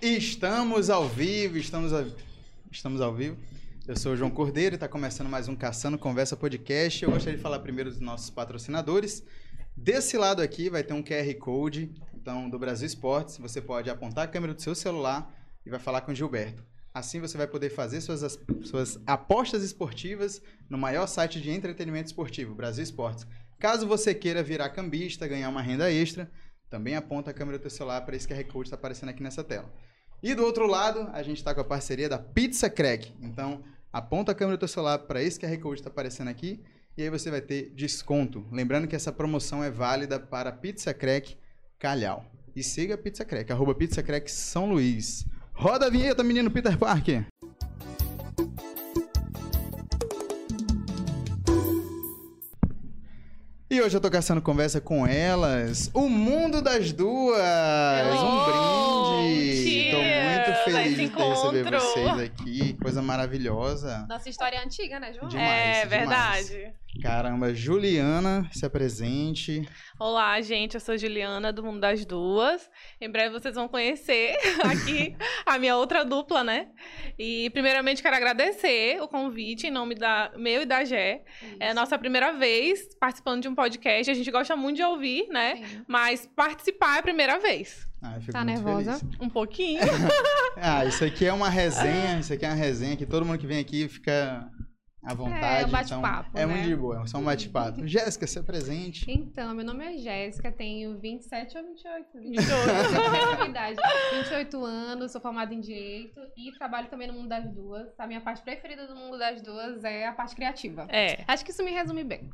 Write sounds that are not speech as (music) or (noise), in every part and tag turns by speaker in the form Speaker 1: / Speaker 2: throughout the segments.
Speaker 1: Estamos ao vivo, estamos ao, estamos ao vivo. Eu sou o João Cordeiro e está começando mais um Caçando Conversa Podcast. Eu gostaria de falar primeiro dos nossos patrocinadores. Desse lado aqui vai ter um QR Code, então, do Brasil Esportes. Você pode apontar a câmera do seu celular e vai falar com o Gilberto. Assim você vai poder fazer suas, as- suas apostas esportivas no maior site de entretenimento esportivo, Brasil Esportes. Caso você queira virar cambista, ganhar uma renda extra, também aponta a câmera do teu celular para esse QR Code que está aparecendo aqui nessa tela. E do outro lado, a gente está com a parceria da Pizza Crack. Então, aponta a câmera do teu celular para esse QR Code que está aparecendo aqui e aí você vai ter desconto. Lembrando que essa promoção é válida para Pizza Crack Calhau. E siga a Pizza Crack, arroba Pizza Crack São Luís. Roda a vinheta, menino Peter Parker! E hoje eu tô caçando conversa com elas. O mundo das duas!
Speaker 2: Oh,
Speaker 1: um brinde!
Speaker 2: tia,
Speaker 1: Tô muito feliz
Speaker 2: esse
Speaker 1: de ter receber
Speaker 2: encontro.
Speaker 1: vocês aqui. Coisa maravilhosa.
Speaker 3: Nossa história é antiga, né, João?
Speaker 1: Demais,
Speaker 2: é
Speaker 1: demais.
Speaker 2: verdade.
Speaker 1: Caramba, Juliana, se é apresente.
Speaker 2: Olá, gente. Eu sou a Juliana do Mundo das Duas. Em breve vocês vão conhecer (laughs) aqui a minha outra dupla, né? E primeiramente quero agradecer o convite em nome da meu e da Gé. É a nossa primeira vez participando de um podcast. A gente gosta muito de ouvir, né?
Speaker 3: Sim.
Speaker 2: Mas participar é a primeira vez.
Speaker 1: Ah, eu fico
Speaker 3: Tá
Speaker 1: muito
Speaker 3: nervosa?
Speaker 1: feliz.
Speaker 2: Um pouquinho.
Speaker 1: Ah, isso aqui é uma resenha, isso aqui é uma resenha que todo mundo que vem aqui fica à vontade.
Speaker 3: um bate-papo,
Speaker 1: então, É
Speaker 3: né?
Speaker 1: muito de boa, é só um bate-papo. Jéssica, se é apresente.
Speaker 3: Então, meu nome é Jéssica, tenho 27 ou 28?
Speaker 2: 28.
Speaker 3: 28 é a minha idade. 28 anos, sou formada em Direito e trabalho também no mundo das duas. A minha parte preferida do mundo das duas é a parte criativa.
Speaker 2: É.
Speaker 3: Acho que isso me resume bem.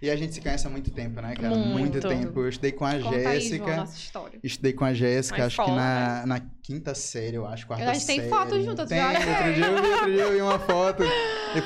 Speaker 1: E a gente se conhece há muito tempo, né, cara?
Speaker 2: Muito.
Speaker 1: tempo. Eu estudei com a
Speaker 3: Conta aí, João, a
Speaker 1: Jéssica.
Speaker 3: nossa história.
Speaker 1: Estudei com a Jéssica,
Speaker 2: Na
Speaker 1: acho que
Speaker 2: escola,
Speaker 1: na, na quinta série, eu acho, quarta
Speaker 3: A
Speaker 1: série.
Speaker 3: gente tem foto junto, outro
Speaker 1: tem,
Speaker 3: dia eu olhei.
Speaker 1: outro dia eu vi, outro dia eu vi uma foto.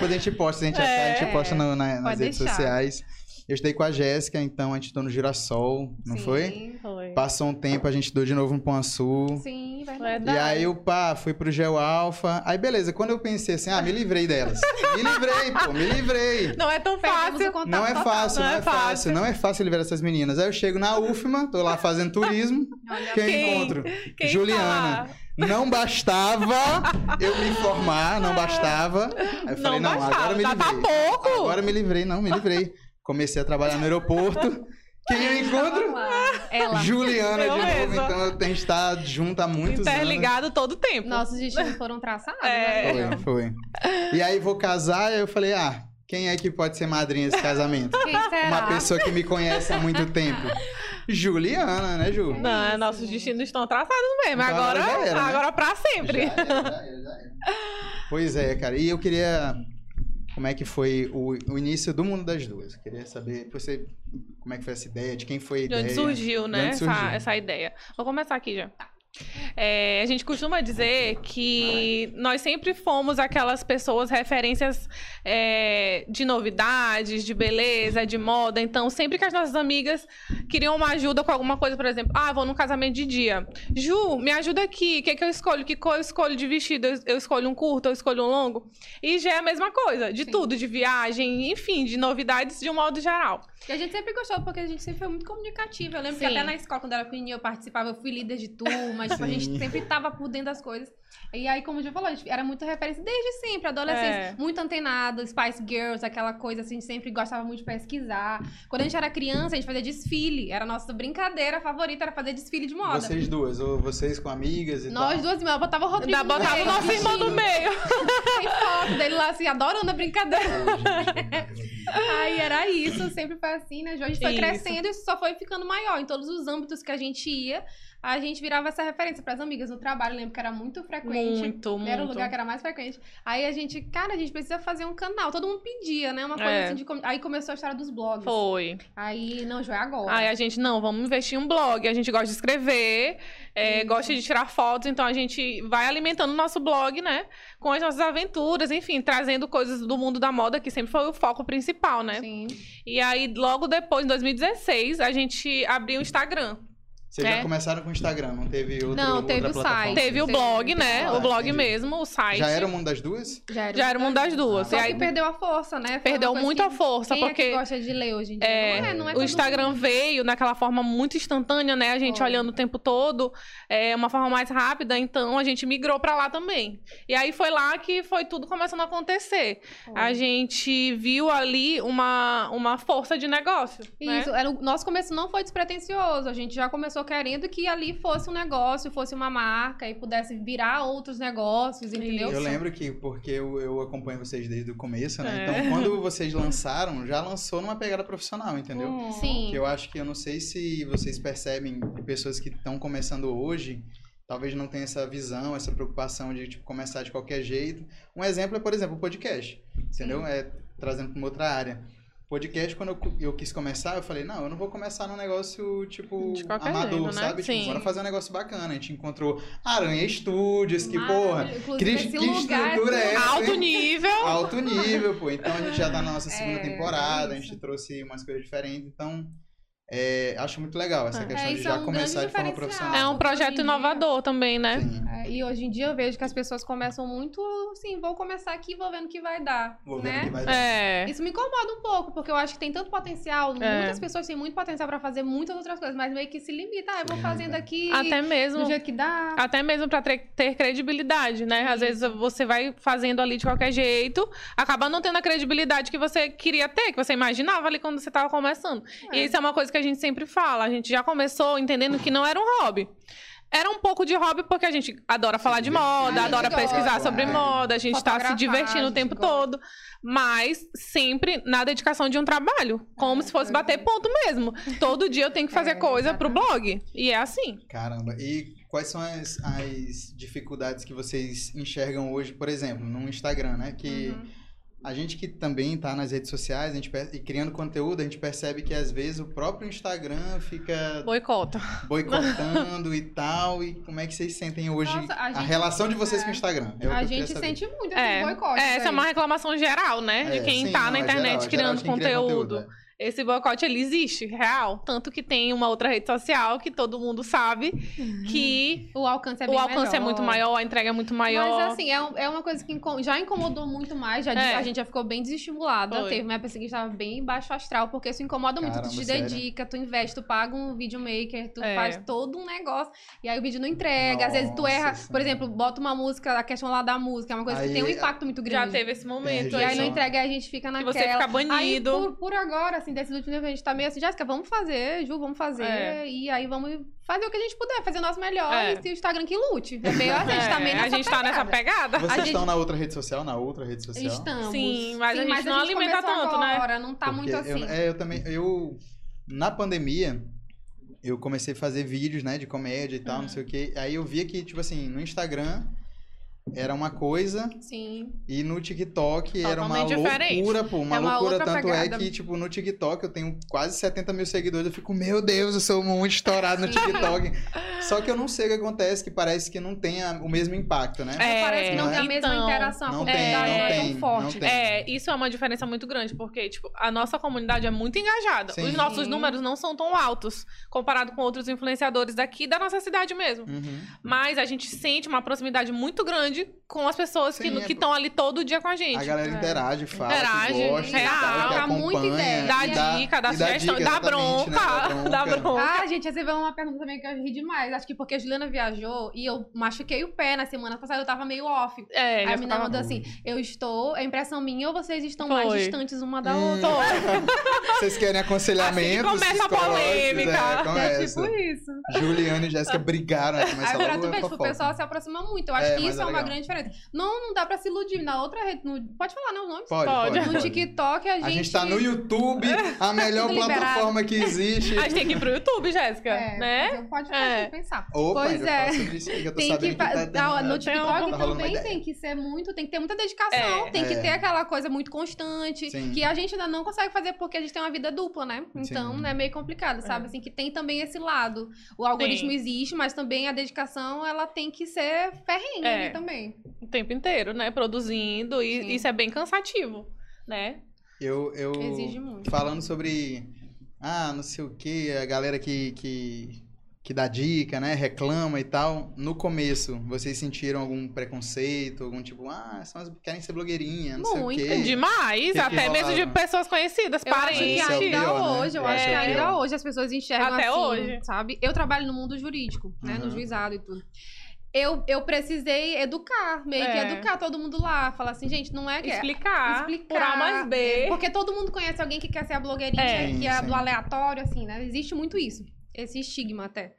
Speaker 1: Depois a gente posta, se a gente achar, a gente
Speaker 3: É,
Speaker 1: posta no- na- nas
Speaker 3: pode
Speaker 1: redes
Speaker 3: deixar.
Speaker 1: sociais. Eu estudei com a Jéssica, então a gente estudou no Girassol, não
Speaker 3: Sim.
Speaker 1: foi?
Speaker 2: Foi.
Speaker 1: Passou um tempo, a gente estudou de novo no Pão Sul.
Speaker 3: Sim, vai
Speaker 2: Vai
Speaker 3: lá.
Speaker 1: E
Speaker 2: Verdade.
Speaker 1: aí eu, pá, fui pro Geo Alpha. Aí beleza, quando eu pensei assim, ah, me livrei delas. Me livrei, pô, me livrei.
Speaker 2: Não é tão
Speaker 3: Perdemos o
Speaker 2: fácil.
Speaker 3: contato
Speaker 1: Não é
Speaker 3: total.
Speaker 1: fácil,
Speaker 2: não
Speaker 1: não
Speaker 2: é
Speaker 1: é fácil,
Speaker 2: fácil.
Speaker 1: não é fácil livrar essas meninas. Aí eu chego na UFMA, tô lá fazendo
Speaker 3: (laughs)
Speaker 1: turismo.
Speaker 3: Olha,
Speaker 1: Quem,
Speaker 2: Quem?
Speaker 1: encontro?
Speaker 2: Quem tá
Speaker 1: Juliana.
Speaker 2: falar?
Speaker 1: Não bastava eu me informar, não bastava. Aí eu
Speaker 2: Não
Speaker 1: falei, não,
Speaker 2: bastava,
Speaker 1: agora eu me
Speaker 2: tá
Speaker 1: livrei.
Speaker 2: pouco.
Speaker 1: Agora eu me livrei, não, me livrei. Comecei a trabalhar no aeroporto. Quem eu encontro?
Speaker 3: vamos lá. Ela.
Speaker 1: Juliana
Speaker 2: Eu
Speaker 1: de
Speaker 2: mesma.
Speaker 1: novo, então a gente tá junto há muitos anos.
Speaker 2: Interligado todo o tempo.
Speaker 3: Nossos destinos foram traçados,
Speaker 2: Tipo, É.
Speaker 3: né?
Speaker 1: Foi, foi. E aí vou casar, e eu falei, ah, quem é que pode ser madrinha desse casamento?
Speaker 3: Quem será?
Speaker 1: Uma pessoa que me conhece há muito tempo. Juliana, né, Ju?
Speaker 3: É
Speaker 2: Não,
Speaker 3: isso,
Speaker 2: nossos
Speaker 3: gente.
Speaker 2: destinos estão traçados mesmo.
Speaker 1: Então agora
Speaker 2: Agora,
Speaker 1: já
Speaker 2: agora,
Speaker 1: era, né?
Speaker 2: pra sempre.
Speaker 1: Já era, já era, já era. Pois é, cara. E eu queria. Como é que foi o, o início do mundo das duas? Eu queria saber você, como é que foi essa ideia, de quem foi a
Speaker 2: De
Speaker 1: ideia.
Speaker 2: onde surgiu,
Speaker 1: De
Speaker 2: né,
Speaker 1: onde
Speaker 2: essa,
Speaker 1: surgiu.
Speaker 2: essa ideia. Vou começar aqui já. É, a gente costuma dizer que nós sempre fomos aquelas pessoas referências é, de novidades, de beleza, de moda. Então, sempre que as nossas amigas queriam uma ajuda com alguma coisa, por exemplo, ah, vou num casamento de dia. Ju, me ajuda aqui. O que, que eu escolho? Que cor eu escolho de vestido? Eu, eu escolho um curto, eu escolho um longo. E já é a mesma coisa, de
Speaker 3: Sim.
Speaker 2: tudo, de viagem, enfim, de novidades de um modo geral.
Speaker 3: E a gente sempre gostou, porque a gente sempre foi muito comunicativa. Eu lembro que
Speaker 2: Sim.
Speaker 3: até na escola, quando eu era pequenininha, eu participava, eu fui líder de turma, tipo, a
Speaker 1: Sim.
Speaker 3: gente sempre tava por dentro das coisas. E aí, como o Ju falou, a gente era muito referência desde sempre, adolescência,
Speaker 2: É.
Speaker 3: muito antenado, Spice Girls, aquela coisa assim, a gente sempre gostava muito de pesquisar. Quando a gente era criança, a gente fazia desfile, era a nossa brincadeira favorita, era fazer desfile de moda.
Speaker 1: Vocês duas, ou vocês com amigas e
Speaker 3: Nós
Speaker 1: tal.
Speaker 3: duas, eu botava o Rodrigo.
Speaker 2: Ainda botava o
Speaker 3: meio,
Speaker 2: nosso irmão no
Speaker 3: vestido,
Speaker 2: meio.
Speaker 3: Tem foto dele lá, assim, adorando a brincadeira. (laughs)
Speaker 1: Duas.
Speaker 3: Aí era isso, sempre foi assim, né, Ju? A gente foi
Speaker 2: Isso.
Speaker 3: crescendo e isso só foi ficando maior. Em todos os âmbitos que a gente ia, a gente virava essa referência pras amigas no trabalho. Lembro que era muito frequente.
Speaker 2: Muito, muito.
Speaker 3: Era o lugar que era mais frequente. Aí a gente, cara, a gente precisa fazer um canal. Todo mundo pedia, né? Uma coisa
Speaker 2: É.
Speaker 3: assim de. com- Aí começou a história dos blogs.
Speaker 2: Foi.
Speaker 3: Aí, não, Ju, é agora.
Speaker 2: Aí a gente, não, vamos investir em um blog. A gente gosta de escrever, é, gosta de tirar fotos, então a gente vai alimentando o nosso blog, né? Com as nossas aventuras, enfim, trazendo coisas do mundo da moda, que sempre foi o foco principal, né?
Speaker 3: Sim.
Speaker 2: E aí, logo depois, em 2016, a gente abriu o Instagram.
Speaker 1: Vocês
Speaker 2: É.
Speaker 1: já começaram com o Instagram, não teve outro
Speaker 3: Não, teve
Speaker 1: outra
Speaker 3: o
Speaker 1: plataforma?
Speaker 3: site.
Speaker 2: Teve o
Speaker 3: Teve
Speaker 2: blog,
Speaker 3: o
Speaker 2: né?
Speaker 1: blog.
Speaker 2: O blog
Speaker 1: Entendi.
Speaker 2: mesmo, o site.
Speaker 1: Já era um o mundo das duas?
Speaker 3: Já era,
Speaker 2: Já era o mundo das duas.
Speaker 3: Só
Speaker 2: E
Speaker 3: que
Speaker 2: aí
Speaker 3: perdeu a força, né? Foi uma
Speaker 2: perdeu
Speaker 3: coisa
Speaker 2: muito a
Speaker 3: que-
Speaker 2: força,
Speaker 3: Quem é que
Speaker 2: porque
Speaker 3: gosta de ler hoje em dia?
Speaker 2: é,
Speaker 3: não é, não é
Speaker 2: o
Speaker 3: todo
Speaker 2: Instagram
Speaker 3: mundo.
Speaker 2: veio naquela forma muito instantânea, né? A gente
Speaker 3: Foi.
Speaker 2: olhando o tempo todo, é uma forma mais rápida, então a gente migrou pra lá também. E aí foi lá que foi tudo começando a acontecer. A gente viu ali uma, uma força de negócio. né?
Speaker 3: Isso, era o nosso começo não foi despretensioso. A gente já começou querendo que ali fosse um negócio, fosse uma marca e pudesse virar outros negócios, entendeu?
Speaker 1: Eu lembro que, porque eu, eu acompanho vocês desde o começo, né?
Speaker 2: É.
Speaker 1: Então, quando vocês lançaram, já lançou numa pegada profissional, entendeu?
Speaker 3: Sim.
Speaker 1: Que eu acho que eu não sei se vocês percebem que pessoas que estão começando hoje, talvez não tenham essa visão, essa preocupação de tipo, começar de qualquer jeito. Um exemplo é, por exemplo, o podcast. Entendeu? É trazendo para uma outra área. Podcast, quando eu, cu- eu quis começar, eu falei, não, eu não vou começar num negócio, tipo,
Speaker 2: De qualquer
Speaker 1: amador,
Speaker 2: jeito, né?
Speaker 1: sabe? Tipo,
Speaker 2: Sim.
Speaker 1: bora fazer um negócio bacana. A gente encontrou Aranha Studios, que, porra,
Speaker 3: Maravilhoso.
Speaker 1: que-
Speaker 3: Ah, Inclusive,
Speaker 1: que
Speaker 3: esse lugar
Speaker 1: estrutura é essa?
Speaker 2: Alto nível.
Speaker 1: alto nível, pô. Então a gente já tá na nossa segunda
Speaker 3: É,
Speaker 1: temporada, a
Speaker 3: isso.
Speaker 1: gente trouxe umas coisas diferentes, então é, acho muito legal essa
Speaker 2: É.
Speaker 1: questão
Speaker 3: É,
Speaker 1: de
Speaker 3: isso é
Speaker 1: já
Speaker 3: um
Speaker 1: começar
Speaker 3: grande
Speaker 1: de forma
Speaker 3: diferencial.
Speaker 1: profissional.
Speaker 2: É um projeto
Speaker 3: Hoje em dia-
Speaker 2: inovador também, né?
Speaker 1: Sim.
Speaker 3: É, E hoje em dia eu vejo que as pessoas começam muito assim, vou começar aqui, vou vendo o que vai dar,
Speaker 1: Vou ver o
Speaker 3: né?
Speaker 1: que vai dar.
Speaker 2: É.
Speaker 3: Isso me incomoda um pouco, porque eu acho que tem tanto potencial,
Speaker 2: É.
Speaker 3: muitas pessoas têm muito potencial pra fazer muitas outras coisas, mas meio que se limita, ah, eu vou
Speaker 1: Se
Speaker 3: fazendo
Speaker 1: limita.
Speaker 3: aqui
Speaker 2: Até mesmo. Ah,
Speaker 3: do jeito que dá.
Speaker 2: Até mesmo pra ter, ter credibilidade, né? Às vezes você vai fazendo ali de qualquer jeito, acaba não tendo a credibilidade que você queria ter, que você imaginava ali quando você tava começando. E isso é uma coisa que a gente sempre fala. A gente já começou entendendo que não era um hobby. Era um pouco de hobby porque a gente adora falar de moda,
Speaker 1: divertir,
Speaker 2: adora
Speaker 3: gosta,
Speaker 2: pesquisar sobre
Speaker 1: é.
Speaker 2: moda, a gente tá se
Speaker 3: Fotografar,
Speaker 2: divertindo
Speaker 3: a
Speaker 2: o tempo
Speaker 3: gente gosta.
Speaker 2: todo, mas sempre na dedicação de um trabalho, como
Speaker 3: É,
Speaker 2: se fosse bater ponto mesmo. Todo dia eu tenho que fazer
Speaker 3: É,
Speaker 2: coisa pro blog, e é assim.
Speaker 1: Caramba. E quais são as, as dificuldades que vocês enxergam hoje, por exemplo, no Instagram, né? Que
Speaker 3: Uhum.
Speaker 1: a gente que também tá nas redes sociais a gente per- e criando conteúdo, a gente percebe que às vezes o próprio Instagram fica
Speaker 2: Boicota.
Speaker 1: boicotando e tal. E como é que vocês sentem hoje
Speaker 3: Nossa, a
Speaker 1: a,
Speaker 3: gente-
Speaker 1: relação de vocês
Speaker 3: é.
Speaker 1: com o Instagram? É o que
Speaker 3: A
Speaker 1: eu queria
Speaker 3: gente
Speaker 1: saber.
Speaker 3: sente muito assim, esses
Speaker 2: É,
Speaker 3: boicotes.
Speaker 2: é, essa é
Speaker 3: aí.
Speaker 2: uma reclamação geral, né?
Speaker 1: É,
Speaker 2: de quem
Speaker 1: sim,
Speaker 2: tá
Speaker 1: não,
Speaker 2: na
Speaker 1: é geral, é
Speaker 2: internet
Speaker 1: geral
Speaker 2: criando
Speaker 1: de quem cria
Speaker 2: conteúdo.
Speaker 1: é.
Speaker 2: Esse boicote, ele existe, real. Tanto que tem uma outra rede social que todo mundo sabe que
Speaker 3: O alcance Uhum. é bem
Speaker 2: o alcance é
Speaker 3: melhor.
Speaker 2: muito maior, a entrega é muito maior.
Speaker 3: Mas assim, é, um- é uma coisa que inco- já incomodou muito mais, já, de-
Speaker 2: É.
Speaker 3: a gente já ficou bem desestimulada.
Speaker 2: Foi.
Speaker 3: Teve uma época assim, que estava bem baixo astral, porque isso incomoda muito. tu
Speaker 1: Caramba,
Speaker 3: te
Speaker 1: sério?
Speaker 3: dedica, tu investe, tu paga um videomaker, tu
Speaker 2: É.
Speaker 3: faz todo um negócio. E aí o vídeo não entrega. Às vezes tu
Speaker 1: Nossa
Speaker 3: erra, por
Speaker 1: Senhora.
Speaker 3: exemplo, bota uma música, a questão lá da música, é uma coisa
Speaker 1: Aí,
Speaker 3: que tem um impacto muito
Speaker 2: já
Speaker 3: grande.
Speaker 2: teve esse
Speaker 1: É,
Speaker 3: E
Speaker 2: momento
Speaker 3: aí não
Speaker 1: rejeição.
Speaker 3: entrega, aí a gente fica
Speaker 2: que
Speaker 3: naquela.
Speaker 2: você fica
Speaker 3: Aí,
Speaker 2: banido.
Speaker 3: por, por agora, assim, desses últimos tempos, a gente tá meio assim, Jéssica, vamos fazer, Ju, vamos fazer.
Speaker 2: É.
Speaker 3: E aí vamos fazer o que a gente puder, fazer o nosso melhor.
Speaker 2: É.
Speaker 3: E se o Instagram que lute. É meio assim, a gente
Speaker 2: É,
Speaker 3: tá meio nessa
Speaker 2: a gente tá nessa pegada.
Speaker 1: Vocês
Speaker 3: A gente-
Speaker 1: estão na outra rede social, na outra rede social?
Speaker 3: Estamos.
Speaker 2: Sim, mas a gente não alimenta
Speaker 3: começou
Speaker 2: tanto, né?
Speaker 3: agora, Não tá
Speaker 1: Porque
Speaker 3: muito assim.
Speaker 1: Eu, é, eu também. Eu. Na pandemia, eu comecei a fazer vídeos, né? De comédia e tal, não sei o quê. Aí eu via que, tipo assim, no Instagram era uma coisa
Speaker 3: Sim.
Speaker 1: e no TikTok era uma
Speaker 2: Totalmente diferente.
Speaker 1: loucura, pô. Uma,
Speaker 3: É uma
Speaker 1: loucura.
Speaker 3: outra
Speaker 1: Tanto é
Speaker 3: pegada.
Speaker 1: que, tipo, no TikTok eu tenho quase 70 mil seguidores. Eu fico, meu Deus, eu sou muito estourado no
Speaker 3: Sim.
Speaker 1: TikTok. Só que eu não sei o que acontece, que parece que não tem a- o mesmo impacto, né?
Speaker 2: É,
Speaker 3: Parece que não
Speaker 1: né?
Speaker 3: tem a mesma
Speaker 2: então,
Speaker 3: interação, a
Speaker 1: não
Speaker 3: comunidade
Speaker 2: tem, não
Speaker 3: é
Speaker 1: tem,
Speaker 3: tão forte.
Speaker 1: não tem.
Speaker 2: É, isso é uma diferença muito grande, porque, tipo, a nossa comunidade é muito engajada.
Speaker 1: Sim.
Speaker 2: Os nossos
Speaker 3: Sim.
Speaker 2: números não são tão altos, comparado com outros influenciadores daqui da nossa cidade mesmo.
Speaker 1: Uhum.
Speaker 2: Mas a gente sente uma proximidade muito grande com as pessoas que
Speaker 1: Sim,
Speaker 2: no-
Speaker 1: é-
Speaker 2: que estão ali todo dia com a gente.
Speaker 1: A galera interage, fala,
Speaker 2: Interage,
Speaker 1: que gosta,
Speaker 2: real,
Speaker 1: e tal, que
Speaker 3: dá muita
Speaker 1: acompanha,
Speaker 3: ideia.
Speaker 1: e
Speaker 2: Dá dica, dá
Speaker 1: e
Speaker 2: sugestão,
Speaker 1: dica,
Speaker 2: dá
Speaker 1: exatamente, né,
Speaker 2: bronca, dá bronca.
Speaker 3: Ah, gente, recebeu uma pergunta também que eu ri demais. Acho que porque a Juliana viajou e eu machuquei o pé na semana passada, eu tava meio off.
Speaker 2: É,
Speaker 3: Aí a
Speaker 2: já
Speaker 3: menina
Speaker 2: ficava-
Speaker 3: mandou assim: eu estou, é impressão minha ou vocês estão mais
Speaker 2: Foi.
Speaker 3: distantes uma da
Speaker 1: Hum.
Speaker 3: outra? (laughs)
Speaker 1: Vocês querem aconselhamento?
Speaker 2: um Assim que começa a
Speaker 1: psicológico,
Speaker 2: polêmica.
Speaker 1: né?
Speaker 3: É
Speaker 1: Começa.
Speaker 3: tipo isso.
Speaker 1: Juliana e Jéssica brigaram, né?
Speaker 3: Aí
Speaker 1: Começa
Speaker 3: pra
Speaker 1: logo
Speaker 3: tu
Speaker 1: a
Speaker 3: ver, tipo, o
Speaker 1: fofoca.
Speaker 3: pessoal se aproxima muito. Eu acho
Speaker 1: É,
Speaker 3: que
Speaker 1: mas
Speaker 3: isso
Speaker 1: é
Speaker 3: é uma
Speaker 1: legal.
Speaker 3: grande diferença. Não, não dá pra se iludir. Na outra rede. no- Pode falar, né? O nome?
Speaker 1: Pode,
Speaker 2: Pode.
Speaker 1: pode,
Speaker 2: No
Speaker 1: pode.
Speaker 3: No TikTok a gente. É,
Speaker 1: A gente tá no YouTube, a melhor
Speaker 3: Liberado.
Speaker 1: plataforma que existe.
Speaker 2: A gente tem que ir pro YouTube, Jéssica,
Speaker 3: É,
Speaker 2: né?
Speaker 3: mas eu- Pode
Speaker 2: É.
Speaker 3: é. pensar.
Speaker 1: Opa,
Speaker 3: Pois
Speaker 1: ainda
Speaker 3: é.
Speaker 1: fala sobre isso aí, que eu tô
Speaker 3: Tem
Speaker 1: sabendo
Speaker 3: que,
Speaker 1: que, tá,
Speaker 3: fa-
Speaker 1: tendo-
Speaker 3: tá, no
Speaker 2: tem uma-
Speaker 3: TikTok
Speaker 1: tá rolando uma
Speaker 3: também
Speaker 1: ideia.
Speaker 3: tem que ser muito, tem que ter muita dedicação,
Speaker 2: É.
Speaker 3: tem que
Speaker 1: É.
Speaker 3: ter aquela coisa muito constante,
Speaker 1: Sim.
Speaker 3: que a gente ainda não consegue fazer porque a gente tem uma vida dupla, né? Então,
Speaker 1: Sim.
Speaker 3: é meio complicado, sabe? Assim, que tem também esse lado. O algoritmo
Speaker 2: Tem.
Speaker 3: existe, mas também a dedicação, ela tem que ser ferrenha
Speaker 2: É.
Speaker 3: ali também.
Speaker 2: O tempo inteiro, né? Produzindo, e
Speaker 3: Sim.
Speaker 2: isso é bem cansativo, né?
Speaker 1: Eu, eu...
Speaker 3: Exige muito.
Speaker 1: Falando sobre... Ah, não sei o que, a galera que... que... que dá dica, né? Reclama e tal. No começo, vocês sentiram algum preconceito, algum tipo, ah, são as- querem ser blogueirinha, não
Speaker 3: Muito.
Speaker 1: sei o quê.
Speaker 2: Demais,
Speaker 1: que que
Speaker 2: até mesmo de
Speaker 1: rolava?
Speaker 2: pessoas conhecidas,
Speaker 3: Eu acho que
Speaker 2: parentes.
Speaker 1: Esse é o
Speaker 3: ainda
Speaker 1: pior, né?
Speaker 3: hoje, eu
Speaker 1: Eu
Speaker 3: acho
Speaker 2: acho
Speaker 3: que
Speaker 2: que é o
Speaker 3: ainda
Speaker 1: pior.
Speaker 3: hoje as pessoas enxergam
Speaker 2: Até
Speaker 3: assim,
Speaker 2: hoje.
Speaker 3: sabe? Eu trabalho no mundo jurídico, né? No
Speaker 1: Uhum.
Speaker 3: juizado e tudo. Eu, eu precisei educar, meio que
Speaker 2: É.
Speaker 3: educar todo mundo lá. Falar assim, gente, não é que...
Speaker 2: Explicar, por A mais B.
Speaker 3: Porque todo mundo conhece alguém que quer ser a blogueirinha,
Speaker 2: É.
Speaker 3: que é
Speaker 1: Sim,
Speaker 3: do
Speaker 1: sim.
Speaker 3: aleatório, assim, né? Existe muito isso. Esse estigma até.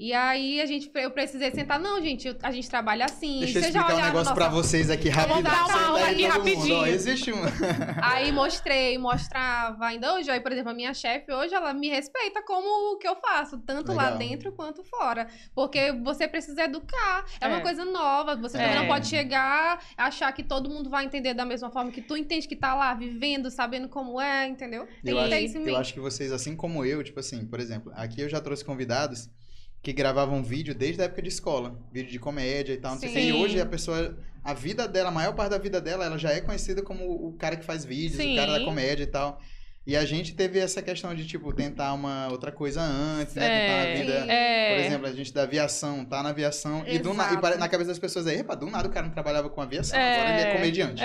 Speaker 3: E aí a gente, eu precisei sentar, não, gente, eu- a gente trabalha assim.
Speaker 1: Deixa eu
Speaker 3: vocês já
Speaker 1: explicar um
Speaker 3: olharam
Speaker 1: negócio
Speaker 3: nossa
Speaker 1: pra vocês aqui
Speaker 2: vou
Speaker 1: rapidinho.
Speaker 2: dar uma
Speaker 1: Senta
Speaker 2: aula
Speaker 1: aí
Speaker 2: aqui
Speaker 1: todo mundo,
Speaker 2: rapidinho.
Speaker 1: ó, Existe um...
Speaker 3: Aí mostrei, mostrava. Ainda hoje, aí, por exemplo, a minha chefe hoje, ela me respeita como o que eu faço, tanto lá
Speaker 1: Legal.
Speaker 3: dentro quanto fora. Porque você precisa educar. É, uma
Speaker 2: É.
Speaker 3: coisa nova. Você também
Speaker 2: É.
Speaker 3: não pode chegar, achar que todo mundo vai entender da mesma forma que tu entende que tá lá, vivendo, sabendo como é, entendeu?
Speaker 1: Eu
Speaker 3: que
Speaker 1: acho,
Speaker 3: ter isso em
Speaker 1: eu acho que vocês, assim como eu, tipo assim, por exemplo, aqui eu já trouxe convidados que gravavam vídeo desde a época de escola, vídeo de comédia e tal, não sei o quê. E
Speaker 2: Sim.
Speaker 1: hoje a pessoa, a vida dela, a maior parte da vida dela, ela já é conhecida como o cara que faz vídeos, o
Speaker 2: Sim.
Speaker 1: cara da comédia e tal. E a gente teve essa questão de, tipo, tentar uma outra coisa antes, né?
Speaker 2: É.
Speaker 1: Tentar uma vida.
Speaker 2: É.
Speaker 1: Por exemplo, a gente da aviação, tá na aviação, e, do na, e
Speaker 3: Exato.
Speaker 1: pare- na cabeça das pessoas é, epa, do nada o cara não trabalhava com aviação, agora ele é
Speaker 2: É.
Speaker 1: comediante. Que
Speaker 2: É,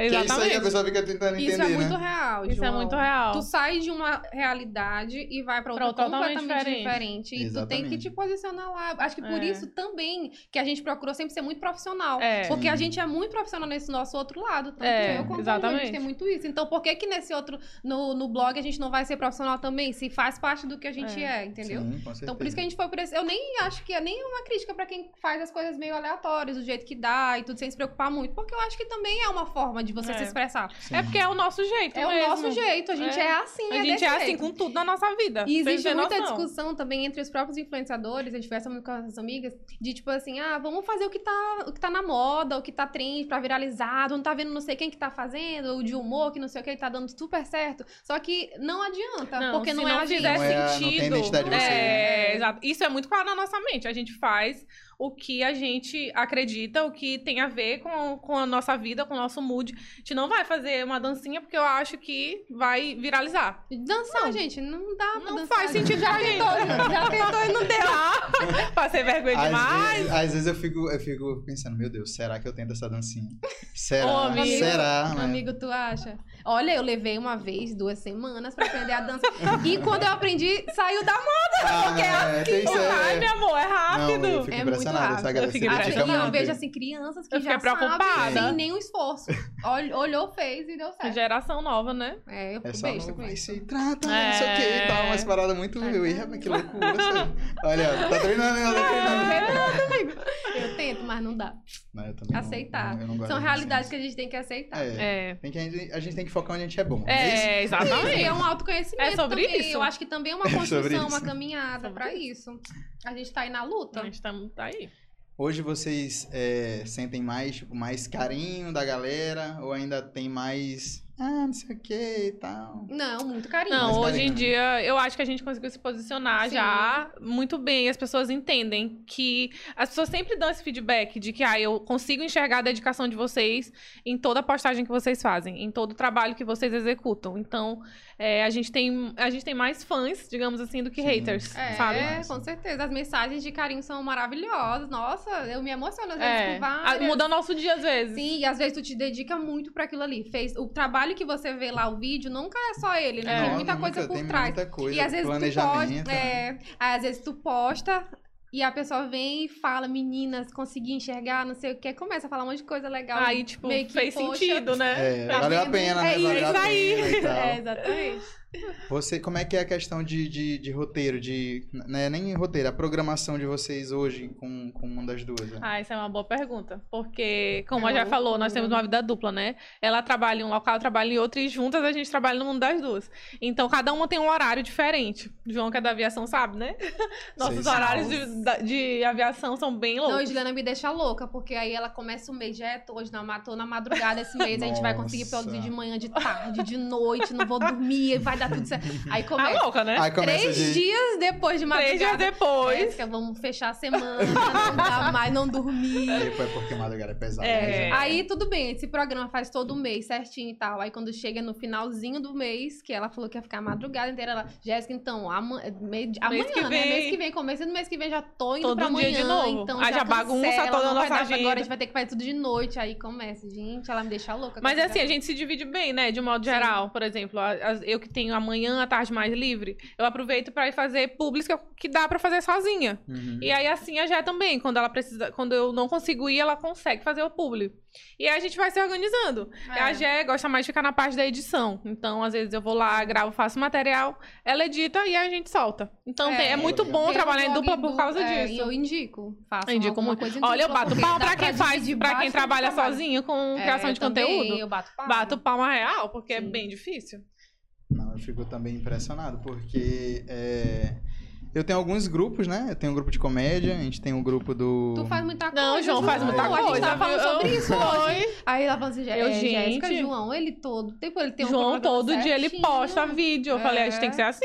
Speaker 1: é isso aí, a
Speaker 2: exatamente.
Speaker 1: pessoa fica tentando entender,
Speaker 3: Isso é muito
Speaker 1: né?
Speaker 3: real,
Speaker 2: Isso é
Speaker 3: João.
Speaker 2: muito real.
Speaker 3: Tu sai de uma realidade e vai pra outra,
Speaker 2: Pra outra
Speaker 3: completamente
Speaker 2: totalmente
Speaker 3: diferente.
Speaker 2: diferente.
Speaker 3: E tu tem que
Speaker 1: Exatamente.
Speaker 3: te posicionar lá. Acho que por
Speaker 2: É.
Speaker 3: isso também que a gente procurou sempre ser muito profissional.
Speaker 2: É.
Speaker 3: Porque a
Speaker 1: Sim.
Speaker 3: gente é muito profissional nesse nosso outro lado. Tanto
Speaker 2: É,
Speaker 3: eu quanto a gente
Speaker 2: exatamente.
Speaker 3: tem muito isso. Então por que que nesse outro, no, no blog, a gente não vai ser profissional também? Se faz parte do que a gente é, entendeu?
Speaker 1: Sim, com
Speaker 3: Então, por isso
Speaker 1: certeza.
Speaker 3: que a gente foi por esse. Eu nem acho que é nem uma crítica pra quem faz as coisas meio aleatórias, do jeito que dá e tudo, sem se preocupar muito. Porque eu acho que também é uma forma de você
Speaker 2: É.
Speaker 3: se expressar.
Speaker 2: É porque é o nosso jeito.
Speaker 3: É o
Speaker 2: mesmo.
Speaker 3: nosso jeito, a gente é,
Speaker 2: É.
Speaker 3: assim,
Speaker 2: A gente
Speaker 3: desse
Speaker 2: é assim
Speaker 3: jeito.
Speaker 2: com tudo na nossa vida.
Speaker 3: E
Speaker 2: pra
Speaker 3: existe
Speaker 2: gente ter
Speaker 3: muita
Speaker 2: noção.
Speaker 3: discussão também entre os próprios influenciadores, eu conversa muito com as amigas, de tipo assim, ah, vamos fazer o que tá, o que tá na moda, o que tá trend, pra viralizado, não tá vendo não sei quem que tá fazendo, o de humor, que não sei o que, tá dando super certo. Só que não adianta,
Speaker 2: Não,
Speaker 3: porque
Speaker 2: se
Speaker 3: não é a gente.
Speaker 2: fizer
Speaker 1: Não é a- não tem
Speaker 2: sentido.
Speaker 1: identidade de você,
Speaker 2: é,
Speaker 3: né?
Speaker 2: exato. Isso é muito claro na nossa mente. A gente faz o que a gente acredita, o que tem a ver com, com a nossa vida, com o nosso mood. A gente não vai fazer uma dancinha porque eu acho que vai viralizar.
Speaker 3: Dançar, gente, não dá pra
Speaker 2: Não
Speaker 3: dançar,
Speaker 2: faz
Speaker 3: gente.
Speaker 2: sentido
Speaker 3: já
Speaker 2: pra gente.
Speaker 3: tentou, gente, já tentou e não deu.
Speaker 2: Tá? Passei vergonha
Speaker 1: Às
Speaker 2: demais.
Speaker 1: vezes, às vezes eu, fico, eu fico pensando, meu Deus, será que eu tento essa dancinha? Será?
Speaker 2: Ô, amigo.
Speaker 1: será? né?
Speaker 3: Amigo, tu acha? Olha, eu levei uma vez, duas semanas pra aprender a dança. E quando eu aprendi, saiu da
Speaker 1: Ah, é, tem isso, é.
Speaker 2: assim? Ai, meu amor, é rápido.
Speaker 1: Não, eu fico
Speaker 3: É muito
Speaker 1: impressionado, tipo
Speaker 3: rápido.
Speaker 1: essa galera
Speaker 2: Eu fico
Speaker 1: se
Speaker 2: impressionada.
Speaker 1: dedica
Speaker 3: E eu
Speaker 1: muito.
Speaker 3: vejo assim, crianças que
Speaker 2: Eu
Speaker 3: já
Speaker 2: fiquei
Speaker 3: sabem,
Speaker 2: preocupada.
Speaker 3: sem nenhum esforço. Ol- Olhou, fez e deu certo.
Speaker 2: Geração nova, né?
Speaker 3: É,
Speaker 1: É
Speaker 3: eu fico
Speaker 1: só
Speaker 3: besta
Speaker 1: não
Speaker 3: com
Speaker 1: vai
Speaker 3: isso.
Speaker 1: se trata, não sei o que e
Speaker 2: É.
Speaker 1: tal, umas paradas muito... Eu ia, mas que loucura, sabe? Olha, tá treinando, ela tá treinando.
Speaker 3: Eu tento, mas não dá.
Speaker 1: Não, eu também não-
Speaker 3: Aceitar.
Speaker 1: não- eu não gosto
Speaker 3: São
Speaker 1: de dancinha.
Speaker 3: realidades que a gente tem que aceitar.
Speaker 1: É,
Speaker 2: É.
Speaker 1: Tem que, a, gente, a gente tem que focar onde a gente é bom. não isso?
Speaker 2: É,
Speaker 3: E
Speaker 2: exatamente.
Speaker 3: é um autoconhecimento
Speaker 2: É sobre
Speaker 3: também.
Speaker 2: isso.
Speaker 3: Eu acho que também é uma
Speaker 1: (laughs) É sobre
Speaker 3: construção, uma
Speaker 1: isso.
Speaker 3: caminhada pra isso. A gente tá aí na luta.
Speaker 2: A gente tá, tá aí.
Speaker 1: Hoje vocês é, sentem mais, tipo, mais carinho da galera? Ou ainda tem mais... Ah, não sei o que e tal?
Speaker 3: Não, muito carinho.
Speaker 1: Mas
Speaker 2: Não, hoje
Speaker 1: carinho,
Speaker 2: em
Speaker 1: né?
Speaker 2: dia eu acho que a gente conseguiu se posicionar
Speaker 3: Sim.
Speaker 2: já muito bem. e As pessoas entendem que as pessoas sempre dão esse feedback de que ah, eu consigo enxergar a dedicação de vocês em toda a postagem que vocês fazem, em todo o trabalho que vocês executam. Então é, a gente tem a gente tem mais fãs, digamos assim, do que
Speaker 1: Sim.
Speaker 2: haters,
Speaker 3: É,
Speaker 2: sabe?
Speaker 3: com certeza. As mensagens de carinho são maravilhosas. Nossa, eu me emociono às vezes
Speaker 2: É,
Speaker 3: com várias.
Speaker 2: a- muda o nosso dia às vezes.
Speaker 3: Sim, e às vezes tu te dedica muito pra aquilo ali. Fez o trabalho que você vê lá, o vídeo, nunca é só ele, né?
Speaker 2: É.
Speaker 3: tem
Speaker 1: Não,
Speaker 3: muita
Speaker 1: nunca,
Speaker 3: coisa por
Speaker 1: tem
Speaker 3: trás.
Speaker 1: Muita coisa,
Speaker 3: e às vezes tu
Speaker 1: planejamento. né?
Speaker 3: posta, é, aí às vezes tu posta e a pessoa vem e fala, meninas, consegui enxergar, não sei o que, começa a falar um monte de coisa legal.
Speaker 2: Aí tipo
Speaker 3: Meio que,
Speaker 2: fez
Speaker 3: poxa,
Speaker 2: sentido, né?
Speaker 1: É,
Speaker 2: Pra
Speaker 1: valeu a
Speaker 2: mim,
Speaker 1: pena, né?
Speaker 2: É
Speaker 1: valeu a
Speaker 2: isso aí.
Speaker 1: pena e tal.
Speaker 3: É, exatamente.
Speaker 1: Você, como é que é a questão de, de, de roteiro, de. Né, nem roteiro, a programação de vocês hoje com, com uma das duas. Né?
Speaker 2: Ah, essa é uma boa pergunta. Porque, como
Speaker 3: É
Speaker 2: a já
Speaker 3: uma
Speaker 2: falou,
Speaker 3: loucura.
Speaker 2: nós temos uma vida dupla, né? Ela trabalha em um local, eu trabalho em outro, e juntas a gente trabalha no mundo das duas. Então, cada uma tem um horário diferente. João, que é da aviação, sabe, né? (laughs) Nossos
Speaker 1: Sei,
Speaker 2: horários de, da- de aviação são bem
Speaker 3: Não, a
Speaker 2: loucos.
Speaker 3: Juliana me deixa louca, porque aí ela começa o mês, já é hoje, não, matou na madrugada esse mês, a gente vai conseguir
Speaker 1: Nossa.
Speaker 3: produzir de manhã, de tarde, de noite, não vou dormir, vai dar tudo certo.
Speaker 2: (laughs)
Speaker 3: Aí
Speaker 2: A
Speaker 3: começa.
Speaker 2: louca, né?
Speaker 1: Aí começa
Speaker 3: Três
Speaker 1: de...
Speaker 3: dias depois de é? madrugada. É.
Speaker 2: Três dias depois.
Speaker 3: Jéssica, vamos fechar a semana, não dá mais, não dormir.
Speaker 1: Aí foi porque madrugada é pesada.
Speaker 2: É.
Speaker 1: né,
Speaker 3: Aí tudo bem, esse programa faz todo mês certinho e tal. Aí quando chega no finalzinho do mês, que ela falou que ia ficar a madrugada inteira, ela, Jéssica, então, ama- é me- amanhã,
Speaker 2: que
Speaker 3: né?
Speaker 2: vem.
Speaker 3: Mês que vem, começo do mês que vem, já tô indo
Speaker 2: Todo
Speaker 3: pra
Speaker 2: dia
Speaker 3: amanhã.
Speaker 2: de novo.
Speaker 3: Então,
Speaker 2: Aí já bagunça
Speaker 3: cancela,
Speaker 2: toda a
Speaker 3: não vai dar
Speaker 2: nossa
Speaker 3: pra
Speaker 2: agenda.
Speaker 3: Agora a gente vai ter que fazer tudo de noite. Aí começa, gente, ela me deixa louca.
Speaker 2: Mas
Speaker 3: com
Speaker 2: assim,
Speaker 3: essa-
Speaker 2: a gente se divide bem, né? De um modo geral. Por exemplo, a- as- eu que tenho amanhã a tarde mais livre, eu aproveito pra ir fazer públicos que, eu- que dá pra fazer sozinha.
Speaker 1: Uhum.
Speaker 2: E aí assim a Jé também, quando ela precisa, quando eu não consigo ir, ela consegue fazer o público. E aí a gente vai se organizando.
Speaker 3: É.
Speaker 2: A Jé gosta mais de ficar na parte da edição. Então, às vezes eu vou lá, gravo, faço material, ela edita e a gente solta. Então,
Speaker 3: É.
Speaker 2: tem- é, muito
Speaker 1: Tem
Speaker 2: bom
Speaker 3: Tem
Speaker 2: trabalhar
Speaker 3: um
Speaker 2: em
Speaker 3: blog
Speaker 2: dupla por causa
Speaker 3: é,
Speaker 2: disso.
Speaker 3: e Eu indico. Façam
Speaker 2: Indico
Speaker 3: alguma
Speaker 2: muito.
Speaker 3: coisa em
Speaker 2: Olha, eu
Speaker 3: dupla,
Speaker 2: bato
Speaker 3: porque
Speaker 2: palma
Speaker 3: dá
Speaker 2: pra quem faz,
Speaker 3: dividir
Speaker 2: pra quem
Speaker 3: bastante
Speaker 2: trabalha
Speaker 3: trabalho.
Speaker 2: sozinho com
Speaker 3: É,
Speaker 2: criação de
Speaker 3: também
Speaker 2: conteúdo.
Speaker 3: Eu bato palma.
Speaker 2: Bato palma real, porque é
Speaker 3: Sim.
Speaker 2: bem difícil.
Speaker 1: Não, eu fico também impressionado, porque é, eu tenho alguns grupos, né? Eu tenho um grupo de comédia, a gente tem um grupo do.
Speaker 3: Tu faz muita coisa.
Speaker 2: Não, João faz
Speaker 3: João.
Speaker 2: muita
Speaker 3: A gente
Speaker 2: coisa.
Speaker 3: tava falando
Speaker 2: viu?
Speaker 3: sobre isso hoje.
Speaker 2: Foi.
Speaker 3: Aí ela falou assim, Jé-
Speaker 2: Eu,
Speaker 3: é, Jéssica,
Speaker 2: gente.
Speaker 3: João, ele todo tempo, ele tem um
Speaker 2: João,
Speaker 3: cronograma
Speaker 2: todo dia ele
Speaker 3: certinho.
Speaker 2: posta vídeo. Eu falei, a gente
Speaker 3: É.
Speaker 2: tem que ser assim.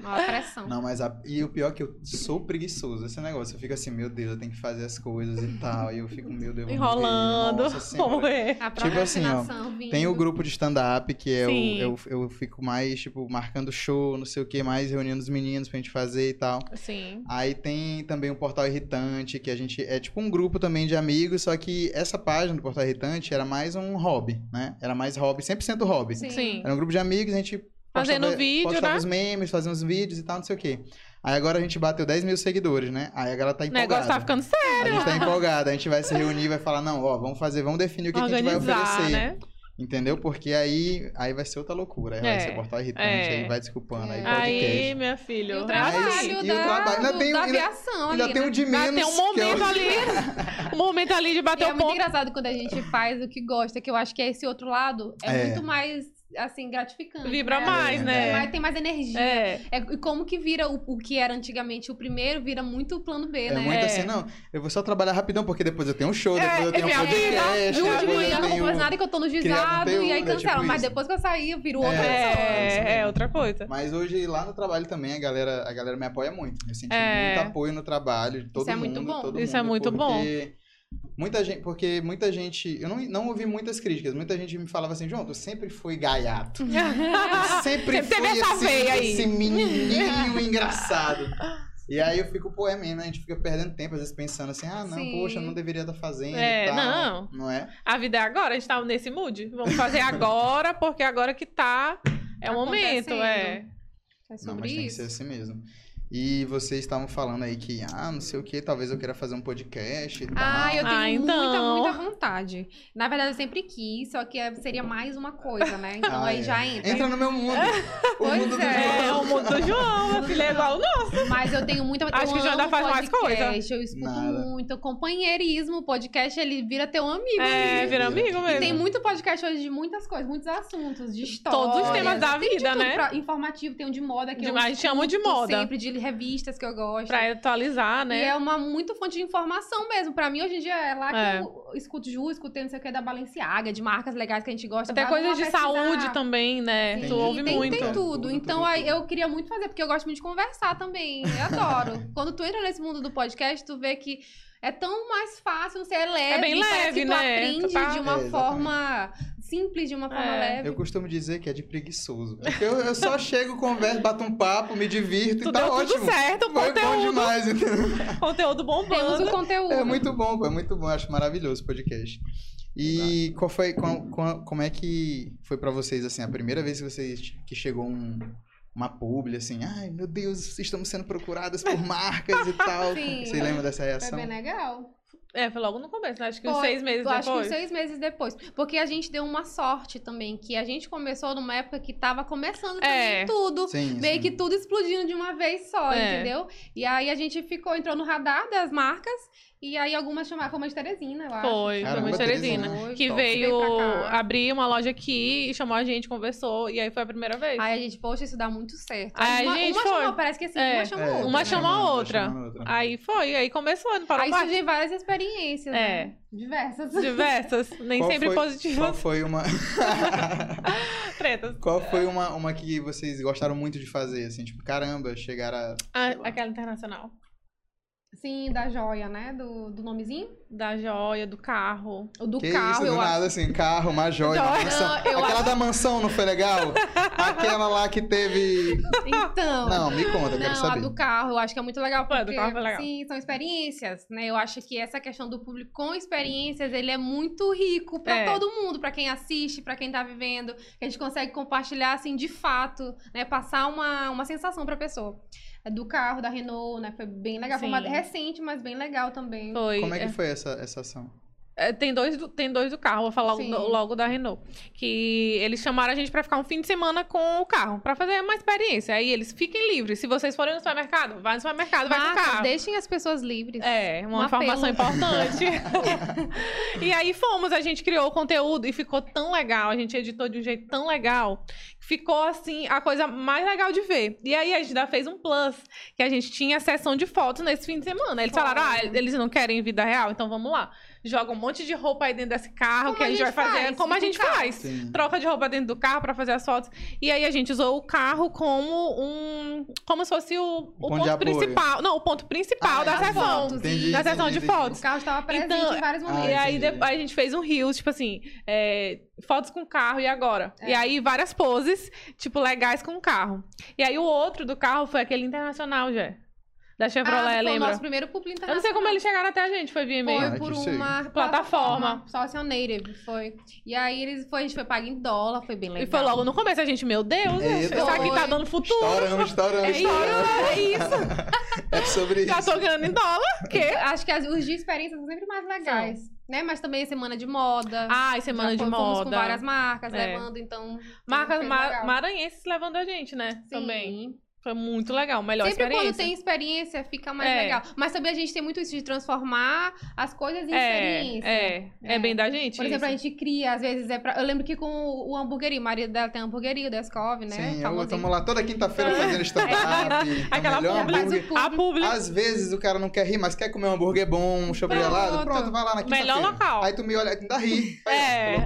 Speaker 3: Uma pressão.
Speaker 1: Não, mas a- e o pior é que eu sou preguiçoso, esse negócio. Eu fico assim, meu Deus, eu tenho que fazer as coisas e tal. E eu fico, meu Deus, eu vou
Speaker 2: Enrolando.
Speaker 1: morrer, um nossa Senhora.
Speaker 3: (laughs)
Speaker 2: (laughs) Como é?
Speaker 3: A própria
Speaker 1: assim, ó,
Speaker 3: afinação vindo.
Speaker 1: Tem o grupo de stand-up, que é o-
Speaker 2: Sim.
Speaker 1: eu, eu fico mais, tipo, marcando show, não sei o que, mais reunindo os meninos pra gente fazer e tal.
Speaker 2: Sim.
Speaker 1: Aí tem também o Portal Irritante, que a gente é tipo um grupo também de amigos, só que essa página do Portal Irritante era mais um hobby, né? Era mais hobby, 100% hobby.
Speaker 3: Sim.
Speaker 2: Sim.
Speaker 1: Era um grupo de amigos, a gente
Speaker 2: Fazendo vídeo,
Speaker 1: postava
Speaker 2: né?
Speaker 1: os memes, fazia uns vídeos e tal, não sei o quê. Aí agora a gente bateu 10 mil seguidores, né? Aí a galera tá
Speaker 2: O
Speaker 1: empolgada.
Speaker 2: negócio tá ficando sério.
Speaker 1: A gente tá empolgada, a gente vai se reunir, vai falar, não, ó, vamos fazer, vamos definir o que, que a gente vai
Speaker 2: Organizar,
Speaker 1: oferecer.
Speaker 2: né?
Speaker 1: Entendeu? Porque aí, aí vai ser outra loucura. Aí vai
Speaker 2: É,
Speaker 1: ser portal irritante,
Speaker 2: é.
Speaker 1: aí vai desculpando, aí
Speaker 3: É.
Speaker 1: podcast.
Speaker 2: Aí, minha filha.
Speaker 3: E o
Speaker 1: Aí,
Speaker 3: trabalho
Speaker 1: e o
Speaker 3: da,
Speaker 1: trabalho. Ainda
Speaker 3: do-
Speaker 1: tem- um,
Speaker 3: da
Speaker 1: ainda-
Speaker 3: aviação
Speaker 1: Ainda
Speaker 3: ali,
Speaker 1: tem
Speaker 3: né?
Speaker 1: um de
Speaker 2: Ah,
Speaker 1: menos.
Speaker 2: tem um
Speaker 1: que é o-
Speaker 2: momento (laughs) ali. Um momento ali de
Speaker 3: E
Speaker 2: bater
Speaker 3: é
Speaker 2: o
Speaker 3: muito
Speaker 2: ponto.
Speaker 3: engraçado quando a gente faz o que gosta, que eu acho que é esse outro lado. É,
Speaker 1: É.
Speaker 3: muito mais, assim, gratificante.
Speaker 2: Vibra
Speaker 3: né?
Speaker 2: mais,
Speaker 3: Tem
Speaker 1: É.
Speaker 2: né?
Speaker 3: mais- tem mais energia.
Speaker 2: É.
Speaker 3: É, e como que vira o, o que era antigamente o primeiro, vira muito o plano B,
Speaker 1: É
Speaker 3: né?
Speaker 1: muito
Speaker 2: É.
Speaker 1: assim, não. Eu vou só trabalhar rapidão, porque depois eu tenho um show, depois
Speaker 2: É,
Speaker 1: eu tenho um
Speaker 2: minha vida,
Speaker 1: podcast,
Speaker 3: Juro de
Speaker 1: depois
Speaker 3: manhã,
Speaker 1: eu
Speaker 3: não
Speaker 1: tenho...
Speaker 3: faz nada que eu tô no
Speaker 1: criar
Speaker 3: juizado e aí
Speaker 1: conteúdo, é tipo
Speaker 3: cancela. Mas
Speaker 1: isso.
Speaker 3: depois que eu sair, eu viro outra
Speaker 1: É.
Speaker 3: pessoa.
Speaker 2: É, é
Speaker 1: mesmo.
Speaker 2: outra coisa. (laughs)
Speaker 1: Mas hoje lá no trabalho também a galera, a galera me apoia muito. Eu senti
Speaker 2: É.
Speaker 1: muito apoio no trabalho de todo
Speaker 3: Isso é
Speaker 1: mundo.
Speaker 3: muito bom.
Speaker 1: todo
Speaker 2: Isso é
Speaker 1: mundo,
Speaker 2: muito bom.
Speaker 1: porque Muita gente, porque muita gente. Eu não, não ouvi muitas críticas. Muita gente me falava assim, João, tu sempre foi gaiato.
Speaker 2: (laughs)
Speaker 1: Sempre
Speaker 2: Sempre
Speaker 1: foi
Speaker 2: teve essa
Speaker 1: esse,
Speaker 2: veia aí.
Speaker 1: esse
Speaker 2: (laughs)
Speaker 1: menininho engraçado. E aí eu fico, pô, é mesmo, né? a gente fica perdendo tempo, às vezes pensando assim, ah, não,
Speaker 3: Sim.
Speaker 1: poxa, não deveria estar fazendo.
Speaker 2: É,
Speaker 1: e tal.
Speaker 2: não.
Speaker 1: Não é?
Speaker 2: A vida é agora, a gente tá nesse mood. Vamos fazer agora, porque agora que tá. É o momento, é.
Speaker 3: É
Speaker 1: não,
Speaker 3: sobre
Speaker 1: mas tem que
Speaker 3: isso.
Speaker 1: ser assim mesmo. E vocês estavam falando aí que, ah, não sei o que, talvez eu queira fazer um podcast e tal.
Speaker 3: Ah, eu tenho
Speaker 2: Ah,
Speaker 3: muita,
Speaker 2: então.
Speaker 3: muita vontade. Na verdade, eu sempre quis, só que é- seria mais uma coisa, né? Então
Speaker 1: Ah,
Speaker 3: aí
Speaker 1: é.
Speaker 3: já entra.
Speaker 1: Entra no meu
Speaker 3: (laughs)
Speaker 1: mundo. o
Speaker 3: Pois
Speaker 1: mundo do
Speaker 3: é.
Speaker 2: É,
Speaker 1: João.
Speaker 2: o mundo do João, minha filha é igual. Não,
Speaker 3: Mas eu tenho muita
Speaker 2: Acho
Speaker 3: eu
Speaker 2: que já
Speaker 3: amo
Speaker 2: ainda faz mais
Speaker 3: podcast, Eu escuto
Speaker 1: Nada.
Speaker 3: muito. Companheirismo, podcast, ele vira teu amigo.
Speaker 2: é,
Speaker 1: amigo.
Speaker 2: vira amigo
Speaker 1: E
Speaker 2: mesmo.
Speaker 3: Tem muito podcast hoje de muitas coisas, muitos assuntos, de história.
Speaker 2: Todos os temas da
Speaker 3: Tem de
Speaker 2: vida,
Speaker 3: tudo
Speaker 2: né?
Speaker 3: pra- informativo, tem um de moda que
Speaker 2: De-
Speaker 3: eu
Speaker 2: a gente chama de
Speaker 3: escuto
Speaker 2: moda.
Speaker 3: sempre, de revistas que eu gosto.
Speaker 2: Pra atualizar,
Speaker 3: E
Speaker 2: né?
Speaker 3: é uma muito fonte de informação mesmo. Pra mim, hoje em dia, é lá que
Speaker 2: É.
Speaker 3: eu escuto Ju, escutei não sei o que da Balenciaga, de marcas legais que a gente gosta.
Speaker 2: Até
Speaker 3: vai
Speaker 2: coisas
Speaker 3: lá
Speaker 2: de
Speaker 3: pesquisar.
Speaker 2: saúde também, né?
Speaker 1: Sim.
Speaker 2: Tu ouve
Speaker 3: tem,
Speaker 2: muito.
Speaker 3: Tem tudo.
Speaker 1: Tudo,
Speaker 3: então,
Speaker 1: tudo,
Speaker 3: aí,
Speaker 1: tudo.
Speaker 3: eu queria muito fazer, porque eu gosto muito de conversar também. Eu
Speaker 1: (laughs)
Speaker 3: adoro. Quando tu entra nesse mundo do podcast, tu vê que é tão mais fácil, não sei, é leve.
Speaker 2: bem
Speaker 3: parece
Speaker 2: leve,
Speaker 3: que tu
Speaker 2: né?
Speaker 3: aprende
Speaker 2: Tu tá-
Speaker 3: de
Speaker 1: É,
Speaker 3: uma
Speaker 1: exatamente.
Speaker 3: forma simples, de uma forma
Speaker 2: É.
Speaker 3: leve.
Speaker 1: Eu costumo dizer que é de preguiçoso. Porque eu, eu só chego, converso, bato um papo, me divirto
Speaker 2: Tu
Speaker 1: e tá
Speaker 2: deu
Speaker 1: ótimo.
Speaker 2: tudo certo,
Speaker 1: Foi bom
Speaker 2: conteúdo,
Speaker 1: demais, entendeu?
Speaker 2: conteúdo
Speaker 3: Temos um-
Speaker 2: bombando.
Speaker 3: o conteúdo.
Speaker 1: É muito bom, pô, é muito bom. Acho maravilhoso o podcast. E qual foi, qual- qual- como é que foi pra vocês, assim, a primeira vez que vocês que chegou um, uma publi, assim, ai meu Deus, estamos sendo procuradas
Speaker 3: (laughs)
Speaker 1: por marcas e tal.
Speaker 3: Sim.
Speaker 1: Vocês lembram dessa
Speaker 3: Foi
Speaker 1: reação?
Speaker 3: bem legal.
Speaker 2: É, foi logo no começo, né? Acho que uns
Speaker 3: Foi.
Speaker 2: seis meses
Speaker 3: Eu acho que uns
Speaker 2: depois.
Speaker 3: seis meses depois. Porque a gente deu uma sorte também, que a gente começou numa época que tava começando também
Speaker 2: É.
Speaker 3: tudo.
Speaker 1: Sim,
Speaker 3: Meio
Speaker 1: sim.
Speaker 3: que tudo explodindo de uma vez só,
Speaker 2: É.
Speaker 3: entendeu? E aí a gente ficou, entrou no radar das marcas, e aí algumas chamaram, foi uma de Teresina, eu acho.
Speaker 2: Foi,
Speaker 1: Caramba,
Speaker 2: foi uma Teresina.
Speaker 1: Teresina.
Speaker 3: Foi,
Speaker 2: Que
Speaker 1: Top.
Speaker 2: veio
Speaker 3: Veio pra cá.
Speaker 2: abrir uma loja aqui e chamou a gente, conversou. E aí foi a primeira vez.
Speaker 3: Aí a gente, poxa, isso dá muito certo.
Speaker 2: Aí,
Speaker 3: uma,
Speaker 2: É, gente,
Speaker 3: uma
Speaker 2: foi.
Speaker 3: chamou, parece que assim,
Speaker 2: É.
Speaker 3: uma chamou
Speaker 1: É,
Speaker 3: outra.
Speaker 2: Uma
Speaker 3: né?
Speaker 1: tá
Speaker 2: chama a
Speaker 1: chamando, tá
Speaker 2: outra.
Speaker 1: chamando a outra.
Speaker 2: Aí foi, aí começou, não parou
Speaker 3: Aí
Speaker 2: mais.
Speaker 3: surgem várias experiências,
Speaker 2: É.
Speaker 3: né? Diversas.
Speaker 2: Diversas, nem
Speaker 1: Qual
Speaker 2: sempre
Speaker 1: foi- Qual
Speaker 2: positivas.
Speaker 1: foi uma.
Speaker 2: tretas.
Speaker 1: Qual foi uma, uma que vocês gostaram muito de fazer? Assim, tipo, caramba, chegaram a.
Speaker 2: Ah, aquela internacional.
Speaker 3: Sim, da joia, né? Do, do nomezinho.
Speaker 2: Da joia, do carro.
Speaker 3: O do
Speaker 1: que
Speaker 3: carro,
Speaker 1: isso, do
Speaker 3: eu acho.
Speaker 1: nada, assim, carro, uma joia, uma
Speaker 2: Joia,
Speaker 1: mansão.
Speaker 3: eu
Speaker 1: Aquela da mansão não foi legal? Aquela lá que teve.
Speaker 3: Então.
Speaker 1: Não, me conta, eu quero
Speaker 3: Não, a
Speaker 1: saber.
Speaker 3: do carro, eu acho que é muito legal.
Speaker 2: Pô, a
Speaker 3: Porque,
Speaker 2: do carro foi legal.
Speaker 3: Sim, são experiências, né? Eu acho que essa questão do público com experiências, ele é muito rico pra
Speaker 2: É.
Speaker 3: todo mundo, pra quem assiste, pra quem tá vivendo. Que a gente consegue compartilhar, assim, de fato, né? Passar uma, uma sensação pra pessoa. A Do carro, da Renault, né? Foi bem legal. Foi uma
Speaker 2: Sim.
Speaker 3: recente, mas bem legal também.
Speaker 2: Foi.
Speaker 1: Como é que foi essa, essa ação?
Speaker 2: É, tem, dois do, tem dois do carro, vou falar
Speaker 3: Sim.
Speaker 2: logo, logo da Renault. Que eles chamaram a gente pra ficar um fim de semana com o carro, pra fazer uma experiência. Aí eles fiquem livres. Se vocês forem no supermercado, vai no supermercado, vai com o
Speaker 3: Marcas,
Speaker 2: carro.
Speaker 3: deixem as pessoas livres.
Speaker 2: É, uma
Speaker 3: Um
Speaker 2: informação
Speaker 3: apelo. (laughs)
Speaker 2: importante. e aí fomos, a gente criou o conteúdo e ficou tão legal, a gente editou de um jeito tão legal, ficou assim a coisa mais legal de ver. E aí a gente ainda fez um plus, que a gente tinha sessão de fotos nesse fim de semana. Eles
Speaker 3: Foi.
Speaker 2: falaram: "Ah, eles não querem vida real, então vamos lá. Joga um monte de roupa aí dentro desse carro
Speaker 3: Como
Speaker 2: que a
Speaker 3: a
Speaker 2: gente,
Speaker 3: gente
Speaker 2: vai fazer,
Speaker 3: faz?
Speaker 2: como a
Speaker 3: Fica em
Speaker 2: gente
Speaker 3: casa.
Speaker 2: faz.
Speaker 1: Sim.
Speaker 2: Troca de roupa dentro do carro pra fazer as fotos. E aí a gente usou o carro como um. como se fosse o, o
Speaker 1: ponto de
Speaker 2: ponto
Speaker 1: apoio.
Speaker 2: principal. Não, o ponto principal
Speaker 1: Ah,
Speaker 2: da
Speaker 1: é,
Speaker 2: sessão.
Speaker 3: fotos,
Speaker 1: entendi,
Speaker 2: da sessão de
Speaker 1: entendi, entendi.
Speaker 2: fotos.
Speaker 3: O carro estava presente
Speaker 2: Então,
Speaker 3: em vários
Speaker 1: ah,
Speaker 3: momentos.
Speaker 2: e aí
Speaker 1: entendi.
Speaker 2: depois a gente fez um reels, tipo assim, é, fotos com carro e agora. E
Speaker 3: É.
Speaker 2: aí várias poses, tipo, legais com o carro. E aí o outro do carro foi aquele internacional, já. Da
Speaker 3: Ah,
Speaker 2: Chevrolet,
Speaker 3: foi o
Speaker 2: lembra?
Speaker 3: nosso primeiro público
Speaker 2: Eu não sei como eles chegaram até a gente, foi via e-mail.
Speaker 1: Ah,
Speaker 3: Foi por
Speaker 1: que sei.
Speaker 3: uma
Speaker 2: Plataforma.
Speaker 3: Sócio assim, é native, foi. E aí eles foi, a gente foi pago em dólar, foi bem legal.
Speaker 2: E foi logo no começo, a gente, meu Deus,
Speaker 1: Eita.
Speaker 2: isso aqui tá dando futuro.
Speaker 1: Estouramos, estouramos,
Speaker 2: É isso,
Speaker 1: estouramos.
Speaker 2: é isso.
Speaker 1: É sobre
Speaker 2: Já
Speaker 1: isso.
Speaker 2: tô ganhando em dólar. Que?
Speaker 3: Acho que as- os de experiência são sempre mais legais, né? Mas também é semana de moda.
Speaker 2: Ai, Ah, semana
Speaker 3: Já
Speaker 2: de
Speaker 3: fomos
Speaker 2: moda.
Speaker 3: com várias marcas,
Speaker 2: É.
Speaker 3: levando, então...
Speaker 2: Marcas
Speaker 3: foi
Speaker 2: ma-
Speaker 3: legal.
Speaker 2: maranhenses levando a gente, né?
Speaker 3: Sim.
Speaker 2: Também. Foi muito legal, melhor
Speaker 3: Sempre quando
Speaker 2: experiência.
Speaker 3: tem experiência, fica mais
Speaker 2: É.
Speaker 3: legal. Mas também a gente tem muito isso de transformar as coisas em experiência.
Speaker 2: é, é, é
Speaker 3: É.
Speaker 2: bem da gente.
Speaker 3: Por exemplo,
Speaker 2: isso.
Speaker 3: a gente cria, às vezes é pra... Eu lembro que com o o hamburgueria, o marido dela tem hamburgueria, o Descove, né? É.
Speaker 1: Sim, é eu
Speaker 3: Famosinho.
Speaker 1: estamos lá toda quinta-feira fazendo
Speaker 3: (laughs)
Speaker 1: stand-up. é o
Speaker 2: Aquela
Speaker 1: melhor
Speaker 2: publi-
Speaker 1: hambúrguer.
Speaker 2: a pública.
Speaker 1: Às vezes o cara não quer rir, mas quer comer um hambúrguer bom, um chope
Speaker 3: Pronto.
Speaker 1: gelado. Pronto, vai lá na quinta-feira.
Speaker 2: Melhor local.
Speaker 1: Aí tá tu me olha, ainda ri.
Speaker 2: É.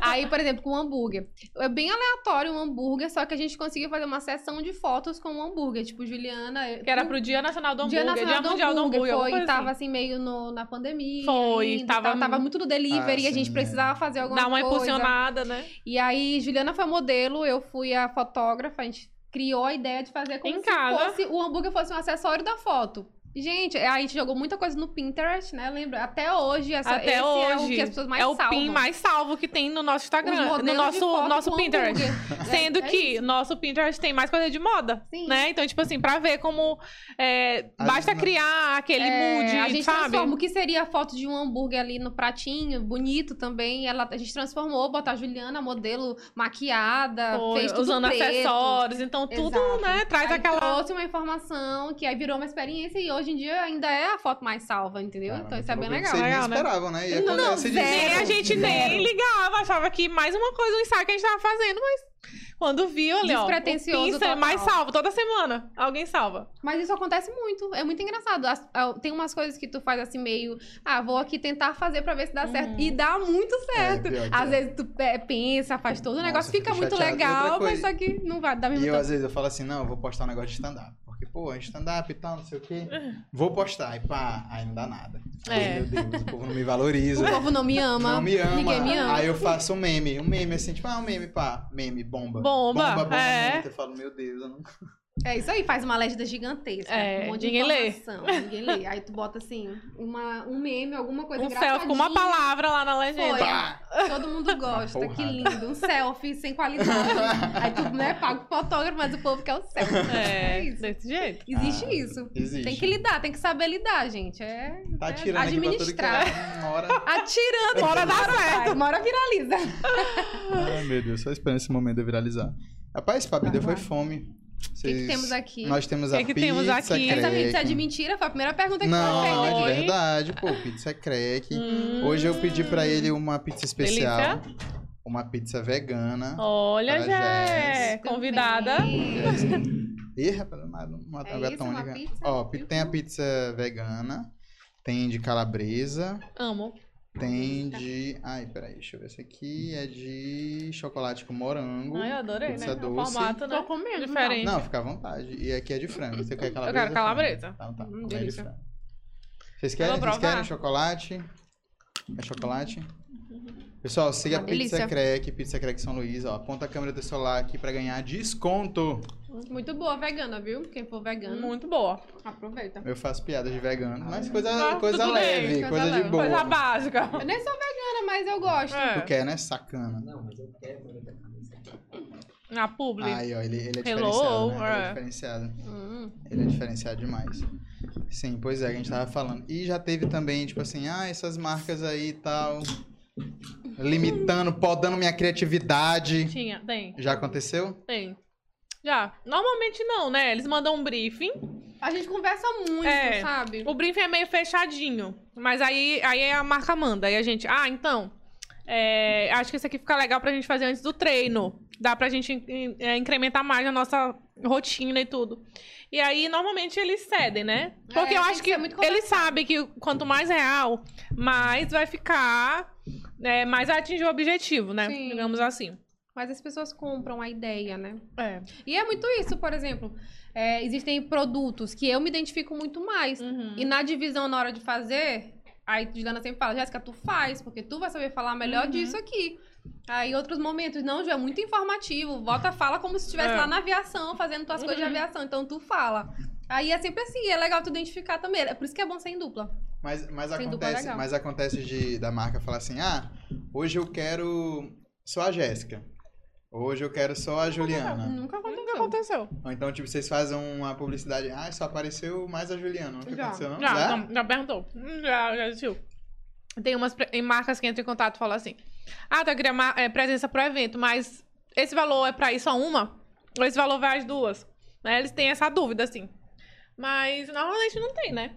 Speaker 3: Aí, por exemplo, com o hambúrguer. É bem aleatório um hambúrguer, só que a gente conseguiu fazer uma sessão de fotos com o hambúrguer. Tipo, Juliana. eu-
Speaker 2: Que era pro Dia Nacional do Hambúrguer, Dia, Mundial do Hambúrguer.
Speaker 3: foi,
Speaker 2: alguma coisa
Speaker 3: tava
Speaker 2: assim.
Speaker 3: assim, meio no- na pandemia.
Speaker 2: Foi,
Speaker 3: ainda,
Speaker 2: tava-
Speaker 3: tava, tava muito no delivery
Speaker 1: Ah,
Speaker 3: e a gente
Speaker 1: sim,
Speaker 3: precisava fazer alguma
Speaker 2: Dá uma
Speaker 3: coisa.
Speaker 2: impulsionada, né?
Speaker 3: E aí, Juliana foi modelo, eu fui a fotógrafa, a gente criou a ideia de fazer como
Speaker 2: Em
Speaker 3: se
Speaker 2: casa.
Speaker 3: fosse- o hambúrguer fosse um acessório da foto. Gente, a gente jogou muita coisa no Pinterest, né? Lembra? Até hoje, essa,
Speaker 2: Até
Speaker 3: esse é o
Speaker 2: hoje.
Speaker 3: que as pessoas mais
Speaker 2: é o
Speaker 3: salvam.
Speaker 2: pin mais salvo que tem no nosso
Speaker 3: Os
Speaker 2: Instagram, no
Speaker 3: modelos de
Speaker 2: nosso,
Speaker 3: foto
Speaker 2: nosso
Speaker 3: com
Speaker 2: Pinterest.
Speaker 3: hambúrguer.
Speaker 2: (laughs) Sendo
Speaker 3: É- é
Speaker 2: que nosso Pinterest tem mais coisa de moda,
Speaker 3: Sim.
Speaker 2: né? Então, tipo assim, pra ver como é,
Speaker 1: As-
Speaker 2: basta criar aquele
Speaker 3: É,
Speaker 2: mood,
Speaker 3: a gente
Speaker 2: sabe?
Speaker 3: transforma o que seria a foto de um hambúrguer ali no pratinho, bonito também. Ela, a gente transformou, botar a Juliana, modelo maquiada,
Speaker 2: Pô,
Speaker 3: fez tudo
Speaker 2: usando
Speaker 3: preto.
Speaker 2: acessórios, então tudo,
Speaker 3: Exato.
Speaker 2: né, traz
Speaker 3: Aí
Speaker 2: aquela
Speaker 3: trouxe uma informação que aí virou uma experiência e hoje em dia ainda é a foto mais salva, entendeu? então isso é bem legal.
Speaker 1: Vocês nem
Speaker 2: legal, né?
Speaker 1: esperavam, né? E
Speaker 3: Não,
Speaker 1: acontece disso.
Speaker 2: Nem a gente nem ligava, achava que mais uma coisa, um ensaio que a gente tava fazendo, mas quando viu ali, ó, o
Speaker 3: Despretensioso
Speaker 2: Pinça é
Speaker 3: total.
Speaker 2: mais salvo, toda semana alguém salva.
Speaker 3: Mas isso acontece muito, é muito engraçado. As- ah, tem umas coisas que tu faz assim meio, ah, vou aqui tentar fazer pra ver se dá
Speaker 2: Uhum.
Speaker 3: certo. E dá muito certo.
Speaker 1: É, pior que
Speaker 3: Às
Speaker 1: é.
Speaker 3: vezes tu é, pensa, faz todo o
Speaker 1: Nossa,
Speaker 3: negócio,
Speaker 1: eu fico
Speaker 3: fica muito
Speaker 1: chateado. E outra
Speaker 3: legal, mas
Speaker 1: coisa-
Speaker 3: só que não vai dar
Speaker 1: E
Speaker 3: mesmo
Speaker 1: eu,
Speaker 3: tanto.
Speaker 1: às vezes, eu falo assim, não, eu vou postar um negócio de stand-up. Porque, pô, é stand-up e tal, não sei o quê. Vou postar. Aí, pá, aí não dá nada. Aí,
Speaker 2: É.
Speaker 1: meu Deus, o povo não me valoriza.
Speaker 3: O povo não me ama.
Speaker 1: Não me ama.
Speaker 3: Ninguém me ama.
Speaker 1: Aí eu faço um meme. Um meme assim, tipo, ah, um meme, pá. Meme, bomba.
Speaker 2: Bomba,
Speaker 1: Bomba, bomba.
Speaker 2: é.
Speaker 1: muito. Eu falo, meu Deus, eu não...
Speaker 3: É isso aí, faz uma legenda gigantesca.
Speaker 2: É,
Speaker 3: um monte
Speaker 2: ninguém
Speaker 3: de
Speaker 2: lê.
Speaker 3: informação. Ninguém lê. Aí tu bota assim, uma, um meme, alguma coisa
Speaker 2: Um selfie com uma
Speaker 3: engraçadinha.
Speaker 2: palavra lá na legenda.
Speaker 3: Foi.
Speaker 1: Pá!
Speaker 3: (laughs) Todo mundo gosta,
Speaker 1: Uma
Speaker 3: que
Speaker 1: porrada.
Speaker 3: lindo. Um selfie sem qualidade. Aí tu não é pago pro fotógrafo, mas o povo quer o selfie.
Speaker 2: É,
Speaker 3: É isso.
Speaker 2: desse jeito.
Speaker 3: Existe
Speaker 1: Ah,
Speaker 3: isso.
Speaker 1: existe.
Speaker 3: Tem que lidar, tem que saber lidar, gente. É,
Speaker 1: Tá
Speaker 3: é
Speaker 1: tirando aqui pra tudo que é.
Speaker 3: administrar.
Speaker 1: Uma hora...
Speaker 3: Atirando,
Speaker 2: Bora dar
Speaker 3: certo. Uma hora viraliza.
Speaker 1: Ai, meu Deus, só esperando esse momento de eu viralizar. Rapaz, Fabi, deu foi
Speaker 3: Vai.
Speaker 1: fome.
Speaker 3: O que, que temos aqui?
Speaker 1: Nós temos
Speaker 2: O
Speaker 1: a
Speaker 2: que que
Speaker 1: pizza
Speaker 2: temos aqui?
Speaker 1: creque.
Speaker 3: Essa pizza é de mentira? Foi a primeira pergunta que
Speaker 1: Não,
Speaker 3: você né?
Speaker 1: é
Speaker 2: Oi.
Speaker 1: de verdade, pô, pizza é crack.
Speaker 2: Hum.
Speaker 1: Hoje eu pedi pra ele uma pizza especial. Uma pizza vegana.
Speaker 2: Olha,
Speaker 1: Pra
Speaker 2: Jé,
Speaker 1: Jéssica.
Speaker 3: fez.
Speaker 2: É, convidada.
Speaker 3: Também.
Speaker 1: Ih, rapaz, não mata- não mata
Speaker 3: É
Speaker 1: o gatão,
Speaker 3: isso, uma
Speaker 1: né, cara?
Speaker 3: pizza?
Speaker 1: Ó, pi- tem a pizza vegana, tem de calabresa,
Speaker 2: Amo.
Speaker 1: Tem de. Ai, peraí, deixa eu ver. Esse aqui é de chocolate com morango.
Speaker 2: Ai, eu adorei,
Speaker 1: Pizza
Speaker 2: né? O
Speaker 1: doce.
Speaker 2: formato, né?
Speaker 4: Tô com medo.
Speaker 2: Diferente.
Speaker 1: Não, fica à vontade. E aqui é de frango. Você quer calabresa?
Speaker 2: quero
Speaker 1: ou frango?
Speaker 2: calabresa.
Speaker 1: Tá, tá.
Speaker 2: Hum,
Speaker 1: Então é de
Speaker 2: delícia.
Speaker 1: frango. Vocês querem?
Speaker 2: vou
Speaker 1: Vocês
Speaker 2: provar.
Speaker 1: querem chocolate? É chocolate? Pessoal, siga
Speaker 3: Uma
Speaker 1: Pizza
Speaker 3: delícia.
Speaker 1: Crack, Pizza Crack São Luís, ó. Aponta a câmera do celular aqui pra ganhar desconto.
Speaker 3: Muito boa, vegana, viu? Quem for vegano,
Speaker 2: Muito boa.
Speaker 3: aproveita.
Speaker 1: Eu faço piada de vegano, mas coisa,
Speaker 2: Tá,
Speaker 1: coisa
Speaker 2: tudo bem,
Speaker 1: leve,
Speaker 3: coisa
Speaker 1: coisa, de
Speaker 3: leve.
Speaker 1: boa.
Speaker 2: Coisa básica.
Speaker 3: Eu nem sou vegana, mas eu gosto.
Speaker 1: Tu
Speaker 2: É.
Speaker 1: quer, né? Sacana.
Speaker 5: Não, mas eu quero fazer outra camisa.
Speaker 2: Na publi.
Speaker 1: Aí, ó, ele, ele é
Speaker 2: Hello,
Speaker 1: diferenciado, né? Ele é
Speaker 2: é.
Speaker 1: diferenciado.
Speaker 3: Hum.
Speaker 1: Ele é diferenciado demais. Sim, pois é, a gente tava falando. E já teve também, tipo assim, ah, essas marcas aí e tal. Limitando, podando minha criatividade.
Speaker 2: Tinha, tem,
Speaker 1: Já aconteceu?
Speaker 2: tem. Já. Normalmente não, né? Eles mandam um briefing.
Speaker 3: A gente conversa muito,
Speaker 2: É.
Speaker 3: sabe?
Speaker 2: O briefing é meio fechadinho. Mas aí, aí a marca manda. Aí a gente, ah, então. é, acho que isso aqui fica legal pra gente fazer antes do treino. Dá pra gente in- é, incrementar mais a nossa rotina e tudo. E aí, normalmente, eles cedem, né? Porque
Speaker 3: É,
Speaker 2: eu
Speaker 3: tem
Speaker 2: acho
Speaker 3: que
Speaker 2: que,
Speaker 3: ser muito
Speaker 2: eles sabem que quanto mais real, mais vai ficar. né, mais vai atingir o objetivo, né?
Speaker 3: Sim.
Speaker 2: Digamos assim.
Speaker 3: Mas as pessoas compram a ideia, né?
Speaker 2: É.
Speaker 3: E é muito isso, por exemplo. é, existem produtos que eu me identifico muito mais.
Speaker 2: Uhum.
Speaker 3: E na divisão, na hora de fazer, aí Juliana sempre fala, Jéssica, tu faz, porque tu vai saber falar melhor
Speaker 2: Uhum.
Speaker 3: disso aqui. Aí outros momentos, não, Ju, é muito informativo. Volta, fala como se estivesse
Speaker 2: É.
Speaker 3: lá na aviação, fazendo tuas coisas de
Speaker 2: Uhum.
Speaker 3: aviação. Então tu fala. Aí é sempre assim, é legal tu identificar também. É por isso que é bom ser em dupla.
Speaker 1: Mas, mas
Speaker 3: Sem dúvida,
Speaker 1: acontece,
Speaker 3: legal.
Speaker 1: mas acontece de, da marca falar assim, ah, hoje eu quero só a Jéssica. Hoje eu quero só a Juliana.
Speaker 3: Nunca aconteceu.
Speaker 2: Nunca aconteceu.
Speaker 1: Ou então, tipo, vocês fazem uma publicidade, ah, só apareceu mais a Juliana. Nunca
Speaker 3: Já.
Speaker 1: aconteceu, não?
Speaker 2: Já,
Speaker 1: Já?
Speaker 2: não, já perguntou. Hum, Já, já assistiu. Tem umas pre- em marcas que entram em contato e falam assim: Ah, tá, eu queria ma- é, presença pro evento, mas esse valor é pra ir só uma? Ou esse valor vai às duas? Né, Eles têm essa dúvida, assim. Mas normalmente não tem, né?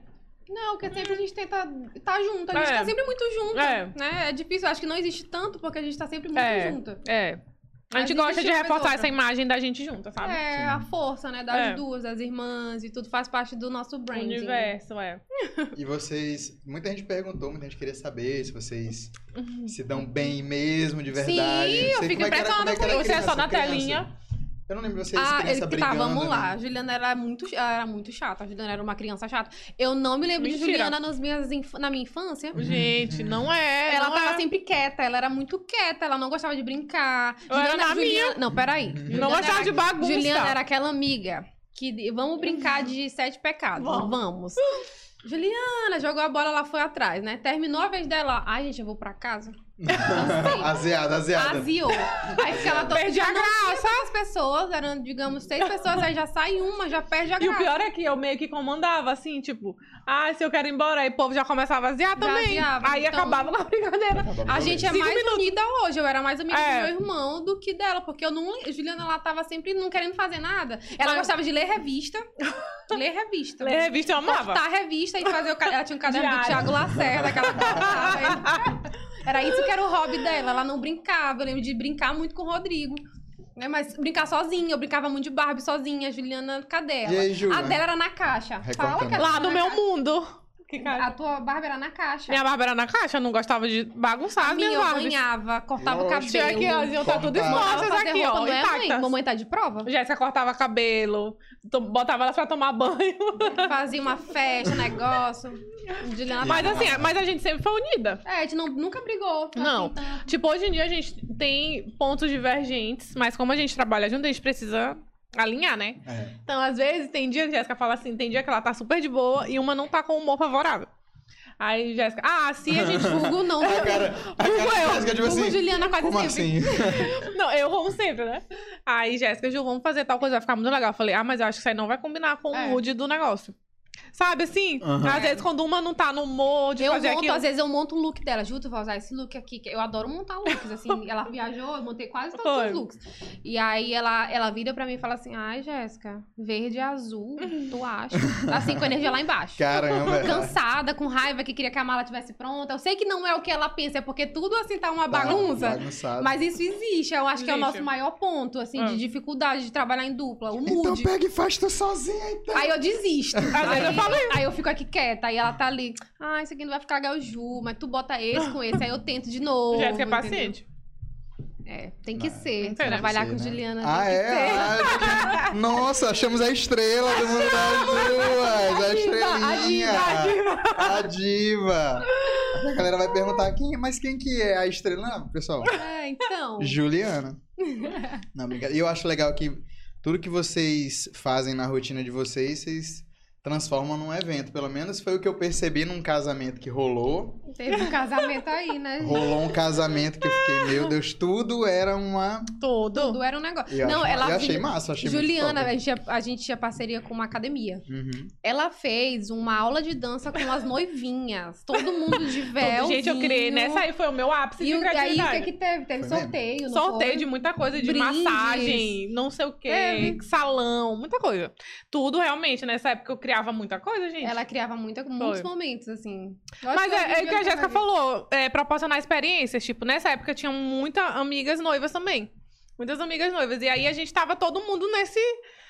Speaker 3: Não, porque sempre a gente tenta estar tá junto. A gente
Speaker 2: Uhum. É.
Speaker 3: tá sempre muito junto,
Speaker 2: É.
Speaker 3: né? É difícil. Acho que não existe tanto porque a gente tá sempre muito
Speaker 2: É.
Speaker 3: junta.
Speaker 2: É. A
Speaker 3: Mas
Speaker 2: gente gosta
Speaker 3: existe
Speaker 2: de
Speaker 3: uma
Speaker 2: reforçar
Speaker 3: coisa
Speaker 2: essa imagem da gente junta, sabe?
Speaker 3: É,
Speaker 1: Sim.
Speaker 3: a força, né? Das
Speaker 2: É.
Speaker 3: duas, das irmãs e tudo faz parte do nosso
Speaker 2: O
Speaker 3: branding.
Speaker 2: Um universo, é.
Speaker 1: E vocês, muita gente perguntou, muita gente queria saber se vocês se dão bem mesmo, de verdade.
Speaker 3: Uhum. Sim,
Speaker 1: Não sei
Speaker 3: eu fico
Speaker 1: como é que era- como
Speaker 3: impressionada
Speaker 1: é que
Speaker 3: com
Speaker 1: era
Speaker 2: isso. Você é só
Speaker 1: criança,
Speaker 2: na
Speaker 1: criança.
Speaker 2: telinha.
Speaker 1: Eu não lembro de vocês
Speaker 3: Ah,
Speaker 1: criança
Speaker 3: ele que tá,
Speaker 1: brigando.
Speaker 3: vamos lá. A
Speaker 1: né?
Speaker 3: Juliana era muito, ela era muito chata. A Juliana era uma criança chata. Eu não me lembro de
Speaker 2: Mentira.
Speaker 3: Juliana nas minhas inf- na minha infância.
Speaker 2: Gente, não é.
Speaker 3: Ela
Speaker 2: não
Speaker 3: tava
Speaker 2: é.
Speaker 3: sempre quieta, ela era muito quieta, ela não gostava de brincar.
Speaker 2: Eu era na
Speaker 3: Juliana... Não,
Speaker 1: Uhum.
Speaker 3: peraí. Juliana
Speaker 2: Não gostava
Speaker 3: era-
Speaker 2: de bagunça.
Speaker 3: Juliana era aquela amiga que vamos brincar de sete pecados.
Speaker 2: Vamos.
Speaker 3: Vamos. Juliana jogou a bola, ela foi atrás, né? Terminou a vez dela. Ai, gente, eu vou pra casa.
Speaker 1: azeada, azeada.
Speaker 3: Aziou. Aí fica ela toda.
Speaker 2: Perdi a graça.
Speaker 3: As pessoas, eram, digamos, seis pessoas, aí já sai uma, já perde a
Speaker 2: E o
Speaker 3: graça.
Speaker 2: pior é que eu meio que comandava, assim, tipo, ah, se eu quero ir embora, aí o povo já começava a aziar
Speaker 3: Já
Speaker 2: também.
Speaker 3: aziava,
Speaker 2: aí
Speaker 3: então-
Speaker 2: acabava na
Speaker 1: Tá
Speaker 2: brincadeira.
Speaker 3: A gente é
Speaker 2: Cinco
Speaker 3: mais unida hoje. Eu era mais amiga
Speaker 2: É.
Speaker 3: do meu irmão do que dela, porque eu não. Juliana, ela tava sempre não querendo fazer nada. Ela
Speaker 2: Ah.
Speaker 3: gostava de ler revista. ler revista.
Speaker 2: Ler revista eu amava.
Speaker 3: Cortar a revista e fazer o ca- Ela tinha um caderno do
Speaker 2: Diário.
Speaker 3: Thiago Lacerda,
Speaker 2: (laughs)
Speaker 3: que ela cortava. Era isso que era o hobby dela. Ela não brincava. Eu lembro de brincar muito com o Rodrigo. Né? Mas brincar sozinha. Eu brincava muito de Barbie sozinha. A Juliana, cadê ela?
Speaker 1: E aí, Ju?
Speaker 3: a dela era na caixa. Fala
Speaker 1: Recortando.
Speaker 3: que a
Speaker 2: Lá
Speaker 3: tua
Speaker 2: no
Speaker 3: na
Speaker 2: meu
Speaker 3: caixa-
Speaker 2: mundo. Que cara.
Speaker 3: A tua Barbie era na caixa.
Speaker 2: Minha Bárbara na caixa, não gostava de
Speaker 3: A
Speaker 2: bagunçar as
Speaker 3: minha um
Speaker 2: minhas
Speaker 3: eu
Speaker 2: barbas.
Speaker 3: ganhava, cortava o
Speaker 1: Lógico.
Speaker 3: cabelo.
Speaker 2: Tinha aqui, ó, iam tá tudo
Speaker 1: Cortava.
Speaker 3: Mandava
Speaker 2: expostas
Speaker 3: fazer
Speaker 2: aqui,
Speaker 3: roupa,
Speaker 2: ó,
Speaker 3: não é, mãe?
Speaker 2: intactas.
Speaker 3: Mamãe tá de prova?
Speaker 2: Jéssica cortava cabelo, to- botava elas pra tomar banho.
Speaker 3: Fazia uma festa, um negócio. Juliana
Speaker 2: Mas
Speaker 3: tava-
Speaker 2: assim, mas a gente sempre foi unida.
Speaker 3: É, a gente não, nunca brigou. assim,
Speaker 2: Não.
Speaker 3: tanto.
Speaker 2: Tipo, hoje em dia a gente tem pontos divergentes, mas como a gente trabalha junto, a gente precisa alinhar, né?
Speaker 1: É.
Speaker 2: Então, às vezes, tem dia que Jéssica fala assim, tem dia que ela tá super de boa e uma não tá com humor favorável. Aí Jéssica, ah, se
Speaker 3: (laughs)
Speaker 2: a gente for.
Speaker 3: Vulgo não.
Speaker 1: A (laughs) cara, a
Speaker 2: Como
Speaker 1: cara
Speaker 2: eu?
Speaker 1: da Jéssica, tipo
Speaker 3: Vulgo
Speaker 1: assim,
Speaker 3: Juliana quase
Speaker 1: como
Speaker 3: sempre.
Speaker 1: assim?
Speaker 2: Não, eu como sempre, né? Aí Jéssica, Ju, vamos fazer tal coisa, vai ficar muito legal. Eu falei, ah, mas eu acho que isso aí não vai combinar com
Speaker 3: É.
Speaker 2: o mood do negócio. Sabe assim?
Speaker 1: Aham.
Speaker 2: Às vezes, quando uma não tá no humor de
Speaker 3: Eu monto,
Speaker 2: fazer aquilo.
Speaker 3: às vezes eu monto o look dela. Ju, tu vai usar esse look aqui. que Eu adoro montar looks,
Speaker 2: (laughs)
Speaker 3: assim. Ela viajou, eu montei quase todos
Speaker 2: Foi.
Speaker 3: os looks. E aí ela, ela vira pra mim e fala assim, ai, Jéssica, verde e azul, tu acha? Assim, com a energia lá embaixo.
Speaker 1: Caramba.
Speaker 3: cansada, com raiva, que queria que a mala tivesse pronta. Eu sei que não é o que ela pensa, é porque tudo assim tá uma
Speaker 1: Tá
Speaker 3: (laughs) bagunça.
Speaker 1: bagunçado.
Speaker 3: Mas isso existe, eu acho que é o
Speaker 2: Existe.
Speaker 3: nosso maior ponto, assim,
Speaker 2: Ah.
Speaker 3: de dificuldade de trabalhar em dupla, o
Speaker 1: Então
Speaker 3: mood.
Speaker 1: pega e faz tu sozinha, então.
Speaker 3: Aí eu desisto.
Speaker 2: Às vezes eu
Speaker 3: Aí eu fico aqui quieta, aí ela tá ali. Ah, isso aqui não vai ficar legal, Ju, mas tu bota esse com esse, aí eu tento de novo.
Speaker 2: Jéssica é
Speaker 3: entendeu?
Speaker 2: paciente.
Speaker 3: É, tem que
Speaker 1: Não,
Speaker 3: ser.
Speaker 2: tem que
Speaker 3: Trabalhar
Speaker 1: ser,
Speaker 3: com
Speaker 1: né?
Speaker 3: Juliana
Speaker 1: Ah,
Speaker 3: tem que
Speaker 1: é?
Speaker 3: ser.
Speaker 1: Ah, nossa, achamos a estrela do mundo
Speaker 3: (laughs)
Speaker 1: das ruas. A estrelinha. A diva. A galera vai perguntar, quem, mas quem que é a estrela? Não, pessoal,
Speaker 3: É, então.
Speaker 1: Juliana. Não, brincadeira. E eu acho legal que tudo que vocês fazem na rotina de vocês, vocês transformam num evento. Pelo menos foi o que eu percebi num casamento que rolou.
Speaker 3: Teve um casamento aí, né? gente?
Speaker 1: Rolou um casamento que eu fiquei, meu Deus, tudo era uma.
Speaker 2: Tudo.
Speaker 3: Tudo era um negócio.
Speaker 1: Eu,
Speaker 3: não,
Speaker 1: acho-
Speaker 3: ela
Speaker 1: eu achei massa, então. achei muito
Speaker 3: Juliana,
Speaker 1: top.
Speaker 3: a gente, tinha- a gente tinha parceria com uma academia.
Speaker 1: Uhum.
Speaker 3: Ela fez uma aula de dança com as noivinhas. Todo mundo de véu.
Speaker 2: Tudo. Gente, eu criei. Nessa aí foi o meu ápice
Speaker 3: E
Speaker 2: de
Speaker 3: o- aí, o
Speaker 2: criatividade.
Speaker 3: que que teve? Teve
Speaker 1: Foi mesmo?
Speaker 3: sorteio, não
Speaker 2: Sorteio
Speaker 3: foi?
Speaker 2: de muita coisa, de
Speaker 3: Brindes. É.
Speaker 2: massagem, não sei o quê,
Speaker 3: Teve.
Speaker 2: salão, muita coisa. Tudo realmente, nessa época eu criava muita coisa, gente.
Speaker 3: Ela criava muita, muitos momentos, assim. Eu acho
Speaker 2: Mas
Speaker 3: que hoje em
Speaker 2: é, é o
Speaker 3: dia
Speaker 2: que a
Speaker 3: não
Speaker 2: Jéssica
Speaker 3: vai-
Speaker 2: falou, é, proporcionar experiências. Tipo, nessa época tinham muitas amigas noivas também. Muitas amigas noivas. E aí a gente tava todo mundo nesse,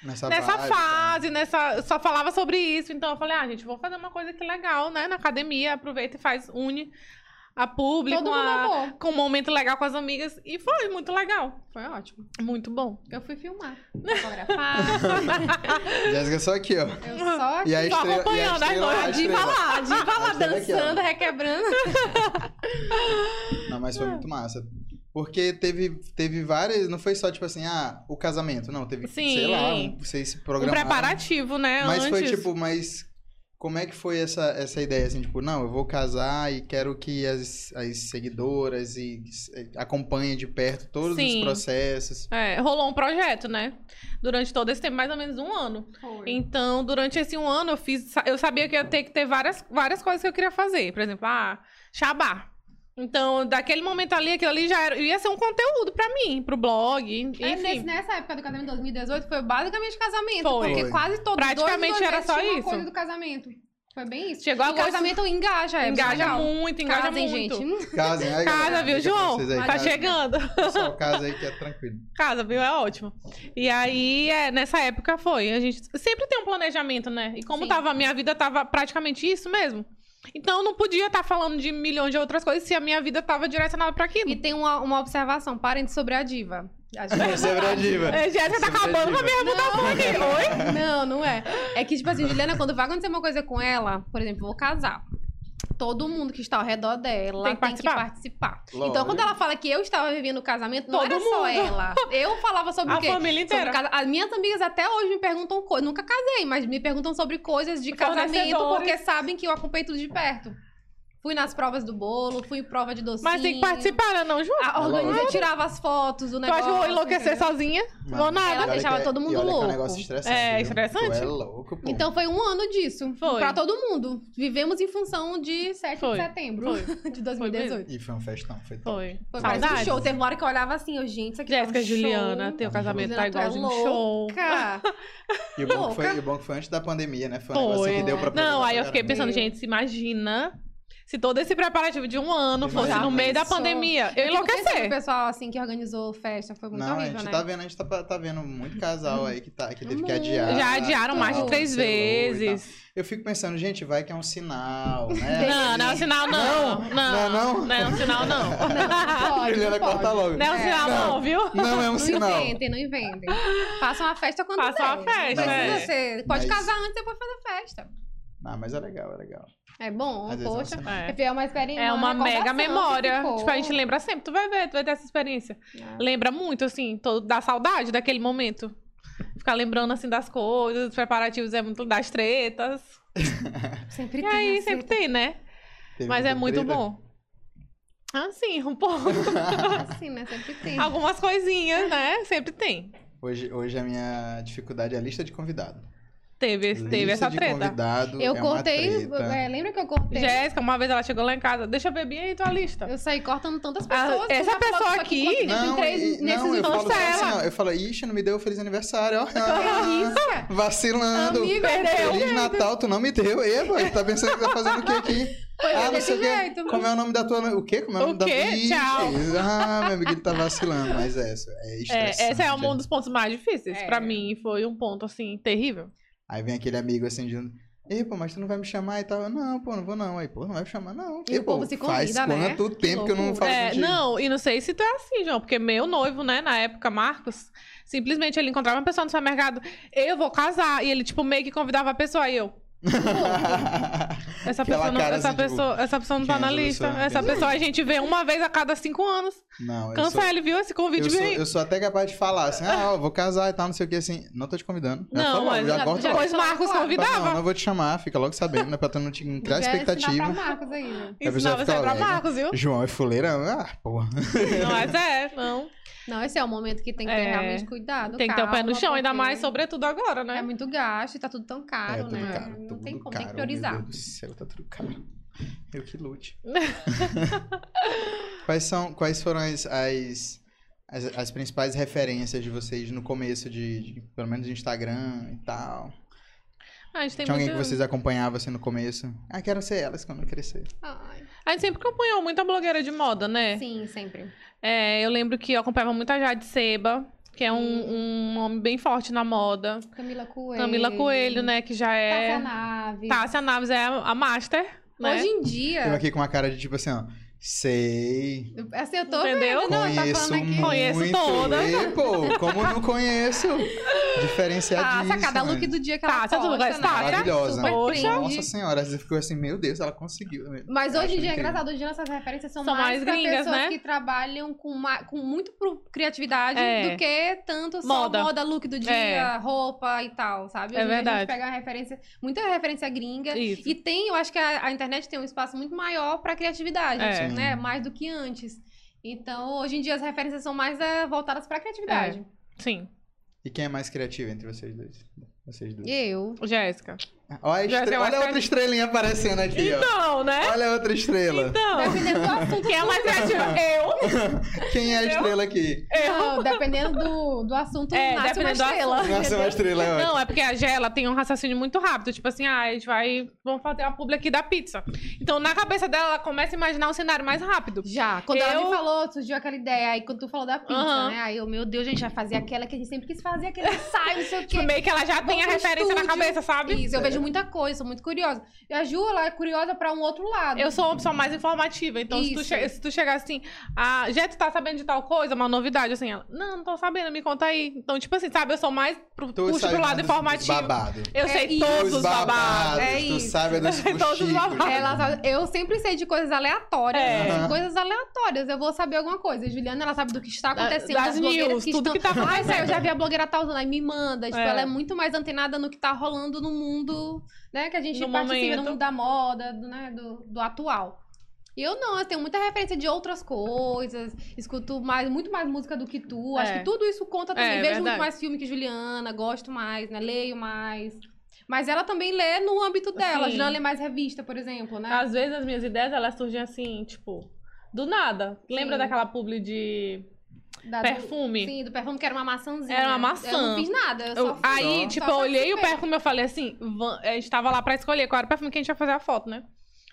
Speaker 1: Nessa,
Speaker 2: nessa
Speaker 1: vibe, tá? né?
Speaker 2: fase, nessa. Só falava sobre isso. Então eu falei, ah, gente, vou fazer uma coisa que legal, né? Na academia, aproveita e faz, une a público,
Speaker 3: Todo mundo
Speaker 2: a-
Speaker 3: amou.
Speaker 2: com um momento legal com as amigas. E foi muito legal.
Speaker 3: Foi ótimo.
Speaker 2: Muito bom.
Speaker 3: Eu fui filmar,
Speaker 2: (laughs)
Speaker 3: fotografar.
Speaker 1: tá? Jéssica, só aqui, ó.
Speaker 3: eu só
Speaker 1: E a estrela.
Speaker 2: Tô
Speaker 1: e a
Speaker 2: Tá acompanhando né, as
Speaker 1: estrela,
Speaker 2: noivas.
Speaker 1: a
Speaker 3: de
Speaker 1: estrela.
Speaker 3: lá, a diva lá
Speaker 1: Acho que é daqui, ó.
Speaker 3: dançando, requebrando.
Speaker 1: Não, mas foi muito massa. Porque teve, teve várias. Não foi só tipo assim, ah, o casamento. Não, teve, sei
Speaker 2: Sim.
Speaker 1: lá, um- vocês se
Speaker 2: Um
Speaker 1: programaram.
Speaker 2: preparativo, né?
Speaker 1: Mas
Speaker 2: antes.
Speaker 1: foi tipo, mas como é que foi essa, essa ideia? Assim, tipo, não, eu vou casar e quero que as, as seguidoras e eh, acompanhem de perto todos os
Speaker 2: Sim.
Speaker 1: processos.
Speaker 2: É, rolou um projeto, né? Durante todo esse tempo, mais ou menos um ano. Então, durante esse um ano, eu fiz. Eu sabia que ia ter que ter várias, várias coisas que eu queria fazer. Por exemplo, ah, xabá. Então, daquele momento ali, aquilo ali já era, ia ser um conteúdo pra mim, pro blog, enfim.
Speaker 3: É, nesse- nessa época do casamento de 2018 foi basicamente casamento,
Speaker 2: Foi.
Speaker 3: porque
Speaker 1: Foi.
Speaker 3: quase todos dois,
Speaker 2: Praticamente
Speaker 3: dois
Speaker 2: era
Speaker 3: meses
Speaker 2: só
Speaker 3: tinha uma
Speaker 2: isso.
Speaker 3: coisa do casamento. Foi bem isso.
Speaker 2: Chegou
Speaker 3: e
Speaker 2: agosto-
Speaker 3: casamento engaja, é
Speaker 2: engaja
Speaker 3: legal.
Speaker 2: muito, engaja
Speaker 3: Casem,
Speaker 2: muito.
Speaker 3: gente.
Speaker 1: Casem, aí,
Speaker 2: Casa,
Speaker 1: galera,
Speaker 2: viu,
Speaker 1: dica pra
Speaker 2: João?
Speaker 1: vocês aí,
Speaker 2: Tá
Speaker 1: casem.
Speaker 2: chegando.
Speaker 1: Pessoal, casa aí que é tranquilo.
Speaker 2: Casa, viu? É ótimo. E aí, é, nessa época foi. A gente sempre tem um planejamento, né? E como
Speaker 3: Sim.
Speaker 2: tava, a minha vida tava praticamente isso mesmo. Então eu não podia estar falando de milhões de outras coisas se a minha vida tava direcionada pra aquilo.
Speaker 3: E tem uma, uma observação, parem de sobre a diva. A diva-
Speaker 1: Sobre a diva.
Speaker 2: É, Jéssica
Speaker 1: Sobre
Speaker 2: tá
Speaker 1: a
Speaker 2: acabando com a minha mutação aqui. Oi?
Speaker 3: Não, não é. É que, tipo assim, Juliana, quando vai acontecer uma coisa com ela, por exemplo, vou casar. Todo mundo que está ao redor dela tem
Speaker 2: Tem
Speaker 3: que
Speaker 2: que
Speaker 3: participar.
Speaker 2: participar.
Speaker 1: Lógico.
Speaker 3: Então, quando ela fala que eu estava vivendo o casamento, não
Speaker 2: Todo
Speaker 3: era só
Speaker 2: mundo.
Speaker 3: ela. Eu falava sobre o
Speaker 2: A
Speaker 3: quê?
Speaker 2: família
Speaker 3: Sobre
Speaker 2: inteira.
Speaker 3: casa- As minhas amigas até hoje me perguntam coisas. Nunca casei, mas me perguntam sobre coisas de casamento,
Speaker 2: Fornecedores.
Speaker 3: porque sabem que eu acompanho tudo de perto. Fui nas provas do bolo, fui em prova de docinho.
Speaker 2: Mas tem que participar, né? Não, Ju?
Speaker 3: A organiza,
Speaker 1: Lógico.
Speaker 3: tirava as fotos, o
Speaker 2: Tu
Speaker 3: negócio.
Speaker 2: acha que eu vou enlouquecer
Speaker 3: entendeu?
Speaker 2: sozinha?
Speaker 1: Mano,
Speaker 2: Vou
Speaker 1: e
Speaker 2: nada.
Speaker 1: olha
Speaker 3: deixava
Speaker 1: que é-
Speaker 3: todo
Speaker 1: e
Speaker 3: mundo
Speaker 1: olha que É um
Speaker 3: louco.
Speaker 1: negócio estressante.
Speaker 2: É,
Speaker 1: viu?
Speaker 2: estressante.
Speaker 1: Tu é louco, pô.
Speaker 3: Então foi um ano disso.
Speaker 2: Foi.
Speaker 3: Pra todo mundo. Vivemos em função de 7
Speaker 2: Foi.
Speaker 3: de setembro (laughs) de 2018.
Speaker 1: E foi um festão, foi top.
Speaker 2: Foi.
Speaker 3: Foi mais um
Speaker 2: Saudades.
Speaker 3: show. Teve uma hora que eu olhava assim, eu, gente, isso aqui
Speaker 2: Jéssica,
Speaker 3: tá um show.
Speaker 2: Juliana, teu casamento tá
Speaker 3: Juliana, tu é
Speaker 2: igualzinho um show. (laughs)
Speaker 3: louca.
Speaker 1: E o bom, que foi,
Speaker 3: Louca.
Speaker 1: e o bom que foi antes da pandemia, né? Foi um negócio
Speaker 2: Foi.
Speaker 1: que deu pra
Speaker 2: Não,
Speaker 1: aproveitar
Speaker 2: aí eu
Speaker 1: pra
Speaker 2: fiquei
Speaker 1: caramba.
Speaker 2: pensando,
Speaker 3: Meu.
Speaker 2: gente, se imagina se todo esse preparativo de um ano fosse
Speaker 1: Imagina.
Speaker 2: no meio da
Speaker 3: Tá Pensou.
Speaker 2: pandemia. Eu
Speaker 3: Eu
Speaker 2: ia
Speaker 3: fico pensando, O
Speaker 2: enlouquecer.
Speaker 3: pessoal assim que organizou festa foi muito
Speaker 1: Não, a
Speaker 3: horrível,
Speaker 1: gente
Speaker 3: né?
Speaker 1: tá vendo, a gente tá, tá vendo muito casal aí que, tá, que teve que
Speaker 3: Muito.
Speaker 1: adiar.
Speaker 2: Já adiaram mais de
Speaker 1: tal,
Speaker 2: três
Speaker 1: cancelou e
Speaker 2: vezes.
Speaker 1: tal. Eu fico pensando, gente, vai que é um sinal, né?
Speaker 2: Não, não é um sinal, não.
Speaker 1: Não?
Speaker 2: Não,
Speaker 1: Não, não?
Speaker 2: não é um sinal, não.
Speaker 1: (laughs)
Speaker 3: Não, (laughs) pode,
Speaker 1: Juliana,
Speaker 3: não
Speaker 1: corta
Speaker 3: pode.
Speaker 1: logo.
Speaker 2: Não é um
Speaker 3: É.
Speaker 2: sinal,
Speaker 1: Não.
Speaker 2: não, viu?
Speaker 1: Não é um
Speaker 3: Não
Speaker 1: sinal.
Speaker 3: inventem, não inventem. Façam a festa quando
Speaker 2: Façam a
Speaker 3: der.
Speaker 2: festa,
Speaker 3: Não precisa
Speaker 1: é.
Speaker 3: ser- Pode
Speaker 1: Mas-
Speaker 3: casar antes e depois fazer festa.
Speaker 1: Ah, mas é legal, é legal.
Speaker 3: É bom,
Speaker 1: Às vezes é um
Speaker 3: poxa.
Speaker 1: sinal.
Speaker 2: É.
Speaker 3: É uma experiência.
Speaker 2: É uma mega
Speaker 3: recordação que
Speaker 2: memória.
Speaker 3: ficou.
Speaker 2: Tipo, a gente lembra sempre. Tu vai ver, tu vai ter essa experiência.
Speaker 3: É.
Speaker 2: Lembra muito, assim, todo, da saudade daquele momento. Ficar lembrando, assim, das coisas, dos preparativos, é muito das tretas.
Speaker 3: Sempre
Speaker 2: E
Speaker 3: tem.
Speaker 2: aí,
Speaker 3: a
Speaker 2: sempre
Speaker 3: certa-
Speaker 2: tem, né?
Speaker 1: Teve
Speaker 2: Mas é
Speaker 1: muita
Speaker 2: muito
Speaker 1: treta.
Speaker 2: bom. Ah, sim, um pouco.
Speaker 3: Assim, né? Sempre tem.
Speaker 2: Algumas coisinhas, né? Sempre tem.
Speaker 1: Hoje, hoje a minha dificuldade é a lista de convidado.
Speaker 2: Teve, esse- teve
Speaker 1: Lista
Speaker 2: essa
Speaker 1: de
Speaker 2: treta.
Speaker 1: convidado
Speaker 3: Eu
Speaker 1: é uma
Speaker 3: cortei.
Speaker 1: treta.
Speaker 3: é, lembra que eu cortei?
Speaker 2: Jéssica, uma vez ela chegou lá em casa, deixa eu beber aí tua lista.
Speaker 3: Eu saí cortando tantas
Speaker 2: Ah,
Speaker 3: pessoas. que eu
Speaker 2: essa
Speaker 3: já falava
Speaker 2: pessoa
Speaker 3: isso
Speaker 2: aqui-
Speaker 3: quando dentro de
Speaker 1: Não,
Speaker 3: três,
Speaker 1: e-
Speaker 3: nesses
Speaker 1: não, eu
Speaker 3: últimos
Speaker 1: falo só
Speaker 2: cancela.
Speaker 1: assim, ó, eu falo, ixi, não me deu feliz aniversário, ó.
Speaker 3: (laughs) isso?
Speaker 1: Vacilando.
Speaker 3: Amigo,
Speaker 2: perdeu.
Speaker 1: Feliz Natal, tu não me deu. Eba, tá pensando que tá fazendo o que aqui?
Speaker 3: (laughs) Foi
Speaker 1: ah, não
Speaker 3: desse
Speaker 1: sei o quê.
Speaker 3: jeito.
Speaker 1: Como é o nome da tua... no- O quê? Como é o
Speaker 2: O
Speaker 1: nome da tua...
Speaker 2: quê? Tchau.
Speaker 1: Ah, meu amigo, ele tá vacilando. Mas é, isso é
Speaker 2: É,
Speaker 1: estressante.
Speaker 2: esse é um dos pontos mais difíceis.
Speaker 3: É.
Speaker 2: Pra mim, foi um ponto, assim, terrível.
Speaker 1: Aí vem aquele amigo assim de... Ei, pô, mas tu não vai me chamar e tal. Eu, Não, pô, não vou não. Aí, pô, não vai me chamar, não.
Speaker 3: E o povo se
Speaker 1: faz
Speaker 3: convida, né?
Speaker 1: quanto
Speaker 3: Que
Speaker 1: tempo que eu não
Speaker 3: loucura.
Speaker 1: falo
Speaker 2: É,
Speaker 1: contigo? (laughs)
Speaker 2: não, e não sei se tu é assim, João, porque meu noivo, né, na época, Marcos, simplesmente ele encontrava uma pessoa no supermercado, eu vou casar, e ele, tipo, meio que convidava a pessoa, e eu, essa
Speaker 1: Aquela
Speaker 2: pessoa não,
Speaker 1: cara,
Speaker 2: essa
Speaker 1: assim, tipo,
Speaker 2: pessoa, essa pessoa não tá
Speaker 1: quem é
Speaker 2: na
Speaker 1: essa
Speaker 2: lista,
Speaker 1: pessoa?
Speaker 2: essa
Speaker 1: Entendi.
Speaker 2: pessoa a gente vê uma vez a cada cinco anos,
Speaker 1: não, eu sou,
Speaker 2: cancela, ele viu esse convite,
Speaker 1: eu, sou,
Speaker 2: vem.
Speaker 1: eu sou até capaz de falar assim, ah, eu vou casar e tal, não sei o que, assim. Não tô te convidando. Já
Speaker 2: Não,
Speaker 1: falo,
Speaker 2: mas
Speaker 1: já
Speaker 3: já-
Speaker 1: corto
Speaker 3: já
Speaker 1: logo.
Speaker 2: Depois Marcos
Speaker 3: Fala,
Speaker 1: Fala, Não,
Speaker 2: convidava,
Speaker 1: não vou te chamar, fica logo sabendo, né? Pra tu não te criar
Speaker 3: Já ensinar pra
Speaker 1: expectativa.
Speaker 3: Marcos aí, né?
Speaker 1: a pessoa
Speaker 2: ensinava isso aí
Speaker 1: fica
Speaker 2: pra
Speaker 1: alegre. (laughs)
Speaker 2: Marcos, viu?
Speaker 1: João é fuleirão. Ah, porra.
Speaker 2: Não, mas é, não,
Speaker 3: Não, esse é o momento que tem que ter
Speaker 2: É.
Speaker 3: realmente cuidado.
Speaker 2: tem que ter o pé no
Speaker 3: calma,
Speaker 2: chão, ainda
Speaker 3: porque
Speaker 2: mais, sobretudo agora,
Speaker 3: É
Speaker 2: né?
Speaker 3: muito gasto e tá tudo tão caro,
Speaker 1: É, tudo
Speaker 3: né?
Speaker 1: caro,
Speaker 3: não
Speaker 1: tudo
Speaker 3: tem como, tem
Speaker 1: caro,
Speaker 3: que
Speaker 1: Meu
Speaker 3: priorizar.
Speaker 1: Deus do céu, tá tudo caro. Eu que lute. quais, são, quais foram as, as, as, as principais referências de vocês no começo, de, de- pelo menos de Instagram e tal?
Speaker 3: É.
Speaker 2: A gente tem
Speaker 1: Tinha alguém
Speaker 2: muito...
Speaker 1: que vocês acompanhavam assim no começo? Ah, quero ser elas quando eu crescer.
Speaker 3: Ai,
Speaker 2: A gente sempre acompanhou muita blogueira de moda, né?
Speaker 3: Sim, sempre.
Speaker 2: É, eu lembro que eu acompanhava muito a Jade Seba, que é
Speaker 3: Hum.
Speaker 2: um, um homem bem forte na moda.
Speaker 3: Camila Coelho. Tá,
Speaker 2: Camila Coelho, né? Que já
Speaker 3: Tássia
Speaker 2: é.
Speaker 3: Nave.
Speaker 2: Tássia Naves é a a master, né?
Speaker 3: Hoje em dia.
Speaker 1: Eu aqui com uma cara de tipo assim, ó. Sei.
Speaker 3: Assim, eu tô
Speaker 2: Entendeu?
Speaker 3: vendo, não, eu tava
Speaker 1: Conheço
Speaker 3: falando aqui.
Speaker 1: muito.
Speaker 2: tá Conheço
Speaker 1: (laughs)
Speaker 2: todas.
Speaker 1: Ei, pô, como não conheço?
Speaker 2: Ah,
Speaker 3: Tá,
Speaker 1: Diferenciadíssimo.
Speaker 3: cada look do dia que ela
Speaker 1: Tá,
Speaker 2: Tássia, tu
Speaker 3: posta,
Speaker 2: gosta?
Speaker 3: né?
Speaker 2: Tássia?
Speaker 1: Maravilhosa.
Speaker 3: Super
Speaker 2: Poxa.
Speaker 3: cringe.
Speaker 1: Nossa senhora, você ficou assim, meu Deus, ela conseguiu.
Speaker 3: Mas
Speaker 1: Eu acho
Speaker 3: hoje em dia, é
Speaker 1: incrível.
Speaker 3: engraçado, hoje em dia nossas referências são,
Speaker 2: São mais
Speaker 3: mais, pra
Speaker 2: gringas,
Speaker 3: pessoas
Speaker 2: né?
Speaker 3: que trabalham com, ma- com muito pro- criatividade
Speaker 2: É.
Speaker 3: do que tanto só
Speaker 2: Moda.
Speaker 3: moda, look do dia,
Speaker 2: É.
Speaker 3: roupa e tal, sabe?
Speaker 2: É
Speaker 3: Hoje em dia A
Speaker 2: verdade.
Speaker 3: gente pega uma referência, muita referência gringa.
Speaker 2: Isso.
Speaker 3: E tem, eu acho que a, a internet tem um espaço muito maior pra criatividade,
Speaker 2: É.
Speaker 1: Sim.
Speaker 3: né? Mais do que antes. Então, hoje em dia as referências são mais eh, voltadas pra criatividade.
Speaker 2: Sim,
Speaker 1: E quem é mais criativo entre vocês dois? Vocês dois.
Speaker 3: E eu.
Speaker 2: Jéssica.
Speaker 1: Olha, a
Speaker 2: Já
Speaker 1: estre-
Speaker 2: tem uma
Speaker 1: Olha a
Speaker 2: cara-
Speaker 1: outra estrelinha aparecendo aqui, ó.
Speaker 2: é Então, né?
Speaker 1: Olha a outra estrela.
Speaker 2: Então.
Speaker 3: (laughs) Dependendo do assunto.
Speaker 2: Quem é mais criativa? Eu.
Speaker 1: Quem é a
Speaker 2: Eu?
Speaker 1: estrela aqui? (laughs)
Speaker 3: Não, Então, dependendo do, do assunto,
Speaker 2: É,
Speaker 3: nasce uma
Speaker 2: dependendo do
Speaker 3: estrela.
Speaker 2: assunto.
Speaker 1: Nossa, uma estrela é ótima.
Speaker 2: Não, é porque a Gela tem um raciocínio muito rápido. Tipo assim, ah, a gente vai. Vamos fazer uma publi aqui da pizza. Então, na cabeça dela, ela começa a imaginar um cenário mais rápido.
Speaker 3: Já. Quando
Speaker 2: Eu-
Speaker 3: ela me falou, surgiu aquela ideia. Aí quando tu falou da pizza,
Speaker 2: Aham.
Speaker 3: né? Aí eu, meu Deus, gente, vai fazer aquela que a gente sempre quis fazer, aquele ensaio, não sei o
Speaker 2: (laughs)
Speaker 3: quê.
Speaker 2: Tipo, meio que ela já tem a
Speaker 3: pro
Speaker 2: referência na
Speaker 3: estúdio.
Speaker 2: cabeça, sabe?
Speaker 3: Isso, eu vejo muita coisa, sou muito curiosa. E a Ju, ela é curiosa pra um outro lado.
Speaker 2: Eu sou uma pessoa mais informativa, então se tu,
Speaker 3: Isso.
Speaker 2: che- se tu chegar assim, ah, já tu tá sabendo de tal coisa, uma novidade, assim, ela, não, não tô sabendo, me conta aí. Então, tipo assim, sabe, eu sou mais pro,
Speaker 1: Tu
Speaker 2: puxo
Speaker 1: sabe
Speaker 2: pro
Speaker 1: dos-
Speaker 2: lado
Speaker 1: dos
Speaker 2: informativo.
Speaker 1: Babado.
Speaker 2: Eu
Speaker 3: É
Speaker 2: sei
Speaker 3: isso.
Speaker 2: todos os babados.
Speaker 1: babados.
Speaker 3: É
Speaker 1: tu
Speaker 3: isso.
Speaker 1: sabe dos
Speaker 2: (laughs) Todos os
Speaker 1: fuxicos.
Speaker 2: babados.
Speaker 3: É, Ela sabe- eu sempre sei de coisas aleatórias,
Speaker 2: É.
Speaker 3: assim, coisas aleatórias. Eu vou saber alguma coisa. A Juliana, ela sabe do que está
Speaker 2: Da-
Speaker 3: acontecendo,
Speaker 2: das
Speaker 3: blogueiras
Speaker 2: news,
Speaker 3: que
Speaker 2: tudo
Speaker 3: estão...
Speaker 2: que tá
Speaker 3: (laughs) Ai, sério, eu já vi a blogueira tal usando, aí me manda. Tipo,
Speaker 2: É.
Speaker 3: ela é muito mais antenada no que tá rolando no mundo, né? Que a gente
Speaker 2: No
Speaker 3: participa
Speaker 2: momento.
Speaker 3: no mundo da moda, do, né, do, do atual. E eu não, eu tenho muita referência de outras coisas, escuto mais, muito mais música do que tu. Acho
Speaker 2: É.
Speaker 3: que tudo isso conta
Speaker 2: É,
Speaker 3: também. Vejo
Speaker 2: verdade.
Speaker 3: muito mais filme que Juliana, gosto mais, né? Leio mais. Mas ela também lê no âmbito dela.
Speaker 2: Sim.
Speaker 3: A Juliana lê mais revista, por exemplo, né?
Speaker 2: Às vezes as minhas ideias, elas surgem assim, tipo, do nada. Lembra
Speaker 3: Sim.
Speaker 2: daquela publi de
Speaker 3: Da-
Speaker 2: perfume?
Speaker 3: Sim, do perfume que era uma maçãzinha.
Speaker 2: Era uma maçã.
Speaker 3: Eu não fiz nada. Eu
Speaker 2: Eu-
Speaker 3: só fui.
Speaker 2: aí,
Speaker 1: Só-
Speaker 2: tipo,
Speaker 3: só
Speaker 2: eu olhei o
Speaker 3: participei.
Speaker 2: perfume e eu falei assim, "Va- a gente tava lá pra escolher qual era o perfume que a gente ia fazer a foto, né?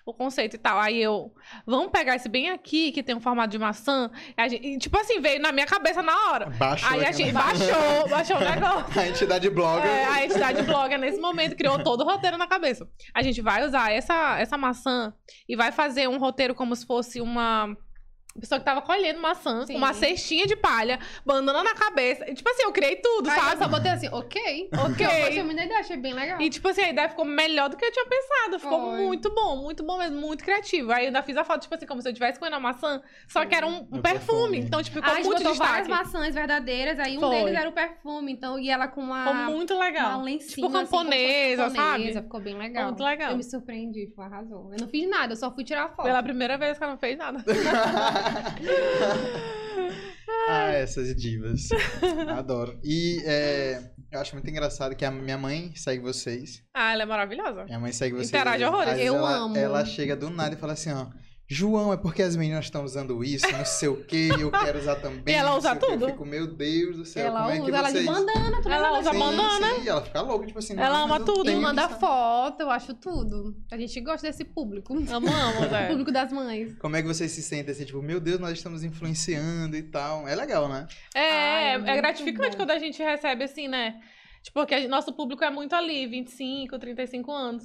Speaker 2: O conceito e tal. Aí eu, vamos pegar esse bem aqui, que tem um formato de maçã. A gente- e, tipo assim, veio na minha cabeça na hora.
Speaker 1: Baixou
Speaker 2: aí a
Speaker 1: aqui,
Speaker 2: gente
Speaker 1: né?
Speaker 2: baixou, baixou o negócio.
Speaker 1: A entidade blogger.
Speaker 2: É, a entidade blogger, nesse momento, criou todo o roteiro na cabeça. A gente vai usar essa, essa maçã e vai fazer um roteiro como se fosse uma pessoa que tava colhendo maçã, com
Speaker 3: Sim.
Speaker 2: uma cestinha de palha, bandana na cabeça. E, tipo assim, eu criei tudo,
Speaker 3: Aí eu
Speaker 2: sabe?
Speaker 3: só botei assim, ok.
Speaker 2: Ok.
Speaker 3: Eu achei muito ideia, achei bem legal.
Speaker 2: E, tipo assim, a ideia ficou melhor do que eu tinha pensado. Ficou
Speaker 3: Foi.
Speaker 2: muito bom, muito bom mesmo, muito criativo. Aí eu ainda fiz a foto, tipo assim, como se eu estivesse comendo a maçã, só que era um, um
Speaker 1: Um
Speaker 2: perfume.
Speaker 1: perfume.
Speaker 2: Então, tipo, ficou
Speaker 3: Aí a gente
Speaker 2: muito
Speaker 3: botou várias
Speaker 2: destaque.
Speaker 3: maçãs verdadeiras, aí um
Speaker 2: Foi.
Speaker 3: deles era o perfume, então, e ela com uma,
Speaker 2: Ficou muito
Speaker 3: uma
Speaker 2: legal.
Speaker 3: lencinha,
Speaker 2: Tipo
Speaker 3: assim,
Speaker 2: camponesa,
Speaker 3: como se fosse camponesa,
Speaker 2: sabe?
Speaker 3: ficou bem
Speaker 2: Ficou
Speaker 3: legal.
Speaker 2: muito legal.
Speaker 3: Eu me surpreendi, tipo, arrasou. Eu não fiz nada, eu só fui tirar foto.
Speaker 2: Pela primeira vez que ela não
Speaker 3: (laughs)
Speaker 2: fez nada.
Speaker 1: (laughs) ah, essas divas. Adoro. E é, eu acho muito engraçado que a minha mãe segue vocês.
Speaker 2: Ah, ela é maravilhosa.
Speaker 1: Minha mãe segue vocês.
Speaker 2: Interage
Speaker 1: às-
Speaker 2: horrores.
Speaker 1: às vezes
Speaker 3: Eu
Speaker 1: ela,
Speaker 3: amo.
Speaker 1: Ela chega do nada e fala assim, ó. João, é porque as meninas estão usando isso, não sei o que, eu quero usar também.
Speaker 2: Ela
Speaker 1: não sei o
Speaker 2: usa
Speaker 1: quê."
Speaker 2: tudo?
Speaker 1: Eu fico, meu Deus do céu,
Speaker 3: ela
Speaker 1: como é que
Speaker 3: usa, ela de
Speaker 1: vocês...
Speaker 3: bandana, tu
Speaker 2: Ela
Speaker 3: lembra?
Speaker 2: usa
Speaker 1: Sim, né?
Speaker 2: bandana.
Speaker 1: sim, ela fica louca, tipo assim.
Speaker 2: Ela
Speaker 1: "Não,
Speaker 2: ama
Speaker 1: mas eu
Speaker 2: tudo.
Speaker 3: E
Speaker 1: tenho
Speaker 3: manda
Speaker 1: isso."
Speaker 3: foto, eu acho tudo. A gente gosta desse público.
Speaker 2: Amamos, é.
Speaker 3: público das mães.
Speaker 1: Como é que vocês se sentem assim, tipo, meu Deus, nós estamos influenciando e tal. É legal, né?
Speaker 2: É,
Speaker 3: Ai,
Speaker 2: é,
Speaker 3: é muito
Speaker 2: gratificante
Speaker 3: bom.
Speaker 2: quando a gente recebe assim, né? Tipo, porque a gente- nosso público é muito ali, 25, 35 anos.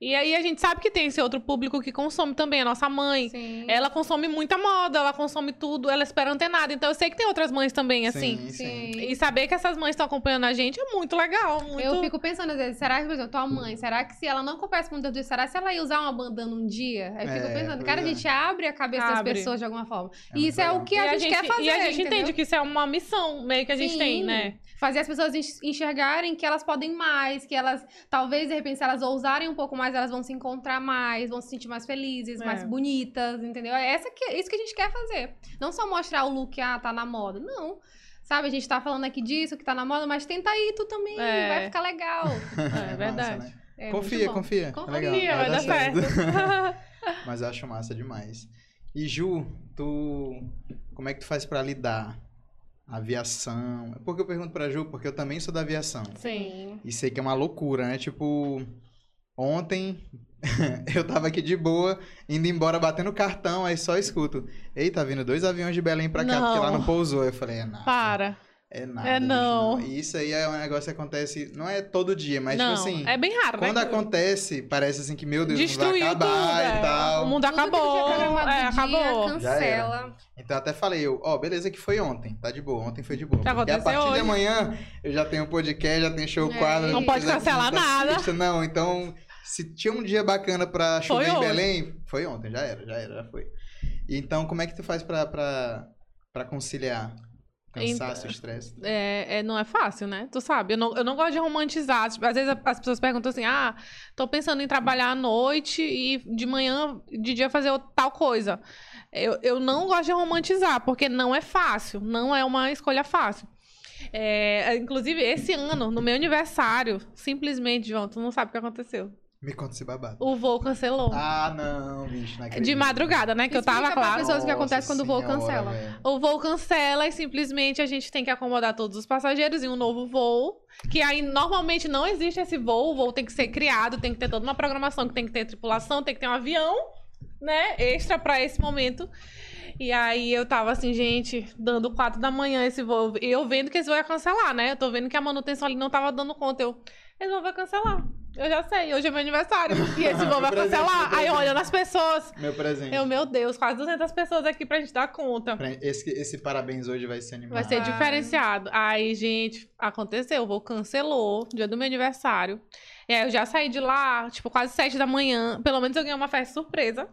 Speaker 2: E aí a gente sabe que tem esse outro público que consome também, a nossa mãe.
Speaker 3: Sim.
Speaker 2: Ela consome muita moda, ela consome tudo, ela espera antenada. Então eu sei que tem outras mães também, assim.
Speaker 1: sim, sim.
Speaker 3: sim.
Speaker 2: E saber que essas mães estão acompanhando a gente é muito legal, muito...
Speaker 3: Eu fico pensando às vezes, será que, por exemplo, tua mãe, será que se ela não conversa com Deus, disso, será que se ela ia usar uma bandana um dia? Aí eu fico
Speaker 1: É,
Speaker 3: pensando,
Speaker 1: pois
Speaker 3: cara, a
Speaker 1: é.
Speaker 3: gente abre a cabeça das
Speaker 2: Abre.
Speaker 3: pessoas de alguma forma.
Speaker 1: É
Speaker 3: e
Speaker 1: muito
Speaker 3: isso é o
Speaker 1: (laughs) legal.
Speaker 3: que a, gente, quer fazer.
Speaker 2: E a gente
Speaker 3: entendeu?
Speaker 2: entende que isso é uma missão meio que a gente
Speaker 3: Sim.
Speaker 2: tem, né? (laughs)
Speaker 3: Fazer as pessoas enx- enxergarem que elas podem mais, que elas, talvez, de repente, se elas ousarem um pouco mais, elas vão se encontrar mais, vão se sentir mais felizes,
Speaker 2: É.
Speaker 3: mais bonitas, entendeu? É essa que, isso que a gente quer fazer. Não só mostrar o look, ah, tá na moda. Não. Sabe, a gente tá falando aqui disso, que tá na moda, mas tenta aí tu também,
Speaker 2: É.
Speaker 3: vai ficar legal.
Speaker 2: É
Speaker 1: Massa,
Speaker 2: verdade.
Speaker 1: né?
Speaker 3: É muito
Speaker 1: confia,
Speaker 3: bom.
Speaker 1: confia.
Speaker 3: Confia,
Speaker 1: É legal.
Speaker 2: Ih, vai dar certo. (laughs)
Speaker 1: Mas eu acho massa demais. E Ju, tu. Como é que tu faz pra lidar? Aviação. Por que eu pergunto pra Ju? Porque eu também sou da aviação.
Speaker 2: Sim.
Speaker 1: E sei que é uma loucura, né? Tipo, ontem (laughs) eu tava aqui de boa, indo embora batendo cartão, aí só escuto. Ei, tá vindo dois aviões de Belém pra cá, porque lá
Speaker 2: Não.
Speaker 1: não pousou. Eu falei, é nada.
Speaker 2: Para.
Speaker 1: É nada.
Speaker 2: É
Speaker 1: bicho,
Speaker 2: não.
Speaker 1: E isso aí é um negócio que acontece, não é todo dia, mas
Speaker 2: não,
Speaker 1: tipo assim.
Speaker 2: é bem raro,
Speaker 1: Quando
Speaker 2: né?
Speaker 1: acontece, parece assim que, meu Deus, não vai
Speaker 2: Destruiu tudo.
Speaker 1: acabar
Speaker 2: é.
Speaker 1: e tal.
Speaker 2: O mundo
Speaker 3: Tudo que
Speaker 2: acabou.
Speaker 3: tinha programado
Speaker 2: é,
Speaker 3: do dia,
Speaker 2: acabou.
Speaker 1: Já era.
Speaker 3: Cancela.
Speaker 1: Então até falei eu, ó, beleza que foi ontem, tá de boa, ontem foi de boa.
Speaker 2: Já
Speaker 1: Porque a
Speaker 2: aconteceu
Speaker 1: partir
Speaker 2: hoje.
Speaker 1: de amanhã eu já tenho podcast, já tenho show
Speaker 3: É.
Speaker 1: quadro.
Speaker 3: Não
Speaker 1: já
Speaker 2: pode
Speaker 1: fiz aqui,
Speaker 2: cancelar
Speaker 1: então,
Speaker 2: nada.
Speaker 1: isso Não, então se tinha um dia bacana pra
Speaker 2: Foi
Speaker 1: chover em
Speaker 2: hoje.
Speaker 1: Belém, foi ontem, já era, já era, já foi. Então como é que tu faz pra, pra, pra conciliar
Speaker 2: Então.
Speaker 1: cansaço, estresse?
Speaker 2: É, é, não é fácil, né? Tu sabe, eu não, eu não gosto de romantizar. Tipo, às vezes a- as pessoas perguntam assim: ah, tô pensando em trabalhar à noite e de manhã, de dia, fazer o- tal coisa. Eu, eu não gosto de romantizar, porque não é fácil, não é uma escolha fácil. É, inclusive, esse ano, no meu aniversário, simplesmente, João, tu não sabe o que aconteceu.
Speaker 1: Me conta esse babado.
Speaker 2: O voo cancelou.
Speaker 1: Ah, não, bicho, não acredito.
Speaker 2: de madrugada, né? Que eu
Speaker 3: Explica
Speaker 2: tava,
Speaker 3: pra
Speaker 2: claro.
Speaker 3: pessoa- pessoas o que acontece quando o voo
Speaker 1: Senhora,
Speaker 3: cancela.
Speaker 1: velho.
Speaker 2: O voo cancela e simplesmente a gente tem que acomodar todos os passageiros em um novo voo. Que aí normalmente não existe esse voo, o voo tem que ser criado, tem que ter toda uma programação, que tem que ter tripulação, tem que ter um avião, né? Extra pra esse momento. E aí eu tava assim, gente, dando quatro da manhã esse voo. E eu vendo que esse voo ia cancelar, né? Eu tô vendo que a manutenção ali não tava dando conta. Eu, esse voo vai cancelar. Eu já sei, hoje é meu aniversário. E esse voo vai
Speaker 1: Presente,
Speaker 2: cancelar. Aí
Speaker 1: presente.
Speaker 2: olhando as pessoas.
Speaker 1: Meu presente.
Speaker 2: Eu, meu Deus, quase 200 pessoas aqui pra gente dar conta.
Speaker 1: Pra- Esse, esse parabéns hoje vai ser animado.
Speaker 2: Vai ser
Speaker 3: Mas-
Speaker 2: diferenciado. Aí, gente, aconteceu. O voo cancelou, dia do meu aniversário. E aí eu já saí de lá, tipo, quase sete da manhã. Pelo menos eu ganhei uma festa surpresa.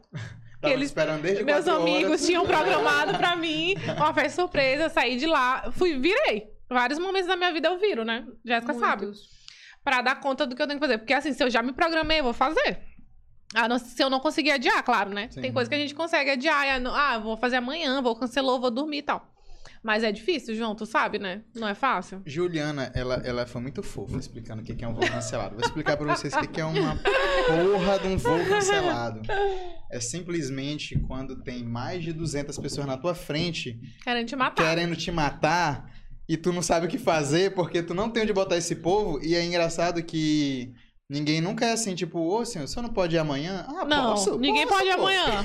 Speaker 1: Tava
Speaker 2: eles-
Speaker 1: esperando desde
Speaker 2: Meus
Speaker 1: quatro
Speaker 2: amigos
Speaker 1: horas.
Speaker 2: tinham programado
Speaker 1: (laughs)
Speaker 2: pra mim uma festa surpresa. Saí de lá, fui, virei. Vários momentos da minha vida eu viro, né? Jéssica sabe. Pra dar conta do que eu tenho que fazer. Porque assim, se eu já me programei, eu vou fazer. Ah, não- se eu não conseguir adiar, claro, né?
Speaker 1: Sim.
Speaker 2: Tem coisa que a gente consegue adiar. e, Ah, não- ah, vou fazer amanhã, vou cancelou, vou dormir e tal. Mas é difícil, João, tu sabe, né? Não é fácil.
Speaker 1: Juliana, ela, ela foi muito fofa explicando o que que é um voo cancelado. Vou explicar pra vocês o que que é uma porra de um voo cancelado. É simplesmente quando tem mais de 200 pessoas na tua frente
Speaker 2: Querem te matar.
Speaker 1: querendo te matar e tu não sabe o que fazer porque tu não tem onde botar esse povo. E é engraçado que ninguém nunca é assim, tipo, ô senhor, você não pode ir amanhã? Ah,
Speaker 2: não,
Speaker 1: posso?
Speaker 2: ninguém
Speaker 1: Posso,
Speaker 2: pode ir
Speaker 1: pô. (laughs)
Speaker 2: amanhã.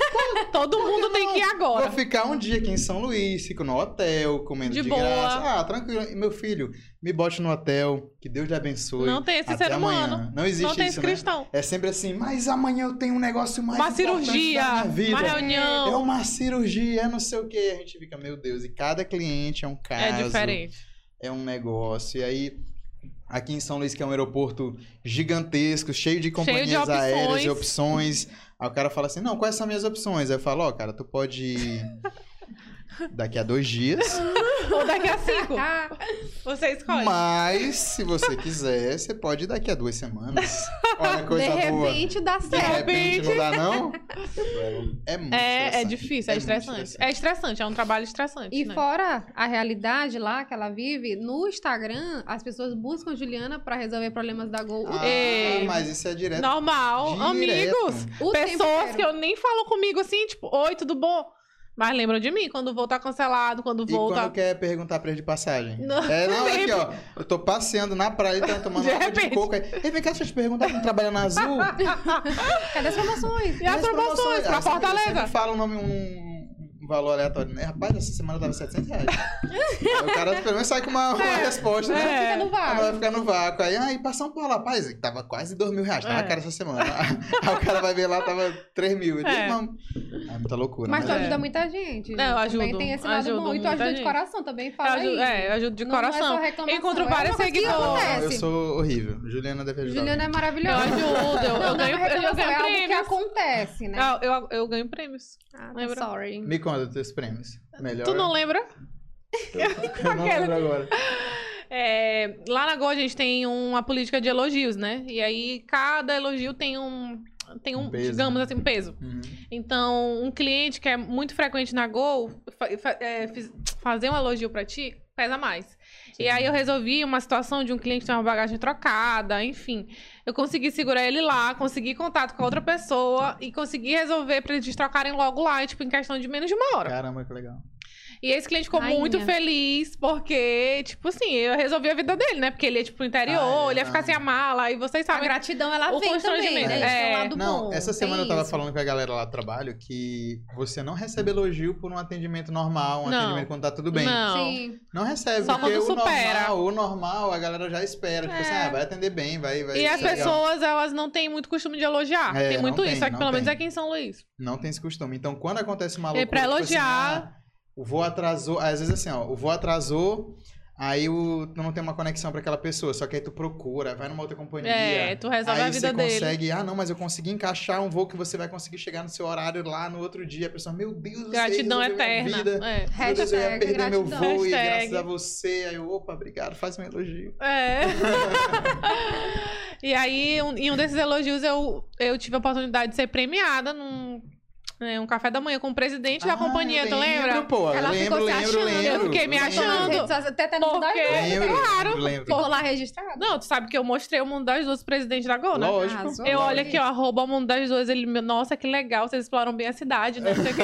Speaker 2: Todo mundo tem que ir agora.
Speaker 1: Vou ficar um dia aqui em São Luís, fico no hotel, comendo
Speaker 2: De
Speaker 1: de,
Speaker 2: boa.
Speaker 1: graça. Ah, tranquilo. E meu filho, me bote no hotel, que Deus te abençoe.
Speaker 2: Não tem esse
Speaker 1: Até
Speaker 2: ser
Speaker 1: amanhã.
Speaker 2: humano.
Speaker 1: Não existe
Speaker 2: Não tem esse
Speaker 1: isso, né?
Speaker 2: cristão.
Speaker 1: É sempre assim, mas amanhã eu tenho um negócio mais
Speaker 2: Uma
Speaker 1: importante
Speaker 2: cirurgia,
Speaker 1: da minha vida.
Speaker 2: uma reunião.
Speaker 1: É uma cirurgia, é não sei o que. A gente fica, meu Deus, e cada cliente é um caso.
Speaker 2: É diferente.
Speaker 1: É um negócio. E aí, aqui em São Luís, que é um aeroporto gigantesco, cheio de companhias
Speaker 2: opções.
Speaker 1: aéreas e opções. Aí o cara fala assim: não, quais são minhas opções? Aí eu falo: ó, cara, tu pode ir daqui a dois dias,
Speaker 2: Ou daqui a cinco.
Speaker 3: Ah,
Speaker 2: Você escolhe.
Speaker 1: mas se você quiser, você pode ir daqui a duas semanas.
Speaker 3: (laughs)
Speaker 1: Olha que
Speaker 3: de
Speaker 1: coisa boa.
Speaker 3: repente dá
Speaker 1: De
Speaker 3: certo.
Speaker 1: repente, não dá, não? É muito
Speaker 2: É, é
Speaker 1: estressante.
Speaker 2: difícil, é,
Speaker 1: muito
Speaker 2: estressante. É estressante, é um trabalho estressante.
Speaker 3: E
Speaker 2: né?
Speaker 3: fora a realidade lá que ela vive, no Instagram, as pessoas buscam Juliana pra resolver problemas da Gol.
Speaker 1: Ah,
Speaker 2: Ei.
Speaker 1: mas isso é direto.
Speaker 2: Normal.
Speaker 1: Direto.
Speaker 2: Amigos.
Speaker 3: o tempo
Speaker 2: pessoas
Speaker 3: inteiro.
Speaker 2: que eu nem falam comigo assim, tipo, oi, tudo bom? Mas lembram de mim quando o voo tá cancelado, quando o
Speaker 1: E
Speaker 2: voo tá.
Speaker 1: quando quer perguntar preço de passagem?
Speaker 2: Não.
Speaker 1: É,
Speaker 2: (laughs)
Speaker 1: não, aqui, ó. Eu tô passeando na praia, então, tomando
Speaker 2: De
Speaker 1: água de
Speaker 2: repente.
Speaker 1: coco. Aí, Ei, vem cá, deixa eu te perguntar, não trabalha na Azul?
Speaker 3: (laughs) Cadê as promoções?
Speaker 2: (laughs) E as
Speaker 1: Mas
Speaker 2: promoções pra
Speaker 1: Ah, sempre-
Speaker 2: Fortaleza?
Speaker 1: sempre Fala o nome, um, um um valor aleatório. né? Rapaz, essa semana tava 700
Speaker 2: (laughs)
Speaker 1: reais. Aí o cara pelo menos sai com uma, uma
Speaker 2: É.
Speaker 1: resposta, né?
Speaker 2: É.
Speaker 3: Fica no
Speaker 1: Aí
Speaker 3: vago.
Speaker 1: vai ficar no vácuo. Aí, aí pra São Paulo, rapaz, tava quase 2 mil reais, tava
Speaker 2: É.
Speaker 1: cara essa semana. (laughs) Aí o cara vai ver lá, tava 3 mil. Ele,
Speaker 2: É.
Speaker 1: "Não." É muita loucura.
Speaker 3: Mas tu
Speaker 1: né?
Speaker 2: É.
Speaker 3: ajuda muita gente.
Speaker 2: Não, eu ajudo,
Speaker 3: Também tem esse lado
Speaker 2: ajudo
Speaker 3: bom. E tu
Speaker 2: muita
Speaker 3: ajuda
Speaker 2: gente.
Speaker 3: de coração também,
Speaker 2: Eu
Speaker 3: fala
Speaker 2: ajudo,
Speaker 3: aí.
Speaker 2: é, eu ajudo de
Speaker 3: Não é
Speaker 2: coração.
Speaker 3: só reclamação,
Speaker 2: Encontro
Speaker 3: é
Speaker 2: vários
Speaker 3: uma coisa que
Speaker 2: seguidores.
Speaker 1: Não, eu
Speaker 3: acontece.
Speaker 1: sou horrível. Juliana deve ajudar.
Speaker 3: Juliana é
Speaker 2: Eu
Speaker 3: maravilhosa.
Speaker 2: ajudo, eu, eu
Speaker 3: Não, não é
Speaker 2: ganho, eu,
Speaker 3: reclamação,
Speaker 2: ganho
Speaker 3: é algo que
Speaker 2: prêmios.
Speaker 3: acontece, né?
Speaker 2: Ah, eu, eu ganho prêmios.
Speaker 3: Ah, tá,
Speaker 2: lembra?
Speaker 3: sorry.
Speaker 1: Me conta dos teus prêmios. Melhor.
Speaker 2: Tu não lembra?
Speaker 1: (laughs) Eu não lembro
Speaker 2: (laughs)
Speaker 1: agora.
Speaker 2: É, lá na Gol a gente tem uma política de elogios, né? E aí cada elogio tem um, tem um,
Speaker 1: Um peso.
Speaker 2: digamos assim, um peso.
Speaker 1: Uhum.
Speaker 2: Então, um cliente que é muito frequente na Gol, fa- fa- é, fiz- fazer um elogio pra ti pesa mais. E aí eu resolvi uma situação de um cliente ter uma bagagem trocada, enfim. Eu consegui segurar ele lá, consegui contato com a outra pessoa e consegui resolver pra eles trocarem logo lá, tipo, em questão de menos de uma hora.
Speaker 1: Caramba, que legal.
Speaker 2: E esse cliente ficou
Speaker 3: Rainha.
Speaker 2: muito feliz, porque, tipo assim, eu resolvi a vida dele, né? Porque ele ia, tipo, pro interior,
Speaker 1: Ah, é,
Speaker 2: ele ia ficar
Speaker 1: não.
Speaker 2: sem a mala, e vocês
Speaker 3: A
Speaker 2: sabem.
Speaker 3: gratidão, ela
Speaker 2: O
Speaker 3: vem também,
Speaker 2: constrangimento,
Speaker 3: né?
Speaker 1: é.
Speaker 3: Esse é o lado
Speaker 1: Não,
Speaker 3: bom,
Speaker 1: essa semana
Speaker 3: tem
Speaker 1: eu tava
Speaker 3: isso.
Speaker 1: falando com a galera lá do trabalho que você não recebe elogio por um atendimento normal, um
Speaker 2: Não.
Speaker 1: atendimento quando tá tudo bem.
Speaker 2: Não.
Speaker 3: Sim.
Speaker 1: Não recebe,
Speaker 2: Só
Speaker 1: porque
Speaker 2: quando
Speaker 1: o
Speaker 2: supera.
Speaker 1: normal, o normal, a galera já espera. Tipo
Speaker 2: É.
Speaker 1: assim, ah, vai atender bem, vai, vai.
Speaker 2: E
Speaker 1: ser
Speaker 2: as
Speaker 1: legal.
Speaker 2: pessoas, elas não têm muito costume de elogiar.
Speaker 1: É,
Speaker 2: tem
Speaker 1: não
Speaker 2: muito
Speaker 1: tem,
Speaker 2: isso, aqui
Speaker 1: não
Speaker 2: pelo menos
Speaker 1: tem.
Speaker 2: aqui em São Luís.
Speaker 1: Não tem esse costume. Então, quando acontece uma
Speaker 2: E
Speaker 1: loucura...
Speaker 2: pra
Speaker 1: tipo assim,
Speaker 2: elogiar.
Speaker 1: ah, o voo atrasou... Às vezes, assim, ó, o voo atrasou, aí o... não tem uma conexão pra aquela pessoa. Só que aí tu procura, vai numa outra companhia.
Speaker 2: É, tu resolve
Speaker 1: aí
Speaker 2: a vida
Speaker 1: você
Speaker 2: dele.
Speaker 1: consegue... Ah, não, mas eu consegui encaixar um voo que você vai conseguir chegar no seu horário lá no outro dia. A pessoa, meu Deus, você
Speaker 2: Gratidão
Speaker 1: resolveu minha
Speaker 2: eterna.
Speaker 1: vida.
Speaker 2: É.
Speaker 1: Meu Deus, eu ia
Speaker 3: Hashtag
Speaker 1: perder meu
Speaker 3: gratidão.
Speaker 1: voo e
Speaker 2: Hashtag.
Speaker 1: graças a você. Aí eu, opa, obrigado, faz um elogio.
Speaker 2: É. (laughs) e aí, um- em um desses elogios, eu, eu tive a oportunidade de ser premiada num né, um café da manhã com o presidente da
Speaker 1: Ah,
Speaker 2: companhia,
Speaker 1: eu
Speaker 2: tu
Speaker 1: lembro,
Speaker 2: lembra?
Speaker 1: Pô, eu
Speaker 3: Ela
Speaker 1: lembro,
Speaker 3: ficou se
Speaker 1: lembro,
Speaker 3: achando.
Speaker 1: lembro.
Speaker 2: Eu fiquei me
Speaker 1: lembro.
Speaker 3: Tô nas
Speaker 2: achando.
Speaker 3: redes sociais, Até até no
Speaker 2: Porque-
Speaker 1: Lembro,
Speaker 2: Claro.
Speaker 1: lembro.
Speaker 3: Ficou lá registrado.
Speaker 2: Não, tu sabe que eu mostrei o mundo das duas presidente da Gol, né?
Speaker 1: Lógico.
Speaker 3: Arrasou.
Speaker 2: Eu olho
Speaker 3: lógico.
Speaker 2: aqui, ó, arroba o mundo das duas, ele, nossa, que legal, vocês exploram bem a cidade, né?
Speaker 1: (laughs)
Speaker 2: Não sei o quê.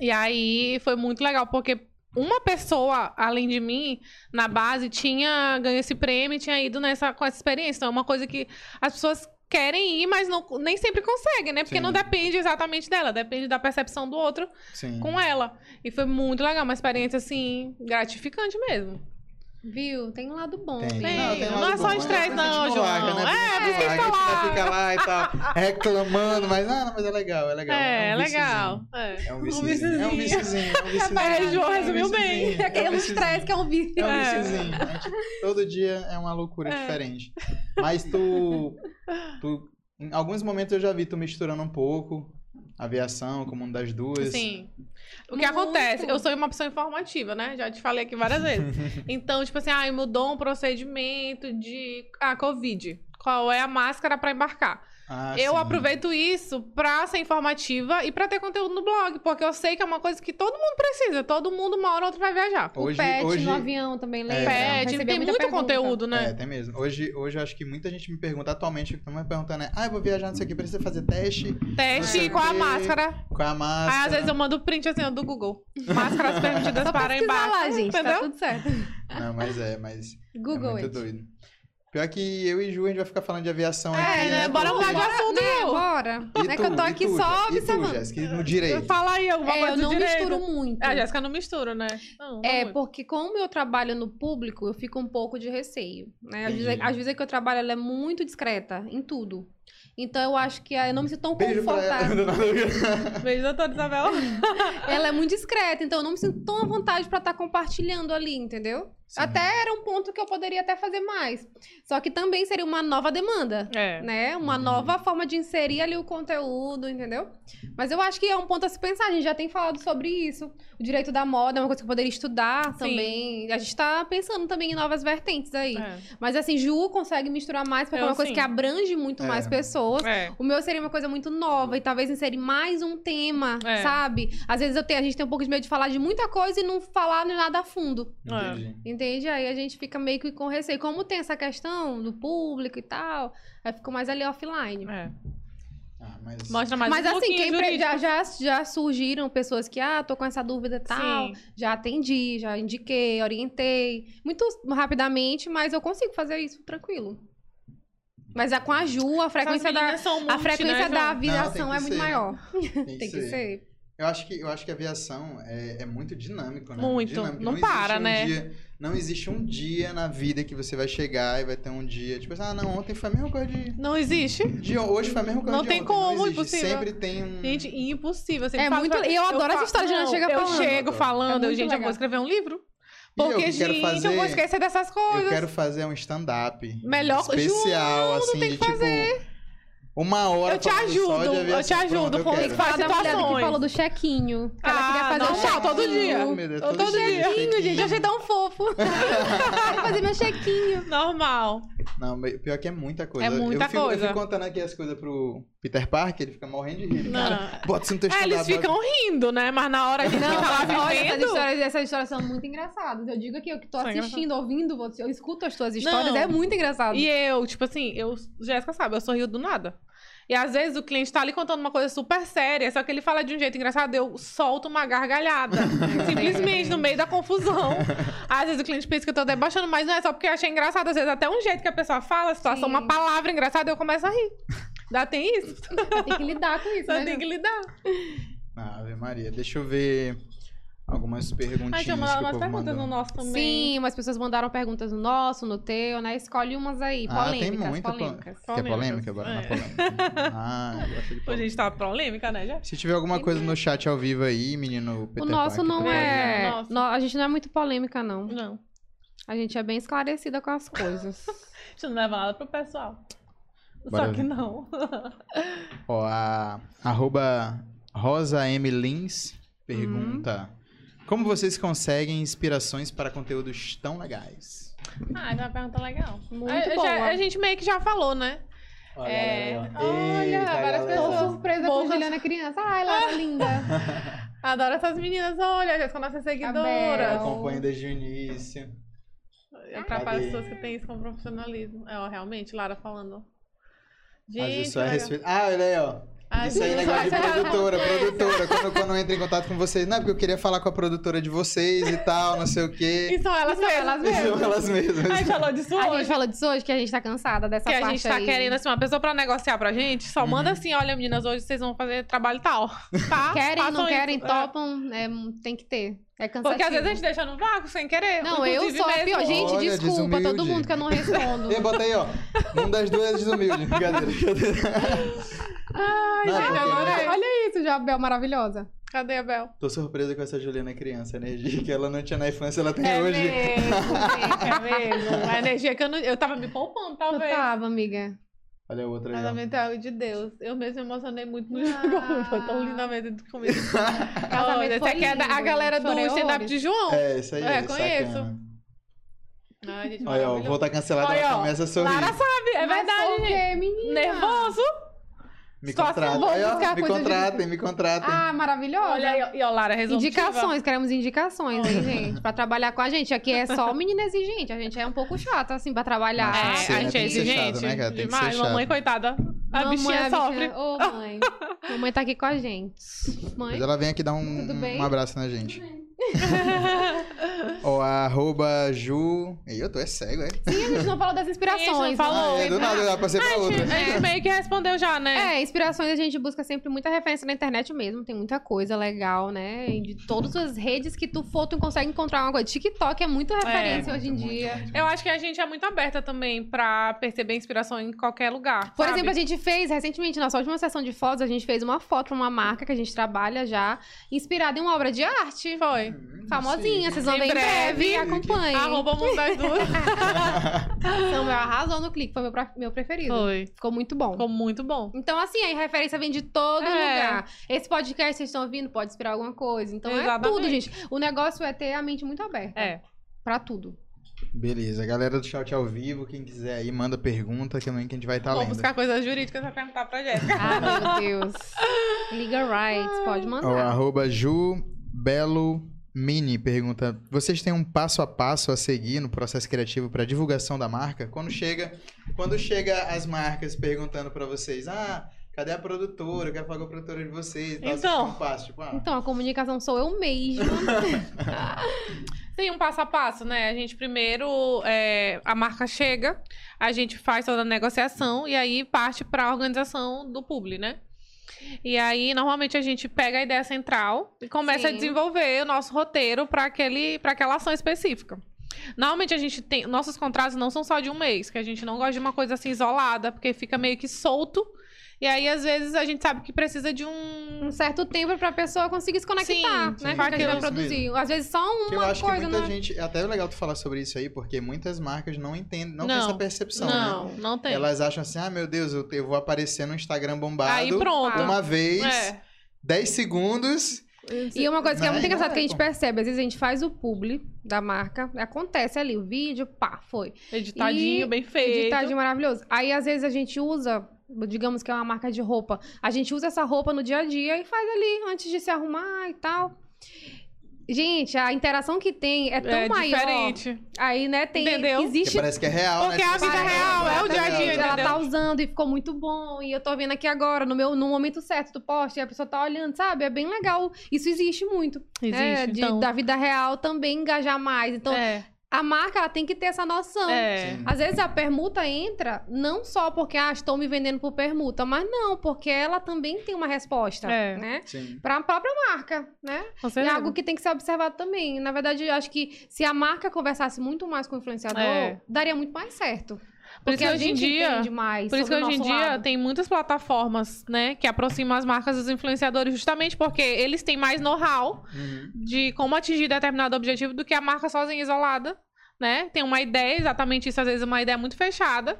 Speaker 2: E aí foi muito legal, porque uma pessoa, além de mim, na base, tinha ganho esse prêmio e tinha ido nessa, com essa experiência. Então é uma coisa que as pessoas querem ir, mas não, nem sempre conseguem, né? Porque
Speaker 1: Sim.
Speaker 2: não depende exatamente dela, depende da percepção do outro
Speaker 1: Sim.
Speaker 2: com ela. E foi muito legal, uma experiência, assim, gratificante mesmo.
Speaker 3: Viu? Tem um lado bom.
Speaker 1: Tem.
Speaker 3: né?
Speaker 2: Não, tem um lado
Speaker 1: lado
Speaker 2: é só
Speaker 1: bom,
Speaker 2: estresse,
Speaker 1: mas a gente
Speaker 2: não, João.
Speaker 1: larga, né?
Speaker 2: É,
Speaker 1: Porque
Speaker 2: por isso que
Speaker 1: a gente
Speaker 2: eu
Speaker 1: larga, a gente
Speaker 2: falo.
Speaker 1: fica lá e
Speaker 2: (laughs)
Speaker 1: tal, reclamando, mas, ah, mas é legal, é legal.
Speaker 2: É,
Speaker 1: um
Speaker 2: legal. É.
Speaker 1: viciozinho. É um viciozinho. É um
Speaker 2: viciozinho.
Speaker 1: viciozinho. É um viciozinho.
Speaker 2: (laughs) Rapaz, João
Speaker 1: É um
Speaker 2: resumiu bem.
Speaker 1: viciozinho,
Speaker 3: É
Speaker 1: É um
Speaker 3: aquele estresse
Speaker 1: viciozinho.
Speaker 3: que é um vício.
Speaker 1: É um
Speaker 2: É.
Speaker 1: viciozinho. A gente- Todo dia é uma loucura
Speaker 2: É.
Speaker 1: diferente. Mas tu, tu. Em alguns momentos eu já vi tu misturando um pouco aviação com o mundo das duas.
Speaker 2: Sim. O
Speaker 3: Muito.
Speaker 2: que acontece? Eu sou uma pessoa informativa, né? Já te falei aqui
Speaker 1: (laughs)
Speaker 2: várias vezes. Então, tipo assim, ai, mudou um procedimento de. Ah, Covid. Qual é a máscara pra embarcar?
Speaker 1: Ah,
Speaker 2: eu
Speaker 1: sim.
Speaker 2: aproveito isso pra ser informativa e pra ter conteúdo no blog, porque eu sei que é uma coisa que todo mundo precisa. Todo mundo, uma hora ou outra, vai viajar.
Speaker 3: O
Speaker 1: Hoje-
Speaker 3: pet
Speaker 1: hoje-
Speaker 3: no avião também, lembra?
Speaker 1: É.
Speaker 2: Pede,
Speaker 3: Recebia
Speaker 2: tem
Speaker 3: muita
Speaker 2: muito
Speaker 3: pergunta.
Speaker 2: conteúdo, né?
Speaker 1: É, tem mesmo. Hoje, hoje eu acho que muita gente me pergunta atualmente, estão me perguntando, né? Ah, eu vou viajar, não sei o que, precisa fazer teste
Speaker 2: Teste
Speaker 1: Você
Speaker 2: com a
Speaker 1: vê-
Speaker 2: máscara.
Speaker 1: com a É. máscara.
Speaker 2: Aí, às vezes, eu mando print assim, ó, do Google.
Speaker 1: (laughs)
Speaker 2: Máscaras permitidas
Speaker 3: Só
Speaker 2: para
Speaker 3: pesquisar
Speaker 2: embarque.
Speaker 3: lá, gente. Tá
Speaker 2: entendeu?
Speaker 3: tudo certo.
Speaker 1: Não, mas é, mas é
Speaker 3: Google
Speaker 1: muito
Speaker 3: it.
Speaker 1: doido. Pior que eu e Ju, a gente vai ficar falando de aviação aqui,
Speaker 2: É, né?
Speaker 1: né?
Speaker 2: Bora
Speaker 1: pô?
Speaker 2: mudar de assunto,
Speaker 3: Né,
Speaker 2: meu.
Speaker 3: bora.
Speaker 1: E
Speaker 3: é
Speaker 1: tu,
Speaker 3: que eu tô
Speaker 1: e
Speaker 3: aqui
Speaker 1: tu,
Speaker 3: só
Speaker 1: Jé- e tu,
Speaker 3: observando.
Speaker 1: Jéssica, e no direito.
Speaker 2: Fala aí alguma
Speaker 3: É,
Speaker 2: coisa
Speaker 3: eu
Speaker 2: do
Speaker 3: não
Speaker 2: direito.
Speaker 3: misturo muito.
Speaker 2: A É, Jéssica não mistura, né? Não, não
Speaker 3: Hum. É,
Speaker 2: muito.
Speaker 3: porque como eu trabalho no público, eu fico um pouco de receio, né? Às
Speaker 1: Entendi.
Speaker 3: vezes, às vezes é que eu trabalho, ela é muito discreta em tudo. Então eu acho que ah, eu não me sinto tão
Speaker 1: Beijo pra
Speaker 2: tá?
Speaker 1: ela. (laughs)
Speaker 3: confortável.
Speaker 2: Beijo, doutora Isabel.
Speaker 3: (laughs) Ela é muito discreta, então eu não me sinto tão à vontade pra estar compartilhando ali, entendeu?
Speaker 1: Sim.
Speaker 3: Até era um ponto que eu poderia até fazer mais. Só que também seria uma nova demanda,
Speaker 2: É.
Speaker 3: né? Uma
Speaker 1: Entendi.
Speaker 3: nova forma de inserir ali o conteúdo, entendeu? Mas eu acho que é um ponto a se pensar, a gente já tem falado sobre isso. O direito da moda é uma coisa que eu poderia estudar
Speaker 2: Sim.
Speaker 3: também. A gente tá pensando também em novas vertentes aí. Mas assim, Ju consegue misturar mais, porque é
Speaker 2: É. Eu,
Speaker 3: uma coisa
Speaker 2: sim.
Speaker 3: que abrange muito
Speaker 1: É.
Speaker 3: mais pessoas.
Speaker 2: É.
Speaker 3: O meu seria uma coisa muito nova e talvez inserir mais um tema,
Speaker 2: É.
Speaker 3: sabe? Às vezes eu tenho, a gente tem um pouco de medo de falar de muita coisa e não falar de nada a fundo,
Speaker 1: Entendi.
Speaker 3: entende? Aí a gente fica meio que com receio. Como tem essa questão do público e tal, aí ficou mais ali offline.
Speaker 2: é.
Speaker 1: Ah, mas...
Speaker 2: Mostra mais
Speaker 3: Mas
Speaker 2: um
Speaker 3: assim,
Speaker 2: pouquinho
Speaker 3: quem pre-
Speaker 2: jurídico.
Speaker 3: já, já, já surgiram pessoas que, ah, tô com essa dúvida e tal,
Speaker 2: Sim.
Speaker 3: já atendi, já indiquei, orientei. Muito rapidamente, mas eu consigo fazer isso tranquilo. Mas a- com
Speaker 2: né?
Speaker 3: a Ju, a frequência da. A frequência
Speaker 1: Não,
Speaker 3: da
Speaker 1: tem
Speaker 3: aviação
Speaker 1: que
Speaker 3: é muito
Speaker 1: ser.
Speaker 3: maior.
Speaker 1: Tem
Speaker 3: Tem que ser.
Speaker 1: Eu acho que, eu acho que a aviação é, é muito dinâmico, né?
Speaker 2: Muito.
Speaker 1: Dinâmico.
Speaker 2: Não
Speaker 1: existe
Speaker 2: para,
Speaker 1: um
Speaker 2: né?
Speaker 1: dia- não existe um dia na vida que você vai chegar e vai ter um dia, tipo assim, ah, não, ontem foi a mesma coisa de,
Speaker 2: Não existe.
Speaker 1: de hoje, foi a mesma coisa
Speaker 2: Não
Speaker 1: de
Speaker 2: tem
Speaker 1: ontem.
Speaker 2: como,
Speaker 1: não existe.
Speaker 2: impossível.
Speaker 1: Sempre tem um...
Speaker 2: Gente, impossível. Sempre
Speaker 3: É
Speaker 2: falo
Speaker 3: muito-
Speaker 2: pra-
Speaker 3: eu adoro essa
Speaker 2: fa-
Speaker 3: história de não chega
Speaker 2: eu
Speaker 3: falando. É
Speaker 2: chego falando,
Speaker 3: muito
Speaker 2: eu, gente, eu vou
Speaker 3: legal.
Speaker 2: escrever um livro.
Speaker 1: E eu
Speaker 2: Porque,
Speaker 1: que quero
Speaker 2: gente, eu
Speaker 1: fazer-
Speaker 2: vou esquecer dessas
Speaker 1: Eu
Speaker 2: coisas.
Speaker 1: quero fazer um stand-up.
Speaker 2: Melhor-
Speaker 1: Especial, assim,
Speaker 2: tem
Speaker 1: de
Speaker 2: que
Speaker 1: tipo. Uma hora.
Speaker 2: Eu te
Speaker 1: falando só
Speaker 2: ajudo,
Speaker 1: de
Speaker 2: eu te
Speaker 1: aviação.
Speaker 2: ajudo
Speaker 1: Pronto, eu
Speaker 2: com o que
Speaker 1: quero.
Speaker 2: faz
Speaker 3: Ah, da mulher que
Speaker 2: situações.
Speaker 3: falou do chequinho. que
Speaker 2: Ah,
Speaker 3: ela queria fazer
Speaker 2: não,
Speaker 3: um chequinho.
Speaker 2: todo dia.
Speaker 1: Oh, Então, meu Deus,
Speaker 2: Eu todo dia.
Speaker 1: chequinho.
Speaker 3: Gente, eu achei
Speaker 1: (laughs)
Speaker 3: tão fofo. Quero fazer meu chequinho.
Speaker 2: Normal.
Speaker 1: Não, mas pior que é muita coisa.
Speaker 2: É muita
Speaker 1: eu fico, Eu
Speaker 2: coisa.
Speaker 1: fico contando aqui as coisas pro Peter Parker, ele fica morrendo de rir. um
Speaker 2: Não.
Speaker 1: Cara, bota isso no teu
Speaker 2: É,
Speaker 1: stand-up,
Speaker 2: eles
Speaker 1: bota-
Speaker 2: ficam rindo, né? Mas na hora que
Speaker 3: Não,
Speaker 2: tá lá
Speaker 3: olha, essas
Speaker 2: vivendo...
Speaker 3: histórias, essas histórias são muito engraçadas. Eu digo aqui, eu que tô
Speaker 2: São
Speaker 3: assistindo, ouvindo você, eu escuto as tuas histórias,
Speaker 2: Não.
Speaker 3: é muito engraçado.
Speaker 2: E eu, tipo assim, eu, Jéssica sabe, eu sorrio do nada. E às vezes o cliente tá ali contando uma coisa super séria, só que ele fala de um jeito engraçado, eu solto uma gargalhada. simplesmente, no meio da confusão. Às vezes o cliente pensa que eu tô debochando, mas não é só porque eu achei engraçado. Às vezes até um jeito que a pessoa fala, a situação,
Speaker 3: Sim.
Speaker 2: uma palavra engraçada, eu começo a rir. Dá, tem isso?
Speaker 3: Tem que lidar com isso,
Speaker 2: Você
Speaker 3: né?
Speaker 2: tem que lidar.
Speaker 1: Ave Maria, deixa eu ver algumas perguntinhas
Speaker 2: Aí
Speaker 1: que
Speaker 2: tinha mandado
Speaker 1: o
Speaker 2: umas
Speaker 1: povo
Speaker 2: perguntas no
Speaker 1: mandou.
Speaker 2: nosso também.
Speaker 3: Sim, umas pessoas mandaram perguntas no nosso, no teu, né? Escolhe umas aí,
Speaker 1: Ah, tem
Speaker 3: polêmicas,
Speaker 1: muita po-
Speaker 3: polêmicas.
Speaker 1: Quer polêmica
Speaker 2: Polêmicas,
Speaker 1: agora?
Speaker 2: é.
Speaker 1: Na polêmica. Ah, eu gosto
Speaker 2: (laughs)
Speaker 1: de
Speaker 2: Hoje a
Speaker 1: polêmica.
Speaker 2: gente tá polêmica, né, já?
Speaker 1: Se tiver alguma coisa no chat ao vivo aí, menino Peter
Speaker 3: O nosso
Speaker 1: Parker,
Speaker 3: não
Speaker 1: tu pode-
Speaker 3: é.
Speaker 2: Nossa.
Speaker 3: no- a gente não é muito polêmica, não.
Speaker 2: Não.
Speaker 3: A gente é bem esclarecida com as
Speaker 2: (laughs)
Speaker 3: coisas.
Speaker 2: A gente não leva nada pro pessoal.
Speaker 1: Bora
Speaker 2: Só que
Speaker 1: ver.
Speaker 2: não. (laughs)
Speaker 1: Ó, a arroba Rosa M. Lins pergunta:
Speaker 2: Hum.
Speaker 1: Como vocês conseguem inspirações para conteúdos tão legais?
Speaker 2: Ah, essa é uma pergunta legal.
Speaker 3: Muito
Speaker 2: a,
Speaker 3: boa.
Speaker 2: É, já- a gente meio que já falou, né?
Speaker 1: Olha,
Speaker 2: É, galera, ó. olha, Eita, várias galera.
Speaker 3: Tô
Speaker 2: pessoas.
Speaker 3: surpresa com
Speaker 2: Poucas-
Speaker 3: Juliana criança. Ai, Lara linda.
Speaker 2: Adoro essas meninas. Olha, já são nossas
Speaker 3: Bel.
Speaker 2: seguidoras.
Speaker 1: Acompanho desde o início.
Speaker 2: Eu trabalho
Speaker 1: Cadê?
Speaker 2: as pessoas que têm isso com profissionalismo. É, ó, realmente, Lara falando.
Speaker 1: Mas
Speaker 2: Gente,
Speaker 1: isso é
Speaker 2: legal.
Speaker 1: respeito. Ah, olha aí, ó.
Speaker 2: Ai,
Speaker 1: Isso aí é
Speaker 2: gente,
Speaker 1: negócio de
Speaker 2: olha.
Speaker 1: produtora, produtora. Quando, quando eu entro em contato com vocês, não é porque eu queria falar com a produtora de vocês e tal, não sei o
Speaker 2: E
Speaker 1: quê.
Speaker 2: são elas
Speaker 3: E são
Speaker 2: mesmas.
Speaker 3: é elas
Speaker 1: E (laughs) são elas
Speaker 2: (laughs) A
Speaker 1: mesmas.
Speaker 2: gente falou
Speaker 3: A
Speaker 2: disso hoje.
Speaker 3: gente falou disso hoje, que a gente tá cansada dessa
Speaker 2: que a
Speaker 3: parte
Speaker 2: gente tá
Speaker 3: aí.
Speaker 2: querendo, assim, uma pessoa pra negociar pra gente, só manda
Speaker 1: Uhum.
Speaker 2: assim, olha, meninas, hoje vocês vão fazer trabalho
Speaker 3: (laughs)
Speaker 2: tal, tá?
Speaker 3: Querem,
Speaker 2: Façam
Speaker 3: não querem,
Speaker 2: isso. É,
Speaker 3: topam, é, tem que ter. É cansativo.
Speaker 2: Porque às vezes a gente deixa no vácuo sem querer.
Speaker 3: Não, eu
Speaker 2: inclusive
Speaker 3: sou a
Speaker 2: mesmo.
Speaker 3: pior. Gente,
Speaker 1: Olha,
Speaker 3: desculpa todo
Speaker 1: desumilde.
Speaker 3: mundo que eu não
Speaker 2: (laughs)
Speaker 3: respondo.
Speaker 2: É
Speaker 1: E bota aí, ó. Um das duas é desumilde. Brincadeira, brincadeira.
Speaker 3: Ai,
Speaker 1: Não, é
Speaker 3: gente,
Speaker 1: porque-
Speaker 2: É.
Speaker 3: adorei. Olha isso, Jabel, maravilhosa.
Speaker 2: Cadê a Bel?
Speaker 1: Tô surpresa com essa Juliana criança, a energia que ela não tinha na infância, ela tem
Speaker 3: É
Speaker 1: hoje.
Speaker 2: É mesmo, gente, é mesmo. A energia que eu não... Eu tava me poupando,
Speaker 3: Eu
Speaker 2: talvez.
Speaker 3: tava, amiga.
Speaker 1: Olha a outra aí. ó.
Speaker 2: Casamento é algo de Deus. Eu mesmo me emocionei muito no
Speaker 3: Ah.
Speaker 2: jogo. Foi tão lindamente do começo.
Speaker 3: Casamento
Speaker 2: Olha,
Speaker 3: foi
Speaker 2: essa aqui é
Speaker 3: lindo,
Speaker 2: da- a galera do
Speaker 3: chorei
Speaker 2: stand-up
Speaker 3: horrores.
Speaker 2: de João.
Speaker 1: É, isso aí.
Speaker 2: É,
Speaker 1: sacana.
Speaker 2: conheço. Ai, gente,
Speaker 1: Olha, ó,
Speaker 2: maravilhoso.
Speaker 1: vou tá cancelada,
Speaker 2: Olha,
Speaker 1: ela
Speaker 2: ó,
Speaker 1: começa a sorrir.
Speaker 2: Lara sabe, é
Speaker 3: Mas
Speaker 2: verdade,
Speaker 3: por
Speaker 2: gente.
Speaker 3: quê, menina?
Speaker 2: Nervoso.
Speaker 1: Me
Speaker 2: Só assim
Speaker 1: contratem.
Speaker 3: vou
Speaker 1: Aí, ó,
Speaker 3: buscar
Speaker 1: me
Speaker 3: coisa de-
Speaker 1: contratem, me contratem.
Speaker 3: Ah, maravilhosa.
Speaker 2: Olha aí, ó, e ó, Lara resolveu.
Speaker 3: Indicações, queremos indicações, hein, gente? Pra trabalhar com a gente. Aqui é só menina exigente. A gente é um pouco chata, assim, pra trabalhar.
Speaker 1: Nossa,
Speaker 2: É,
Speaker 1: Tem que ser,
Speaker 2: a
Speaker 1: né?
Speaker 2: gente é
Speaker 1: Tem que ser
Speaker 2: exigente.
Speaker 1: chato, né, cara? Tem que ser
Speaker 2: demais. Mamãe,
Speaker 1: chato.
Speaker 2: coitada. A
Speaker 3: Mamãe, é.
Speaker 2: bichinha sofre.
Speaker 3: Ô, mãe. Mamãe tá aqui com a
Speaker 2: (laughs)
Speaker 3: gente. Mãe.
Speaker 1: Mas ela vem aqui dar um,
Speaker 3: Tudo bem?
Speaker 1: um abraço na gente. Ó, arroba Ju. Ei, eu tô é cego, é?
Speaker 3: Sim, a gente não falou das inspirações.
Speaker 2: Isso, falou.
Speaker 1: Ah, é, do
Speaker 2: hein?
Speaker 1: nada, eu passei pra
Speaker 2: A gente,
Speaker 1: outra.
Speaker 2: a gente meio que respondeu já, né?
Speaker 3: É, inspirações a gente busca sempre muita referência na internet mesmo. Tem muita coisa legal, né? E De todas as redes que tu for, tu consegue encontrar uma coisa. TikTok é muita referência hoje em
Speaker 1: Muito,
Speaker 3: dia.
Speaker 1: muito, muito.
Speaker 2: Eu acho que a gente é muito aberta também pra perceber inspiração em qualquer lugar.
Speaker 3: Por
Speaker 2: sabe?
Speaker 3: exemplo, a gente fez recentemente, nossa última sessão de fotos, a gente fez uma foto pra uma marca que a gente trabalha já, inspirada em uma obra de arte. Foi. É
Speaker 1: Hum,
Speaker 3: Famosinha, vocês vão
Speaker 2: Em
Speaker 3: ver em breve.
Speaker 2: breve.
Speaker 3: Acompanhem.
Speaker 2: Arroba o mundo
Speaker 3: (laughs)
Speaker 2: das duas.
Speaker 3: Samuel arrasou no clique, foi meu, pra- meu preferido.
Speaker 2: Foi.
Speaker 3: Ficou muito bom.
Speaker 2: Ficou muito bom.
Speaker 3: Então, assim, aí referência vem de todo
Speaker 2: É.
Speaker 3: lugar. Esse podcast que vocês estão ouvindo pode inspirar alguma coisa. Então
Speaker 2: Exatamente.
Speaker 3: é tudo, gente. O negócio é ter a mente muito aberta.
Speaker 2: É.
Speaker 3: Pra tudo.
Speaker 1: Beleza, galera do chat ao vivo, quem quiser aí, manda pergunta que amanhã que a gente vai estar
Speaker 2: Vou
Speaker 1: lendo.
Speaker 2: buscar coisas jurídicas pra perguntar pra Jéssica.
Speaker 3: Ah, meu Deus. (laughs) Liga Rights, pode
Speaker 1: Ó,
Speaker 3: mandar.
Speaker 1: arroba Ju Belo Mini pergunta: Vocês têm um passo a passo a seguir no processo criativo para divulgação da marca? Quando chega, quando chega as marcas perguntando para vocês: Ah, cadê a produtora? Eu quero falar com a produtora de vocês. e tal, vocês
Speaker 2: Então.
Speaker 1: têm um passo, tipo, ah,
Speaker 3: Então, a comunicação sou eu mesma.
Speaker 2: Tem um passo a passo, né? A gente primeiro, é, a marca chega, a gente faz toda a negociação e aí parte para a organização do publi, né? E aí, normalmente, a gente pega a ideia central e começa a
Speaker 3: Sim.
Speaker 2: desenvolver o nosso roteiro para aquela ação específica. Normalmente a gente tem. Nossos contratos não são só de um mês, que a gente não gosta de uma coisa assim isolada, porque fica meio que solto. E aí, às vezes, a gente sabe que precisa de um.
Speaker 3: Um certo tempo pra pessoa conseguir se conectar,
Speaker 1: Sim,
Speaker 3: né?
Speaker 1: sim.
Speaker 3: Com o que a gente vai
Speaker 1: Isso mesmo.
Speaker 3: produzir. Às vezes só
Speaker 1: Que eu
Speaker 3: uma
Speaker 1: acho que
Speaker 3: coisa,
Speaker 1: muita
Speaker 3: né?
Speaker 1: gente. É até legal tu falar sobre isso aí, porque muitas marcas não entendem, não, têm
Speaker 2: Não,
Speaker 1: essa percepção, né?
Speaker 2: não, não tem.
Speaker 1: Elas acham assim, ah, meu Deus, eu, eu vou aparecer no Instagram bombado
Speaker 2: Aí pronto.
Speaker 1: é uma vez,
Speaker 2: É.
Speaker 1: 10 segundos.
Speaker 3: E uma coisa que é
Speaker 1: Né?
Speaker 3: muito engraçada que a gente
Speaker 1: Não é,
Speaker 3: percebe, às vezes a gente faz o publi da marca, acontece ali o vídeo, pá, foi.
Speaker 2: Editadinho,
Speaker 3: E
Speaker 2: bem feito.
Speaker 3: Editadinho maravilhoso. Aí às vezes a gente usa, digamos que é uma marca de roupa, a gente usa essa roupa no dia a dia e faz ali antes de se arrumar e tal. Gente, a interação que tem é tão
Speaker 2: é
Speaker 3: maior.
Speaker 2: diferente.
Speaker 3: Aí, né, tem
Speaker 2: Entendeu?
Speaker 1: Porque
Speaker 3: existe
Speaker 1: parece que é real,
Speaker 2: Porque
Speaker 1: né?
Speaker 2: é a
Speaker 1: Tipo
Speaker 2: vida
Speaker 1: assim,
Speaker 2: real, é o dia a
Speaker 1: real,
Speaker 2: dia,
Speaker 1: né?
Speaker 3: ela
Speaker 2: entendeu?
Speaker 3: tá usando e ficou muito bom. E eu tô vendo aqui agora, no meu no momento certo do poste, e a pessoa tá olhando, sabe? É bem legal. Isso existe muito. né?
Speaker 2: Existe,
Speaker 3: De-
Speaker 2: então.
Speaker 3: Da vida real também engajar mais. Então,
Speaker 2: é,
Speaker 3: a marca ela tem que ter essa noção.
Speaker 2: é.
Speaker 1: Sim.
Speaker 3: Às vezes a permuta entra não só porque ah, estou me vendendo por permuta, mas não, porque ela também tem uma resposta,
Speaker 2: É.
Speaker 3: né?
Speaker 1: Sim.
Speaker 3: Para a própria marca, né?
Speaker 2: Com
Speaker 3: É
Speaker 2: certeza.
Speaker 3: algo que tem que ser observado também. Na verdade, eu acho que se a marca conversasse muito mais com o influenciador,
Speaker 2: É.
Speaker 3: daria muito mais certo.
Speaker 2: Por
Speaker 3: Porque
Speaker 2: isso que
Speaker 3: a
Speaker 2: hoje em
Speaker 3: gente
Speaker 2: dia.
Speaker 3: entende mais
Speaker 2: Por isso que
Speaker 3: sobre o
Speaker 2: hoje em
Speaker 3: nosso
Speaker 2: dia
Speaker 3: lado.
Speaker 2: tem muitas plataformas, né, que aproximam as marcas dos influenciadores, justamente porque eles têm mais know-how
Speaker 1: Uhum.
Speaker 2: de como atingir determinado objetivo do que a marca sozinha isolada, né? Tem uma ideia, exatamente isso, às vezes uma ideia muito fechada.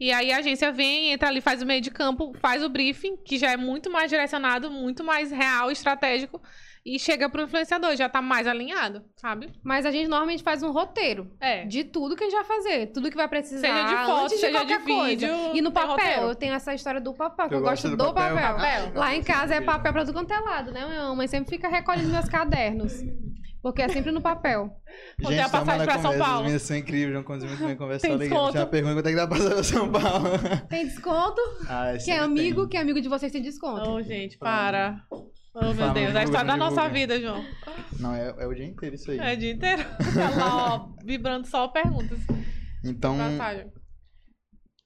Speaker 2: E aí a agência vem, entra ali, faz o meio de campo, faz o briefing, que já é muito mais direcionado, muito mais real, estratégico, e chega pro influenciador, já tá mais alinhado, sabe?
Speaker 3: Mas a gente normalmente faz um roteiro
Speaker 2: É.
Speaker 3: de tudo que a gente vai fazer, tudo que vai precisar.
Speaker 2: Seja de foto,
Speaker 3: antes
Speaker 2: seja de
Speaker 3: qualquer coisa.
Speaker 2: vídeo,
Speaker 3: E no
Speaker 2: tem
Speaker 3: papel,
Speaker 2: roteiro.
Speaker 3: eu tenho essa história do papel, que
Speaker 1: Eu
Speaker 3: eu,
Speaker 1: gosto
Speaker 3: gosto
Speaker 1: do
Speaker 3: do,
Speaker 1: papel.
Speaker 3: papel.
Speaker 2: Papel.
Speaker 3: Lá em casa é papel pra tudo quanto é lado, né? Minha mãe sempre fica recolhendo meus cadernos. Porque é sempre no papel.
Speaker 2: Vou ter a
Speaker 1: Gente, tá uma
Speaker 2: passagem pra São
Speaker 1: conversa, As
Speaker 2: Paulo.
Speaker 1: minhas são incríveis, João Conzimento também conversa
Speaker 2: Tem
Speaker 1: alegre. Tinha uma
Speaker 2: desconto.
Speaker 1: pergunta, quanto é que dá pra passar pra São Paulo?
Speaker 3: (laughs) Tem desconto?
Speaker 1: Ah,
Speaker 3: Quem é
Speaker 1: sempre
Speaker 3: amigo,
Speaker 1: tem.
Speaker 3: quem é amigo de vocês tem desconto.
Speaker 2: Oh, gente, para. Oh,
Speaker 1: Fala,
Speaker 2: meu Deus, é a história da
Speaker 1: divulga,
Speaker 2: nossa
Speaker 1: divulga.
Speaker 2: vida, João.
Speaker 1: Não, é, é o dia inteiro isso aí.
Speaker 2: É o dia inteiro. Tá lá, ó, vibrando só perguntas.
Speaker 1: Então,
Speaker 2: Passagem.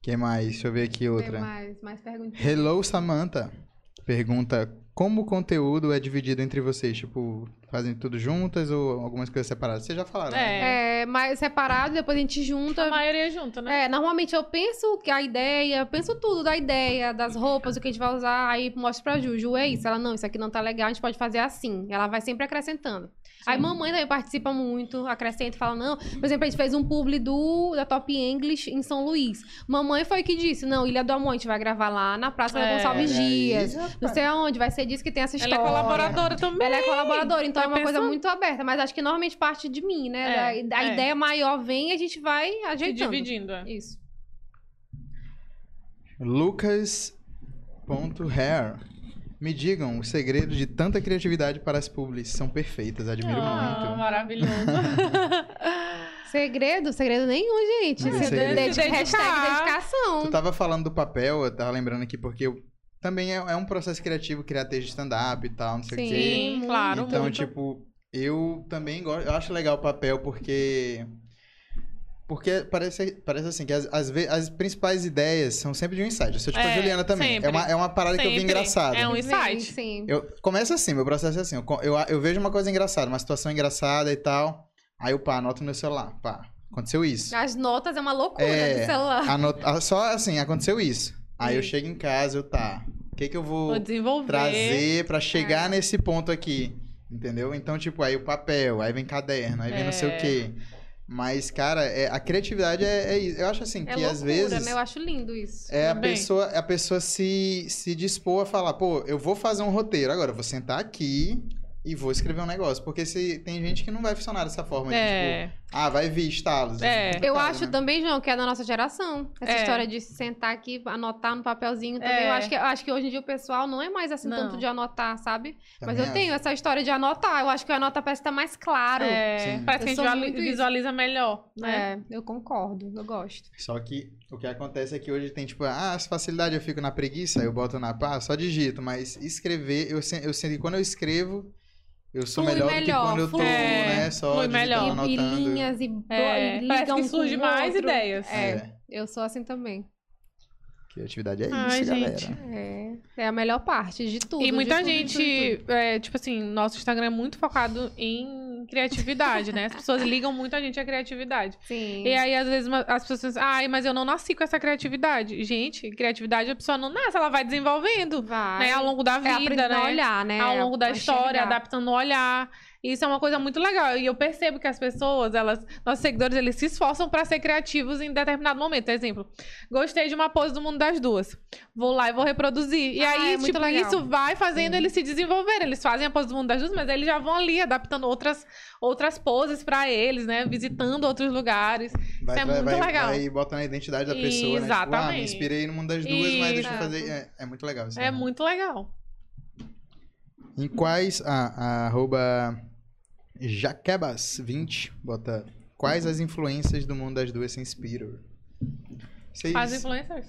Speaker 1: que mais? Deixa eu ver aqui
Speaker 3: Tem
Speaker 1: outra.
Speaker 3: mais, mais perguntas.
Speaker 1: Hello Samantha pergunta como o conteúdo é dividido entre vocês, tipo, fazem tudo juntas ou algumas coisas separadas? Vocês já falaram. né?
Speaker 2: É.
Speaker 3: É, mas separado, depois a gente junta.
Speaker 2: A maioria junto, né?
Speaker 3: É, normalmente eu penso que a ideia, eu penso tudo da ideia, das roupas, o que a gente vai usar, aí mostro pra Ju, Ju, é isso. Ela, não, isso aqui não tá legal, a gente pode fazer assim. Ela vai sempre acrescentando. Aí mamãe também participa muito, acrescenta e fala, não. Por exemplo, a gente fez um publi do, da Top English em São Luís. Mamãe foi que disse, não, Ilha do Amor, a gente vai gravar lá na Praça
Speaker 2: É,
Speaker 3: da Gonçalves
Speaker 1: olha aí.
Speaker 3: Dias. Não sei aonde, vai ser disso que tem essa
Speaker 2: Ela
Speaker 3: história.
Speaker 2: é colaboradora também.
Speaker 3: Ela é colaboradora, então
Speaker 2: Tá
Speaker 3: é uma coisa
Speaker 2: pensando?
Speaker 3: muito aberta, mas acho que normalmente parte de mim, né?
Speaker 2: É,
Speaker 3: da, a
Speaker 2: é.
Speaker 3: ideia maior vem e a gente vai
Speaker 2: Se
Speaker 3: ajeitando.
Speaker 2: dividindo. é.
Speaker 3: Isso.
Speaker 1: Lucas.hair. Me digam o segredo de tanta criatividade para as publis. São perfeitas,
Speaker 3: é.
Speaker 1: admiro
Speaker 2: Ah,
Speaker 1: muito.
Speaker 2: maravilhoso.
Speaker 1: (laughs)
Speaker 3: Segredo? Segredo nenhum, gente.
Speaker 1: Não,
Speaker 3: Você
Speaker 1: segredo. é
Speaker 3: dede-
Speaker 2: Se dedicar.
Speaker 3: Hashtag
Speaker 1: Tu
Speaker 3: dedicação.
Speaker 1: tava falando do papel, eu tava lembrando aqui, porque eu- também é, é um processo criativo criar texto de stand-up e tal, não sei o quê.
Speaker 2: Sim, claro,
Speaker 1: Então,
Speaker 2: muito.
Speaker 1: tipo, eu também gosto. Eu acho legal o papel porque. Porque parece, parece assim, que as, as, ve- as principais ideias são sempre de um insight. Eu sou tipo a
Speaker 2: É,
Speaker 1: Juliana também. É
Speaker 2: sempre.
Speaker 1: uma, é uma parada que eu vi
Speaker 2: Sempre.
Speaker 1: engraçada.
Speaker 2: É um
Speaker 3: Vem,
Speaker 2: insight.
Speaker 3: Sim.
Speaker 1: Eu começa assim, meu processo é assim. Eu, co- eu, eu vejo uma coisa engraçada, uma situação engraçada e tal. Aí eu pá, anoto no meu celular. Pá, aconteceu isso.
Speaker 3: As notas é uma loucura
Speaker 1: É.
Speaker 3: do celular.
Speaker 1: Anot, ah, só assim, aconteceu isso. Aí eu chego em casa, eu tá. O que que eu
Speaker 2: Vou
Speaker 1: vou
Speaker 2: desenvolver.
Speaker 1: trazer pra chegar nesse ponto aqui? Entendeu? Então, tipo, aí o papel, aí vem caderno, aí vem não sei o
Speaker 2: É.
Speaker 1: quê. Mas, cara, é, a criatividade é, é isso. Eu acho assim,
Speaker 3: É
Speaker 1: que
Speaker 3: loucura,
Speaker 1: às vezes.
Speaker 3: né? Eu acho lindo isso.
Speaker 1: É a
Speaker 2: Também.
Speaker 1: pessoa, a pessoa se, se dispor a falar, pô, eu vou fazer um roteiro agora, eu vou sentar aqui e vou escrever um negócio. Porque se, tem gente que não vai funcionar dessa forma. de,
Speaker 2: É.
Speaker 1: tipo, ah, vai vir estalos.
Speaker 2: É.
Speaker 1: complicado,
Speaker 3: Eu acho
Speaker 1: né?
Speaker 3: também, João, que é da nossa geração. Essa
Speaker 2: É.
Speaker 3: história de se sentar aqui, anotar no papelzinho também.
Speaker 2: É.
Speaker 3: Eu, acho que, eu acho que hoje em dia o pessoal não é mais assim
Speaker 2: Não.
Speaker 3: tanto de anotar, sabe? Mas
Speaker 1: Também
Speaker 3: eu tenho essa história de anotar. Eu acho que o anotar parece estar mais claro.
Speaker 2: É,
Speaker 1: Sim.
Speaker 2: Parece que a
Speaker 3: Eu
Speaker 2: gente
Speaker 3: sou
Speaker 2: visuali-
Speaker 3: muito isso.
Speaker 2: visualiza melhor, né?
Speaker 3: É, eu concordo, eu gosto.
Speaker 1: Só que o que acontece é que hoje tem, tipo, ah, as facilidades eu fico na preguiça, eu boto na pá, só digito. Mas escrever, eu, se- eu sinto que quando eu escrevo, eu sou
Speaker 3: Flui
Speaker 1: melhor, do que
Speaker 3: melhor,
Speaker 1: quando eu tô,
Speaker 2: flui. é.
Speaker 1: né? Só
Speaker 2: Flui
Speaker 1: digitando,
Speaker 2: melhor.
Speaker 3: E, e
Speaker 1: anotando.
Speaker 3: linhas e, bo-
Speaker 2: É,
Speaker 3: e liga
Speaker 2: parece que
Speaker 3: um com
Speaker 2: surge
Speaker 3: o
Speaker 2: mais
Speaker 3: outro.
Speaker 2: ideias.
Speaker 3: É, eu sou assim também.
Speaker 1: É. Criatividade é isso,
Speaker 2: Ai,
Speaker 1: galera.
Speaker 2: gente.
Speaker 3: É. É a melhor parte de tudo.
Speaker 2: e
Speaker 3: de
Speaker 2: muita
Speaker 3: tudo, de
Speaker 2: gente,
Speaker 3: tudo, de tudo.
Speaker 2: é, tipo assim, nosso Instagram é muito focado em criatividade, né? As pessoas ligam muito a gente à criatividade.
Speaker 3: Sim.
Speaker 2: E é aí, às vezes, uma- as pessoas pensam, ai, mas eu não nasci com essa criatividade. Gente, criatividade a pessoa não nasce, ela vai desenvolvendo,
Speaker 3: vai.
Speaker 2: né? Ao longo da
Speaker 3: é
Speaker 2: vida,
Speaker 3: aprender
Speaker 2: né?
Speaker 3: a olhar, né?
Speaker 2: ao longo da
Speaker 3: A
Speaker 2: história,
Speaker 3: enxergar.
Speaker 2: adaptando o olhar. Isso é uma coisa muito legal. E eu percebo que as pessoas, elas, nossos seguidores, eles se esforçam para ser criativos em determinado momento. Por exemplo, gostei de uma pose do mundo das duas. Vou lá e vou reproduzir. E
Speaker 3: Ah,
Speaker 2: aí,
Speaker 3: é muito
Speaker 2: tipo,
Speaker 3: legal.
Speaker 2: isso vai fazendo eles se desenvolverem. Eles fazem a pose do mundo das duas, mas eles já vão ali adaptando outras, outras poses para eles, né? Visitando outros lugares.
Speaker 1: Vai,
Speaker 2: é
Speaker 1: vai,
Speaker 2: muito
Speaker 1: vai,
Speaker 2: legal.
Speaker 1: vai botando a identidade da pessoa, né? Tipo, ah, me
Speaker 2: Exatamente.
Speaker 1: inspirei numa das duas, mas deixa eu
Speaker 3: Exato.
Speaker 1: fazer... É, é muito legal isso. né?
Speaker 2: É muito legal.
Speaker 1: Em quais... Ah, a arroba jaquebas20 bota... Quais as influências do mundo das duas se inspiram? Vocês...
Speaker 2: As influencers.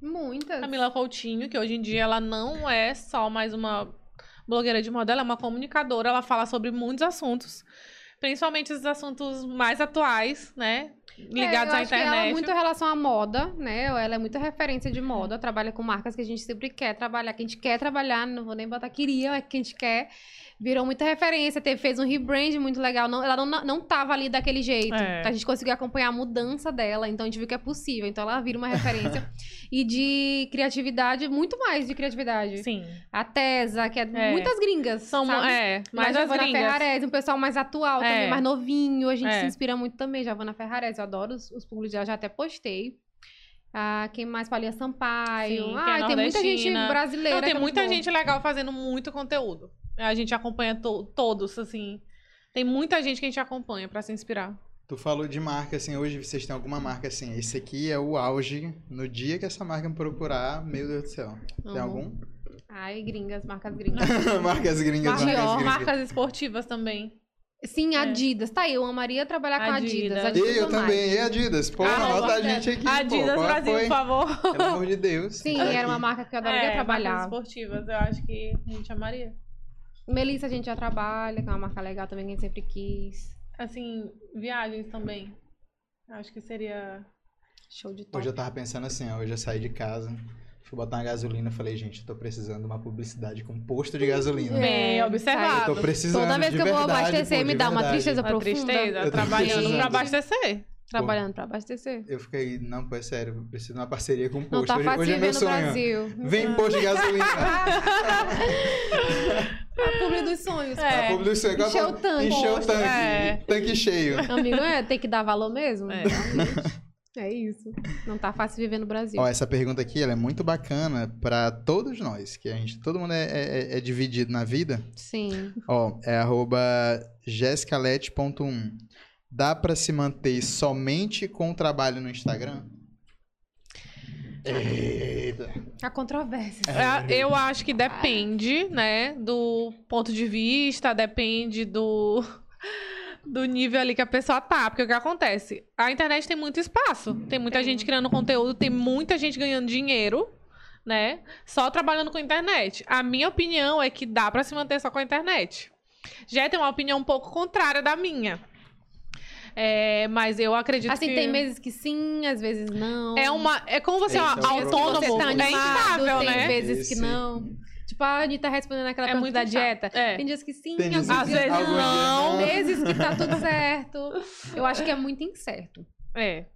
Speaker 3: Muitas.
Speaker 2: Camila Coutinho, que hoje em dia ela não é só mais uma blogueira de moda, ela é uma comunicadora, ela fala sobre muitos assuntos, principalmente os assuntos mais atuais, né? Ligados
Speaker 3: É, eu
Speaker 2: à
Speaker 3: acho que Ela é
Speaker 2: internet.
Speaker 3: muito em relação à moda, né? Ela é muita referência de moda, trabalha com marcas que a gente sempre quer trabalhar, que a gente quer trabalhar, não vou nem botar queria, é que a gente quer. Virou muita referência, teve, fez um rebrand muito legal. Não, ela não, não tava ali daquele jeito.
Speaker 2: É.
Speaker 3: A gente conseguiu acompanhar a mudança dela, então a gente viu que é possível. Então ela vira uma
Speaker 2: (laughs)
Speaker 3: referência. e de criatividade, muito mais de criatividade.
Speaker 2: Sim.
Speaker 3: A Tesa, que é,
Speaker 2: É,
Speaker 3: muitas gringas.
Speaker 2: São,
Speaker 3: sabe?
Speaker 2: é, mas as
Speaker 3: Giovanna
Speaker 2: gringas.
Speaker 3: Ferrarese, um pessoal mais atual
Speaker 2: É.
Speaker 3: também, mais novinho. A gente
Speaker 2: É.
Speaker 3: se inspira muito também. Giovanna Ferrarese, eu adoro os, os públicos dela, já até postei. Ah, quem mais? Paulinha Sampaio.
Speaker 2: Sim, que é
Speaker 3: ah, tem muita gente
Speaker 2: nordestina.
Speaker 3: brasileira.
Speaker 2: Não,
Speaker 3: que
Speaker 2: tem
Speaker 3: é muito
Speaker 2: muita
Speaker 3: bom.
Speaker 2: gente legal fazendo muito conteúdo. A gente acompanha to- todos, assim. Tem muita gente que a gente acompanha pra se inspirar.
Speaker 1: Tu falou de marca, assim, hoje vocês têm alguma marca, assim, esse aqui é o auge, no dia que essa marca me procurar, meu Deus do céu.
Speaker 2: Uhum.
Speaker 1: Tem
Speaker 3: Amo.
Speaker 1: algum? (laughs)
Speaker 3: Ai, gringas, marcas
Speaker 2: (laughs)
Speaker 3: gringas.
Speaker 1: marcas gringas,
Speaker 3: Marca-
Speaker 1: marcas
Speaker 2: Dior,
Speaker 1: gringas.
Speaker 2: marcas esportivas também.
Speaker 3: Sim,
Speaker 2: É.
Speaker 3: Adidas. Tá aí, eu amaria trabalhar com Adidas.
Speaker 2: Adidas.
Speaker 3: Adidas.
Speaker 1: E eu
Speaker 3: é mais.
Speaker 1: também, e Adidas? Pô,
Speaker 2: Ah,
Speaker 1: anota a
Speaker 3: gostei.
Speaker 1: gente aqui,
Speaker 2: Adidas
Speaker 1: pô, qual
Speaker 2: Brasil,
Speaker 1: foi?
Speaker 2: por favor.
Speaker 3: (laughs)
Speaker 1: Pelo amor de Deus.
Speaker 3: Sim,
Speaker 1: tá
Speaker 3: era uma
Speaker 1: aqui.
Speaker 3: marca que eu adoraria
Speaker 2: É, marcas
Speaker 3: trabalhar.
Speaker 2: esportivas, eu acho que a gente amaria.
Speaker 3: Melissa a gente já trabalha, que é uma marca legal também que a gente sempre quis.
Speaker 2: Assim, viagens também. Acho que seria.
Speaker 3: Show de
Speaker 1: Hoje
Speaker 3: top.
Speaker 1: eu tava pensando assim, ó, hoje eu saí de casa, fui botar uma gasolina, falei, gente, eu tô precisando de uma publicidade com posto de gasolina.
Speaker 2: Bem
Speaker 3: É,
Speaker 1: Eu
Speaker 2: observado.
Speaker 1: tô precisando
Speaker 3: Toda vez
Speaker 1: de
Speaker 3: que eu vou
Speaker 1: verdade,
Speaker 3: abastecer,
Speaker 1: pô,
Speaker 3: me
Speaker 1: de
Speaker 3: dá uma
Speaker 1: verdade.
Speaker 3: tristeza
Speaker 2: Uma
Speaker 3: profunda.
Speaker 2: tristeza,
Speaker 1: tô
Speaker 2: trabalhando
Speaker 1: precisando.
Speaker 2: pra abastecer.
Speaker 3: Trabalhando pra abastecer.
Speaker 1: Eu fiquei, não, pô, é sério, eu preciso de uma parceria com o posto.
Speaker 3: Não tá
Speaker 1: hoje,
Speaker 3: fácil
Speaker 1: hoje é
Speaker 3: viver
Speaker 1: meu
Speaker 3: no
Speaker 1: sonho.
Speaker 3: Brasil.
Speaker 1: Vem posto de
Speaker 3: (laughs)
Speaker 1: gasolina.
Speaker 3: É A publi dos sonhos.
Speaker 2: É.
Speaker 1: A publi do sonho, igual
Speaker 3: Encheu
Speaker 1: a-
Speaker 3: o tanque.
Speaker 1: Encheu o
Speaker 2: Posto,
Speaker 1: tanque.
Speaker 2: é.
Speaker 1: Tanque cheio.
Speaker 3: Amigo, é, tem que dar valor mesmo?
Speaker 2: É.
Speaker 3: Realmente. É isso. Não tá fácil viver no Brasil.
Speaker 1: Ó, essa pergunta aqui, ela é muito bacana pra todos nós, que a gente, todo mundo é, é- é dividido na vida.
Speaker 3: Sim.
Speaker 1: Ó, é arroba jessicalete.1. Dá pra se manter somente com o trabalho no Instagram? Eita.
Speaker 3: A controvérsia.
Speaker 2: É, Eu acho que depende, né? Do ponto de vista, depende do. Do nível ali que a pessoa tá. Porque o que acontece? A internet tem muito espaço. Tem muita
Speaker 3: Tem.
Speaker 2: gente criando conteúdo, tem muita gente ganhando dinheiro, né? Só trabalhando com internet. A minha opinião é que dá pra se manter só com a internet. Já tem uma opinião um pouco contrária da minha. É, mas eu acredito
Speaker 3: Assim,
Speaker 2: que.
Speaker 3: tem meses que sim, às vezes não.
Speaker 2: É uma. É como você,
Speaker 1: Esse
Speaker 2: ó,
Speaker 1: é o problema.
Speaker 2: autônomo,
Speaker 3: Você tá
Speaker 2: é
Speaker 3: animado,
Speaker 2: instável,
Speaker 3: tem
Speaker 2: né?
Speaker 3: vezes que
Speaker 1: Esse.
Speaker 3: não. Tipo, a Anitta respondendo aquela
Speaker 2: É
Speaker 3: pergunta
Speaker 2: muito
Speaker 3: da
Speaker 2: instável.
Speaker 3: dieta.
Speaker 2: É.
Speaker 3: Tem dias que sim,
Speaker 1: Tem dias
Speaker 2: Às
Speaker 1: que
Speaker 2: vezes
Speaker 1: algum dia
Speaker 2: não.
Speaker 3: Meses que tá tudo certo. Eu acho que é muito incerto.
Speaker 2: É.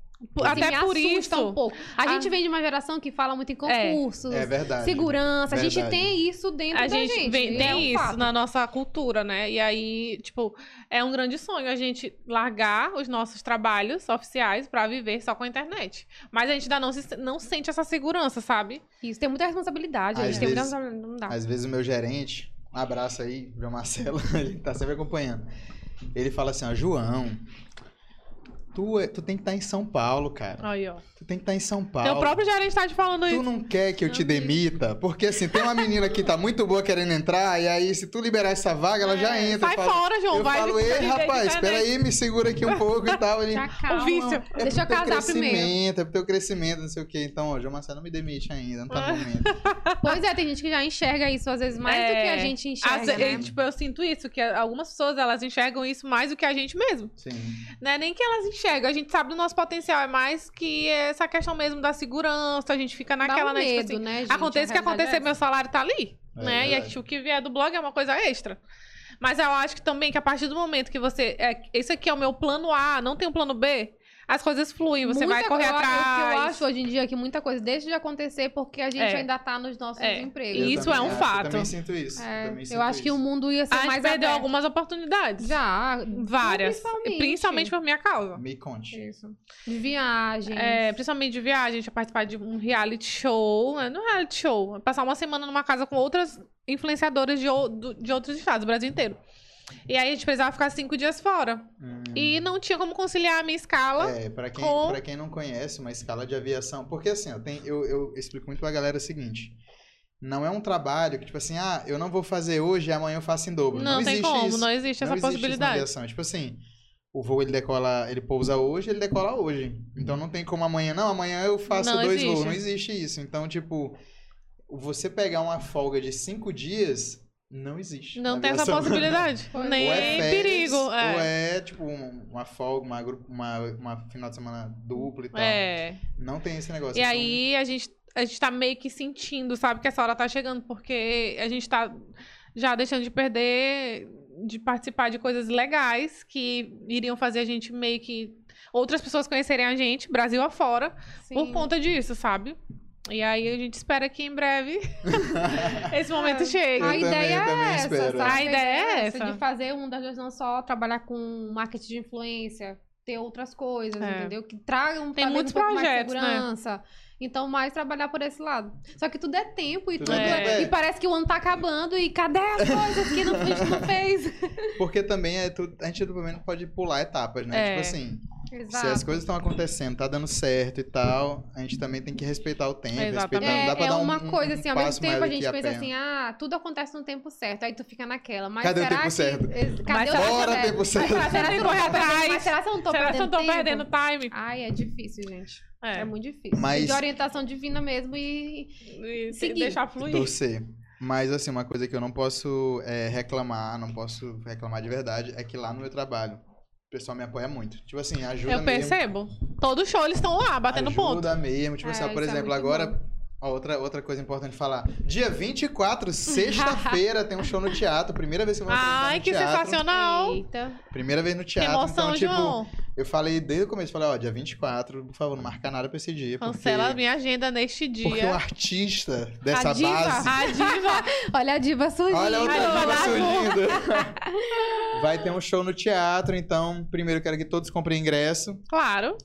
Speaker 3: Assim,
Speaker 2: Até
Speaker 3: me
Speaker 2: por
Speaker 3: assusta
Speaker 2: isso.
Speaker 3: um pouco. A
Speaker 2: Ah.
Speaker 3: gente vem de uma geração que fala muito em
Speaker 2: É.
Speaker 3: concursos,
Speaker 1: É verdade.
Speaker 3: segurança. A gente
Speaker 1: Verdade.
Speaker 3: tem isso dentro
Speaker 2: A
Speaker 3: da
Speaker 2: gente,
Speaker 3: gente.
Speaker 2: vem-
Speaker 3: é
Speaker 2: tem
Speaker 3: um
Speaker 2: isso
Speaker 3: fato.
Speaker 2: na nossa cultura, né? E aí, tipo, é um grande sonho a gente largar os nossos trabalhos oficiais pra viver só com a internet. Mas a gente ainda não, se- não sente essa segurança, sabe?
Speaker 3: Isso, tem muita responsabilidade. a
Speaker 1: Às
Speaker 3: gente tem muita
Speaker 1: vezes-
Speaker 3: responsabilidade. Não dá.
Speaker 1: Às vezes o meu gerente, um abraço aí, João Marcelo, (laughs) ele tá sempre acompanhando. Ele fala assim, ó, João, tu, é- tu tem que estar em São Paulo, cara.
Speaker 2: Aí, ó.
Speaker 1: Tu tem que estar em São Paulo.
Speaker 2: Teu próprio gerente tá te falando
Speaker 1: Tu
Speaker 2: isso.
Speaker 1: não quer que eu te
Speaker 3: Não, filho.
Speaker 1: demita? Porque assim, tem uma menina que tá muito boa querendo entrar, e aí se tu liberar essa vaga, ela já entra.
Speaker 2: É. Sai
Speaker 1: eu falo,
Speaker 2: fora, João.
Speaker 1: eu
Speaker 2: vai
Speaker 1: falo,
Speaker 2: viver
Speaker 1: ei,
Speaker 2: de né?"
Speaker 1: rapaz,
Speaker 2: internet."
Speaker 1: peraí, me segura aqui um pouco e tal. Ele,
Speaker 3: Já calma.
Speaker 2: vício.
Speaker 1: é
Speaker 3: Deixa eu
Speaker 1: pro teu
Speaker 3: casar primeiro.
Speaker 1: crescimento, É pro teu crescimento, não sei o quê. Então, ó, João Marcelo, não me demite ainda, não tá no
Speaker 2: (laughs)
Speaker 1: momento.
Speaker 3: Pois é, tem gente que já enxerga isso às vezes mais do que a
Speaker 2: É.
Speaker 3: gente enxerga.
Speaker 2: Às
Speaker 3: né?
Speaker 2: vezes, tipo, eu sinto isso, que algumas pessoas elas enxergam isso mais do que a gente mesmo.
Speaker 1: Sim.
Speaker 2: Não é nem que elas enxerga, a gente sabe do nosso potencial, é mais que essa questão mesmo da segurança, a gente fica naquela,
Speaker 3: Dá um
Speaker 2: né? Tipo
Speaker 3: medo,
Speaker 2: assim,
Speaker 3: né, gente?
Speaker 2: Acontece o que
Speaker 3: A realidade é
Speaker 2: acontecer, meu salário tá ali,
Speaker 1: É
Speaker 2: né? E
Speaker 1: verdade.
Speaker 2: aqui, o que vier do blog é uma coisa extra. Mas eu acho que também que a partir do momento que você. É, esse aqui é o meu plano A, não tem um plano B, as coisas fluem, você vai
Speaker 3: Muita- eu-
Speaker 2: correr
Speaker 3: eu- O que eu
Speaker 2: atrás.
Speaker 3: acho hoje em dia é que muita coisa deixa de acontecer porque a gente
Speaker 2: É.
Speaker 3: ainda tá nos nossos
Speaker 2: É.
Speaker 3: empregos.
Speaker 1: Eu
Speaker 2: Isso
Speaker 1: também
Speaker 2: é um
Speaker 1: acho,
Speaker 2: fato.
Speaker 1: Eu também sinto isso.
Speaker 3: É,
Speaker 1: também sinto
Speaker 3: eu acho que o
Speaker 1: isso.
Speaker 3: mundo ia ser
Speaker 2: Ah, a gente
Speaker 3: mais
Speaker 2: perdeu
Speaker 3: aberto.
Speaker 2: algumas oportunidades.
Speaker 3: Já.
Speaker 2: Várias.
Speaker 3: Principalmente.
Speaker 2: Principalmente por minha causa.
Speaker 1: Me conte.
Speaker 3: Isso. De viagem.
Speaker 2: É, principalmente de viagem, de participar de um reality show. né? Não é reality show, é passar uma semana numa casa com outras influenciadoras de, ou- do- de outros estados, do Brasil inteiro. E aí a gente precisava ficar cinco dias fora.
Speaker 1: Hum.
Speaker 2: E não tinha como conciliar a minha escala.
Speaker 1: É, pra quem,
Speaker 2: com-
Speaker 1: pra quem não conhece, uma escala de aviação. Porque assim, ó, tem- eu, eu explico muito pra galera o seguinte. Não é um trabalho que, tipo assim, ah, eu não vou fazer hoje e amanhã eu faço em dobro.
Speaker 2: não,
Speaker 1: Não,
Speaker 2: tem
Speaker 1: existe
Speaker 2: como,
Speaker 1: isso.
Speaker 2: não existe essa
Speaker 1: não existe isso na
Speaker 2: possibilidade.
Speaker 1: aviação. É Tipo assim, o voo ele decola, ele pousa hoje, ele decola hoje. Então não tem como amanhã, não, amanhã eu faço
Speaker 2: Não
Speaker 1: dois
Speaker 2: existe.
Speaker 1: voos. Não existe isso. Então, tipo, você pegar uma folga de cinco dias, não existe.
Speaker 2: não
Speaker 1: na
Speaker 2: tem essa
Speaker 1: aviação.
Speaker 2: possibilidade.
Speaker 3: Pois é.
Speaker 1: (laughs)
Speaker 2: Nem
Speaker 1: Ou é férias,
Speaker 2: perigo.
Speaker 1: Ou
Speaker 2: É.
Speaker 1: é, tipo, um- uma folga, uma, grupo- uma, uma final de semana dupla e tal.
Speaker 2: É.
Speaker 1: Não tem esse negócio.
Speaker 2: E
Speaker 1: Então,
Speaker 2: aí
Speaker 3: um.
Speaker 2: a gente, a gente tá meio que sentindo, sabe, que essa hora tá chegando, porque a gente tá já deixando de perder, de participar de coisas legais que iriam fazer a gente meio que. Outras pessoas conhecerem a gente, Brasil afora,
Speaker 3: Sim.
Speaker 2: por conta disso, sabe? E aí a gente espera que
Speaker 3: (laughs)
Speaker 2: em breve esse momento
Speaker 3: É.
Speaker 2: chegue.
Speaker 1: Eu
Speaker 3: A ideia
Speaker 1: também- também
Speaker 3: é essa,
Speaker 1: espero.
Speaker 3: sabe?
Speaker 2: A ideia é essa.
Speaker 3: De fazer um das duas, não só trabalhar com marketing de influência, ter outras coisas,
Speaker 2: É.
Speaker 3: entendeu? Que tragam
Speaker 2: Tem
Speaker 3: talvez,
Speaker 2: muitos
Speaker 3: um pouco
Speaker 2: projetos, né?
Speaker 3: mais segurança. Então, mais trabalhar por esse lado. Só que tudo é tempo e
Speaker 1: Tudo
Speaker 3: tudo,
Speaker 1: é
Speaker 3: é...
Speaker 1: tempo.
Speaker 3: E parece que o ano tá acabando e cadê as coisas que não, a gente
Speaker 1: (laughs)
Speaker 3: não fez?
Speaker 1: Porque também é tu- a gente também não pode pular etapas, né?
Speaker 2: É.
Speaker 1: Tipo assim, se as
Speaker 3: Exato.
Speaker 1: coisas estão acontecendo, tá dando certo e tal, a gente também tem que respeitar o tempo.
Speaker 2: Exatamente.
Speaker 1: respeitar- não
Speaker 3: É,
Speaker 1: dá pra
Speaker 3: é
Speaker 1: dar um-
Speaker 3: uma
Speaker 1: um-
Speaker 3: coisa
Speaker 1: um
Speaker 3: assim, ao mesmo
Speaker 1: passo maior
Speaker 3: tempo a
Speaker 1: do que
Speaker 3: gente pensa
Speaker 1: perna.
Speaker 3: assim, ah, tudo acontece no tempo certo. Aí tu fica naquela. Mas
Speaker 1: Cadê o
Speaker 3: será
Speaker 1: tempo
Speaker 3: que...
Speaker 1: certo?
Speaker 3: Cadê
Speaker 2: Mas
Speaker 3: o
Speaker 2: será-
Speaker 1: Bora,
Speaker 3: certo?
Speaker 1: tempo certo.
Speaker 3: Mas Ah, será que eu não
Speaker 2: Corre
Speaker 3: tô perdendo-
Speaker 2: atrás.
Speaker 3: mas será que eu não tô
Speaker 2: Será que eu tô
Speaker 3: tempo?
Speaker 2: perdendo time?
Speaker 3: Ai, é difícil, gente. É,
Speaker 2: É.
Speaker 3: muito difícil.
Speaker 1: Mas-
Speaker 3: E de orientação divina mesmo e.
Speaker 2: E se
Speaker 3: Seguir.
Speaker 2: deixar fluir.
Speaker 1: Torcer. Mas, assim, uma coisa que eu não posso é, reclamar, não posso reclamar de verdade, é que lá no meu trabalho, o pessoal me apoia muito. Tipo assim, ajuda
Speaker 2: Eu
Speaker 1: mesmo.
Speaker 2: percebo. Todo show eles estão lá, batendo
Speaker 1: ajuda
Speaker 2: ponto.
Speaker 1: mesmo. Tipo
Speaker 3: É,
Speaker 1: assim, ó, por
Speaker 3: isso é
Speaker 1: exemplo,
Speaker 3: muito
Speaker 1: agora. ó, outra, outra coisa importante falar. Dia
Speaker 2: (laughs)
Speaker 1: 24, sexta-feira, tem um show no teatro. Primeira vez que eu vou apresentar
Speaker 2: Ai,
Speaker 1: no
Speaker 2: que
Speaker 1: teatro.
Speaker 2: sensacional.
Speaker 3: Eita.
Speaker 1: Primeira vez no
Speaker 2: Que
Speaker 1: teatro.
Speaker 2: emoção,
Speaker 1: então, tipo,
Speaker 2: João.
Speaker 1: eu falei desde o começo, falei, ó, dia 24, por favor, não marca nada pra esse dia.
Speaker 2: Cancela a
Speaker 1: porque,
Speaker 2: minha agenda neste dia.
Speaker 1: Porque o artista dessa
Speaker 3: A diva.
Speaker 1: base.
Speaker 2: A diva.
Speaker 1: (laughs)
Speaker 3: Olha a diva surgindo.
Speaker 1: Olha outra
Speaker 2: Ai,
Speaker 1: diva
Speaker 2: vai lá,
Speaker 1: surgindo.
Speaker 2: (laughs)
Speaker 1: Vai ter um show no teatro, então, primeiro quero que todos comprem ingresso
Speaker 2: Claro,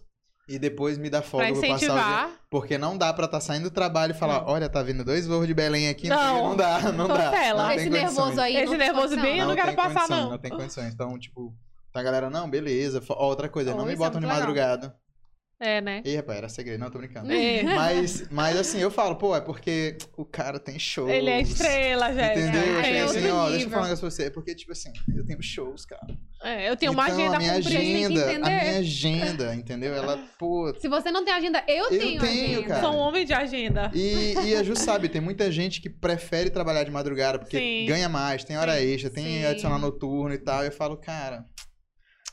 Speaker 1: e depois me dá folga
Speaker 2: pra
Speaker 1: pra passar o dia
Speaker 2: incentivar. É.
Speaker 1: Porque não dá pra tá saindo do trabalho e falar, olha, tá vindo dois voos de Belém aqui. no dia."
Speaker 2: Não.
Speaker 1: não dá, não dá.
Speaker 2: Cancela.
Speaker 1: Não tem
Speaker 3: Esse
Speaker 1: condições.
Speaker 3: nervoso aí.
Speaker 2: Esse
Speaker 3: não
Speaker 2: nervoso
Speaker 3: funciona.
Speaker 2: bem- Eu não quero
Speaker 1: tem
Speaker 2: passar,
Speaker 1: condição,
Speaker 2: não.
Speaker 1: Não tem condições. Então, tipo, tá galera, não, beleza. Ó, outra coisa,
Speaker 3: Oh,
Speaker 1: não me
Speaker 3: isso é
Speaker 1: botam de
Speaker 3: muito legal.
Speaker 1: madrugada.
Speaker 2: É, né?
Speaker 1: Ih, rapaz, era segredo. Não, tô
Speaker 2: (laughs)
Speaker 1: brincando.
Speaker 2: É.
Speaker 1: Mas, mas assim, eu falo, pô, é porque o cara tem show.
Speaker 2: Ele é estrela, gente.
Speaker 1: Entendeu? Eu
Speaker 3: é
Speaker 1: falei
Speaker 2: É,
Speaker 1: assim,
Speaker 3: outro
Speaker 1: ó,
Speaker 3: nível.
Speaker 1: deixa eu falar um negócio pra você. É porque, tipo assim, eu tenho shows, cara.
Speaker 2: é, eu tenho uma
Speaker 1: então,
Speaker 2: agenda assim,
Speaker 1: a minha
Speaker 2: cumprida.
Speaker 3: gente tem que
Speaker 1: agenda, a
Speaker 3: entender.
Speaker 1: minha agenda, entendeu? Ela, pô,
Speaker 3: Se você não tem agenda, eu, tenho.
Speaker 1: tenho,
Speaker 3: agenda.
Speaker 1: cara.
Speaker 2: Sou um homem de agenda.
Speaker 1: E, e a Ju sabe, tem muita gente que prefere trabalhar de madrugada porque
Speaker 2: Sim.
Speaker 1: ganha mais, tem hora extra, tem
Speaker 2: Sim.
Speaker 1: adicional noturno e tal. E eu falo, cara,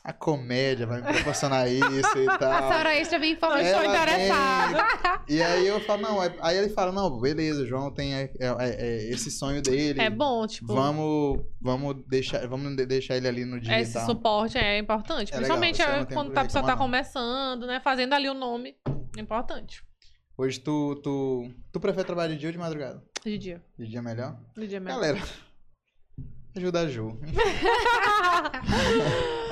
Speaker 1: a comédia vai me proporcionar isso
Speaker 2: (laughs)
Speaker 1: e
Speaker 3: Essa
Speaker 1: tal.
Speaker 3: hora extra vem em forma
Speaker 2: Eu
Speaker 3: de
Speaker 2: sou
Speaker 1: Ela
Speaker 2: interessada.
Speaker 1: E aí eu falo, não, é- aí ele fala, não, beleza, o João tem é, é, é esse sonho dele.
Speaker 2: É bom, tipo,
Speaker 1: Vamos, vamos deixar, vamos de- deixar ele ali no dia e
Speaker 2: esse
Speaker 1: tal.
Speaker 2: suporte é importante.
Speaker 1: É legal,
Speaker 2: principalmente
Speaker 1: isso eu não
Speaker 2: é
Speaker 1: tenho
Speaker 2: quando
Speaker 1: por
Speaker 2: a
Speaker 1: que
Speaker 2: pessoa tá
Speaker 1: reclamar, não.
Speaker 2: começando, né? Fazendo ali o nome. Importante.
Speaker 1: Hoje tu, tu, tu prefere trabalhar de dia ou de madrugada?
Speaker 2: De dia.
Speaker 1: De dia é melhor?
Speaker 2: De dia mesmo.
Speaker 1: Galera, ajuda a Ju.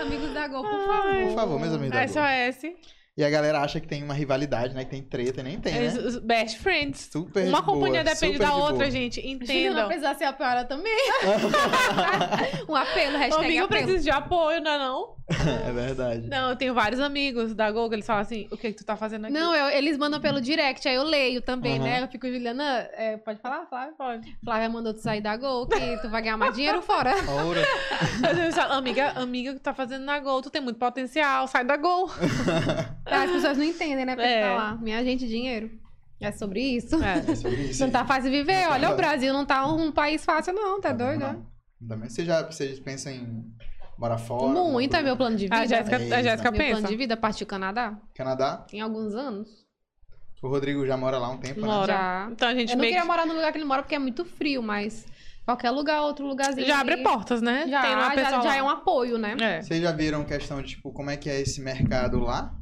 Speaker 3: Amigos da Gol, por favor.
Speaker 1: Por favor, meus
Speaker 2: Ah,
Speaker 1: amigos da
Speaker 2: É,
Speaker 1: Ju.
Speaker 2: SOS.
Speaker 1: E a galera acha que tem uma rivalidade, né? Que tem treta, e nem tem, né?
Speaker 2: Os é, Best friends.
Speaker 1: Super de
Speaker 2: uma companhia
Speaker 1: boa,
Speaker 2: depende
Speaker 1: super
Speaker 2: da
Speaker 1: de
Speaker 2: outra,
Speaker 1: boa.
Speaker 2: gente.
Speaker 3: Entendam. Não
Speaker 2: Entendam.
Speaker 3: precisa ser a piora também. (laughs) um apelo,
Speaker 2: Ô,
Speaker 3: hashtag
Speaker 2: Amigo, eu
Speaker 3: apelo.
Speaker 2: preciso de apoio, não é não?
Speaker 1: (laughs) É verdade.
Speaker 2: Não, eu tenho vários amigos da Google, eles falam assim, o que, que tu tá fazendo aqui?
Speaker 3: Não, eu- eles mandam pelo direct, aí eu leio também,
Speaker 1: Aham.
Speaker 3: né? Eu fico, Juliana, é, pode falar, Flávia?
Speaker 2: Pode.
Speaker 3: Flávia mandou tu sair da Gol, que tu vai ganhar mais dinheiro fora.
Speaker 1: Ouro.
Speaker 2: (laughs) Eu falo, amiga, amiga, o que tu tá fazendo na Gol? Tu tem muito potencial, sai da Gol.
Speaker 3: Ah, As pessoas não entendem, né? Porque
Speaker 2: É.
Speaker 3: tá lá, minha gente, dinheiro. É sobre isso.
Speaker 1: É
Speaker 2: É.
Speaker 1: sobre isso.
Speaker 3: Não tá fácil viver.
Speaker 1: Não tá
Speaker 3: Olha,
Speaker 1: fácil.
Speaker 3: o Brasil não tá um país fácil, não. Tá
Speaker 1: Tá bom,
Speaker 3: doido,
Speaker 1: não.
Speaker 3: né?
Speaker 1: Também vocês já vocês pensam em Morar fora.
Speaker 3: Muito é
Speaker 1: morou-
Speaker 3: meu plano de vida.
Speaker 2: (laughs) A Ah, Jéssica,
Speaker 3: velho.
Speaker 2: a Jéssica
Speaker 3: Meu plano
Speaker 2: pensa.
Speaker 3: de vida é partir do Canadá.
Speaker 1: Canadá.
Speaker 3: Tem alguns anos.
Speaker 1: O Rodrigo já mora lá há um tempo, né?
Speaker 2: Mora.
Speaker 3: Já.
Speaker 2: Então a gente
Speaker 3: Eu não
Speaker 2: meio
Speaker 3: queria
Speaker 2: que
Speaker 3: morar no lugar que ele mora porque é muito frio, mas qualquer lugar, outro lugarzinho.
Speaker 2: já
Speaker 3: ali,
Speaker 2: abre portas, né?
Speaker 3: Já,
Speaker 2: Tem uma
Speaker 3: já,
Speaker 2: pessoa
Speaker 3: já
Speaker 2: lá.
Speaker 3: é um apoio, né?
Speaker 2: É.
Speaker 1: Vocês já viram questão de, tipo, como é que é esse mercado lá?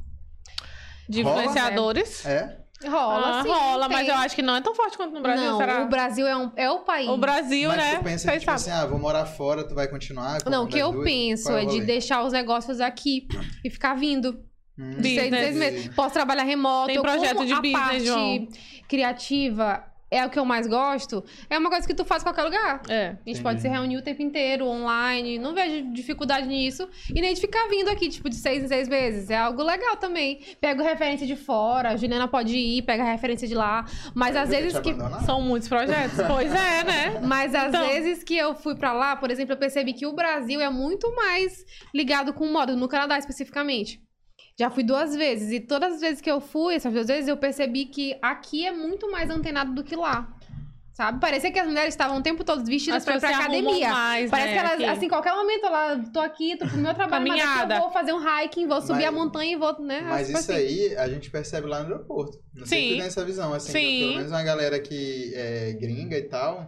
Speaker 2: De
Speaker 1: Rola,
Speaker 2: influenciadores.
Speaker 1: É?
Speaker 3: Rola,
Speaker 2: Ah,
Speaker 3: sim.
Speaker 2: rola, mas
Speaker 3: tem.
Speaker 2: eu acho que não é tão forte quanto no Brasil,
Speaker 3: não,
Speaker 2: será?
Speaker 3: o Brasil é, um, é o país.
Speaker 2: O Brasil,
Speaker 1: Mas
Speaker 2: né?
Speaker 1: tu pensa,
Speaker 2: Vocês
Speaker 1: tipo
Speaker 2: sabem.
Speaker 1: assim, ah, vou morar fora, tu vai continuar? com
Speaker 3: Não,
Speaker 1: uma
Speaker 3: o que
Speaker 1: das
Speaker 3: eu
Speaker 1: duas?
Speaker 3: penso
Speaker 1: Qual
Speaker 3: é
Speaker 1: o
Speaker 3: de
Speaker 1: rolê?
Speaker 3: deixar os negócios aqui e ficar vindo.
Speaker 1: Hum,
Speaker 3: De seis,
Speaker 2: Business.
Speaker 3: seis meses. Posso trabalhar remoto.
Speaker 2: né? Tem
Speaker 3: eu
Speaker 2: projeto
Speaker 3: como
Speaker 2: de
Speaker 3: a
Speaker 2: business,
Speaker 3: parte
Speaker 2: João.
Speaker 3: criativa é o que eu mais gosto. É uma coisa que tu faz em qualquer lugar. A
Speaker 2: É.
Speaker 3: gente
Speaker 1: Entendi.
Speaker 3: pode se reunir o tempo inteiro, online. Não vejo dificuldade nisso. E nem de ficar vindo aqui, tipo, de seis em seis meses. É algo legal também. Pego referência de fora, a Juliana pode ir, pega a referência de lá. Mas às
Speaker 1: eu
Speaker 3: vezes
Speaker 1: te
Speaker 3: que.
Speaker 1: abandonar?
Speaker 2: É. São muitos projetos. pois é, né?
Speaker 3: Mas às
Speaker 2: Então-
Speaker 3: vezes que eu fui pra lá, por exemplo, eu percebi que o Brasil é muito mais ligado com o moda, no Canadá especificamente. Já fui duas vezes, e todas as vezes que eu fui, essas duas vezes, eu percebi que aqui é muito mais antenado do que lá. Sabe? Parecia que as mulheres estavam o tempo todo vestidas
Speaker 2: As
Speaker 3: pra ir pra
Speaker 2: pessoas se arrumam
Speaker 3: academia.
Speaker 2: mais,
Speaker 3: Parece
Speaker 2: né,
Speaker 3: que elas,
Speaker 2: aqui.
Speaker 3: assim, qualquer momento, ela, tô aqui, tô pro meu trabalho, mas daqui
Speaker 2: Caminhada.
Speaker 3: eu vou fazer um hiking, vou subir
Speaker 1: Mas-
Speaker 3: a montanha e vou, né?
Speaker 1: Mas
Speaker 3: tipo
Speaker 1: isso
Speaker 3: assim.
Speaker 1: aí a gente percebe lá no aeroporto. Não sei
Speaker 2: Sim.
Speaker 1: se tu tem essa visão, assim, que
Speaker 2: Sim.
Speaker 1: pelo menos uma galera que é gringa e tal.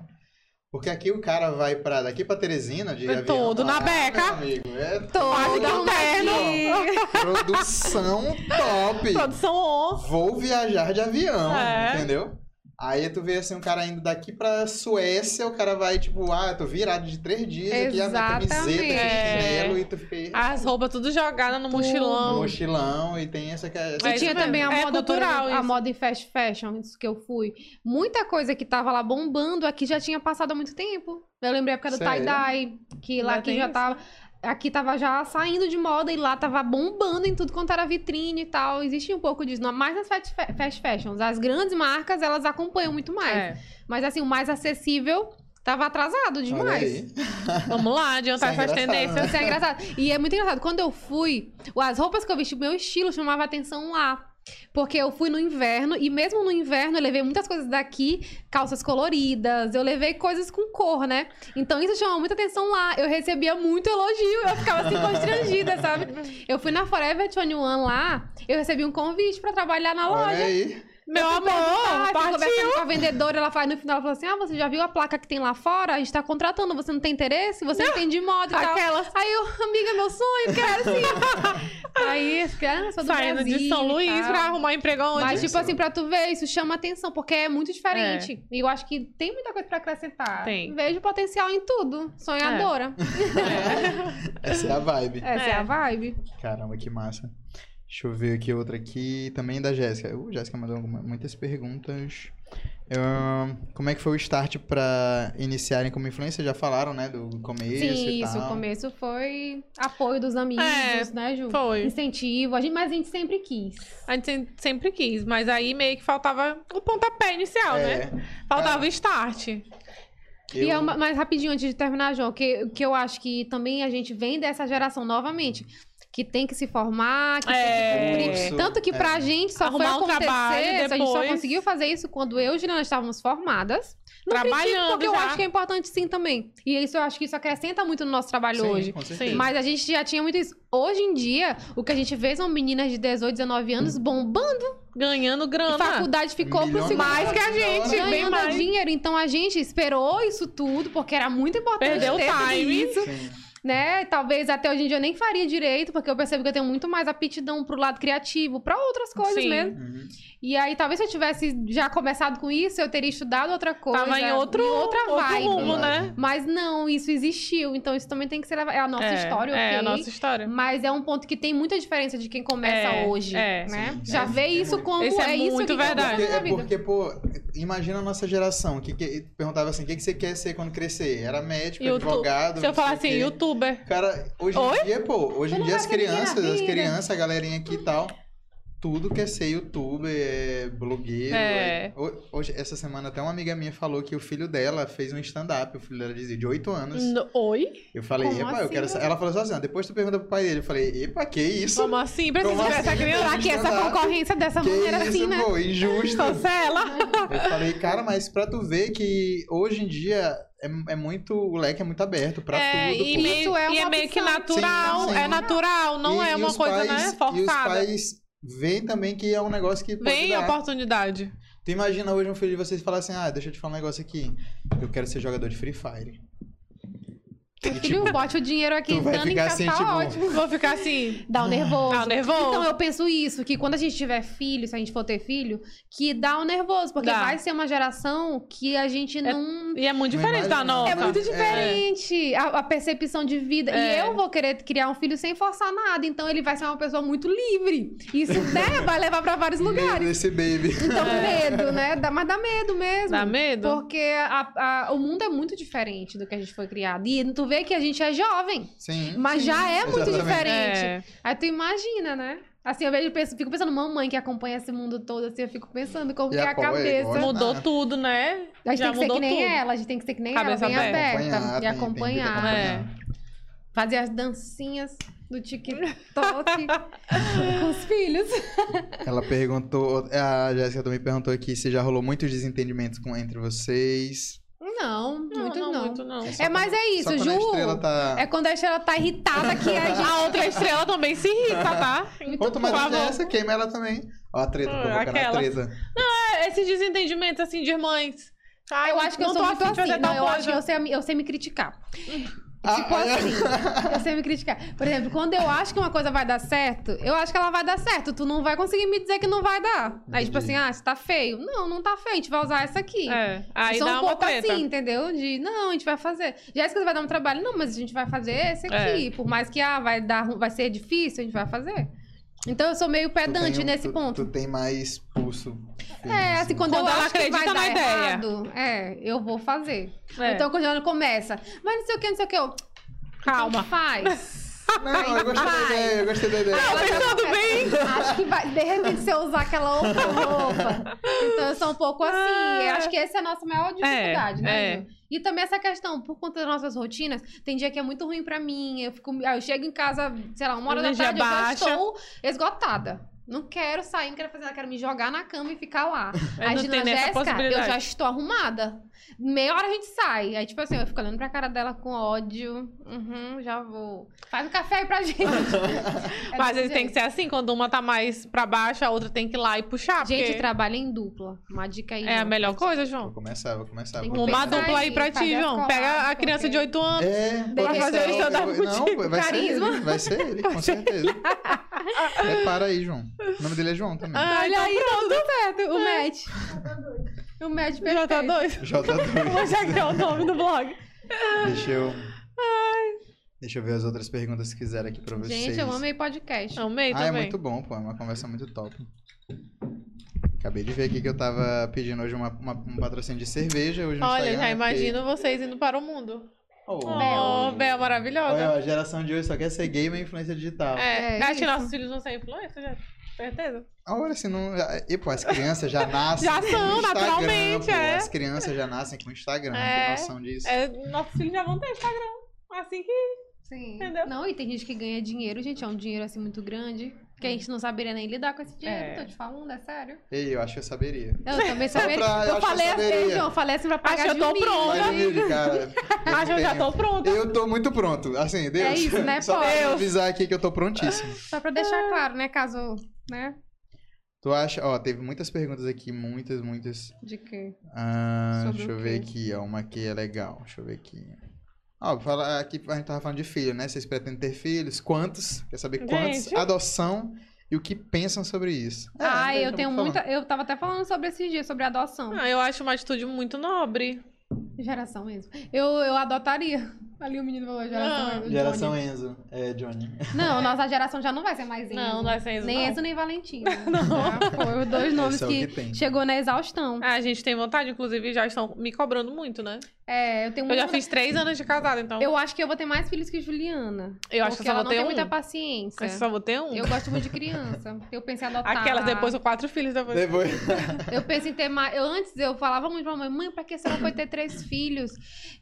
Speaker 1: Porque aqui o cara vai pra, daqui pra Teresina de
Speaker 2: É
Speaker 1: avião.
Speaker 2: todo na
Speaker 1: Ah,
Speaker 2: beca.
Speaker 1: meu Amigo, é
Speaker 3: Tô
Speaker 2: Quase dá um
Speaker 3: arrumadinha. (laughs)
Speaker 1: produção top.
Speaker 2: Produção on.
Speaker 1: Vou viajar de avião,
Speaker 2: É.
Speaker 1: entendeu? Aí tu vê assim, um cara indo daqui pra Suécia, o cara vai tipo, ah, tô virado de três dias aqui, a minha camiseta,
Speaker 3: Exatamente. Ah,
Speaker 1: esse chinelo, e tu fica
Speaker 2: As roupas tudo jogada no mochilão.
Speaker 1: no mochilão, e tem essa... que- essa
Speaker 2: É
Speaker 3: E
Speaker 2: isso
Speaker 3: tinha
Speaker 2: mesmo.
Speaker 3: também a
Speaker 2: É
Speaker 3: moda
Speaker 2: cultural
Speaker 3: por exemplo, a
Speaker 2: isso.
Speaker 3: moda em fast fashion, isso que eu fui. Muita coisa que tava lá bombando aqui já tinha passado há muito tempo. Eu lembrei a época do
Speaker 1: Sério?
Speaker 3: tie-dye, que lá
Speaker 2: Ainda
Speaker 3: aqui
Speaker 2: tem
Speaker 3: já
Speaker 2: isso?
Speaker 3: tava. Aqui tava já saindo de moda e lá tava bombando em tudo quanto era vitrine e tal. Existe um pouco disso, não- mais nas fast, fa- fast fashions. As grandes marcas, elas acompanham muito mais.
Speaker 2: É.
Speaker 3: Mas assim, o mais acessível tava atrasado
Speaker 1: Olha
Speaker 3: É demais.
Speaker 1: aí.
Speaker 2: Vamos lá, adiantar
Speaker 1: Isso é
Speaker 2: essas
Speaker 1: engraçado,
Speaker 2: tendências.
Speaker 3: Isso é engraçado. E é muito engraçado. Quando eu fui, as roupas que eu vesti, o meu estilo chamava atenção lá. Porque eu fui no inverno e mesmo no inverno eu levei muitas coisas daqui, calças coloridas, eu levei coisas com cor, né? Então isso chamou muita atenção lá. Eu recebia muito elogio, eu ficava assim constrangida, sabe? Eu fui na Forever 21 lá, eu recebi um convite pra trabalhar na loja.
Speaker 1: Olha aí.
Speaker 2: Meu
Speaker 3: Eu fui
Speaker 2: amor,
Speaker 3: perguntar, fui
Speaker 2: partiu.
Speaker 3: conversando com a vendedora, ela fala, no final ela falou assim: Ah, você já viu a placa que tem lá fora? A gente tá contratando, você não tem interesse? Você não tem de moda e tal.
Speaker 2: Aquela
Speaker 3: Aí eu, amiga, meu sonho, quero
Speaker 2: (laughs)
Speaker 3: sim. Aí, ah, sou do
Speaker 2: saindo
Speaker 3: Brasil
Speaker 2: de São
Speaker 3: e
Speaker 2: Luís
Speaker 3: tal.
Speaker 2: pra arrumar emprego onde?
Speaker 3: Mas,
Speaker 1: Sim,
Speaker 3: tipo assim,
Speaker 1: sim.
Speaker 3: pra tu ver, isso chama atenção, porque é muito diferente. E eu acho que tem muita coisa pra acrescentar.
Speaker 2: Tem.
Speaker 3: Vejo potencial em tudo. Sonhadora.
Speaker 1: Essa é a vibe.
Speaker 3: Essa é.
Speaker 2: É.
Speaker 3: a vibe.
Speaker 1: Caramba, que massa. Deixa eu ver aqui outra aqui, também da Jéssica. Uh, Jéssica mandou alguma- muitas perguntas. Ahn, como é que foi o start pra iniciarem como influencer? Já falaram, né, do começo
Speaker 3: sim,
Speaker 1: e
Speaker 3: isso.
Speaker 1: tal.
Speaker 3: O começo foi apoio dos amigos,
Speaker 2: É,
Speaker 3: né, Ju?
Speaker 2: (laughs) Foi.
Speaker 3: Incentivo. A gente, mas a gente sempre quis.
Speaker 2: A gente sem- sempre quis, mas aí meio que faltava o pontapé inicial, né?
Speaker 1: É,
Speaker 2: Faltava o start.
Speaker 1: eu...
Speaker 3: E é uma- mas rapidinho, antes de terminar, João, que, que eu acho que também a gente vem dessa geração novamente. Que tem que se formar, que
Speaker 2: É.
Speaker 3: tem que cumprir.
Speaker 1: Isso,
Speaker 3: Tanto que pra
Speaker 1: é.
Speaker 3: gente só
Speaker 2: Arrumar um
Speaker 3: foi acontecer,
Speaker 2: trabalho
Speaker 3: a gente só
Speaker 2: depois.
Speaker 3: conseguiu fazer isso quando eu e Juliana estávamos formadas. Não
Speaker 2: Trabalhando
Speaker 3: critico, porque eu
Speaker 2: já.
Speaker 3: acho que é importante sim também. E isso eu acho que isso acrescenta muito no nosso trabalho
Speaker 1: Sim,
Speaker 3: hoje.
Speaker 1: com certeza.
Speaker 2: Sim.
Speaker 3: Mas a gente já tinha muito isso. Hoje em dia, o que a gente vê são meninas de 18, 19 anos
Speaker 1: Hum.
Speaker 3: bombando.
Speaker 2: Ganhando
Speaker 3: A
Speaker 2: grana.
Speaker 3: faculdade ficou pro
Speaker 1: Milionárias
Speaker 3: segundo
Speaker 2: Mais que a
Speaker 1: na hora.
Speaker 2: gente, bem
Speaker 3: ganhando
Speaker 2: mais.
Speaker 3: dinheiro. Então a gente esperou isso tudo, porque era muito importante
Speaker 2: Perdeu o
Speaker 3: ter tudo
Speaker 2: time.
Speaker 3: isso,
Speaker 1: Sim.
Speaker 3: né? Talvez até hoje em dia eu nem faria direito, porque eu percebo que eu tenho muito mais aptidão pro lado criativo, pra outras coisas
Speaker 2: Sim.
Speaker 3: mesmo.
Speaker 1: Uhum.
Speaker 3: E aí, talvez se eu tivesse já começado com isso, eu teria estudado outra coisa.
Speaker 2: Tava em outro,
Speaker 3: né? outra
Speaker 2: outro
Speaker 3: vibe.
Speaker 2: rumo, né?
Speaker 3: Mas não, isso existiu. Então isso também tem que ser levado. É a nossa
Speaker 2: é,
Speaker 3: história, ok?
Speaker 2: É, a nossa história.
Speaker 3: Mas é um ponto que tem muita diferença de quem começa
Speaker 2: É,
Speaker 3: hoje,
Speaker 2: é.
Speaker 3: né?
Speaker 1: Sim,
Speaker 3: Já
Speaker 1: sim.
Speaker 3: vê
Speaker 1: É
Speaker 3: isso
Speaker 1: muito-
Speaker 3: como
Speaker 2: Isso é
Speaker 3: é isso
Speaker 2: muito
Speaker 3: que eu quero
Speaker 2: verdade.
Speaker 3: na
Speaker 1: Porque,
Speaker 3: minha
Speaker 1: é
Speaker 3: vida.
Speaker 1: porque, pô, imagina a nossa geração. Que, que perguntava assim, o que, que você quer ser quando crescer? Era médico,
Speaker 2: Youtu-
Speaker 1: advogado...
Speaker 2: Se eu
Speaker 1: não sei
Speaker 2: falar
Speaker 1: o quê.
Speaker 2: assim, youtuber.
Speaker 1: Cara, hoje
Speaker 2: Oi?
Speaker 1: em dia, pô, hoje
Speaker 3: Tu
Speaker 1: em
Speaker 3: não
Speaker 1: dia
Speaker 3: vai
Speaker 1: as
Speaker 3: ser ninguém na
Speaker 1: crianças, as
Speaker 3: vida.
Speaker 1: crianças, a galerinha aqui e tal, tudo quer ser youtuber, é blogueiro.
Speaker 2: É.
Speaker 1: é- ho- Hoje, essa semana até uma amiga minha falou que o filho dela fez um stand-up, o filho dela dizia de 8 anos.
Speaker 2: Hum.
Speaker 4: No- Oi?
Speaker 1: Eu falei,
Speaker 3: Como
Speaker 1: epa, eu
Speaker 3: assim,
Speaker 1: quero. sa-" Ela falou assim, ó, depois tu pergunta pro pai dele. Eu falei, epa, que isso?
Speaker 2: Como assim? Precisa
Speaker 1: Como
Speaker 2: ver essa
Speaker 1: assim?
Speaker 2: criança.
Speaker 3: um Será que essa
Speaker 1: Stand-up?
Speaker 3: concorrência dessa
Speaker 1: que
Speaker 3: maneira
Speaker 1: isso,
Speaker 3: assim, né?
Speaker 1: pô, injusto.
Speaker 2: Cancela.
Speaker 1: Eu falei, cara, mas pra tu ver que hoje em dia é, é muito. O leque é muito aberto pra
Speaker 2: É,
Speaker 1: tudo.
Speaker 2: e,
Speaker 1: pô.
Speaker 2: meio,
Speaker 3: Isso é
Speaker 2: e é
Speaker 3: uma
Speaker 2: meio que
Speaker 3: opção.
Speaker 2: natural.
Speaker 1: Sim, sim.
Speaker 2: É natural, não
Speaker 1: E-
Speaker 2: é
Speaker 1: e
Speaker 2: uma
Speaker 1: os
Speaker 2: coisa,
Speaker 1: pais-
Speaker 2: né?
Speaker 1: E os
Speaker 2: Forçada.
Speaker 1: pais veem também que é um negócio que pode
Speaker 2: Vem
Speaker 1: dar.
Speaker 2: oportunidade.
Speaker 1: Tu imagina hoje um filho de vocês falar assim, ah, deixa eu te falar um negócio aqui. Eu quero ser jogador de Free Fire.
Speaker 3: Meu filho, bote o dinheiro aqui,
Speaker 1: tipo, tu vai
Speaker 3: dando em
Speaker 1: ficar
Speaker 3: catar
Speaker 1: assim, tipo,
Speaker 3: ótimo.
Speaker 2: Vou ficar assim.
Speaker 3: Dá um nervoso.
Speaker 2: Dá um nervoso.
Speaker 3: Então, eu penso isso, que quando a gente tiver filho, se a gente for ter filho, que dá um nervoso, porque
Speaker 2: Dá.
Speaker 3: vai ser uma geração que a gente não...
Speaker 2: E é muito
Speaker 1: Não
Speaker 2: diferente da
Speaker 1: imagina, não.
Speaker 2: nossa.
Speaker 3: É muito
Speaker 1: É.
Speaker 3: diferente a, a percepção de vida.
Speaker 2: É.
Speaker 3: E eu vou querer criar um filho sem forçar nada, então ele vai ser uma pessoa muito livre. Isso, né, vai levar pra vários
Speaker 1: Medo
Speaker 3: lugares.
Speaker 1: desse baby. (laughs)
Speaker 3: Então, medo, né? Dá- mas dá medo mesmo.
Speaker 2: É. Dá medo?
Speaker 3: Porque a- a- o mundo é muito diferente do que a gente foi criado. E tu vê que a gente é jovem,
Speaker 1: Sim.
Speaker 3: mas
Speaker 1: sim,
Speaker 3: já é muito
Speaker 1: exatamente.
Speaker 3: diferente.
Speaker 2: É.
Speaker 3: Aí tu imagina, né? Assim, eu vejo, e penso, fico pensando, mamãe que acompanha esse mundo todo, assim, eu fico pensando como
Speaker 1: E
Speaker 3: que é a
Speaker 1: apoia,
Speaker 3: cabeça.
Speaker 1: gosta.
Speaker 2: Mudou
Speaker 1: né?
Speaker 2: tudo, né?
Speaker 3: A gente
Speaker 2: Já
Speaker 3: tem que ser
Speaker 2: mudou
Speaker 3: que nem
Speaker 2: tudo.
Speaker 3: ela, a gente tem que ser que nem
Speaker 2: Cabeça
Speaker 3: ela, bem
Speaker 2: aberta. É.
Speaker 1: Acompanhar, tem-
Speaker 3: aberta. e
Speaker 1: tem que
Speaker 3: acompanhar.
Speaker 1: acompanhar.
Speaker 3: Fazer as dancinhas
Speaker 2: (laughs)
Speaker 3: do TikTok com os filhos.
Speaker 1: Ela perguntou, a Jéssica também perguntou aqui se já rolou muitos desentendimentos com, entre vocês.
Speaker 3: Não, muito não.
Speaker 2: muito não.
Speaker 1: só
Speaker 3: É, mas é
Speaker 1: Só quando
Speaker 3: isso, Ju.
Speaker 1: a estrela tá...
Speaker 3: É quando a estrela tá irritada que
Speaker 2: (laughs)
Speaker 3: a gente...
Speaker 1: (laughs)
Speaker 2: A outra estrela também se irrita, tá?
Speaker 1: Quanto
Speaker 2: Por
Speaker 1: mais
Speaker 2: favor.
Speaker 1: essa, queima ela também. Ó a treta,
Speaker 2: Ah,
Speaker 1: provocando a
Speaker 2: aquela.
Speaker 1: treta.
Speaker 2: É, Esses desentendimentos, assim, de irmãs. Ah,
Speaker 3: Eu acho que eu
Speaker 2: não
Speaker 3: sou
Speaker 2: tô
Speaker 3: muito
Speaker 2: afim de
Speaker 3: assim.
Speaker 2: fazer
Speaker 3: Não,
Speaker 2: tal
Speaker 3: eu acho que
Speaker 2: coisa.
Speaker 3: eu sei, eu sei me criticar.
Speaker 1: Ah,
Speaker 3: Tipo
Speaker 1: ah,
Speaker 3: assim, eu sei me criticar. Por exemplo, quando eu acho que uma coisa vai dar certo, eu acho que ela vai dar certo. Tu não vai conseguir me dizer que não vai dar. Aí, tipo
Speaker 1: Entendi.
Speaker 3: assim, ah, isso tá feio. Não, não tá feio, a gente vai usar essa aqui.
Speaker 2: É, aí
Speaker 3: Sou
Speaker 2: dá
Speaker 3: um
Speaker 2: uma
Speaker 3: pouco
Speaker 2: treta.
Speaker 3: assim, entendeu? De, não, a gente vai fazer. Jéssica vai dar um trabalho. Não, mas a gente vai fazer esse
Speaker 2: É.
Speaker 3: aqui. Por mais que, ah, vai, dar, ru- vai ser difícil, a gente vai fazer. Então, eu sou meio
Speaker 1: Tu tem
Speaker 3: pedante
Speaker 1: um-
Speaker 3: nesse
Speaker 1: tu-
Speaker 3: ponto.
Speaker 1: Tu um tem mais pulso.
Speaker 3: É, assim, quando,
Speaker 2: Quando
Speaker 3: eu
Speaker 2: ela
Speaker 3: acho que vai
Speaker 2: acredita
Speaker 3: dar
Speaker 2: na ideia.
Speaker 3: errado, é, eu vou fazer.
Speaker 2: É.
Speaker 3: Então, quando ela começa, mas não sei o que, não sei o que, eu...
Speaker 2: Calma.
Speaker 3: Então, faz.
Speaker 1: Não, eu gostei da ideia, eu gostei da ideia.
Speaker 2: tá
Speaker 3: Ela já
Speaker 2: pensando
Speaker 3: começa, Acho que vai, de repente, se eu usar aquela outra roupa. Então, eu sou um pouco assim. Eu acho que essa é a nossa maior dificuldade,
Speaker 2: Ah. É,
Speaker 3: né?
Speaker 2: é.
Speaker 3: Ju? E também essa questão, por conta das nossas rotinas, tem dia que é muito ruim pra mim. Eu, fico, ah, eu chego em casa, sei lá, uma hora
Speaker 2: Energia
Speaker 3: da tarde,
Speaker 2: baixa.
Speaker 3: eu já estou esgotada. Não quero sair, não quero fazer nada, quero me jogar na cama e ficar lá.
Speaker 2: É,
Speaker 3: Aí
Speaker 2: não
Speaker 3: Gina,
Speaker 2: tem nem essa
Speaker 3: Jéssica, eu
Speaker 2: possibilidade.
Speaker 3: já estou arrumada. Meia hora a gente sai. Aí, tipo assim, eu fico olhando pra cara dela com ódio. Uhum, já vou. Faz um café aí
Speaker 1: (laughs)
Speaker 3: pra gente. É
Speaker 2: Mas
Speaker 3: desse
Speaker 2: eles têm
Speaker 3: jeito.
Speaker 2: que ser assim, quando uma tá mais pra baixo, a outra tem que ir lá e puxar.
Speaker 3: Gente,
Speaker 2: porque
Speaker 3: trabalha em dupla. Uma dica aí. né?
Speaker 2: é a
Speaker 3: João.
Speaker 2: melhor coisa,
Speaker 1: Vou
Speaker 2: João.
Speaker 1: começar, vou começar.
Speaker 3: Tem
Speaker 1: vou
Speaker 2: Uma
Speaker 1: pensar.
Speaker 3: pensar
Speaker 2: dupla aí pra
Speaker 3: em
Speaker 2: ti,
Speaker 3: fazer
Speaker 2: João.
Speaker 3: as
Speaker 2: Pega a
Speaker 3: colagens,
Speaker 2: criança de
Speaker 3: porque-
Speaker 2: 8 anos.
Speaker 1: É, vou
Speaker 3: Deixa eu
Speaker 1: pensar,
Speaker 3: fazer o
Speaker 2: stand-up
Speaker 1: eu- Não,
Speaker 2: contigo.
Speaker 1: vai ser
Speaker 3: Carisma.
Speaker 1: ele, vai ser ele,
Speaker 3: (laughs)
Speaker 1: com certeza. Prepara aí, João. O nome dele é João também.
Speaker 2: Ah,
Speaker 3: Olha
Speaker 2: então
Speaker 3: aí, tá tudo certo. O match.
Speaker 1: tá
Speaker 3: O match perfeito.
Speaker 2: É. Já
Speaker 3: (laughs)
Speaker 2: tá doido?
Speaker 1: J2.
Speaker 2: Vou já criar o nome do blog.
Speaker 1: Deixa eu. Deixa eu ver as outras perguntas que quiser aqui pra vocês.
Speaker 3: Gente, eu amei podcast.
Speaker 2: Amei
Speaker 1: Ah, é
Speaker 2: também.
Speaker 1: muito bom, pô. É uma conversa muito top. Acabei de ver aqui que eu tava pedindo hoje uma- uma- um patrocínio de cerveja. Hoje no
Speaker 2: Olha,
Speaker 1: Instagram,
Speaker 2: já
Speaker 1: né,
Speaker 2: imagino vocês indo para o mundo.
Speaker 1: Porque...
Speaker 2: Oh, Bel,
Speaker 1: Olha,
Speaker 2: maravilhosa.
Speaker 1: ó, a geração de hoje só quer ser gamer e influência digital.
Speaker 2: É,
Speaker 3: É
Speaker 2: acho que
Speaker 3: isso.
Speaker 2: nossos filhos vão ser influencers, já. Certeza?
Speaker 1: Ah, Olha, se não. E, pô, as crianças já nascem.
Speaker 2: Já
Speaker 1: com
Speaker 2: são,
Speaker 1: o Instagram,
Speaker 2: naturalmente,
Speaker 1: pô.
Speaker 2: é.
Speaker 1: As crianças já nascem com o Instagram,
Speaker 2: É.
Speaker 1: tem noção disso.
Speaker 2: É, nossos filhos já vão ter Instagram. Assim que.
Speaker 3: Sim.
Speaker 2: Entendeu?
Speaker 3: Não, e tem gente que ganha dinheiro, gente. É um dinheiro assim muito grande. Que a gente não saberia nem lidar com esse dinheiro.
Speaker 2: É.
Speaker 3: Tô te falando, é sério.
Speaker 1: Ei, eu acho que eu saberia.
Speaker 3: Eu também
Speaker 1: Só (laughs) pra-
Speaker 3: saberia.
Speaker 1: eu acho que eu
Speaker 3: eu, falei assim,
Speaker 1: saberia.
Speaker 3: João, eu falei assim pra pagar
Speaker 2: Acho que eu
Speaker 3: de
Speaker 2: tô
Speaker 3: humilde.
Speaker 2: pronta.
Speaker 1: Mas, humilde, cara. eu
Speaker 2: (laughs) Acho que eu Ah, já
Speaker 1: tenho-
Speaker 2: tô pronta.
Speaker 1: Eu tô muito pronto. Assim, Deus.
Speaker 3: É isso,
Speaker 1: (laughs)
Speaker 3: né,
Speaker 1: Só
Speaker 3: pô?
Speaker 1: pra
Speaker 3: Deus.
Speaker 1: avisar aqui que eu tô prontíssimo.
Speaker 3: Só pra deixar claro, né? Caso, né?
Speaker 1: Tu acha. Ó, teve muitas perguntas aqui, muitas, muitas.
Speaker 3: De que...
Speaker 1: Ah,
Speaker 3: Sobre
Speaker 1: deixa
Speaker 3: o
Speaker 1: eu ver aqui, ó. Uma que é legal. Deixa eu ver aqui. Ó, fala, aqui a gente tava falando de filho, né? Vocês pretendem ter filhos? Quantos? Quer saber quantos?
Speaker 2: Gente.
Speaker 1: Adoção e o que pensam sobre isso. É,
Speaker 3: Ah,
Speaker 1: né,
Speaker 3: eu
Speaker 1: já
Speaker 3: tenho
Speaker 1: vou
Speaker 3: muita.
Speaker 1: falar.
Speaker 3: Eu tava até falando sobre esses dias, sobre adoção.
Speaker 2: Ah, eu acho uma atitude muito nobre.
Speaker 3: Geração mesmo. Eu, eu adotaria. (laughs) Ali o menino falou
Speaker 2: Ah,
Speaker 3: geração. Enzo,
Speaker 1: Geração
Speaker 3: Johnny.
Speaker 1: Enzo. É, Johnny.
Speaker 3: Não, nossa geração já não vai ser mais Enzo.
Speaker 2: Não, não é sem
Speaker 3: nem
Speaker 2: não.
Speaker 3: Enzo nem
Speaker 2: (laughs)
Speaker 3: Valentina. Não. Foi os dois nomes
Speaker 1: Esse é o
Speaker 3: que,
Speaker 1: que tem.
Speaker 3: chegou na exaustão.
Speaker 2: Ah, a gente tem vontade, inclusive, já estão me cobrando muito, né?
Speaker 3: É, eu tenho
Speaker 2: Eu
Speaker 3: muita
Speaker 2: já fiz três anos de casada, então.
Speaker 3: Eu acho que eu vou ter mais filhos que Juliana.
Speaker 2: Eu acho que
Speaker 3: porque
Speaker 2: só
Speaker 3: ela
Speaker 2: vou
Speaker 3: não
Speaker 2: ter
Speaker 3: tem
Speaker 2: um.
Speaker 3: muita
Speaker 2: Eu acho que
Speaker 3: paciência.
Speaker 2: só vou ter um.
Speaker 3: Eu gosto muito de criança. Eu pensei em adotar.
Speaker 2: (laughs) Aquelas depois são quatro filhos depois.
Speaker 1: Depois.
Speaker 3: Eu penso em ter mais. Eu, antes eu falava muito pra mamãe, mãe, pra que a senhora foi ter três filhos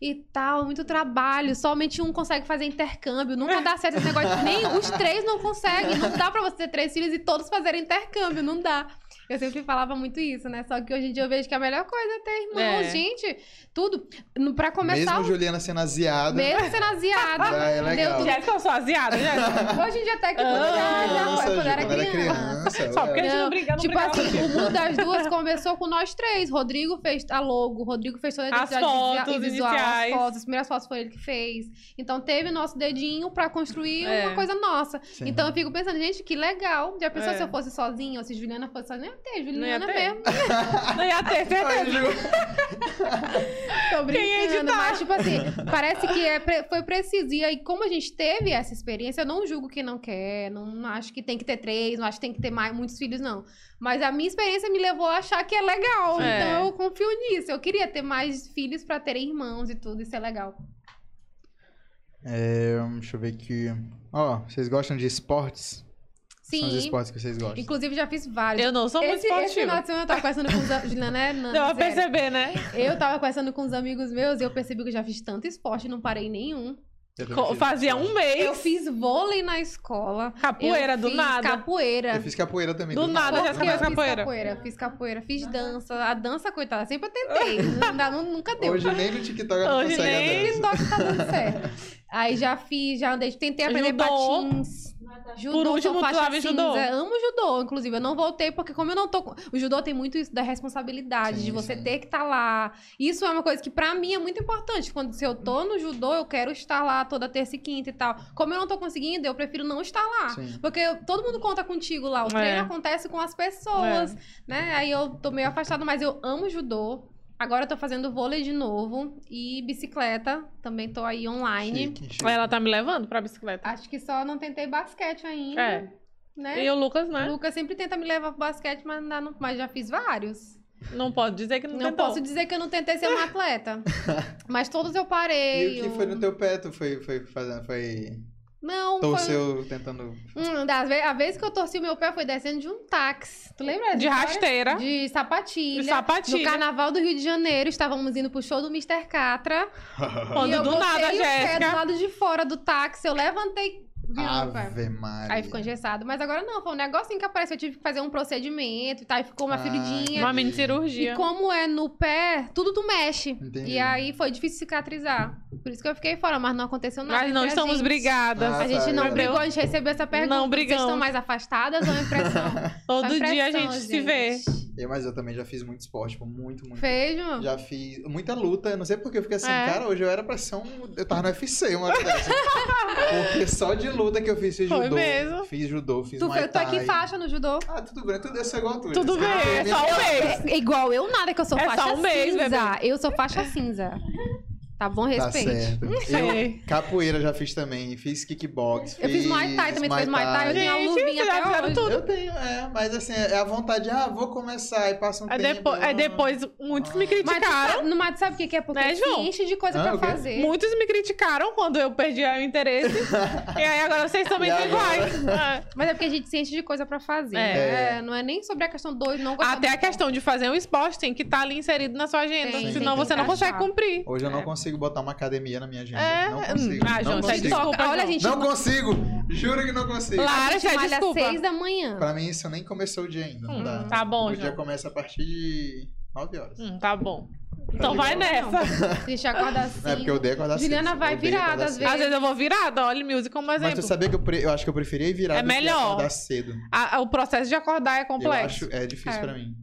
Speaker 3: e tal? Muito trabalho. Somente um consegue fazer intercâmbio. Nunca dá certo esse negócio. Nem os três não conseguem. Não dá pra você ter três filhos e todos fazerem intercâmbio. Não dá. Eu sempre falava muito isso, né? Só que hoje em dia eu vejo que a melhor coisa é ter irmãos,
Speaker 2: É.
Speaker 3: gente. Tudo. No- Pra começar,
Speaker 1: Mesmo
Speaker 3: mesmo,
Speaker 1: Juliana sendo aziada.
Speaker 3: mesmo sendo asiada.
Speaker 1: (laughs) Ah, é legal.
Speaker 3: Deu
Speaker 2: Jéssica, eu sou asiada, Jéssica.
Speaker 3: tudo. Hoje em dia até que tudo
Speaker 2: Ah,
Speaker 3: já, já
Speaker 1: Criança,
Speaker 3: foi quando
Speaker 1: Ju,
Speaker 3: era
Speaker 1: quando era
Speaker 3: criança.
Speaker 1: criança. é.
Speaker 2: Só porque a gente
Speaker 3: Não,
Speaker 2: não brigava, não
Speaker 3: Tipo
Speaker 2: brigava.
Speaker 3: assim, o mundo das duas começou com nós três. Rodrigo fez a logo, Rodrigo fez toda a
Speaker 2: As
Speaker 3: identidade visual-
Speaker 2: fotos
Speaker 3: e visual,
Speaker 2: iniciais.
Speaker 3: as fotos, as primeiras fotos foi ele que fez. Então teve nosso dedinho pra construir
Speaker 2: É.
Speaker 3: uma coisa nossa.
Speaker 1: Sim.
Speaker 3: Então eu fico pensando, gente, que legal. Já pensou
Speaker 2: É.
Speaker 3: se eu fosse sozinha, ou se Juliana fosse sozinha? Não ia ter, Juliana
Speaker 2: ter.
Speaker 3: mesmo.
Speaker 2: Não ia ter certeza.
Speaker 1: Ai, Ju.
Speaker 3: Tô
Speaker 2: Quem ia
Speaker 3: brincando,
Speaker 2: editar?
Speaker 3: mas tipo assim, parece que é pre- foi preciso. E aí, como a gente teve essa experiência, eu não julgo quem não quer, não, não acho que tem que ter três, não acho que tem que ter mais, muitos filhos, não. Mas a minha experiência me levou a achar que é legal,
Speaker 2: É.
Speaker 3: então eu confio nisso. Eu queria ter mais filhos pra terem irmãos e tudo, isso é legal.
Speaker 1: É, deixa eu ver aqui. Ó, vocês gostam de esportes? São os
Speaker 3: Sim,
Speaker 1: esportes que vocês gostam.
Speaker 3: inclusive já fiz vários.
Speaker 2: Eu não sou muito
Speaker 3: esse, esse final
Speaker 2: esportiva.
Speaker 3: de semana eu tava conversando com os am- Juliana,
Speaker 2: (laughs)
Speaker 3: é, Nana,
Speaker 2: Deu pra
Speaker 3: zero.
Speaker 2: perceber, né?
Speaker 3: Eu tava conversando com os amigos meus e eu percebi que eu já fiz tanto esporte, não parei nenhum.
Speaker 1: Eu também
Speaker 2: Co-
Speaker 1: fiz
Speaker 2: Fazia
Speaker 1: esporte.
Speaker 2: um mês.
Speaker 3: Eu fiz vôlei na escola.
Speaker 2: Capoeira,
Speaker 3: Eu
Speaker 2: do
Speaker 3: fiz
Speaker 2: nada.
Speaker 3: Capoeira.
Speaker 1: Eu fiz capoeira também.
Speaker 2: Do nada,
Speaker 3: Por
Speaker 2: Jéssica
Speaker 3: que eu
Speaker 2: faz
Speaker 3: fiz
Speaker 2: capoeira.
Speaker 3: capoeira. Fiz capoeira, fiz dança. A dança, coitada, sempre eu
Speaker 2: (laughs)
Speaker 3: tentei. Não dá- nu- nunca deu.
Speaker 1: Hoje é. nem no TikTok eu não
Speaker 2: Hoje
Speaker 1: consegue
Speaker 2: nem.
Speaker 1: a
Speaker 3: Esse
Speaker 1: dança.
Speaker 3: toque tá dando certo. Aí já fiz, já andei, tentei aprender
Speaker 2: Judô.
Speaker 3: patins. Judô,
Speaker 2: Por
Speaker 3: sou
Speaker 2: último, tu
Speaker 3: faixa
Speaker 2: tava em judô?
Speaker 3: cinza. Amo judô, inclusive. Eu não voltei porque como eu não tô... com- O judô tem muito isso da responsabilidade,
Speaker 1: Sim,
Speaker 3: de você
Speaker 1: sim.
Speaker 3: ter que estar lá. Isso é uma coisa que pra mim é muito importante. Quando se eu tô no judô, eu quero estar lá toda terça e quinta e tal. Como eu não tô conseguindo, eu prefiro não estar lá.
Speaker 1: Sim.
Speaker 3: Porque eu- todo mundo conta contigo lá. O
Speaker 2: É.
Speaker 3: treino acontece com as pessoas, né? Aí eu tô meio afastada, mas eu amo judô. Agora eu tô fazendo vôlei de novo e bicicleta. Também tô aí online.
Speaker 1: Chique, chique.
Speaker 2: Aí Ela tá me levando pra bicicleta.
Speaker 3: Acho que só não tentei basquete ainda,
Speaker 2: É.
Speaker 3: né?
Speaker 2: E o Lucas,
Speaker 3: O
Speaker 2: né?
Speaker 3: Lucas sempre tenta me levar pro basquete, mas, ainda não- mas já fiz vários.
Speaker 2: Não pode dizer que não,
Speaker 3: Não,
Speaker 2: tentou.
Speaker 3: posso dizer que eu não tentei
Speaker 2: (laughs)
Speaker 3: ser uma atleta. mas todos eu
Speaker 1: E
Speaker 3: parei.
Speaker 1: o que
Speaker 3: eu-
Speaker 1: foi no teu pé? Tu foi, foi fazendo, foi...
Speaker 3: Não, foi...
Speaker 1: Torceu tentando...
Speaker 3: Hum, da ve- a vez que eu torci o meu pé foi descendo de um táxi. Tu lembra? dessa
Speaker 2: De
Speaker 3: história?
Speaker 2: rasteira.
Speaker 3: né? De sapatilha.
Speaker 2: De sapatilha.
Speaker 3: No carnaval do Rio de Janeiro, estávamos indo pro show do Mr. Catra.
Speaker 2: Quando
Speaker 3: e eu
Speaker 2: do
Speaker 3: botei
Speaker 2: nada,
Speaker 3: o pé
Speaker 2: Jéssica.
Speaker 3: do lado de fora do táxi, eu levantei. virou o pé.
Speaker 1: Ave Maria.
Speaker 3: Aí ficou engessado. Mas agora não, foi um negocinho que apareceu. Eu tive que fazer um procedimento e tal. E ficou uma
Speaker 1: Ah,
Speaker 3: feridinha.
Speaker 2: Uma mini cirurgia.
Speaker 3: E como é no pé, tudo tu mexe.
Speaker 1: Entendi.
Speaker 3: E aí foi difícil cicatrizar. Por isso que eu fiquei fora, mas não aconteceu nada.
Speaker 2: Mas não
Speaker 3: entre a
Speaker 2: estamos
Speaker 3: gente.
Speaker 2: brigadas.
Speaker 1: Ah,
Speaker 3: A gente não
Speaker 1: Entendeu?
Speaker 3: brigou, a gente recebeu essa pergunta.
Speaker 2: Não brigamos.
Speaker 3: Vocês estão mais afastadas ou é impressão?
Speaker 2: (laughs) Todo
Speaker 3: Só
Speaker 2: dia a gente,
Speaker 3: impressão,
Speaker 2: se vê.
Speaker 1: Eu, mas eu também já fiz muito esporte, tipo, muito, muito.
Speaker 3: Fez, mano?
Speaker 1: Já fiz muita luta. Eu não sei porque eu fiquei assim,
Speaker 2: É.
Speaker 1: cara, hoje eu era pra ser um. Eu tava no UFC uma hora dessa. porque só de luta que eu fiz, fiz
Speaker 2: Foi
Speaker 1: judô.
Speaker 2: mesmo.
Speaker 1: Fiz judô, fiz
Speaker 3: Tu, é
Speaker 1: muay
Speaker 3: eu tô aqui
Speaker 1: thai.
Speaker 3: faixa no judô.
Speaker 1: Ah, tudo bem, tudo isso é igual a tu.
Speaker 2: Tudo bem, é só
Speaker 1: né?
Speaker 2: um mês.
Speaker 3: igual eu, nada, que eu sou
Speaker 2: É só
Speaker 3: faixa
Speaker 2: um mês,
Speaker 3: cinza.
Speaker 2: bebê.
Speaker 3: Eu sou faixa cinza. Tá bom?
Speaker 1: Tá
Speaker 3: Respeite.
Speaker 1: certo.
Speaker 2: sei.
Speaker 1: Eu, capoeira já fiz também, fiz kickbox.
Speaker 3: Eu fiz Muay Thai também, tu fez Muay Thai? Eu tenho a
Speaker 2: Gente,
Speaker 3: luvinha
Speaker 2: vocês já
Speaker 3: até
Speaker 2: fizeram
Speaker 3: hoje.
Speaker 2: tudo.
Speaker 1: Eu tenho, é, mas assim, é a vontade de, ah, vou começar, e passa um
Speaker 2: Aí
Speaker 1: tempo.
Speaker 2: depois, aí É depois muitos me
Speaker 3: Mas tu
Speaker 2: criticaram.
Speaker 3: sabe, mas tu sabe o que que é? Porque
Speaker 2: Né,
Speaker 3: se
Speaker 2: João?
Speaker 3: enche de coisa
Speaker 1: Ah,
Speaker 3: pra
Speaker 1: o quê?
Speaker 3: fazer.
Speaker 2: Muitos me criticaram quando eu perdi o interesse. e aí agora
Speaker 1: (laughs)
Speaker 2: vocês também
Speaker 1: E
Speaker 2: são
Speaker 1: agora?
Speaker 2: iguais. É.
Speaker 3: Mas é porque a gente se enche de coisa pra fazer.
Speaker 2: É.
Speaker 3: né? Não é nem sobre a questão do não gostar
Speaker 2: Até
Speaker 3: do
Speaker 2: a questão de fazer um esporte tem que estar ali inserido na sua agenda.
Speaker 3: Tem,
Speaker 2: senão
Speaker 1: tem que
Speaker 2: você não consegue
Speaker 3: encaixar.
Speaker 2: cumprir.
Speaker 1: Hoje eu não
Speaker 2: É.
Speaker 1: consigo botar uma academia na minha agenda.
Speaker 2: É.
Speaker 1: Não consigo.
Speaker 2: Ah,
Speaker 1: não
Speaker 2: João, tá
Speaker 1: consigo.
Speaker 2: desculpa.
Speaker 3: Olha, a
Speaker 2: João.
Speaker 3: gente
Speaker 1: Não consigo. Juro que não consigo.
Speaker 2: Claro,
Speaker 3: a gente
Speaker 2: já é
Speaker 3: malha
Speaker 2: desculpa.
Speaker 3: às seis da manhã.
Speaker 1: Pra mim, isso nem começou o dia ainda. Não
Speaker 2: Hum,
Speaker 1: dá.
Speaker 2: tá bom,
Speaker 1: O dia
Speaker 2: João.
Speaker 1: começa a partir de 9 horas.
Speaker 2: Hum, tá bom. Então
Speaker 1: ligado?
Speaker 2: vai nessa.
Speaker 3: A gente acorda assim.
Speaker 1: Não é porque eu odeio acordar
Speaker 3: Juliana
Speaker 1: cedo.
Speaker 3: vai
Speaker 1: Eu odeio
Speaker 3: virada,
Speaker 1: acordar
Speaker 3: às
Speaker 1: cedo.
Speaker 3: vezes.
Speaker 2: Às vezes eu vou virada, olha, music como
Speaker 1: Mas tu
Speaker 2: exemplo.
Speaker 1: sabia que eu, pre- eu acho que eu preferia ir virada
Speaker 2: É
Speaker 1: do que
Speaker 2: melhor.
Speaker 1: acordar cedo.
Speaker 2: A- a- o processo de acordar é
Speaker 1: Eu
Speaker 2: complexo.
Speaker 1: acho, é difícil
Speaker 3: É.
Speaker 1: pra mim.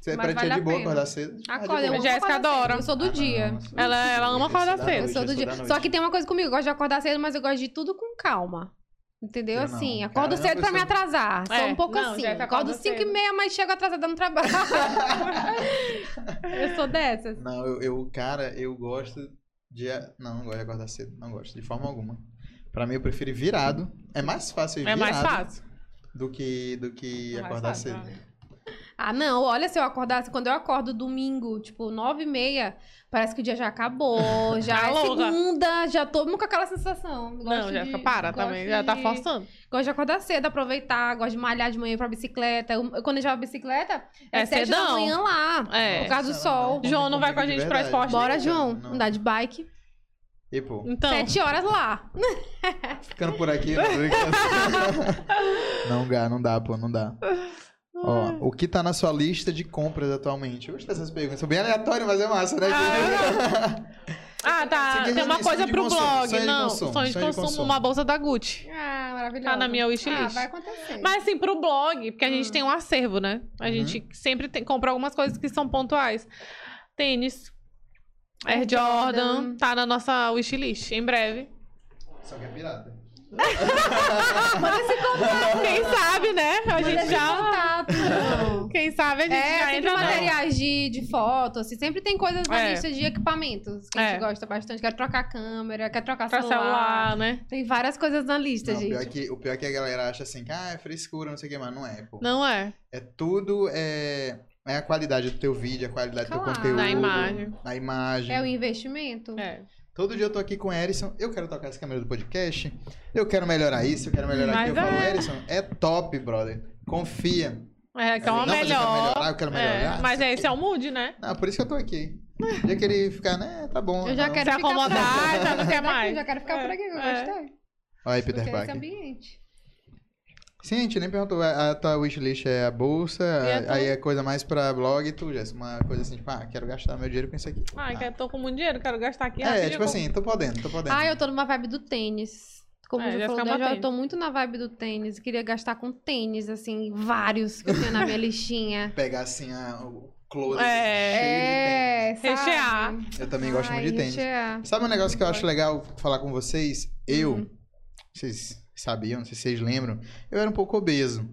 Speaker 1: Você,
Speaker 3: Mas
Speaker 1: pra ti
Speaker 3: vale
Speaker 1: é de
Speaker 3: a
Speaker 1: boa
Speaker 3: pena.
Speaker 1: acordar cedo? Ah, de
Speaker 3: Acorda, eu
Speaker 1: boa.
Speaker 3: amo
Speaker 2: Jéssica
Speaker 3: acordar cedo,
Speaker 2: é adora.
Speaker 3: Eu sou do
Speaker 1: Ah,
Speaker 3: dia.
Speaker 1: não, sou-
Speaker 2: Ela- ela
Speaker 1: Eu
Speaker 2: ama
Speaker 1: é, sou
Speaker 2: acordar
Speaker 1: da
Speaker 2: cedo.
Speaker 1: noite,
Speaker 3: Eu sou do dia.
Speaker 1: da noite.
Speaker 3: Só que tem uma coisa comigo, eu gosto de acordar cedo, mas eu gosto de tudo com calma. Entendeu?
Speaker 1: Eu não.
Speaker 3: assim, acordo
Speaker 1: Caramba,
Speaker 3: cedo pra
Speaker 1: eu
Speaker 3: me
Speaker 1: sou-
Speaker 3: atrasar. Sou
Speaker 2: É,
Speaker 3: um pouco
Speaker 2: não,
Speaker 3: assim.
Speaker 2: Jéssica
Speaker 3: Acordo
Speaker 2: acorda
Speaker 3: 5 e
Speaker 2: cedo.
Speaker 3: meia, mas chego atrasada no trabalho. (laughs) eu sou dessas.
Speaker 1: Não, eu, eu, cara, eu gosto De... Não, não gosto de acordar cedo. Não gosto, de forma alguma. Pra mim, eu prefiro ir virado. É mais fácil ir
Speaker 2: É
Speaker 1: virado
Speaker 2: mais fácil.
Speaker 1: do que, do que
Speaker 2: É mais
Speaker 1: acordar
Speaker 2: fácil,
Speaker 1: cedo.
Speaker 2: né?
Speaker 3: Ah, não, olha, se eu acordasse, quando eu acordo domingo, tipo, nove e meia, parece que o dia já
Speaker 2: (laughs)
Speaker 3: acabou, já
Speaker 2: Tá
Speaker 3: é
Speaker 2: louca.
Speaker 3: segunda, já tô com aquela sensação.
Speaker 2: Não,
Speaker 3: Gosto
Speaker 2: já
Speaker 3: de-
Speaker 2: para
Speaker 3: gosto
Speaker 2: também, já tá
Speaker 3: de-
Speaker 2: forçando.
Speaker 3: Gosto de acordar cedo, aproveitar, gosto de malhar de manhã pra bicicleta. Eu, eu planejava bicicleta,
Speaker 2: É
Speaker 3: é sete da
Speaker 2: cedão.
Speaker 3: manhã lá,
Speaker 2: É.
Speaker 3: por causa do
Speaker 1: Nossa,
Speaker 3: sol.
Speaker 1: combina
Speaker 2: João, não vai com a
Speaker 1: comigo de
Speaker 2: gente pra
Speaker 1: verdade.
Speaker 2: esporte?
Speaker 3: Bora,
Speaker 1: Não,
Speaker 3: João,
Speaker 1: não.
Speaker 3: andar de bike,
Speaker 1: E, pô,
Speaker 2: Então,
Speaker 3: sete horas lá.
Speaker 1: ficando por aqui. Não, tô brincando. não dá, não dá, pô, não dá.
Speaker 2: Ah.
Speaker 1: Ó, o que tá na sua lista de compras atualmente? Eu gosto dessas perguntas. São bem aleatórias, mas é massa, né?
Speaker 2: Ah, ah,
Speaker 1: Isso
Speaker 2: tá.
Speaker 1: aqui é
Speaker 2: Tem uma
Speaker 1: sonho
Speaker 2: coisa
Speaker 1: de
Speaker 2: pro
Speaker 1: consumo,
Speaker 2: blog.
Speaker 1: sonho de
Speaker 2: não,
Speaker 1: consumo,
Speaker 2: sonho de
Speaker 1: sonho de
Speaker 2: consumo,
Speaker 1: consumo.
Speaker 2: uma bolsa da Gucci.
Speaker 3: Ah, maravilhoso.
Speaker 2: Tá na minha wishlist.
Speaker 3: Ah, vai acontecer.
Speaker 2: Mas assim, pro blog, porque a
Speaker 3: Hum.
Speaker 2: gente tem um acervo, né? A
Speaker 1: Uhum.
Speaker 2: gente sempre tem- compra algumas coisas que são pontuais. Tênis, Air Jordan,
Speaker 3: Jordan.
Speaker 2: tá na nossa wishlist, em breve.
Speaker 1: (laughs) Só que é pirata.
Speaker 2: Quem sabe, né? A
Speaker 3: Manda
Speaker 2: gente
Speaker 3: esse
Speaker 2: já...
Speaker 3: contato.
Speaker 2: Quem sabe a gente já
Speaker 3: tá É, sempre
Speaker 2: entra... na-
Speaker 3: materiais de, de foto, assim, sempre tem coisas na
Speaker 2: É.
Speaker 3: lista de equipamentos que a gente
Speaker 2: É.
Speaker 3: gosta bastante. Quero trocar câmera, quero trocar
Speaker 2: Pra
Speaker 3: celular.
Speaker 2: celular, né?
Speaker 3: Tem várias coisas na lista,
Speaker 1: Não, o,
Speaker 3: gente.
Speaker 1: pior é que, o pior é que a galera acha assim, que ah, é frescura, não sei o que, mas não é, pô.
Speaker 2: Não é.
Speaker 1: É tudo, é, é a qualidade do teu vídeo, a qualidade do
Speaker 3: Claro.
Speaker 1: teu conteúdo.
Speaker 2: Da imagem.
Speaker 1: Da imagem.
Speaker 3: É o investimento.
Speaker 2: É.
Speaker 1: Todo dia eu tô aqui com o Erison, eu quero tocar essa câmera do podcast, eu quero melhorar isso, eu quero melhorar
Speaker 2: Mas
Speaker 1: aquilo. Eu falo,
Speaker 2: é.
Speaker 1: Erison, é top, brother. Confia.
Speaker 2: É, que é
Speaker 1: Não,
Speaker 2: uma
Speaker 1: mas eu quero
Speaker 2: melhor.
Speaker 1: melhorar, eu quero melhorar.
Speaker 2: É, mas é, esse é o mood, né?
Speaker 1: Ah, por isso que eu tô aqui. O dia que ele ficar, né, tá bom.
Speaker 3: Eu já
Speaker 1: tá bom.
Speaker 3: quero
Speaker 2: Se
Speaker 3: ficar
Speaker 2: acomodar,
Speaker 3: pra-
Speaker 2: já não quer
Speaker 3: Daqui,
Speaker 2: mais.
Speaker 3: Já quero ficar
Speaker 2: É,
Speaker 3: por aqui, que eu
Speaker 2: é.
Speaker 3: gostei.
Speaker 1: Olha aí,
Speaker 3: Eu
Speaker 1: Peter
Speaker 3: quero esse
Speaker 1: Parker.
Speaker 3: ambiente.
Speaker 1: Sim, a gente nem perguntou. A a tua wishlist é a bolsa,
Speaker 2: a tua?
Speaker 1: aí é coisa mais pra blog e tu, Jéssica. Uma coisa assim, tipo, ah, quero gastar meu dinheiro com isso aqui.
Speaker 2: Ai, Ah, que eu tô com muito dinheiro, quero gastar aqui.
Speaker 1: É,
Speaker 2: rapidinho,
Speaker 1: tipo
Speaker 2: eu
Speaker 1: assim, tô podendo, tô podendo.
Speaker 3: Ah, eu tô numa vibe do tênis. Como
Speaker 2: É,
Speaker 3: já
Speaker 2: já
Speaker 3: falou, né,
Speaker 2: fica uma
Speaker 3: eu já
Speaker 2: tênis.
Speaker 3: tô muito na vibe do tênis. Queria gastar com tênis, assim, vários que eu tenho
Speaker 1: (laughs)
Speaker 3: na minha listinha.
Speaker 1: Pegar assim a, o close
Speaker 2: É.
Speaker 1: cheio
Speaker 3: É, sabe?
Speaker 2: Rechear.
Speaker 1: de tênis. Eu também gosto
Speaker 3: Ai,
Speaker 1: muito de tênis.
Speaker 3: rechear.
Speaker 1: Sabe um negócio que eu acho legal falar com vocês? Eu,
Speaker 2: Uhum.
Speaker 1: vocês sabiam, não sei se vocês lembram, eu era um pouco obeso,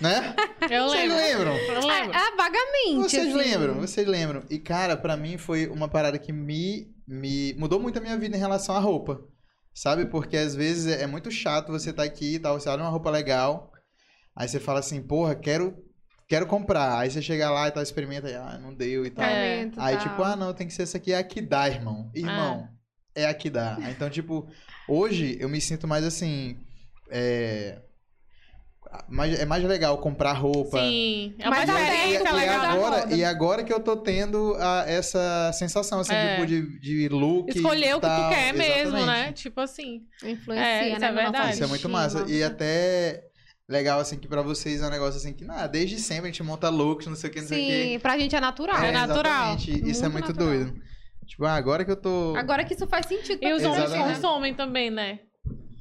Speaker 1: né?
Speaker 2: (laughs) Eu
Speaker 1: vocês
Speaker 2: lembro.
Speaker 1: lembram?
Speaker 2: Eu lembro.
Speaker 3: Ah, vagamente.
Speaker 1: Vocês
Speaker 3: assim.
Speaker 1: lembram, vocês lembram. E, cara, pra mim foi uma parada que me, me mudou muito a minha vida em relação à roupa. Sabe? Porque às vezes é é muito chato você tá aqui e tal, você olha uma roupa legal, aí você fala assim, porra, quero, quero comprar. Aí você chega lá e tal, experimenta, e, ah, não deu e tal.
Speaker 3: Casamento e
Speaker 1: Aí,
Speaker 2: tá
Speaker 3: tal.
Speaker 1: tipo, ah, não, tem que ser essa aqui, é a que dá, irmão.
Speaker 2: Ah.
Speaker 1: Irmão, é a que dá. Então, tipo, hoje eu me sinto mais assim. É, mais, é mais legal comprar roupa.
Speaker 2: Sim. É uma
Speaker 3: Mas até-
Speaker 2: diferença
Speaker 3: é
Speaker 1: e,
Speaker 2: legal.
Speaker 1: agora,
Speaker 3: moda.
Speaker 1: e agora que eu tô tendo a- essa sensação, assim,
Speaker 2: É.
Speaker 1: tipo, de, de look. e
Speaker 2: Escolher o que tu
Speaker 1: tal.
Speaker 2: quer mesmo, né?
Speaker 1: tá- Exatamente.
Speaker 2: Tipo assim.
Speaker 3: Influencia,
Speaker 2: É, isso
Speaker 3: né?
Speaker 2: é
Speaker 3: na
Speaker 2: verdade.
Speaker 1: Isso é muito massa. E até legal, assim, que pra vocês é um negócio assim que, ah, desde sempre a gente monta looks, não sei o que, não sei o que.
Speaker 3: Sim, pra gente é natural.
Speaker 2: É natural.
Speaker 1: exatamente. Isso é
Speaker 3: Muito
Speaker 1: muito
Speaker 3: natural.
Speaker 1: doido. Tipo, ah, agora que eu tô.
Speaker 3: Agora que isso faz sentido. pra
Speaker 2: E os homens
Speaker 1: Exatamente.
Speaker 2: consomem também, né?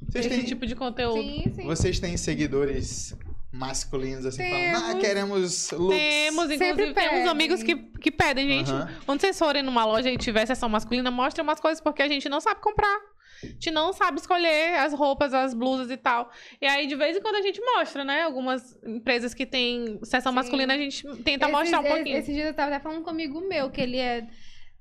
Speaker 1: Vocês
Speaker 2: Esse
Speaker 1: têm,
Speaker 2: tipo de conteúdo.
Speaker 3: Sim, sim.
Speaker 1: vocês têm seguidores masculinos assim falando, ah,
Speaker 3: Temos.
Speaker 1: queremos looks.
Speaker 2: Temos, inclusive, tem uns
Speaker 3: pedem.
Speaker 2: amigos que, que pedem, gente.
Speaker 1: Aham.
Speaker 2: Quando vocês forem numa loja e tiver sessão masculina, mostrem umas coisas, porque a gente não sabe comprar. A gente não sabe escolher as roupas, as blusas e tal. E aí, de vez em quando, a gente mostra, né? Algumas empresas que tem sessão
Speaker 3: Sim.
Speaker 2: masculina, a gente tenta
Speaker 3: Esses-
Speaker 2: mostrar um
Speaker 3: es-
Speaker 2: pouquinho.
Speaker 3: Esses dias eu tava até falando com um amigo meu, que ele é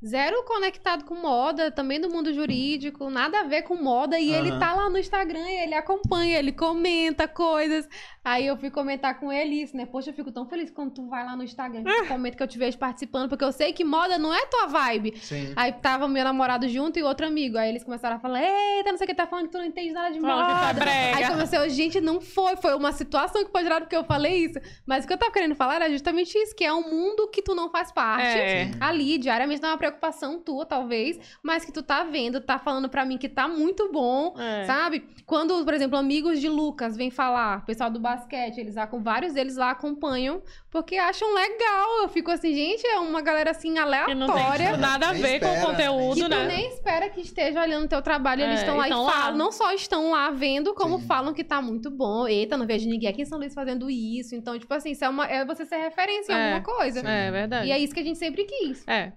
Speaker 3: zero conectado com moda, também do mundo jurídico, nada a ver com moda. E ele
Speaker 1: Aham.
Speaker 3: tá lá no Instagram, ele acompanha, ele comenta coisas. Aí eu fui comentar com ele isso, né? Poxa, eu fico tão feliz quando tu vai lá no Instagram, que
Speaker 2: Ah.
Speaker 3: tu comenta que eu te vejo participando, porque eu sei que moda não é tua vibe.
Speaker 1: Sim. (laughs)
Speaker 3: Aí tava meu namorado junto e outro amigo. Aí eles começaram a falar: Eita, não sei o que, tá falando que tu não entende nada de
Speaker 2: Fala que tá
Speaker 3: moda.
Speaker 2: brega.
Speaker 3: Aí comecei, gente, não foi. Foi uma situação que foi gerada porque eu falei isso. Mas o que eu tava querendo falar era justamente isso: que é um mundo que tu não faz parte.
Speaker 2: É.
Speaker 3: Ali, diariamente, não é uma preocupação tua, talvez, mas que tu tá vendo, tá falando pra mim que tá muito bom.
Speaker 2: É.
Speaker 3: Sabe? Quando, por exemplo, amigos de Lucas vêm falar, pessoal do basquete, eles lá com vários deles lá acompanham, porque acham legal. Eu fico assim, gente, é uma galera assim
Speaker 2: Que não tem
Speaker 3: aleatória.
Speaker 2: nada a
Speaker 1: Nem
Speaker 2: ver
Speaker 1: espera,
Speaker 2: com o
Speaker 3: Que
Speaker 2: conteúdo,
Speaker 3: tu
Speaker 2: né?
Speaker 3: nem espera que esteja olhando o teu trabalho, eles
Speaker 2: É,
Speaker 3: estão lá e
Speaker 2: estão
Speaker 3: falam.
Speaker 2: lá.
Speaker 3: Não só estão lá vendo, como
Speaker 1: Sim.
Speaker 3: falam que tá muito bom. Eita, não vejo ninguém aqui em São Luís fazendo isso. Então, tipo assim, isso é, uma, é você ser referência em
Speaker 2: É.
Speaker 3: alguma coisa.
Speaker 1: Sim.
Speaker 2: É verdade.
Speaker 3: E é isso que a gente sempre quis.
Speaker 2: É.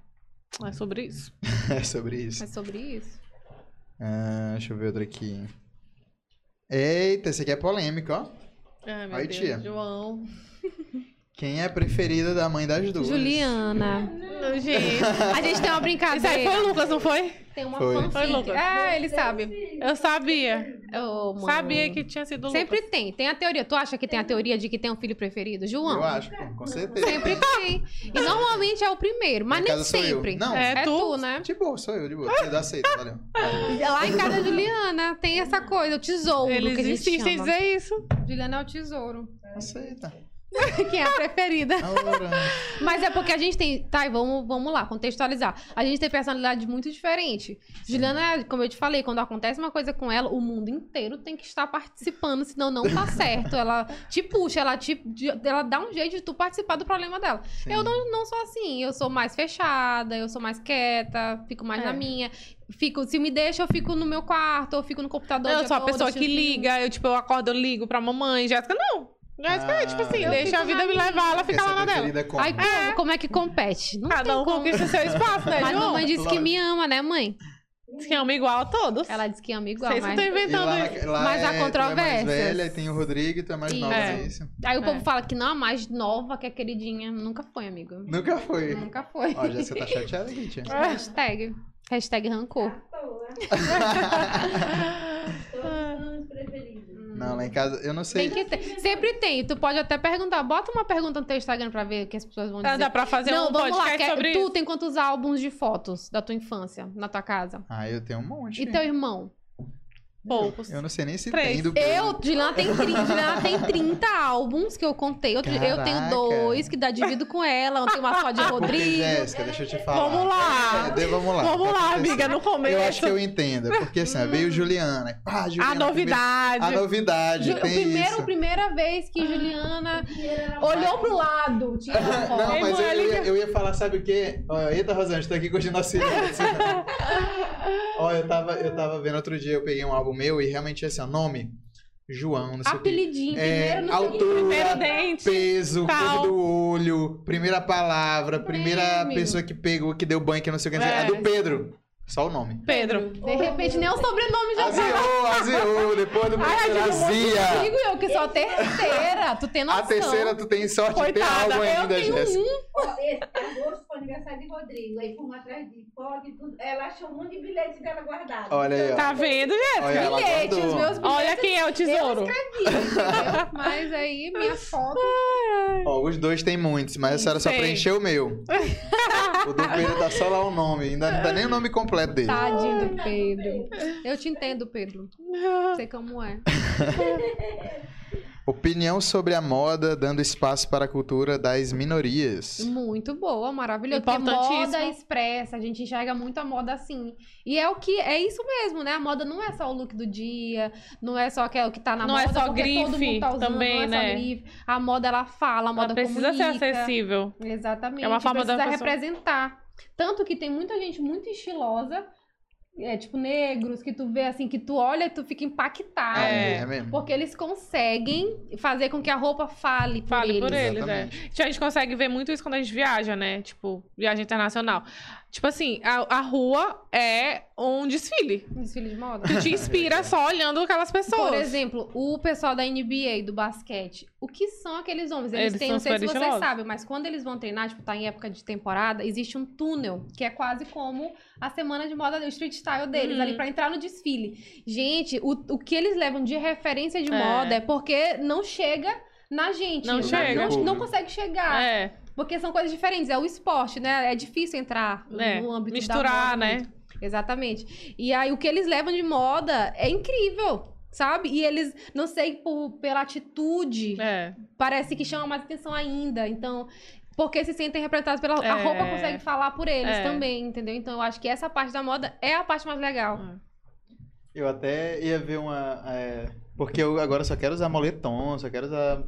Speaker 2: É sobre isso.
Speaker 1: É sobre isso.
Speaker 3: É sobre isso.
Speaker 1: Ah, deixa eu ver outra aqui. Eita, esse aqui é polêmico, ó.
Speaker 2: Ai, meu
Speaker 1: Aí,
Speaker 2: Deus,
Speaker 1: tia.
Speaker 2: João.
Speaker 1: Quem é a preferida da mãe das duas?
Speaker 3: Juliana. (laughs)
Speaker 2: Gente.
Speaker 3: A gente tem uma
Speaker 2: Isso aí
Speaker 3: brincadeira.
Speaker 2: foi o Lucas, não foi?
Speaker 3: Tem uma
Speaker 1: Foi.
Speaker 3: fanfic.
Speaker 2: Foi, Lucas.
Speaker 3: É, ele sabe.
Speaker 2: Eu sabia.
Speaker 3: Ô, mano.
Speaker 2: Sabia que tinha sido o Lucas.
Speaker 3: Sempre tem. Tem a teoria. Tu acha que tem a teoria de que tem um filho preferido? João?
Speaker 1: Eu acho, com- com certeza.
Speaker 3: Sempre tem. E normalmente é o primeiro, mas
Speaker 1: No
Speaker 3: nem
Speaker 1: caso, sou eu.
Speaker 3: sempre.
Speaker 1: Não.
Speaker 3: É,
Speaker 2: É
Speaker 3: tu,
Speaker 2: tu.
Speaker 3: né?
Speaker 1: De boa, sou eu, de boa. Eu aceito, valeu.
Speaker 3: Lá em casa da Juliana tem essa coisa, o tesouro que um a
Speaker 2: Eles
Speaker 3: gente
Speaker 2: insistem em
Speaker 3: chama.
Speaker 2: dizer isso.
Speaker 3: Juliana é o tesouro.
Speaker 1: Aceita.
Speaker 3: (laughs) Quem é (laughs) a preferida.
Speaker 1: Agora.
Speaker 3: Mas é porque a gente tem. Tá, e vamos, vamos lá, contextualizar. A gente tem personalidade muito diferente. Juliana, como eu te falei, quando acontece uma coisa com ela, o mundo inteiro tem que estar participando, senão não
Speaker 2: (laughs)
Speaker 3: tá certo. Ela te puxa, ela te. de- Ela dá um jeito de tu participar do problema dela.
Speaker 1: Sim.
Speaker 3: Eu não, não sou assim, eu sou mais fechada, eu sou mais quieta, fico mais
Speaker 2: É.
Speaker 3: na minha. Fico, se me deixa, eu fico no meu quarto, eu fico no computador.
Speaker 2: Não,
Speaker 3: o
Speaker 2: eu
Speaker 3: dia assim.
Speaker 2: sou a
Speaker 3: todo,
Speaker 2: pessoa
Speaker 3: assistindo
Speaker 2: que
Speaker 3: filme.
Speaker 2: liga, eu tipo, eu acordo, eu ligo pra mamãe, Jéssica, não. Jéssica é tipo assim,
Speaker 1: Ah,
Speaker 2: deixa
Speaker 3: eu
Speaker 2: a
Speaker 3: fico
Speaker 2: vida me
Speaker 3: na
Speaker 2: levar, ela
Speaker 1: Quer
Speaker 2: fica
Speaker 1: ser
Speaker 2: lá na dela.
Speaker 1: preferida como?
Speaker 3: Ai, como, como é que compete? Não tem
Speaker 2: Cada um
Speaker 3: como.
Speaker 2: conquista seu espaço, né,
Speaker 3: Mas
Speaker 2: João?
Speaker 3: mamãe disse que me ama, né, mãe?
Speaker 2: Diz que ama igual a todos.
Speaker 3: Ela disse que ama igual,
Speaker 2: Vocês não
Speaker 3: mas...
Speaker 2: estão
Speaker 1: E lá,
Speaker 2: inventando isso.
Speaker 1: na- lá
Speaker 3: Então, Mas há
Speaker 1: é, tu É mais
Speaker 3: controvérsias.
Speaker 1: velha, e tem o Rodrigo, e tu é mais
Speaker 3: Sim.
Speaker 1: nova,
Speaker 2: É.
Speaker 1: é isso?
Speaker 3: Aí o povo
Speaker 2: É.
Speaker 3: fala que não, a mais nova que a queridinha. Nunca foi, amigo.
Speaker 1: Nunca foi.
Speaker 3: Nunca foi.
Speaker 1: Ó, já você tá chateada aqui, tia.
Speaker 3: (laughs) Hashtag. Hashtag rancor.
Speaker 1: Não, lá em casa, eu não sei.
Speaker 3: Tem que ter. Sempre tem. Tu pode até perguntar. Bota uma pergunta no teu Instagram pra ver o que as pessoas vão
Speaker 2: Dá- Dá
Speaker 3: dizer.
Speaker 2: pra fazer
Speaker 3: Não,
Speaker 2: um
Speaker 3: vamos lá.
Speaker 2: podcast
Speaker 3: quer-
Speaker 2: sobre
Speaker 3: tu
Speaker 2: isso?
Speaker 3: tem quantos álbuns de fotos da tua infância na tua casa?
Speaker 1: Ah, eu tenho um monte.
Speaker 3: E teu irmão?
Speaker 2: Poucos.
Speaker 1: Eu não sei nem se
Speaker 2: Três.
Speaker 1: tem do
Speaker 3: Eu, Juliana tem, 30, Juliana tem 30 álbuns que eu contei. Outro- eu tenho
Speaker 1: Caraca.
Speaker 3: dois que dá divido com ela. Eu tenho uma só de
Speaker 1: (laughs) Porque,
Speaker 3: Rodrigo.
Speaker 1: Jéssica, deixa eu te falar.
Speaker 2: Vamos
Speaker 1: É,
Speaker 2: lá.
Speaker 1: de- vamos lá.
Speaker 2: Vamos
Speaker 1: Tá
Speaker 2: lá,
Speaker 1: acontecendo.
Speaker 2: amiga, no começo.
Speaker 1: Eu acho que eu entendo. Porque assim, ó,
Speaker 2: (laughs)
Speaker 1: veio Juliana. Ah, Juliana
Speaker 2: A novidade.
Speaker 1: primeiro- A novidade,
Speaker 3: Ju- o
Speaker 1: tem
Speaker 3: primeiro,
Speaker 1: isso.
Speaker 3: primeira vez Ah, que Juliana olhou pro lado, tinha uma foto.
Speaker 1: (laughs) Não, mas eu,
Speaker 2: Ei,
Speaker 1: ia,
Speaker 2: Mônica.
Speaker 1: eu ia falar, sabe o quê? Ó, eita, Rosane, tô aqui curtindo a
Speaker 3: (laughs)
Speaker 1: silêncio. Ó, eu tava, eu tava vendo outro dia, eu peguei um álbum meu e realmente assim, ó, nome, João, não sei o quê.
Speaker 3: Apelidinho,
Speaker 1: É,
Speaker 3: primeiro não sei o que.
Speaker 1: altura,
Speaker 2: Primeiro dente.
Speaker 1: peso,
Speaker 2: tal.
Speaker 1: cor do olho, primeira palavra, primeira
Speaker 3: Prêmio.
Speaker 1: pessoa que pegou, que deu banho, que não sei o que. não sei o que.
Speaker 2: É.
Speaker 1: A do Pedro, só o nome.
Speaker 2: Pedro.
Speaker 3: De repente, nem o sobrenome já tá. foi.
Speaker 1: Aziou, aziou, depois do primeiro, azia.
Speaker 3: Digo eu que sou a terceira. Tu tem noção.
Speaker 1: A terceira, tu tem sorte de ter
Speaker 2: Coitada,
Speaker 1: algo
Speaker 2: eu
Speaker 1: ainda,
Speaker 3: tenho um.
Speaker 1: Jéssica.
Speaker 5: Esse é agosto foi aniversário de Rodrigo. Aí fomos atrás de foto e tudo. Ela achou um monte de bilhete dela guardado.
Speaker 1: Olha aí, ó.
Speaker 2: Tá vendo,
Speaker 1: Olha,
Speaker 2: Jéssica?
Speaker 1: ela
Speaker 3: Bilhete, os
Speaker 1: guardou.
Speaker 3: meus bilhetes.
Speaker 2: Olha quem é o tesouro.
Speaker 1: tá-
Speaker 3: entendeu? Mas aí, minha foto.
Speaker 1: Ó, os dois tem muitos, mas a senhora só
Speaker 2: Tem.
Speaker 1: preencheu o
Speaker 2: (laughs)
Speaker 1: meu. o do Pedro tá só lá o nome, ainda não tá nem o nome completo dele.
Speaker 2: Tá.
Speaker 3: Tadinho do Pedro. Eu te entendo,
Speaker 2: (laughs)
Speaker 3: Pedro. Sei como é.
Speaker 1: Opinião sobre a moda dando espaço para a cultura das minorias.
Speaker 3: Muito boa, maravilhosa. Porque
Speaker 2: Importantíssimo.
Speaker 3: moda expressa, a gente enxerga muito a moda assim. E é o que é isso mesmo, né? A moda não é só o look do dia, não é só aquela que tá na
Speaker 2: Não
Speaker 3: moda,
Speaker 2: é só
Speaker 3: porque todo
Speaker 2: grife
Speaker 3: mundo tá usando,
Speaker 2: também,
Speaker 3: não é
Speaker 2: né?
Speaker 3: só grife. A moda ela fala, a moda
Speaker 2: Ela precisa ser
Speaker 3: comunica.
Speaker 2: acessível.
Speaker 3: Exatamente.
Speaker 2: É uma forma da
Speaker 3: precisa
Speaker 2: pessoa-
Speaker 3: representar. Tanto que tem muita gente muito estilosa, é tipo negros que tu vê assim, que tu olha e tu fica impactado.
Speaker 2: É.
Speaker 1: Ah, mesmo?
Speaker 3: Porque eles conseguem fazer com que a roupa fale por
Speaker 2: Fale
Speaker 3: eles.
Speaker 2: por eles, é.
Speaker 1: Exatamente.
Speaker 2: Tipo, A gente consegue ver muito isso quando a gente viaja, né? Tipo, viagem internacional. Tipo assim, a, a rua é um desfile.
Speaker 3: Desfile de moda.
Speaker 2: Tu te
Speaker 1: (laughs) É.
Speaker 2: inspira só olhando aquelas pessoas.
Speaker 3: Por exemplo, o pessoal da NBA, do basquete, o que são aqueles homens? Eles,
Speaker 2: Eles
Speaker 3: têm,
Speaker 2: são
Speaker 3: não sei se
Speaker 2: super
Speaker 3: vocês
Speaker 2: estilosos.
Speaker 3: sabem, mas quando eles vão treinar, tipo, tá em época de temporada, existe um túnel, que é quase como a semana de moda, o street style deles,
Speaker 2: Uhum.
Speaker 3: ali pra entrar no desfile. Gente, o, o que eles levam de referência de
Speaker 2: É.
Speaker 3: moda é porque não chega na gente.
Speaker 2: Não chega.
Speaker 3: Não, não consegue chegar.
Speaker 2: É,
Speaker 3: Porque são coisas diferentes. É o esporte, né? É difícil entrar
Speaker 2: é.
Speaker 3: no âmbito da moda
Speaker 2: misturar, né?
Speaker 3: Exatamente. E aí o que eles levam de moda é incrível, sabe? E eles, não sei, por, pela atitude,
Speaker 2: É.
Speaker 3: parece que chama mais atenção ainda. Então, porque se sentem representados pela a
Speaker 2: É.
Speaker 3: roupa consegue falar por eles
Speaker 2: É.
Speaker 3: também, entendeu? Então eu acho que essa parte da moda é a parte mais legal.
Speaker 1: Eu até ia ver uma. é, porque eu agora só quero usar moletom, só quero usar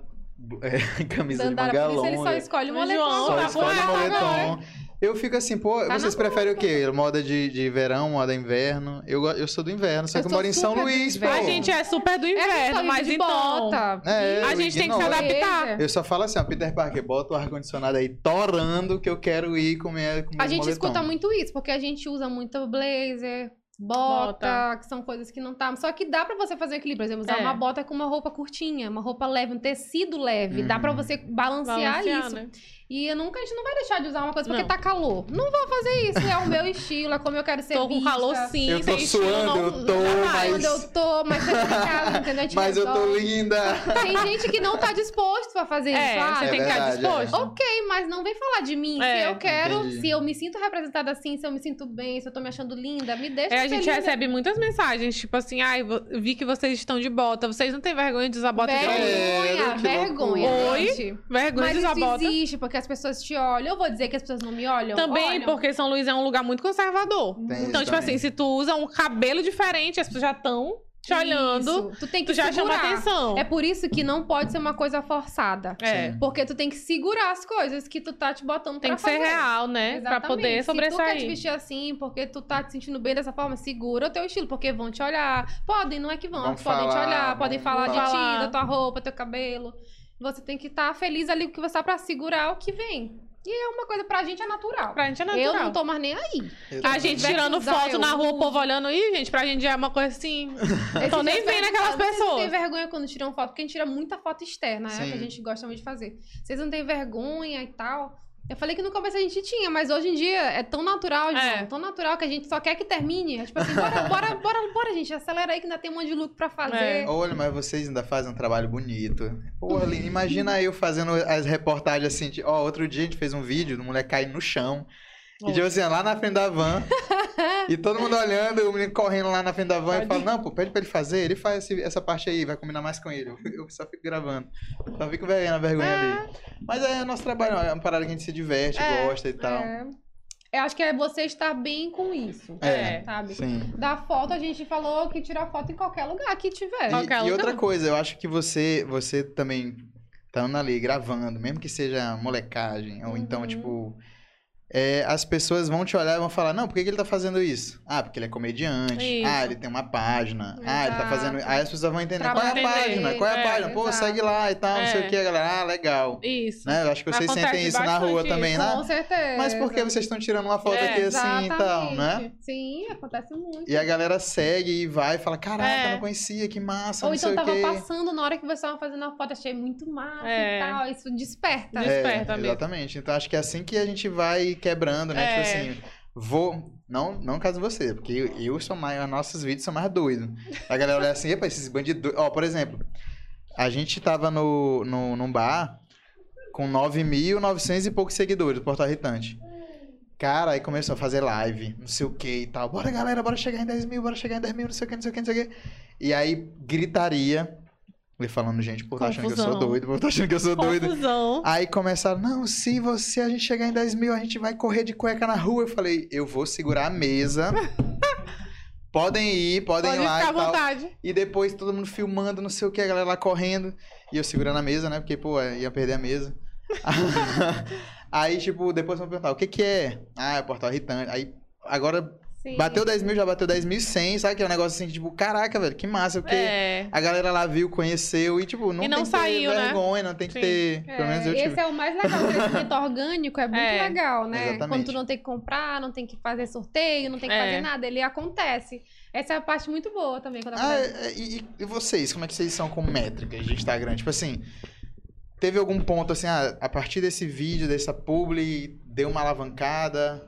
Speaker 1: é, (laughs) camisa de
Speaker 3: Dandara,
Speaker 1: manga
Speaker 3: por isso ele só
Speaker 1: longa.
Speaker 3: escolhe o
Speaker 2: Mas,
Speaker 3: moletom.
Speaker 2: João,
Speaker 1: Só
Speaker 2: tá
Speaker 1: escolhe
Speaker 2: bom, Tá
Speaker 1: moletom. Eu fico assim, pô,
Speaker 3: na
Speaker 1: vocês preferem o quê? Moda de, de verão, moda inverno? Eu, go- eu sou do inverno, só
Speaker 3: Eu
Speaker 1: que eu
Speaker 3: sou
Speaker 1: moro em São
Speaker 3: super do
Speaker 1: Luís, pô.
Speaker 3: inverno.
Speaker 2: A gente é super do
Speaker 3: É, a gente
Speaker 2: inverno,
Speaker 3: só
Speaker 2: mas
Speaker 3: vive de
Speaker 2: então.
Speaker 3: bota.
Speaker 1: É,
Speaker 2: A
Speaker 1: eu
Speaker 2: gente tem que se
Speaker 1: ignoro.
Speaker 2: adaptar.
Speaker 1: Eu só falo assim, ó, Peter Parker, bota o ar-condicionado aí torando que eu quero ir com minha com
Speaker 3: A
Speaker 1: meu
Speaker 3: gente
Speaker 1: moletom.
Speaker 3: escuta muito isso, porque a gente usa muito blazer, bota,
Speaker 2: Bota.
Speaker 3: que são coisas que não tá. Só que dá pra você fazer um equilíbrio, por exemplo, usar
Speaker 2: É.
Speaker 3: uma bota com uma roupa curtinha, uma roupa leve, um tecido leve. Dá pra
Speaker 1: Uhum.
Speaker 3: você balancear,
Speaker 2: Balancear,
Speaker 3: isso.
Speaker 2: né?
Speaker 3: E eu nunca, a gente não vai deixar de usar uma coisa porque
Speaker 2: Não.
Speaker 3: tá calor. Não vou fazer isso, é o meu estilo, é como eu quero ser
Speaker 2: Tô com
Speaker 3: vista.
Speaker 2: calor sim,
Speaker 1: Eu tô
Speaker 2: sem estilo
Speaker 1: suando,
Speaker 2: não.
Speaker 1: eu tô,
Speaker 3: Quando
Speaker 1: mas-
Speaker 3: eu tô, mas
Speaker 2: (laughs)
Speaker 3: tô casa, entendeu? A gente
Speaker 1: Mas eu tô
Speaker 3: resolve.
Speaker 1: linda!
Speaker 3: Tem gente que não tá disposto (laughs) a fazer isso.
Speaker 2: É,
Speaker 3: Ah,
Speaker 2: você tem que estar
Speaker 1: verdade, é.
Speaker 2: disposto.
Speaker 3: Ok, mas não vem falar de mim.
Speaker 2: É.
Speaker 3: se eu quero,
Speaker 1: Entendi.
Speaker 3: se eu me sinto representada assim, se eu me sinto bem, se eu tô me achando linda, me deixa
Speaker 2: É, a
Speaker 3: ser
Speaker 2: gente
Speaker 3: linda.
Speaker 2: recebe muitas mensagens, tipo assim, ai, vo- vi que vocês estão de bota, vocês não têm vergonha de usar bota de
Speaker 1: Vergonha.
Speaker 2: homem?
Speaker 3: Vergonha,
Speaker 1: que
Speaker 3: vergonha.
Speaker 2: loucura. Oi?
Speaker 3: gente.
Speaker 2: Vergonha
Speaker 3: Mas
Speaker 2: de usar
Speaker 3: isso
Speaker 2: bota.
Speaker 3: existe, porque as pessoas te olham. Eu vou dizer que as pessoas não me olham.
Speaker 2: Também
Speaker 3: Olham.
Speaker 2: porque São Luís é um lugar muito conservador.
Speaker 1: Tem isso
Speaker 2: então, tipo
Speaker 1: também.
Speaker 2: assim, se tu usa um cabelo diferente, as pessoas já estão te
Speaker 3: Isso.
Speaker 2: olhando,
Speaker 3: Tu tem que
Speaker 2: tu já
Speaker 3: segurar.
Speaker 2: chama atenção.
Speaker 3: É por isso que não pode ser uma coisa forçada.
Speaker 2: É.
Speaker 1: Sim.
Speaker 3: Porque tu tem que segurar as coisas que tu tá te botando
Speaker 2: Tem
Speaker 3: pra
Speaker 2: que ser
Speaker 3: fazer.
Speaker 2: real, né? Pra poder
Speaker 3: Se tu quer te
Speaker 2: sobressair.
Speaker 3: vestir assim, porque tu tá te sentindo bem dessa forma, segura o teu estilo, porque vão te olhar. Podem, não é que vão,
Speaker 1: Vão
Speaker 3: podem te
Speaker 1: falar,
Speaker 3: olhar,
Speaker 1: vão
Speaker 3: podem falar de
Speaker 2: falar.
Speaker 3: ti, da tua roupa, teu cabelo. Você tem que estar feliz ali com o que você tá pra segurar o que vem. E é uma coisa pra gente é natural.
Speaker 2: Pra gente é
Speaker 3: Eu
Speaker 2: natural.
Speaker 3: não tô mais nem aí.
Speaker 1: Eu
Speaker 2: A
Speaker 1: também.
Speaker 2: gente
Speaker 3: Vai
Speaker 2: tirando
Speaker 3: usar,
Speaker 2: foto
Speaker 3: eu
Speaker 2: na rua, o
Speaker 3: uso.
Speaker 2: povo olhando. Ih, gente, pra gente já é uma coisa assim.
Speaker 3: Esses
Speaker 2: nem
Speaker 3: dias
Speaker 2: vendo
Speaker 3: perguntaram,
Speaker 2: aquelas
Speaker 3: Vocês não têm
Speaker 2: pessoas.
Speaker 3: vergonha quando tiram foto? Porque a gente tira muita foto externa, é, que a
Speaker 1: Sim.
Speaker 3: gente gosta muito de fazer. Vocês não têm vergonha e tal? Eu falei que no começo a gente tinha, mas hoje em dia é tão natural, João,
Speaker 2: É.
Speaker 3: tão natural que a gente só quer que termine. É tipo
Speaker 1: (laughs)
Speaker 3: assim, bora, bora, bora, bora, gente, acelera aí que ainda tem um monte de lucro pra fazer.
Speaker 2: É.
Speaker 1: Olha, mas vocês ainda fazem um trabalho bonito. Pô,
Speaker 2: Uhum.
Speaker 1: Aline, imagina eu fazendo as reportagens assim. de- Ó, outro dia a gente fez um vídeo do moleque caindo no chão. E de você lá na frente da
Speaker 2: (laughs)
Speaker 1: van. e todo mundo olhando, o menino correndo lá na frente da van e
Speaker 2: Pode.
Speaker 1: fala: Não, pô, pede pra ele fazer. Ele faz esse- essa parte aí, vai combinar mais com ele. Eu, eu só fico gravando. Só fico vendo a vergonha ali. Mas é nosso trabalho, é uma parada que a gente se diverte,
Speaker 2: Ah. É,
Speaker 1: gosta e tal.
Speaker 3: É. Eu acho que é você estar bem com isso,
Speaker 2: É.
Speaker 3: sabe?
Speaker 1: Sim.
Speaker 3: Da foto, a gente falou que tirar foto em qualquer lugar É. que tiver.
Speaker 1: E-
Speaker 2: Qualquer
Speaker 1: E,
Speaker 2: lugar.
Speaker 1: outra coisa, eu acho que você, você também estando ali gravando, mesmo que seja molecagem, ou então,
Speaker 3: Uhum.
Speaker 1: tipo. é, as pessoas vão te olhar e vão falar, não, por que, que ele tá fazendo isso? Ah, porque ele é comediante.
Speaker 2: Isso.
Speaker 1: Ah, ele tem uma página. Ah, ele tá fazendo.
Speaker 3: Exato.
Speaker 1: Aí as pessoas vão entender.
Speaker 3: Pra
Speaker 1: qual é a
Speaker 2: entender.
Speaker 1: página? Qual é a
Speaker 2: É,
Speaker 1: página? Pô,
Speaker 3: exato.
Speaker 1: segue lá e tal, não sei
Speaker 2: É.
Speaker 1: o que, a galera. Ah, legal.
Speaker 2: Isso.
Speaker 1: Né? Eu acho que vocês
Speaker 2: Acontece
Speaker 1: sentem isso na rua
Speaker 2: bastante
Speaker 1: também,
Speaker 2: isso.
Speaker 1: né?
Speaker 3: Com certeza.
Speaker 1: Mas por que vocês estão tirando uma foto
Speaker 2: É,
Speaker 1: aqui assim e tal, né?
Speaker 3: Exatamente. Sim, acontece muito.
Speaker 1: E a galera segue e vai e fala, caraca,
Speaker 2: É.
Speaker 1: não conhecia, que massa,
Speaker 3: Ou
Speaker 1: não
Speaker 3: então
Speaker 1: sei
Speaker 3: tava
Speaker 1: o quê.
Speaker 3: passando na hora que vocês estavam fazendo a foto, achei muito massa
Speaker 2: É.
Speaker 3: e tal. Isso desperta.
Speaker 2: Des- Desperta mesmo.
Speaker 1: É, Exatamente. Então acho que é assim que a gente vai quebrando, né?
Speaker 2: É.
Speaker 1: Tipo assim, vou. Não, não caso você, porque eu, eu sou mais. Nossos vídeos são mais doidos. A galera olha assim, epa, esses bandidos. doidos." Ó, por exemplo, a gente tava no, no, num bar com 9.900 e poucos seguidores do Portal Irritante. Cara, aí começou a fazer live, não sei o que e tal. Bora, galera, bora chegar em 10 mil, bora chegar em 10 mil, não sei o que, não sei o que, não sei o que. E aí, gritaria. Ele falando, gente, pô, tá achando que eu sou
Speaker 2: Confusão.
Speaker 1: doido, pô, tá achando que eu sou doido.
Speaker 2: Confusão.
Speaker 1: Aí começaram, não, se você a gente chegar em 10 mil, a gente vai correr de cueca na rua. Eu falei, eu vou segurar a
Speaker 2: (laughs)
Speaker 1: mesa. podem ir, podem
Speaker 2: Pode
Speaker 1: ir lá
Speaker 2: ficar à
Speaker 1: e tal.
Speaker 2: vontade.
Speaker 1: E depois todo mundo filmando, não sei o que, a galera lá correndo. E eu segurando a mesa, né? Porque, pô, é, ia perder a mesa. (laughs) Aí, tipo, depois vão perguntar, o que que é? Ah, é o portal irritante. Aí, agora,
Speaker 3: Sim.
Speaker 1: bateu 10 mil, já bateu 10.100, sabe? Que é um negócio assim, tipo, caraca, velho, que massa. Porque
Speaker 2: É.
Speaker 1: a galera lá viu, conheceu e, tipo, não
Speaker 2: E não
Speaker 1: tem que
Speaker 2: saiu,
Speaker 1: ter
Speaker 2: né?
Speaker 1: vergonha, não tem que
Speaker 2: Sim.
Speaker 1: ter...
Speaker 3: É,
Speaker 1: Pelo menos eu tive.
Speaker 3: esse é o mais legal,
Speaker 1: (laughs)
Speaker 3: o crescimento orgânico é muito
Speaker 2: É.
Speaker 3: legal, né?
Speaker 1: Exatamente.
Speaker 3: Quando tu não tem que comprar, não tem que fazer sorteio, não tem que
Speaker 2: É.
Speaker 3: fazer nada, ele acontece. Essa é a parte muito boa também. Quando
Speaker 1: Ah,
Speaker 3: acontece.
Speaker 1: é, e, e- e vocês, como é que vocês são com métricas de Instagram? Tipo assim, teve algum ponto assim, ah, a partir desse vídeo, dessa publi, deu uma alavancada?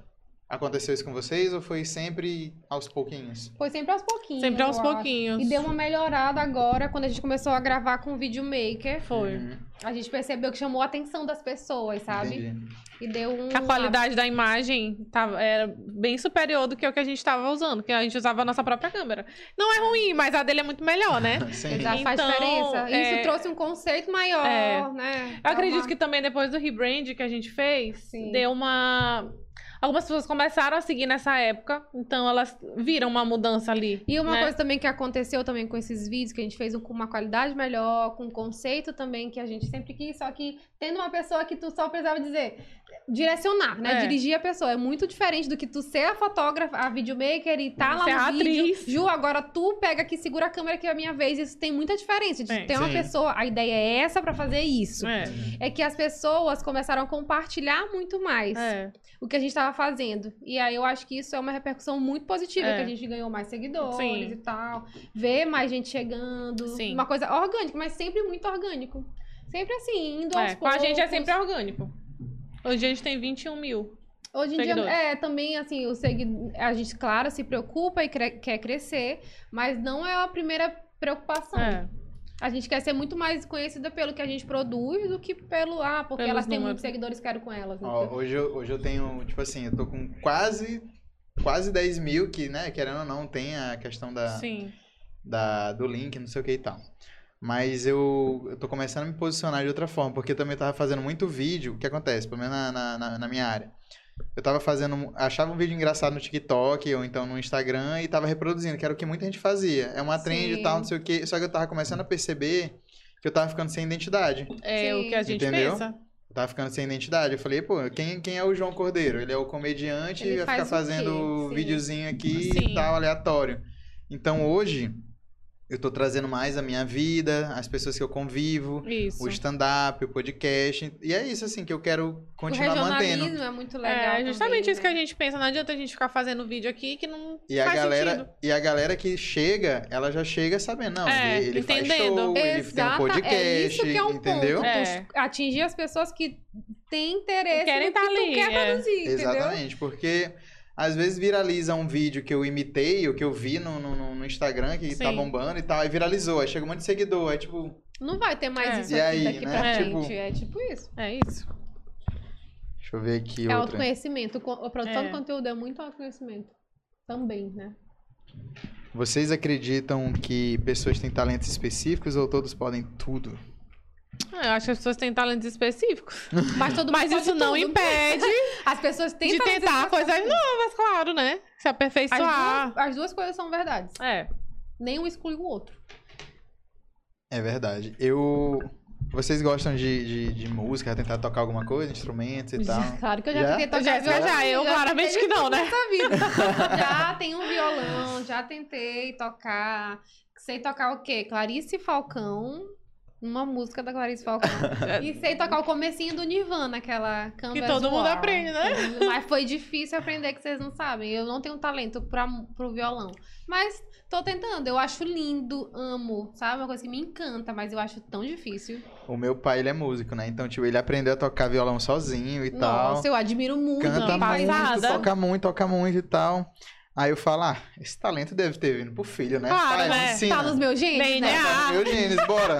Speaker 1: Aconteceu isso com vocês ou foi sempre aos pouquinhos?
Speaker 3: Foi sempre aos pouquinhos.
Speaker 2: Sempre aos
Speaker 3: eu acho.
Speaker 2: pouquinhos.
Speaker 3: E deu uma melhorada agora, quando a gente começou a gravar com o videomaker.
Speaker 2: Foi.
Speaker 1: Uhum,
Speaker 3: A gente percebeu que chamou a atenção das pessoas, sabe? (laughs)
Speaker 1: entendi.
Speaker 3: E deu um.
Speaker 2: A qualidade da imagem tava, era bem superior do que o que a gente estava usando, que a gente usava a nossa própria câmera. Não é ruim, mas a dele é muito melhor, né?
Speaker 1: Sim.
Speaker 3: Exato, faz
Speaker 2: Então,
Speaker 3: diferença.
Speaker 2: é-
Speaker 3: Isso trouxe um conceito maior,
Speaker 2: É.
Speaker 3: né?
Speaker 2: Eu acredito que também depois do rebrand que a gente fez,
Speaker 3: Sim.
Speaker 2: deu uma. Algumas pessoas começaram a seguir nessa época, então elas viram uma mudança ali.
Speaker 3: E uma
Speaker 2: né?
Speaker 3: coisa também que aconteceu também com esses vídeos, que a gente fez um com uma qualidade melhor, com um conceito também que a gente sempre quis, só que tendo uma pessoa que tu só precisava dizer, direcionar, né?
Speaker 2: É.
Speaker 3: Dirigir a pessoa. É muito diferente do que tu ser a fotógrafa, a videomaker e tá lá
Speaker 2: Ser
Speaker 3: no
Speaker 2: a
Speaker 3: vídeo.
Speaker 2: atriz.
Speaker 3: Ju, agora tu pega aqui, segura a câmera que é a minha vez. Isso tem muita diferença. De
Speaker 2: Tem.
Speaker 3: ter uma
Speaker 1: Sim.
Speaker 3: pessoa, a ideia é essa pra fazer isso.
Speaker 2: É,
Speaker 3: é que as pessoas começaram a compartilhar muito mais.
Speaker 2: é.
Speaker 3: o que a gente tava fazendo. E aí eu acho que isso é uma repercussão muito positiva,
Speaker 2: É.
Speaker 3: que a gente ganhou mais seguidores
Speaker 2: Sim.
Speaker 3: e tal. Ver mais gente chegando.
Speaker 2: Sim.
Speaker 3: Uma coisa orgânica, mas sempre muito orgânico. Sempre assim, indo aos
Speaker 2: É, com a gente é
Speaker 3: poucos.
Speaker 2: sempre orgânico. Hoje a gente tem 21 mil.
Speaker 3: Hoje em dia,
Speaker 2: Seguidores.
Speaker 3: é, também, assim, o segui... a gente, claro, se preocupa e cre- quer crescer, mas não é a primeira preocupação.
Speaker 2: É,
Speaker 3: A gente quer ser muito mais conhecida pelo que a gente produz do que pelo, ah, porque
Speaker 2: Pelos
Speaker 3: elas têm
Speaker 2: números.
Speaker 3: muitos seguidores, quero com elas. né?
Speaker 1: Ó, hoje, eu, hoje eu tenho, tipo assim, eu tô com quase quase 10 mil, que, né, querendo ou não, tem a questão da,
Speaker 2: É, sim.
Speaker 1: da, do link, não sei o que e tal. Mas eu, eu tô começando a me posicionar de outra forma, porque eu também tava fazendo muito vídeo. O que acontece? Pelo menos na, na, na- na minha área. Eu tava fazendo. Achava um vídeo engraçado no TikTok ou então no Instagram e tava reproduzindo, que era o que muita gente fazia. É uma trend e tal,
Speaker 3: Sim.
Speaker 1: não sei o que. Só que eu tava começando a perceber que eu tava ficando sem identidade.
Speaker 2: É
Speaker 3: Sim.
Speaker 2: o que a gente
Speaker 1: Entendeu?
Speaker 2: pensa.
Speaker 1: Eu tava Tá ficando sem identidade. Eu falei, pô, quem, quem é o João Cordeiro? Ele é o comediante
Speaker 3: Ele
Speaker 1: e vai ficar
Speaker 3: faz o quê?
Speaker 1: fazendo
Speaker 3: Sim.
Speaker 1: videozinho aqui
Speaker 2: Sim.
Speaker 1: e tal, aleatório. Então hoje, eu tô trazendo mais a minha vida, as pessoas que eu convivo,
Speaker 2: Isso.
Speaker 1: o stand-up, o podcast. E é isso, assim, que eu quero
Speaker 3: O
Speaker 1: continuar
Speaker 3: regionalismo
Speaker 1: mantendo.
Speaker 3: é muito legal.
Speaker 2: É justamente
Speaker 3: também,
Speaker 2: isso que a
Speaker 3: né?
Speaker 2: gente pensa. Não adianta a gente ficar fazendo vídeo aqui que não
Speaker 1: E a,
Speaker 2: faz
Speaker 1: galera,
Speaker 2: sentido.
Speaker 1: e a galera que chega, ela já chega sabendo, não,
Speaker 2: É,
Speaker 1: ele, ele faz
Speaker 2: entendendo.
Speaker 1: show, ele tem um
Speaker 3: Exata-
Speaker 1: podcast,
Speaker 3: é isso que é um
Speaker 1: entendeu?
Speaker 3: ponto.
Speaker 2: É.
Speaker 3: tu Atingir as pessoas que têm interesse
Speaker 2: Que querem
Speaker 3: no que
Speaker 2: tá
Speaker 3: tu
Speaker 2: ali,
Speaker 3: quer
Speaker 2: é.
Speaker 3: produzir, entendeu?
Speaker 1: Exatamente, porque às vezes viraliza um vídeo que eu imitei ou que eu vi no, no- no- no Instagram que tá
Speaker 2: Sim.
Speaker 1: bombando e tal, aí viralizou, aí chega um monte de seguidor, aí tipo,
Speaker 3: Não vai ter mais
Speaker 2: É.
Speaker 3: isso
Speaker 1: E
Speaker 3: aqui
Speaker 1: aí,
Speaker 3: daqui
Speaker 1: né?
Speaker 3: pra
Speaker 2: É.
Speaker 3: frente.
Speaker 1: Tipo-
Speaker 3: É tipo isso.
Speaker 2: É isso.
Speaker 1: deixa eu ver aqui
Speaker 3: É
Speaker 1: outra.
Speaker 3: autoconhecimento. Co- A produção
Speaker 2: É.
Speaker 3: de conteúdo é muito autoconhecimento. Também, né?
Speaker 1: Vocês acreditam que pessoas têm talentos específicos ou todos podem tudo?
Speaker 2: Ah, Eu acho que as pessoas têm talentos específicos.
Speaker 3: Mas todo mundo
Speaker 2: Mas
Speaker 3: pode
Speaker 2: isso não
Speaker 3: tudo.
Speaker 2: impede
Speaker 3: (laughs) As pessoas têm
Speaker 2: de
Speaker 3: talentos
Speaker 2: tentar é
Speaker 3: específicos.
Speaker 2: coisas novas, claro, né? Se
Speaker 3: As
Speaker 2: aperfeiçoar.
Speaker 3: duas, as duas coisas são verdades.
Speaker 2: É.
Speaker 3: Nenhum exclui o outro.
Speaker 1: É verdade. Eu. Vocês gostam de, de, de música, tentar tocar alguma coisa, instrumentos
Speaker 3: (laughs)
Speaker 1: e tal?
Speaker 3: Claro que eu Então, já,
Speaker 1: Tá. Já?
Speaker 3: tentei tocar
Speaker 2: Jéssica,
Speaker 3: violão.
Speaker 2: já, é eu
Speaker 3: (laughs)
Speaker 2: claramente
Speaker 3: tentei
Speaker 2: que não, né?
Speaker 3: nessa vida. já tem um violão, já tentei tocar. Sei tocar o quê? Clarice Falcão. Uma música da Clarice Falcão.
Speaker 2: É.
Speaker 3: E sei tocar o comecinho do Nirvana, aquela Canvas
Speaker 2: Que todo mundo
Speaker 3: War. Uhum.
Speaker 2: aprende, né?
Speaker 3: Mas foi difícil aprender, que vocês não sabem. Eu não tenho talento pra, pro violão. Mas tô tentando. Eu acho lindo, amo. Sabe? Uma coisa que me encanta, mas eu acho tão difícil.
Speaker 1: O meu pai, ele é músico, né? Então, tipo, ele aprendeu a tocar violão sozinho e tal.
Speaker 3: Nossa, eu admiro muito.
Speaker 1: Canta
Speaker 3: quem faz
Speaker 1: muito,
Speaker 3: isso.
Speaker 2: passada.
Speaker 1: toca muito, toca muito e tal. Aí eu falo, ah, esse talento deve ter vindo pro filho, né?
Speaker 2: Claro,
Speaker 1: Pai,
Speaker 2: né?
Speaker 1: me ensina.
Speaker 3: Tá nos meus
Speaker 2: Bem,
Speaker 3: genes, né?
Speaker 2: né?
Speaker 1: Tá
Speaker 2: Ah.
Speaker 1: no meu genes,
Speaker 2: (laughs)
Speaker 1: bora.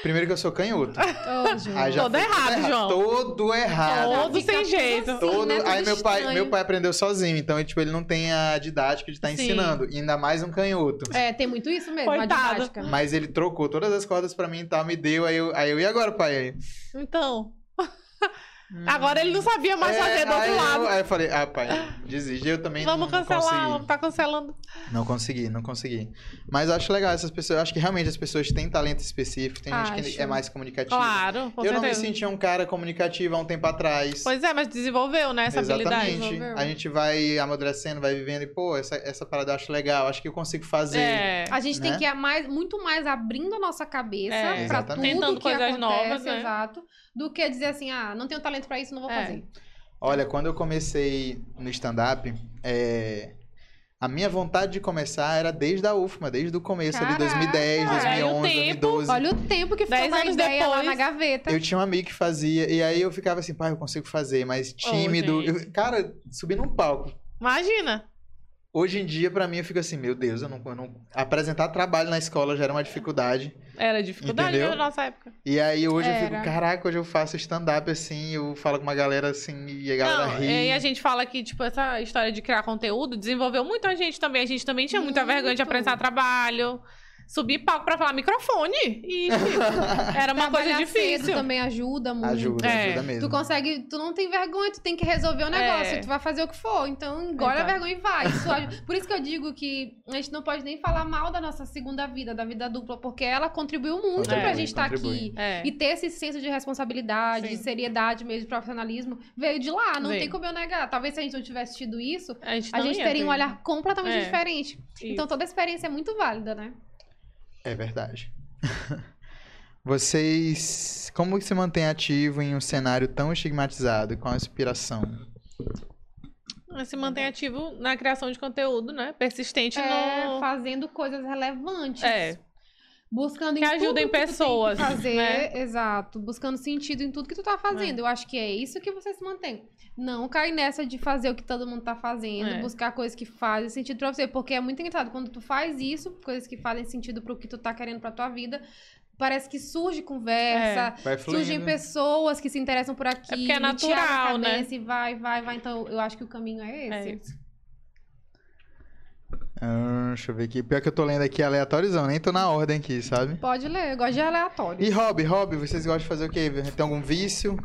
Speaker 1: Primeiro que eu sou canhoto.
Speaker 3: Ô, Ju.
Speaker 1: Aí já
Speaker 2: Todo
Speaker 1: foi
Speaker 2: errado, João.
Speaker 1: Todo errado.
Speaker 2: Todo
Speaker 3: Fica
Speaker 2: sem
Speaker 3: tudo
Speaker 2: jeito.
Speaker 3: assim,
Speaker 1: Todo-
Speaker 3: né? Tudo
Speaker 1: Aí meu pai,
Speaker 3: estranho.
Speaker 1: meu pai aprendeu sozinho, então tipo, ele não tem a didática de estar
Speaker 2: Sim.
Speaker 1: ensinando. E ainda mais um canhoto.
Speaker 3: É, tem muito isso mesmo, a
Speaker 2: Coitado.
Speaker 3: didática.
Speaker 1: Mas ele trocou todas as cordas pra mim e tal, me deu. Aí eu, aí eu e agora, pai? Aí,
Speaker 2: Então. Agora ele não sabia mais fazer do
Speaker 1: "É, aí
Speaker 2: outro
Speaker 1: eu-
Speaker 2: lado.
Speaker 1: aí eu falei, ah, pai, desiste. Eu também
Speaker 2: Vamos
Speaker 1: não
Speaker 2: cancelar,
Speaker 1: consegui.
Speaker 2: vamos tá cancelando.
Speaker 1: Não consegui, não consegui. Mas eu acho legal essas pessoas. Eu acho que realmente as pessoas têm talento específico, tem gente que
Speaker 3: Acho.
Speaker 1: é mais comunicativa.
Speaker 2: Claro, com
Speaker 1: eu não me
Speaker 2: certeza.
Speaker 1: sentia um cara comunicativo há um tempo atrás.
Speaker 2: Pois é, mas desenvolveu, né, essa habilidade.
Speaker 1: Exatamente.
Speaker 3: desenvolveu.
Speaker 1: A gente vai amadurecendo, vai vivendo e, pô, essa, essa parada eu acho legal, acho que eu consigo fazer.
Speaker 2: É.
Speaker 3: A gente tem
Speaker 1: né?
Speaker 3: que ir mais, muito mais abrindo a nossa cabeça
Speaker 2: É.
Speaker 3: pra tudo
Speaker 1: Exatamente.
Speaker 2: Tentando
Speaker 3: que
Speaker 2: coisas
Speaker 3: acontece,
Speaker 2: novas, né?
Speaker 3: exato, do que dizer assim, ah, não tenho talento pra isso, não vou
Speaker 2: É.
Speaker 3: fazer.
Speaker 1: Olha, quando eu comecei no stand-up, é, a minha vontade de começar era desde a UFMA, desde o começo ali,
Speaker 3: Caraca!
Speaker 1: 2010,
Speaker 2: Aí é, o
Speaker 1: 2011,
Speaker 2: tempo,
Speaker 1: 2012.
Speaker 3: Olha o tempo que ficou
Speaker 2: Dez
Speaker 3: uma
Speaker 2: anos
Speaker 3: ideia lá
Speaker 2: depois- é
Speaker 3: na
Speaker 2: Tá.
Speaker 3: gaveta.
Speaker 1: Eu tinha um amigo que fazia, e aí eu ficava assim, pai, eu consigo fazer, mas tímido. Eu- cara, subir num palco.
Speaker 2: Imagina.
Speaker 1: Hoje em dia, pra mim, eu fico assim, meu Deus, eu não, eu não- Apresentar trabalho na escola já era uma dificuldade.
Speaker 2: Era dificuldade né,
Speaker 1: Entendeu?
Speaker 2: na nossa época.
Speaker 1: E aí hoje eu
Speaker 3: Era.
Speaker 1: fico, caraca, hoje eu faço stand-up assim, eu falo com uma galera assim, e a galera
Speaker 2: não, é,
Speaker 1: ri.
Speaker 2: e a gente fala que, tipo, essa história de criar conteúdo desenvolveu muito a gente também. A gente também tinha muita vergonha de
Speaker 3: Muito.
Speaker 2: apresentar trabalho, subir palco pra falar microfone. E tipo,
Speaker 3: (laughs)
Speaker 2: era uma coisa
Speaker 3: Trabalhar cedo
Speaker 2: difícil.
Speaker 3: também ajuda muito.
Speaker 1: Ajuda,
Speaker 2: É.
Speaker 1: ajuda mesmo.
Speaker 3: Tu consegue, tu não tem vergonha, tu tem que resolver o negócio,
Speaker 2: É.
Speaker 3: tu vai fazer o que for. Então, engole a
Speaker 2: Exato.
Speaker 3: vergonha e
Speaker 2: (laughs)
Speaker 3: vai. Isso ajuda. Por isso que eu digo que a gente não pode nem falar mal da nossa segunda vida, da vida dupla, porque ela contribuiu muito
Speaker 2: Contribui,
Speaker 3: pra gente estar
Speaker 1: É, contribui.
Speaker 3: aqui.
Speaker 2: É.
Speaker 3: E ter esse senso de responsabilidade,
Speaker 2: Sim.
Speaker 3: de seriedade mesmo, de profissionalismo, veio de lá, não
Speaker 2: Veio.
Speaker 3: tem como eu negar. Talvez se a gente não tivesse tido isso,
Speaker 2: A gente,
Speaker 3: a gente teria um olhar completamente
Speaker 2: É.
Speaker 3: diferente. Então
Speaker 2: Então,
Speaker 3: toda experiência é muito válida, né?
Speaker 1: É verdade. (laughs) Vocês. Como que se mantém ativo em um cenário tão estigmatizado? Qual a inspiração?
Speaker 2: Mas se mantém ativo na criação de conteúdo, né? Persistente
Speaker 3: É,
Speaker 2: no.
Speaker 3: fazendo coisas relevantes.
Speaker 2: É.
Speaker 3: Buscando
Speaker 2: Que
Speaker 3: em tudo
Speaker 2: ajudem
Speaker 3: que tu tem que
Speaker 2: pessoas,
Speaker 3: fazer,
Speaker 2: né?
Speaker 3: exato. Buscando sentido em tudo que tu tá fazendo. Eu acho que é isso que você se mantém. Não cai nessa de fazer o que todo mundo tá fazendo,
Speaker 2: É.
Speaker 3: buscar coisas que fazem sentido pra você, porque é muito engraçado quando tu faz isso, coisas que fazem sentido pro que tu tá querendo pra tua vida, parece que surge conversa,
Speaker 1: Vai
Speaker 3: surgem
Speaker 1: fluindo. né?
Speaker 3: pessoas que se interessam por aqui,
Speaker 2: É porque é
Speaker 3: e te abre a
Speaker 2: natural, né?
Speaker 3: cabeça E vai, vai, vai, então eu acho que o caminho é esse.
Speaker 2: É isso.
Speaker 1: Ah, deixa eu ver aqui. Pior que eu tô lendo aqui aleatóriozão, nem tô na ordem aqui, sabe?
Speaker 3: Pode ler, eu gosto de aleatório.
Speaker 1: E hobby, hobby, vocês gostam de fazer o quê? Tem algum vício?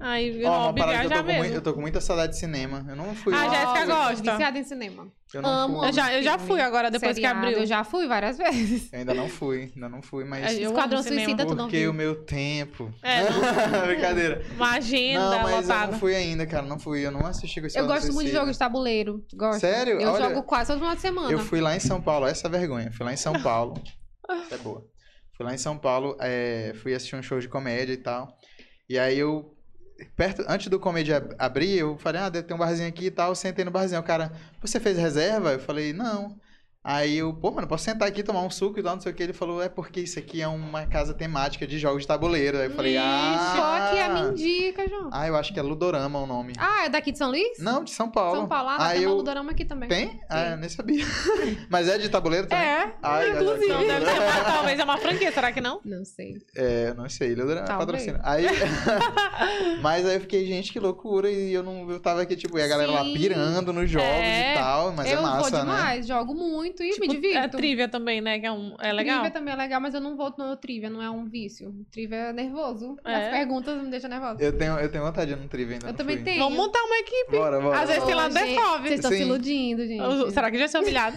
Speaker 2: Aí,
Speaker 1: Ó, uma
Speaker 2: hobby,
Speaker 1: parada que eu
Speaker 2: viajar
Speaker 1: tô, com mui-
Speaker 2: mesmo.
Speaker 1: eu tô com muita saudade de cinema. Eu não fui lá.
Speaker 2: Ah, já- Jéssica
Speaker 3: eu sou
Speaker 2: gosta.
Speaker 3: Viciada em cinema.
Speaker 1: eu não
Speaker 3: amo,
Speaker 1: fui.
Speaker 2: Eu já, eu já
Speaker 3: filme,
Speaker 2: fui agora, depois
Speaker 3: Seriado,
Speaker 2: que abriu.
Speaker 3: Eu já fui várias (laughs) vezes.
Speaker 1: Eu ainda não fui, ainda não fui, mas.
Speaker 2: É, Eu amo
Speaker 3: Esquadrão
Speaker 2: cinema.
Speaker 3: Suicida, tu não
Speaker 1: Porque
Speaker 3: viu?
Speaker 1: o meu tempo.
Speaker 2: É,
Speaker 1: (laughs) Brincadeira.
Speaker 2: Uma agenda
Speaker 1: não, mas eu
Speaker 2: lotada.
Speaker 1: não fui ainda, cara. Não fui. Eu não assisti com esse
Speaker 3: Eu
Speaker 1: Esquadrão
Speaker 3: gosto muito de
Speaker 1: Suicida.
Speaker 3: jogos de tabuleiro. Gosto.
Speaker 1: Sério?
Speaker 3: Eu
Speaker 1: Olha,
Speaker 3: jogo quase todo final de semana.
Speaker 1: Eu fui lá em São Paulo, essa é a vergonha. Fui lá em São
Speaker 3: (laughs)
Speaker 1: Paulo. Isso é boa. Fui lá em São Paulo, é, fui assistir um show de comédia e tal. E aí eu. Perto, antes do comédia ab- abrir, eu falei, ah, deve ter um barzinho aqui e tal. Eu sentei no barzinho. O cara, você fez reserva? Eu falei, não. Aí eu, pô, mano, posso sentar aqui, tomar um suco e tal, não sei o que. Ele falou, é porque isso aqui é uma casa temática de jogos de tabuleiro. Aí eu falei,
Speaker 2: Ixi,
Speaker 1: ah.
Speaker 3: Só que é a minha dica, João.
Speaker 1: Ah, eu acho que é Ludorama o nome.
Speaker 3: Ah, é daqui de São Luís?
Speaker 1: Não, de São Paulo.
Speaker 3: São Paulo, ah,
Speaker 1: Aí
Speaker 3: tem
Speaker 1: eu-
Speaker 3: eu... Ludorama aqui também.
Speaker 1: Tem? Ah, eu nem sabia. (laughs) Mas é de tabuleiro também?
Speaker 2: É,
Speaker 1: Ai, ai,
Speaker 2: inclusive.
Speaker 1: ai, ai.
Speaker 2: deve ser uma- talvez é uma franquia, será que não?
Speaker 3: Não sei.
Speaker 1: É, não sei, ele adora-
Speaker 3: Talvez.
Speaker 1: patrocina. Aí, (laughs) mas aí eu fiquei, gente, que loucura. E eu não eu tava aqui, tipo, e a galera lá
Speaker 3: Sim.
Speaker 1: pirando nos jogos
Speaker 2: É.
Speaker 1: e tal. Mas é
Speaker 3: eu vou
Speaker 1: massa, né?
Speaker 3: demais, jogo muito e me
Speaker 2: Tipo, É
Speaker 3: divirto.
Speaker 2: trivia também, né? Que é, um, é legal.
Speaker 3: Trivia também é legal, mas eu não volto no trivia, não é um vício. Trivia é nervoso.
Speaker 2: É.
Speaker 3: As perguntas me deixam nervosa.
Speaker 1: Eu tenho, eu tenho vontade de ir num trivia ainda.
Speaker 3: Eu
Speaker 1: não
Speaker 3: também
Speaker 1: fui.
Speaker 3: tenho.
Speaker 2: Vamos montar uma equipe.
Speaker 1: Bora, bora.
Speaker 2: Às vezes tem lá no
Speaker 3: Ô, gente, Vocês
Speaker 2: Decove.
Speaker 3: estão se
Speaker 1: Sim.
Speaker 3: iludindo, gente.
Speaker 2: Será que já
Speaker 3: (laughs)
Speaker 2: se humilhado?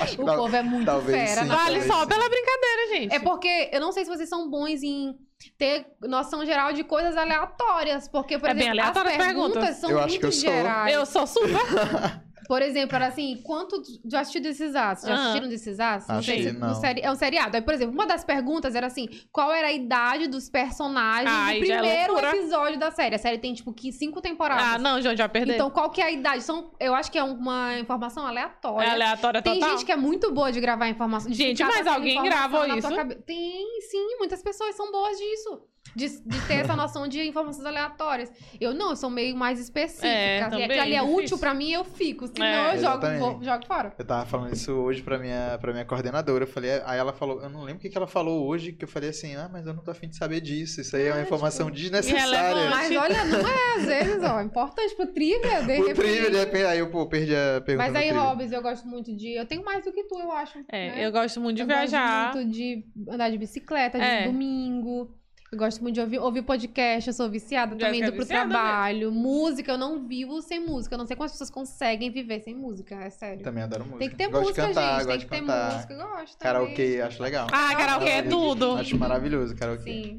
Speaker 1: Acho que
Speaker 3: O
Speaker 1: dá-
Speaker 3: povo é muito
Speaker 1: talvez
Speaker 3: fera.
Speaker 1: sim,
Speaker 3: na
Speaker 2: Vale
Speaker 1: talvez
Speaker 2: só
Speaker 1: sim.
Speaker 2: pela brincadeira, gente.
Speaker 3: É porque eu não sei se vocês são bons em ter noção geral de coisas aleatórias, porque, por
Speaker 2: É bem
Speaker 3: exemplo, as
Speaker 2: aleatória as
Speaker 3: perguntas,
Speaker 2: perguntas.
Speaker 3: são
Speaker 1: Eu
Speaker 3: muito
Speaker 1: acho que eu sou.
Speaker 3: gerais.
Speaker 2: Eu sou super.
Speaker 3: Por exemplo, era assim, quanto já assistiu desses Us? Já
Speaker 2: Ah.
Speaker 3: assistiram desses Us?
Speaker 1: Acho
Speaker 3: sei
Speaker 1: que
Speaker 3: se- um
Speaker 1: não.
Speaker 3: seri- É um seriado. Aí, por exemplo, uma das perguntas era assim, qual era a idade dos personagens
Speaker 2: Ai,
Speaker 3: do
Speaker 2: já é
Speaker 3: primeiro
Speaker 2: loucura.
Speaker 3: episódio da série? A série tem, tipo, que cinco temporadas.
Speaker 2: Ah, não, João, já perdeu.
Speaker 3: Então, qual que é a idade? São, eu acho que é uma informação
Speaker 2: é
Speaker 3: aleatória.
Speaker 2: aleatória
Speaker 3: Tem
Speaker 2: total.
Speaker 3: gente que é muito boa de gravar informação. de
Speaker 2: Gente,
Speaker 3: ficar
Speaker 2: mas
Speaker 3: com aquela
Speaker 2: alguém
Speaker 3: informação
Speaker 2: grava
Speaker 3: na tua
Speaker 2: isso?
Speaker 3: cabe- Tem, sim. Muitas pessoas são boas disso. De, de ter essa noção de informações aleatórias. Eu não, eu sou meio mais específica.
Speaker 2: É,
Speaker 3: Se
Speaker 2: também,
Speaker 3: aquilo ali é
Speaker 2: difícil.
Speaker 3: útil pra mim, eu fico. Se
Speaker 2: É.
Speaker 3: não, eu jogo,
Speaker 1: Exatamente.
Speaker 3: vou- jogo fora.
Speaker 1: Eu tava falando isso hoje pra minha, pra minha coordenadora. Eu falei, aí ela falou, eu não lembro o que que ela falou hoje, que eu falei assim, ah, mas eu não tô afim de saber disso. Isso aí é uma informação
Speaker 3: tipo,
Speaker 2: irrelevante.
Speaker 1: desnecessária.
Speaker 3: Mas olha, não é às vezes, ó. Importante pro trivia, de
Speaker 1: (laughs) O
Speaker 3: repente.
Speaker 1: trivia, de repente, aí eu pô, perdi a pergunta.
Speaker 3: né?" Mas
Speaker 1: no
Speaker 3: aí,
Speaker 1: trivia.
Speaker 3: Hobbes, eu gosto muito de. Eu tenho mais do que tu, eu acho.
Speaker 2: É,
Speaker 3: né?
Speaker 2: eu gosto muito de
Speaker 3: eu
Speaker 2: viajar.
Speaker 3: gosto muito de andar de bicicleta, de
Speaker 2: É.
Speaker 3: domingo. Eu gosto muito de ouvir, ouvir podcast, eu sou viciada
Speaker 2: Jéssica
Speaker 3: também,
Speaker 2: é
Speaker 3: indo pro
Speaker 2: viciada
Speaker 3: trabalho. Música, eu não vivo sem música. Eu não sei como as pessoas conseguem viver sem música, é sério.
Speaker 1: Também adoro música.
Speaker 3: Tem que ter
Speaker 1: gosto
Speaker 3: música,
Speaker 1: de cantar, gosto
Speaker 3: gente. Tem
Speaker 1: de
Speaker 3: que ter
Speaker 1: cantar.
Speaker 3: música, eu gosto também.
Speaker 1: Karaokê, acho legal.
Speaker 2: Ah, karaokê é tudo.
Speaker 1: Acho maravilhoso, karaokê.
Speaker 3: Sim.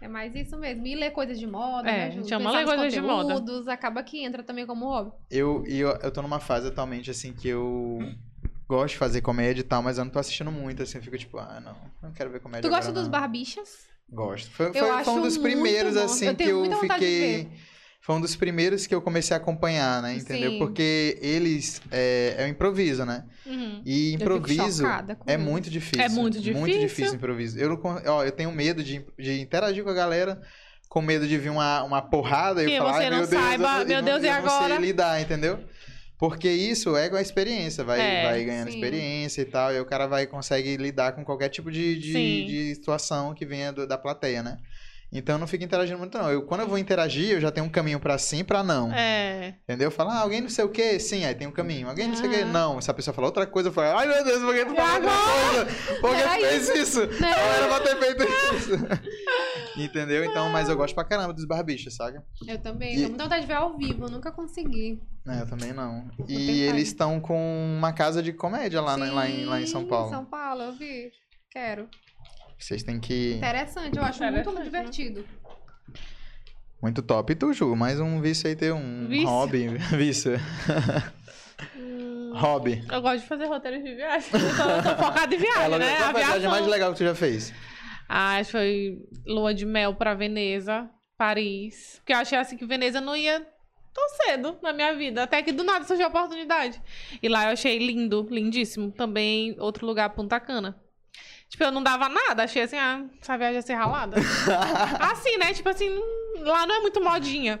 Speaker 3: É mais isso mesmo. E ler coisas de moda,
Speaker 2: É,
Speaker 3: né,
Speaker 2: a gente
Speaker 3: Ju?
Speaker 2: ama
Speaker 3: Pensar
Speaker 2: ler
Speaker 3: nos
Speaker 2: coisas de moda.
Speaker 3: conteúdos, Acaba que entra também como hobby.
Speaker 1: Eu, e eu, eu tô numa fase atualmente, assim, que eu gosto de fazer comédia e tal, mas eu não tô assistindo muito, assim, eu fico tipo, ah, não, não quero ver comédia
Speaker 3: tu gosta
Speaker 1: agora,
Speaker 3: dos
Speaker 1: não.
Speaker 3: barbichas?
Speaker 1: Gosto. Foi,
Speaker 3: Eu
Speaker 1: foi, foi um
Speaker 3: acho
Speaker 1: dos
Speaker 3: muito
Speaker 1: primeiros,
Speaker 3: bom.
Speaker 1: assim,
Speaker 3: Eu
Speaker 1: que
Speaker 3: tenho
Speaker 1: eu
Speaker 3: muita vontade de
Speaker 1: fiquei... Foi um dos primeiros que eu comecei a acompanhar, né, entendeu?
Speaker 3: Sim.
Speaker 1: Porque eles... É, é o improviso, né?
Speaker 2: Uhum.
Speaker 1: E
Speaker 3: eu fico
Speaker 1: improviso...
Speaker 3: chocada com
Speaker 1: É
Speaker 3: isso.
Speaker 1: muito difícil.
Speaker 2: É muito
Speaker 1: Muito
Speaker 2: difícil.
Speaker 1: difícil improviso. Eu, não con- ó, eu tenho medo de, de interagir com a galera, com medo de vir uma, uma porrada e eu
Speaker 2: Que
Speaker 1: falar,
Speaker 2: você
Speaker 1: "Ai,
Speaker 2: não
Speaker 1: meu Deus,
Speaker 2: saiba,
Speaker 1: eu, não-
Speaker 2: meu
Speaker 1: eu
Speaker 2: Deus,
Speaker 1: não,
Speaker 2: e
Speaker 1: eu não
Speaker 2: agora?"
Speaker 1: sei lidar, entendeu? Porque isso é igual a experiência, vai,
Speaker 2: É,
Speaker 1: vai ganhando
Speaker 3: sim.
Speaker 1: experiência e tal, e o cara vai consegue lidar com qualquer tipo de, de,
Speaker 2: Sim.
Speaker 1: de situação que venha do- da plateia, né? Então eu não fico interagindo muito, não. Eu, quando eu vou interagir, eu já tenho um caminho pra sim e pra não.
Speaker 2: É.
Speaker 1: Entendeu? Fala, ah, alguém não sei o quê, sim, aí tem um caminho. Alguém não sei o quê,
Speaker 3: Ah.
Speaker 1: não. Se a pessoa falar outra coisa, eu falo, ai meu Deus, por que tu falou outra coisa? Por que
Speaker 3: Era
Speaker 1: tu fez isso?
Speaker 3: Não.
Speaker 1: Não era pra ter feito isso. (laughs) Entendeu? Então, mas eu gosto pra caramba dos barbichos, saca?
Speaker 3: Eu também.
Speaker 1: E-
Speaker 3: Tenho muita vontade de ver ao vivo, eu nunca consegui.
Speaker 1: É, eu também não.
Speaker 3: tentar.
Speaker 1: E eles estão com uma casa de comédia lá, né, lá, em, lá em São
Speaker 3: Sim,
Speaker 1: Paulo.
Speaker 3: São Paulo, eu vi. Quero.
Speaker 1: Vocês têm que.
Speaker 3: Interessante, eu acho muito, muito
Speaker 2: Interessante, né?
Speaker 3: divertido.
Speaker 1: Muito top. E tu, Ju, mais um vício aí ter um
Speaker 2: Vício?
Speaker 1: hobby. (laughs) vício. hobby.
Speaker 2: Eu gosto de fazer roteiros de viagem. (laughs) Eu sou, eu sou focada em viagem,
Speaker 1: Ela,
Speaker 2: né?
Speaker 1: qual foi a viagem mais legal que tu já fez?
Speaker 2: Ah, acho que foi lua de mel pra Veneza, Paris. Porque eu achei assim que Veneza não ia tão cedo na minha vida. Até que do nada surgiu a oportunidade. E lá eu achei lindo, lindíssimo. Também outro lugar, Punta Cana. Tipo, eu não dava nada, achei assim, ah, essa viagem ia ser ralada. assim, né? Tipo assim, lá não é muito modinha.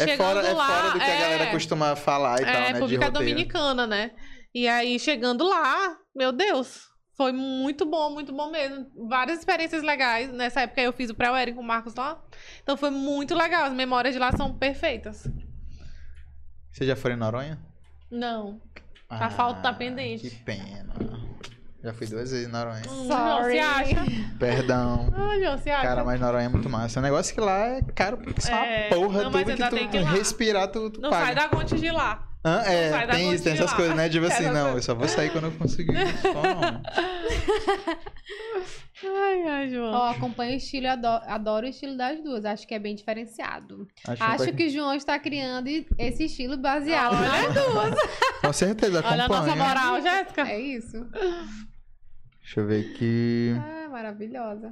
Speaker 1: É fora, é
Speaker 2: lá,
Speaker 1: fora do que a galera
Speaker 2: é-
Speaker 1: costuma falar e
Speaker 2: é,
Speaker 1: tal, né? De
Speaker 2: República
Speaker 1: roteiro.
Speaker 2: Dominicana, né? E aí, chegando lá, meu Deus, foi muito bom, muito bom mesmo. Várias experiências legais. Nessa época eu fiz o pré-wedding com o Marcos lá. Então foi muito legal. As memórias de lá são perfeitas.
Speaker 1: Você já foi em Noronha? Ah,
Speaker 2: Não. Tá falta- tá pendente.
Speaker 1: Que pena. Já fui duas vezes em Noronha.
Speaker 2: Hum, João,
Speaker 3: Sorry.
Speaker 2: se acha?
Speaker 1: Perdão.
Speaker 2: Ah, João, se acha?
Speaker 1: Cara, mas Noronha é muito massa. O negócio é que lá é caro porque só
Speaker 2: É,
Speaker 1: uma porra
Speaker 2: não, mas
Speaker 1: tudo que
Speaker 2: ainda tem
Speaker 1: tu
Speaker 2: que ir lá.
Speaker 1: respirar, tu, tu
Speaker 2: não
Speaker 1: paga.
Speaker 2: sai da Conte de lá.
Speaker 1: Hã? é,
Speaker 2: sai da
Speaker 1: tem isso, tem
Speaker 2: Conte de
Speaker 1: essas
Speaker 2: lá.
Speaker 1: coisas, né?
Speaker 2: (laughs)
Speaker 1: Tipo assim,
Speaker 2: Essas
Speaker 1: não, eu
Speaker 2: coisas.
Speaker 1: só vou sair quando eu conseguir. Só não.
Speaker 2: Ai, ai, João.
Speaker 3: Ó, acompanho o estilo, adoro, adoro o estilo das duas. Acho que é bem diferenciado.
Speaker 1: Acho,
Speaker 3: Acho
Speaker 1: vai-
Speaker 3: que o João está criando esse estilo baseado.
Speaker 2: Olha,
Speaker 1: Com certeza,
Speaker 2: olha a nossa
Speaker 1: acompanha.
Speaker 2: moral, Jéssica.
Speaker 3: É isso.
Speaker 1: Deixa eu ver aqui.
Speaker 3: Ah, maravilhosa.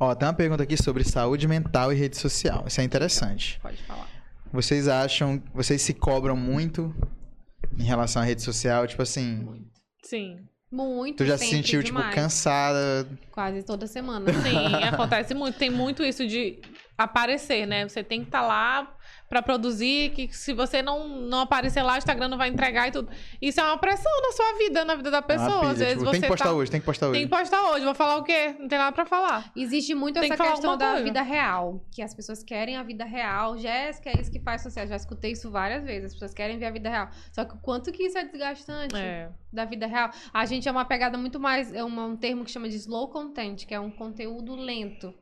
Speaker 1: Ó, tem uma pergunta aqui sobre saúde mental e rede social. Isso é interessante.
Speaker 3: Pode falar.
Speaker 1: Vocês acham, vocês se cobram muito em relação à rede social? Tipo assim,
Speaker 2: Sim,
Speaker 3: Muito
Speaker 1: tu já se
Speaker 3: sempre,
Speaker 1: sentiu,
Speaker 3: demais.
Speaker 1: tipo, cansada?
Speaker 3: Quase toda semana.
Speaker 2: sim, acontece muito. Tem muito isso de aparecer, né? Você tem que estar lá pra produzir, que se você não, não aparecer lá, o Instagram não vai entregar e tudo. Isso é uma pressão na sua vida, na vida da
Speaker 1: É uma
Speaker 2: pessoa.
Speaker 1: pilha,
Speaker 2: Às vezes
Speaker 1: tipo,
Speaker 2: você
Speaker 1: tem que postar
Speaker 2: tá...
Speaker 1: hoje, tem que postar hoje.
Speaker 2: Tem que postar hoje, vou falar o quê? Não tem nada pra falar.
Speaker 3: Existe muito
Speaker 2: Tem
Speaker 3: essa
Speaker 2: que falar
Speaker 3: questão
Speaker 2: alguma
Speaker 3: da
Speaker 2: coisa.
Speaker 3: vida real, que as pessoas querem a vida real. Jéssica é isso que faz social. Já escutei isso várias vezes. As pessoas querem ver a vida real. Só que o quanto que isso é desgastante
Speaker 2: É.
Speaker 3: da vida real. A gente é uma pegada muito mais. É uma- um termo que chama de slow content, que é um conteúdo lento.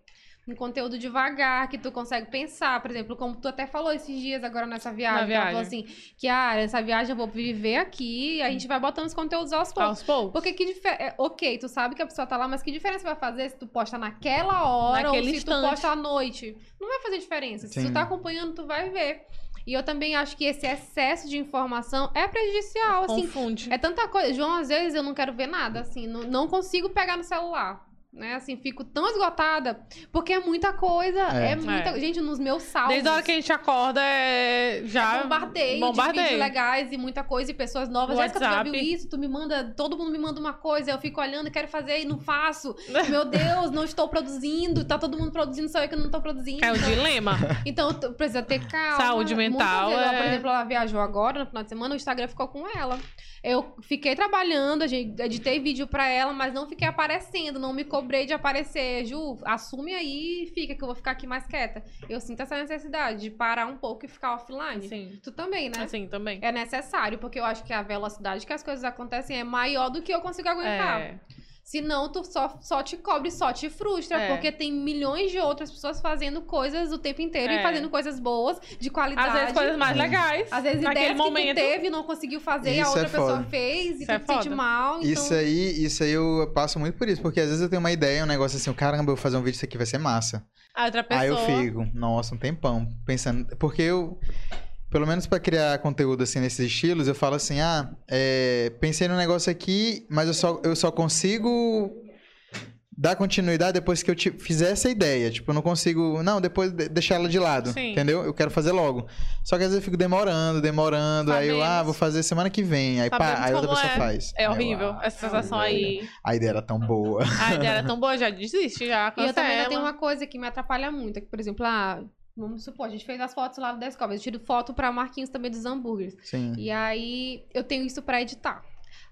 Speaker 3: Um conteúdo devagar, que tu consegue pensar. Por exemplo, como tu até falou esses dias agora nessa viagem.
Speaker 2: Na
Speaker 3: que Ela falou
Speaker 2: viagem.
Speaker 3: assim: que ah, essa viagem eu vou viver aqui. A gente vai botando os conteúdos aos poucos.
Speaker 2: Aos poucos.
Speaker 3: Porque que diferença. Ok, tu sabe que a pessoa tá lá, mas que diferença vai fazer se tu posta naquela hora
Speaker 2: Naquele
Speaker 3: ou se
Speaker 2: instante.
Speaker 3: tu posta à noite? Não vai fazer diferença. Se
Speaker 1: Sim.
Speaker 3: tu tá acompanhando, tu vai ver. E eu também acho que esse excesso de informação é prejudicial, assim.
Speaker 2: Confunde.
Speaker 3: É tanta coisa. João, às vezes eu não quero ver nada, assim, não, não consigo pegar no celular. Né, assim, fico tão esgotada, porque é muita coisa,
Speaker 1: É.
Speaker 3: é, muita
Speaker 2: É.
Speaker 3: Gente, nos meus salvos.
Speaker 2: Desde a hora que a gente acorda, é... já.
Speaker 3: Bombardeio, de
Speaker 2: Bombardeio.
Speaker 3: vídeos legais e muita coisa e pessoas novas.
Speaker 2: No
Speaker 3: Jéssica, tu já viu
Speaker 2: WhatsApp.
Speaker 3: isso? Tu me manda, todo mundo me manda uma coisa, eu fico olhando, quero fazer e não
Speaker 2: (laughs)
Speaker 3: faço. Meu Deus, não estou produzindo, tá todo mundo produzindo, só eu que não estou produzindo.
Speaker 2: É
Speaker 3: (laughs)
Speaker 2: o dilema.
Speaker 3: Então tu precisa ter calma.
Speaker 2: Saúde
Speaker 3: Muitas
Speaker 2: mental
Speaker 3: vezes, ela, Por
Speaker 2: é-
Speaker 3: exemplo, ela viajou agora no final de semana, o Instagram ficou com ela. Eu fiquei trabalhando, a gente editei vídeo pra ela, mas não fiquei aparecendo, não me cobrei de aparecer. Ju, assume aí e fica, que eu vou ficar aqui mais quieta. Eu sinto essa necessidade de parar um pouco e ficar offline.
Speaker 2: Sim.
Speaker 3: Tu também, né?
Speaker 2: Assim também.
Speaker 3: É necessário, porque eu acho que a velocidade que as coisas acontecem é maior do que eu consigo aguentar.
Speaker 2: É.
Speaker 3: Senão, tu só, só te cobre, só te frustra,
Speaker 2: É.
Speaker 3: porque tem milhões de outras pessoas fazendo coisas o tempo inteiro
Speaker 2: É.
Speaker 3: e fazendo coisas boas, de qualidade.
Speaker 2: Às vezes coisas mais
Speaker 1: É.
Speaker 2: legais.
Speaker 3: Às vezes
Speaker 2: naquele
Speaker 3: ideias
Speaker 2: momento.
Speaker 3: que tu teve e não conseguiu fazer, e a
Speaker 1: Isso
Speaker 3: outra
Speaker 1: é
Speaker 3: pessoa
Speaker 1: foda.
Speaker 3: fez, e
Speaker 2: Isso
Speaker 3: tu
Speaker 2: é
Speaker 3: se sente
Speaker 2: foda.
Speaker 3: mal. Então...
Speaker 1: Isso é aí, isso aí eu passo muito por isso, porque às vezes eu tenho uma ideia, um negócio assim, caramba, eu vou fazer um vídeo, isso aqui vai ser massa.
Speaker 2: A outra pessoa.
Speaker 1: Aí Ah, eu fico, nossa, um tempão, pensando. Porque eu, pelo menos pra criar conteúdo assim nesses estilos, eu falo assim, ah, é, pensei no negócio aqui, mas eu só, eu só consigo dar continuidade depois que eu ti- fizer essa ideia. Tipo, eu não consigo. Não, depois de- deixar ela de lado.
Speaker 2: Sim.
Speaker 1: Entendeu? Eu quero fazer logo. Só que às vezes eu fico demorando, demorando. Aí eu,
Speaker 2: Sabemos.
Speaker 1: ah, vou fazer semana que vem. Aí pá,
Speaker 2: Sabemos
Speaker 1: aí outra
Speaker 2: como
Speaker 1: pessoa
Speaker 2: é.
Speaker 1: faz. Aí
Speaker 2: É
Speaker 1: eu,
Speaker 2: horrível
Speaker 1: ah,
Speaker 2: essa sensação
Speaker 1: olha,
Speaker 2: aí.
Speaker 1: A ideia era tão boa. (laughs)
Speaker 2: A ideia era é tão boa, já desiste, já
Speaker 3: E
Speaker 2: cancela.
Speaker 3: eu também ainda tenho uma coisa que me atrapalha muito, é que, por exemplo, ah, vamos supor, a gente fez as fotos lá da escola, eu tiro foto pra Marquinhos também dos hambúrgueres.
Speaker 1: Sim.
Speaker 3: E aí eu tenho isso pra editar.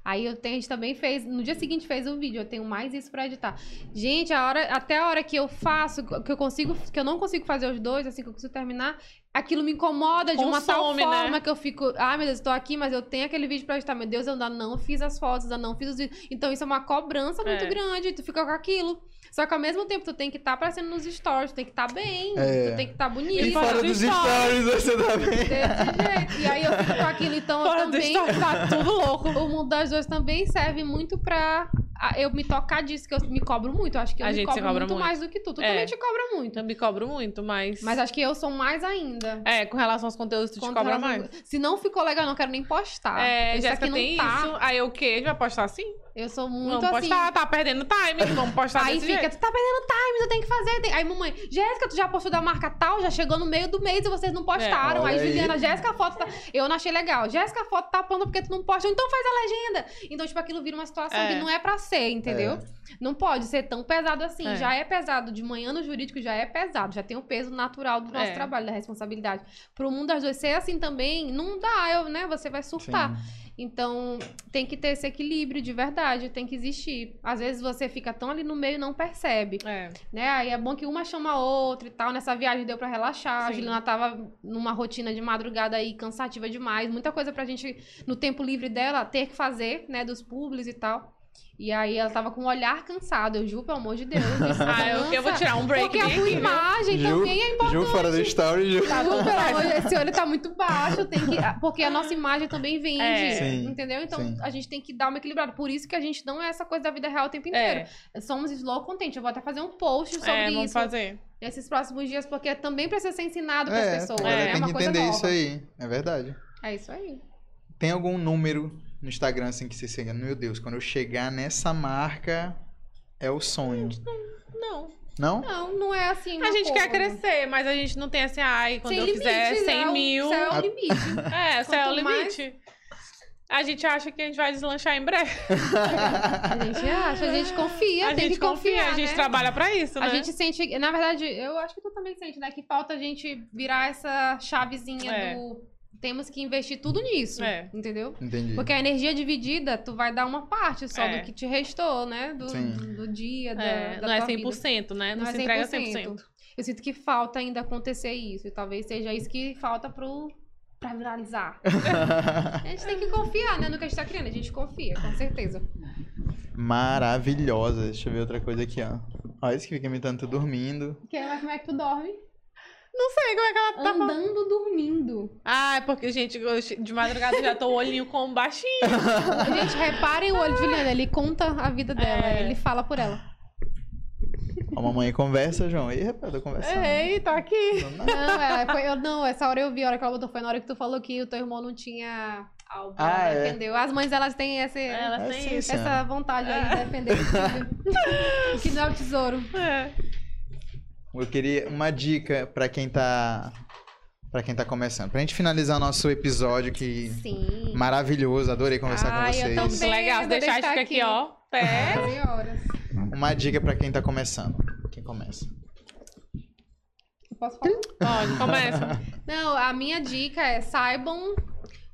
Speaker 3: Aí eu tenho, a gente também fez, no dia seguinte fez um vídeo, eu tenho mais isso pra editar. Gente, a hora, até a hora que eu faço, que eu consigo, que eu não consigo fazer os dois, assim que eu consigo terminar, aquilo me incomoda de uma tal
Speaker 2: Consome, né?
Speaker 3: forma que eu fico, ah, meu Deus, eu tô aqui, mas eu tenho aquele vídeo pra editar. Meu Deus, eu ainda não fiz as fotos, ainda não fiz os vídeos. Então isso é uma cobrança muito
Speaker 2: É.
Speaker 3: grande, tu fica com aquilo. Só que ao mesmo tempo tu tem que estar aparecendo nos stories, tu tem que estar bem,
Speaker 1: É.
Speaker 3: tu tem que estar bonito.
Speaker 1: E,
Speaker 2: E
Speaker 1: fora
Speaker 2: fora do
Speaker 1: dos
Speaker 2: stories.
Speaker 1: stories, você tá
Speaker 3: Desse
Speaker 1: bem.
Speaker 3: jeito. E aí eu fico com aquilo, então
Speaker 2: Fora
Speaker 3: eu
Speaker 2: do
Speaker 3: também.
Speaker 2: stories, tá tudo louco.
Speaker 3: O mundo das duas também serve muito pra ah, eu me tocar disso, que eu me cobro muito. Eu acho que eu
Speaker 2: A
Speaker 3: me
Speaker 2: gente se
Speaker 3: cobro
Speaker 2: cobra
Speaker 3: muito,
Speaker 2: muito.
Speaker 3: mais do que tu. Tu
Speaker 2: É.
Speaker 3: também te cobra muito.
Speaker 2: Eu me cobro muito, mas.
Speaker 3: Mas acho que eu sou mais ainda.
Speaker 2: É, com relação aos conteúdos, tu te
Speaker 3: Quanto
Speaker 2: cobra
Speaker 3: elas-
Speaker 2: mais.
Speaker 3: Se não ficou legal, eu não quero nem postar.
Speaker 2: É,
Speaker 3: Isso
Speaker 2: Jéssica
Speaker 3: Ah, aqui não
Speaker 2: tem
Speaker 3: tá.
Speaker 2: isso. Aí o quê? Vai postar assim?
Speaker 3: Eu sou muito
Speaker 2: Vamos
Speaker 3: assim.
Speaker 2: postar, tá perdendo time. Vamos postar
Speaker 3: Aí
Speaker 2: desse
Speaker 3: fica,
Speaker 2: jeito.
Speaker 3: tu tá perdendo time, tu tem que fazer. tem- Aí, mamãe, Jéssica, tu já postou da marca tal, já chegou no meio do mês e vocês não postaram.
Speaker 1: É,
Speaker 3: aí,
Speaker 1: olha aí.
Speaker 3: Juliana, Jéssica, a foto tá. Eu não achei legal. Jéssica, a foto tá panda porque tu não posta, então faz a legenda. Então, tipo, aquilo vira uma situação
Speaker 2: É.
Speaker 3: que não é pra ser, entendeu? Não pode ser tão pesado assim.
Speaker 2: É.
Speaker 3: Já é pesado. De manhã no jurídico já é pesado. Já tem o peso natural do nosso
Speaker 2: É.
Speaker 3: trabalho, da responsabilidade. Pro mundo das duas ser assim também, não dá, eu, né? Você vai surtar. Então, tem que ter esse equilíbrio de verdade, tem que existir. Às vezes você fica tão ali no meio e não percebe,
Speaker 2: É.
Speaker 3: né? Aí é bom que uma chama a outra e tal. Nessa viagem deu pra relaxar. A
Speaker 2: Sim.
Speaker 3: Juliana tava numa rotina de madrugada aí cansativa demais, muita coisa pra gente no tempo livre dela ter que fazer, né, dos públicos e tal. E aí ela tava com o olhar cansado, eu juro, pelo amor de
Speaker 2: (laughs)
Speaker 3: Deus. isso é
Speaker 2: Ah, eu, eu vou
Speaker 3: cansa.
Speaker 2: tirar um break
Speaker 3: Porque a
Speaker 2: daqui,
Speaker 3: tua
Speaker 2: viu?
Speaker 3: imagem
Speaker 1: Ju-
Speaker 3: também é importante.
Speaker 1: Ju fora do story, Ju.
Speaker 3: Tá, não, pelo amor de Deus, esse olho tá muito baixo, tem que, ah, porque a nossa imagem também vende,
Speaker 2: Ah. É.
Speaker 1: Sim,
Speaker 3: entendeu? Então
Speaker 1: sim.
Speaker 3: a gente tem que dar uma equilibrada. Por isso que a gente não é essa coisa da vida real o tempo
Speaker 2: É,
Speaker 3: inteiro. Somos slow content. Eu vou até fazer um post sobre
Speaker 2: é, vamos
Speaker 3: isso
Speaker 2: fazer.
Speaker 3: nesses próximos dias, porque também precisa ser ensinado para
Speaker 1: É,
Speaker 3: as pessoas.
Speaker 1: a
Speaker 2: é
Speaker 1: galera
Speaker 3: É,
Speaker 1: tem
Speaker 3: uma
Speaker 1: que
Speaker 3: coisa
Speaker 1: entender
Speaker 3: nova.
Speaker 1: isso aí. É verdade.
Speaker 3: É isso aí.
Speaker 1: Tem algum número no Instagram assim que você chega? Meu Deus, quando eu chegar nessa marca, é o sonho.
Speaker 2: Não.
Speaker 1: Não? (laughs)
Speaker 3: Não, não é assim.
Speaker 2: A
Speaker 3: uma
Speaker 2: gente quer
Speaker 3: coisa.
Speaker 2: crescer, mas a gente não tem assim, ai, quando
Speaker 3: Sem
Speaker 2: eu
Speaker 3: limite,
Speaker 2: fizer 100
Speaker 3: é o-
Speaker 2: mil.
Speaker 3: Isso é o limite.
Speaker 2: É, céu é o
Speaker 3: Quanto mais-
Speaker 2: limite. A gente acha que a gente vai deslanchar em breve.
Speaker 3: A gente acha, a gente confia,
Speaker 2: a
Speaker 3: tem
Speaker 2: gente
Speaker 3: que confiar.
Speaker 2: a gente
Speaker 3: né?
Speaker 2: trabalha pra isso, né?
Speaker 3: A gente sente, na verdade, eu acho que tu também sente, né? Que falta a gente virar essa chavezinha
Speaker 2: É.
Speaker 3: do. Temos que investir tudo nisso.
Speaker 2: É.
Speaker 3: Entendeu?
Speaker 1: Entendi. (laughs)
Speaker 3: Porque a energia dividida, tu vai dar uma parte só
Speaker 2: É.
Speaker 3: do que te restou, né? Do,
Speaker 1: Sim.
Speaker 3: do dia, da,
Speaker 2: É,
Speaker 3: da
Speaker 2: não é
Speaker 3: tua vida.
Speaker 2: 100%, né? Não,
Speaker 3: Não
Speaker 2: se
Speaker 3: é
Speaker 2: entrega 100%.
Speaker 3: Eu sinto que falta ainda acontecer isso. E talvez seja isso que falta pro, pra viralizar. A gente tem que confiar, né? No que a gente tá criando. A gente confia, com certeza.
Speaker 1: Maravilhosa. Deixa eu ver outra coisa aqui, ó. Olha isso que fica imitando tu dormindo.
Speaker 3: Que, mas como é que tu dorme?
Speaker 2: Não sei como é que ela tá falando.
Speaker 3: Andando, dormindo.
Speaker 2: Ah, é porque, gente, eu che- de madrugada eu já tô o olhinho como baixinho.
Speaker 3: Gente, reparem o olho de Juliana, ele conta a vida dela,
Speaker 2: É.
Speaker 3: ele fala por ela.
Speaker 1: A mamãe conversa, João. Ih, rapaz, eu tô conversando.
Speaker 2: Ei, tá aqui.
Speaker 1: Não, não.
Speaker 3: Não, (laughs) é, foi, eu, não, essa hora eu vi, a hora que ela botou, foi na hora que tu falou que o teu irmão não tinha álbum,
Speaker 1: Ah, é.
Speaker 3: entendeu? As mães, elas É. têm esse,
Speaker 2: Ela
Speaker 1: É
Speaker 2: tem
Speaker 1: sim,
Speaker 2: isso.
Speaker 3: tá essa vontade aí de defender o (laughs) filho, que não é o tesouro.
Speaker 2: É.
Speaker 1: Eu queria uma dica pra quem tá para quem tá começando. Pra gente finalizar nosso episódio que
Speaker 3: Sim.
Speaker 1: maravilhoso, adorei conversar
Speaker 3: Ai,
Speaker 1: com vocês.
Speaker 3: eu também.
Speaker 2: Muito é legal. Se
Speaker 3: Adorei
Speaker 2: deixar,
Speaker 3: estar
Speaker 2: fica aqui,
Speaker 3: aqui.
Speaker 2: ó. É.
Speaker 3: 13 horas.
Speaker 1: Uma dica pra quem tá começando. Quem começa?
Speaker 3: Eu posso falar?
Speaker 2: Pode, começa.
Speaker 3: Não, a minha dica é saibam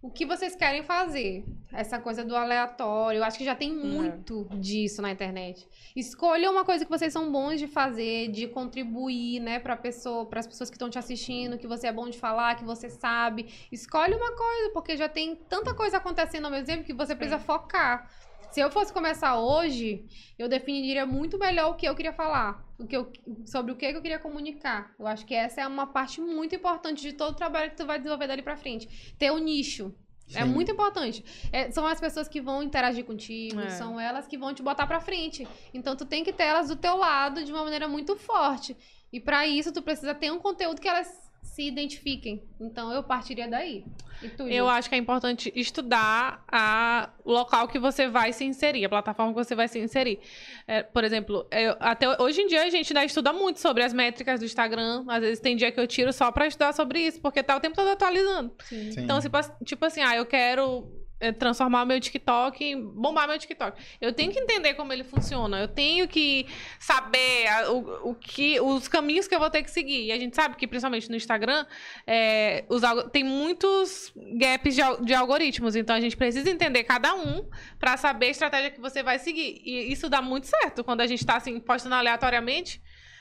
Speaker 3: o que vocês querem fazer. Essa coisa do aleatório, eu acho que já tem muito disso na internet. Escolha uma coisa que vocês são bons de fazer, de contribuir, né, para pessoa, para as pessoas que estão te assistindo, que você é bom de falar, que você sabe. Escolhe uma coisa, porque já tem tanta coisa acontecendo ao mesmo tempo que você precisa focar. Se eu fosse começar hoje, eu definiria muito melhor o que eu queria falar, o que eu, sobre o que eu queria comunicar. Eu acho que essa é uma parte muito importante de todo o trabalho que tu vai desenvolver dali pra frente. Ter o nicho. É
Speaker 1: Sim.
Speaker 3: muito importante. É, são as pessoas que vão interagir contigo,
Speaker 2: É.
Speaker 3: são elas que vão te botar pra frente. Então tu tem que ter elas do teu lado de uma maneira muito forte. E pra isso tu precisa ter um conteúdo que elas se identifiquem. Então eu partiria daí. E tu, Ju?
Speaker 2: Eu acho que é importante estudar a- o local que você vai se inserir, a plataforma que você vai se inserir. É, por exemplo, eu- até hoje em dia a gente ainda estuda muito sobre as métricas do Instagram. Às vezes tem dia que eu tiro só pra estudar sobre isso, porque tá o tempo todo atualizando.
Speaker 3: Sim.
Speaker 1: Sim.
Speaker 2: Então, tipo, as- tipo assim, ah, eu quero é, transformar meu TikTok, em- bombar meu TikTok. Eu tenho que entender como ele funciona. Eu tenho que saber a- o, o que, os caminhos que eu vou ter que seguir. E a gente sabe que, principalmente no Instagram, é, os algo- tem muitos gaps de, al- de algoritmos. Então, a gente precisa entender cada um para saber a estratégia que você vai seguir. E isso dá muito certo quando a gente tá, assim, postando aleatoriamente.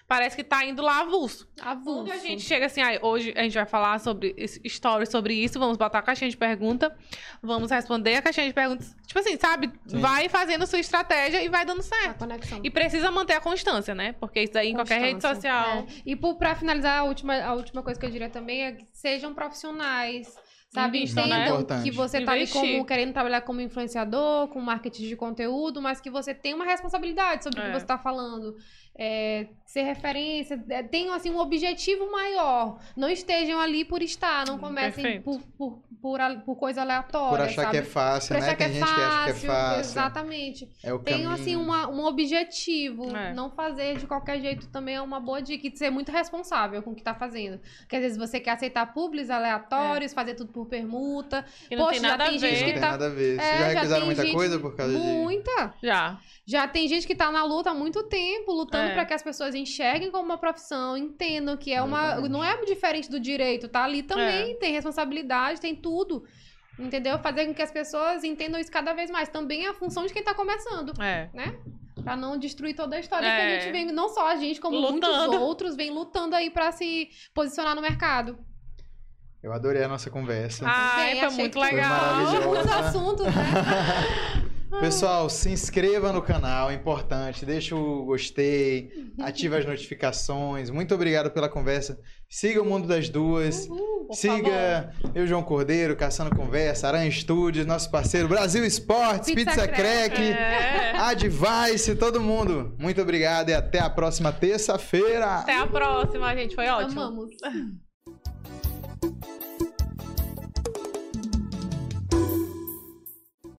Speaker 2: Parece que tá indo lá avulso.
Speaker 3: Avulso.
Speaker 2: Quando a gente chega assim, ah, hoje a gente vai falar sobre esse- stories sobre isso, vamos botar a caixinha de pergunta, vamos responder a caixinha de perguntas. Tipo assim, sabe?
Speaker 1: Sim.
Speaker 2: Vai fazendo sua estratégia e vai dando
Speaker 3: A
Speaker 2: certo.
Speaker 3: conexão.
Speaker 2: E precisa manter a constância, né? Porque isso daí em qualquer rede
Speaker 3: Constância,
Speaker 2: social.
Speaker 3: É. E por, pra finalizar, a última, a última coisa que eu diria também é que sejam profissionais. Sabe,
Speaker 2: Invistam, né?
Speaker 3: entendam
Speaker 1: Importante.
Speaker 3: que você tá ali
Speaker 2: Investir.
Speaker 3: como, querendo trabalhar como influenciador, com marketing de conteúdo, mas que você tem uma responsabilidade sobre o
Speaker 2: É.
Speaker 3: que você tá falando. é, ser referência, é, tenham assim, um objetivo maior. Não estejam ali por estar, não comecem
Speaker 2: Hum, Perfeito.
Speaker 3: por, por, por, ale- por coisa aleatória.
Speaker 1: Por achar
Speaker 3: sabe?
Speaker 1: que é fácil,
Speaker 3: Por
Speaker 1: né?
Speaker 3: achar
Speaker 1: Tem gente que acha que é fácil.
Speaker 3: Exatamente.
Speaker 1: É o
Speaker 3: Tenham
Speaker 1: caminho.
Speaker 3: assim uma, um objetivo.
Speaker 2: É.
Speaker 3: Não fazer de qualquer jeito também é uma boa dica. E ser muito responsável com o que tá fazendo. Porque às vezes você quer aceitar públicos
Speaker 2: É.
Speaker 3: aleatórios, fazer tudo por permuta.
Speaker 2: E não
Speaker 3: Poxa,
Speaker 2: tem
Speaker 3: já
Speaker 2: nada
Speaker 3: tem
Speaker 2: a
Speaker 1: Isso
Speaker 3: gente
Speaker 1: não
Speaker 3: que
Speaker 1: tem
Speaker 2: ver.
Speaker 3: tá-
Speaker 1: nada a ver. Vocês
Speaker 3: É,
Speaker 1: já
Speaker 3: já
Speaker 1: recusaram
Speaker 3: tem
Speaker 1: muita
Speaker 3: gente-
Speaker 1: coisa por causa de.
Speaker 3: Muita.
Speaker 2: Já.
Speaker 3: Já tem gente que tá na luta há muito tempo, lutando
Speaker 2: É.
Speaker 3: pra que as pessoas enxerguem como uma profissão, entendam que é uma.
Speaker 1: Verdade.
Speaker 3: Não é diferente do direito, tá? Ali
Speaker 2: É.
Speaker 3: também tem responsabilidade, tem tudo. Entendeu? Fazer com que as pessoas entendam isso cada vez mais. Também é a função de quem tá começando.
Speaker 2: É.
Speaker 3: Pra não destruir toda a história que
Speaker 2: É.
Speaker 3: a gente vem, não só a gente, como muitos
Speaker 2: Lutando.
Speaker 3: outros, vem lutando aí pra se posicionar no mercado.
Speaker 1: Eu adorei a nossa conversa.
Speaker 3: Ah. Bem,
Speaker 2: Ai, Ah, foi
Speaker 3: achei
Speaker 2: muito
Speaker 3: que foi
Speaker 2: legal.
Speaker 1: maravilhoso.
Speaker 3: Múltiplos assuntos, né?
Speaker 1: Pessoal, se inscreva no canal, é importante. Deixa o gostei, ative
Speaker 3: (laughs)
Speaker 1: as notificações. Muito obrigado pela conversa. Siga o Mundo das Duas.
Speaker 3: Uhul.
Speaker 1: Siga eu, João Cordeiro, Caçando Conversa, Aranha Studios, nosso parceiro Brasil Esportes, Pizza,
Speaker 3: Pizza
Speaker 1: Crack,
Speaker 2: É. (laughs)
Speaker 1: Advice, todo mundo. Muito obrigado e até a próxima terça-feira.
Speaker 2: Até a próxima, gente. Foi ótimo.
Speaker 3: Amamos.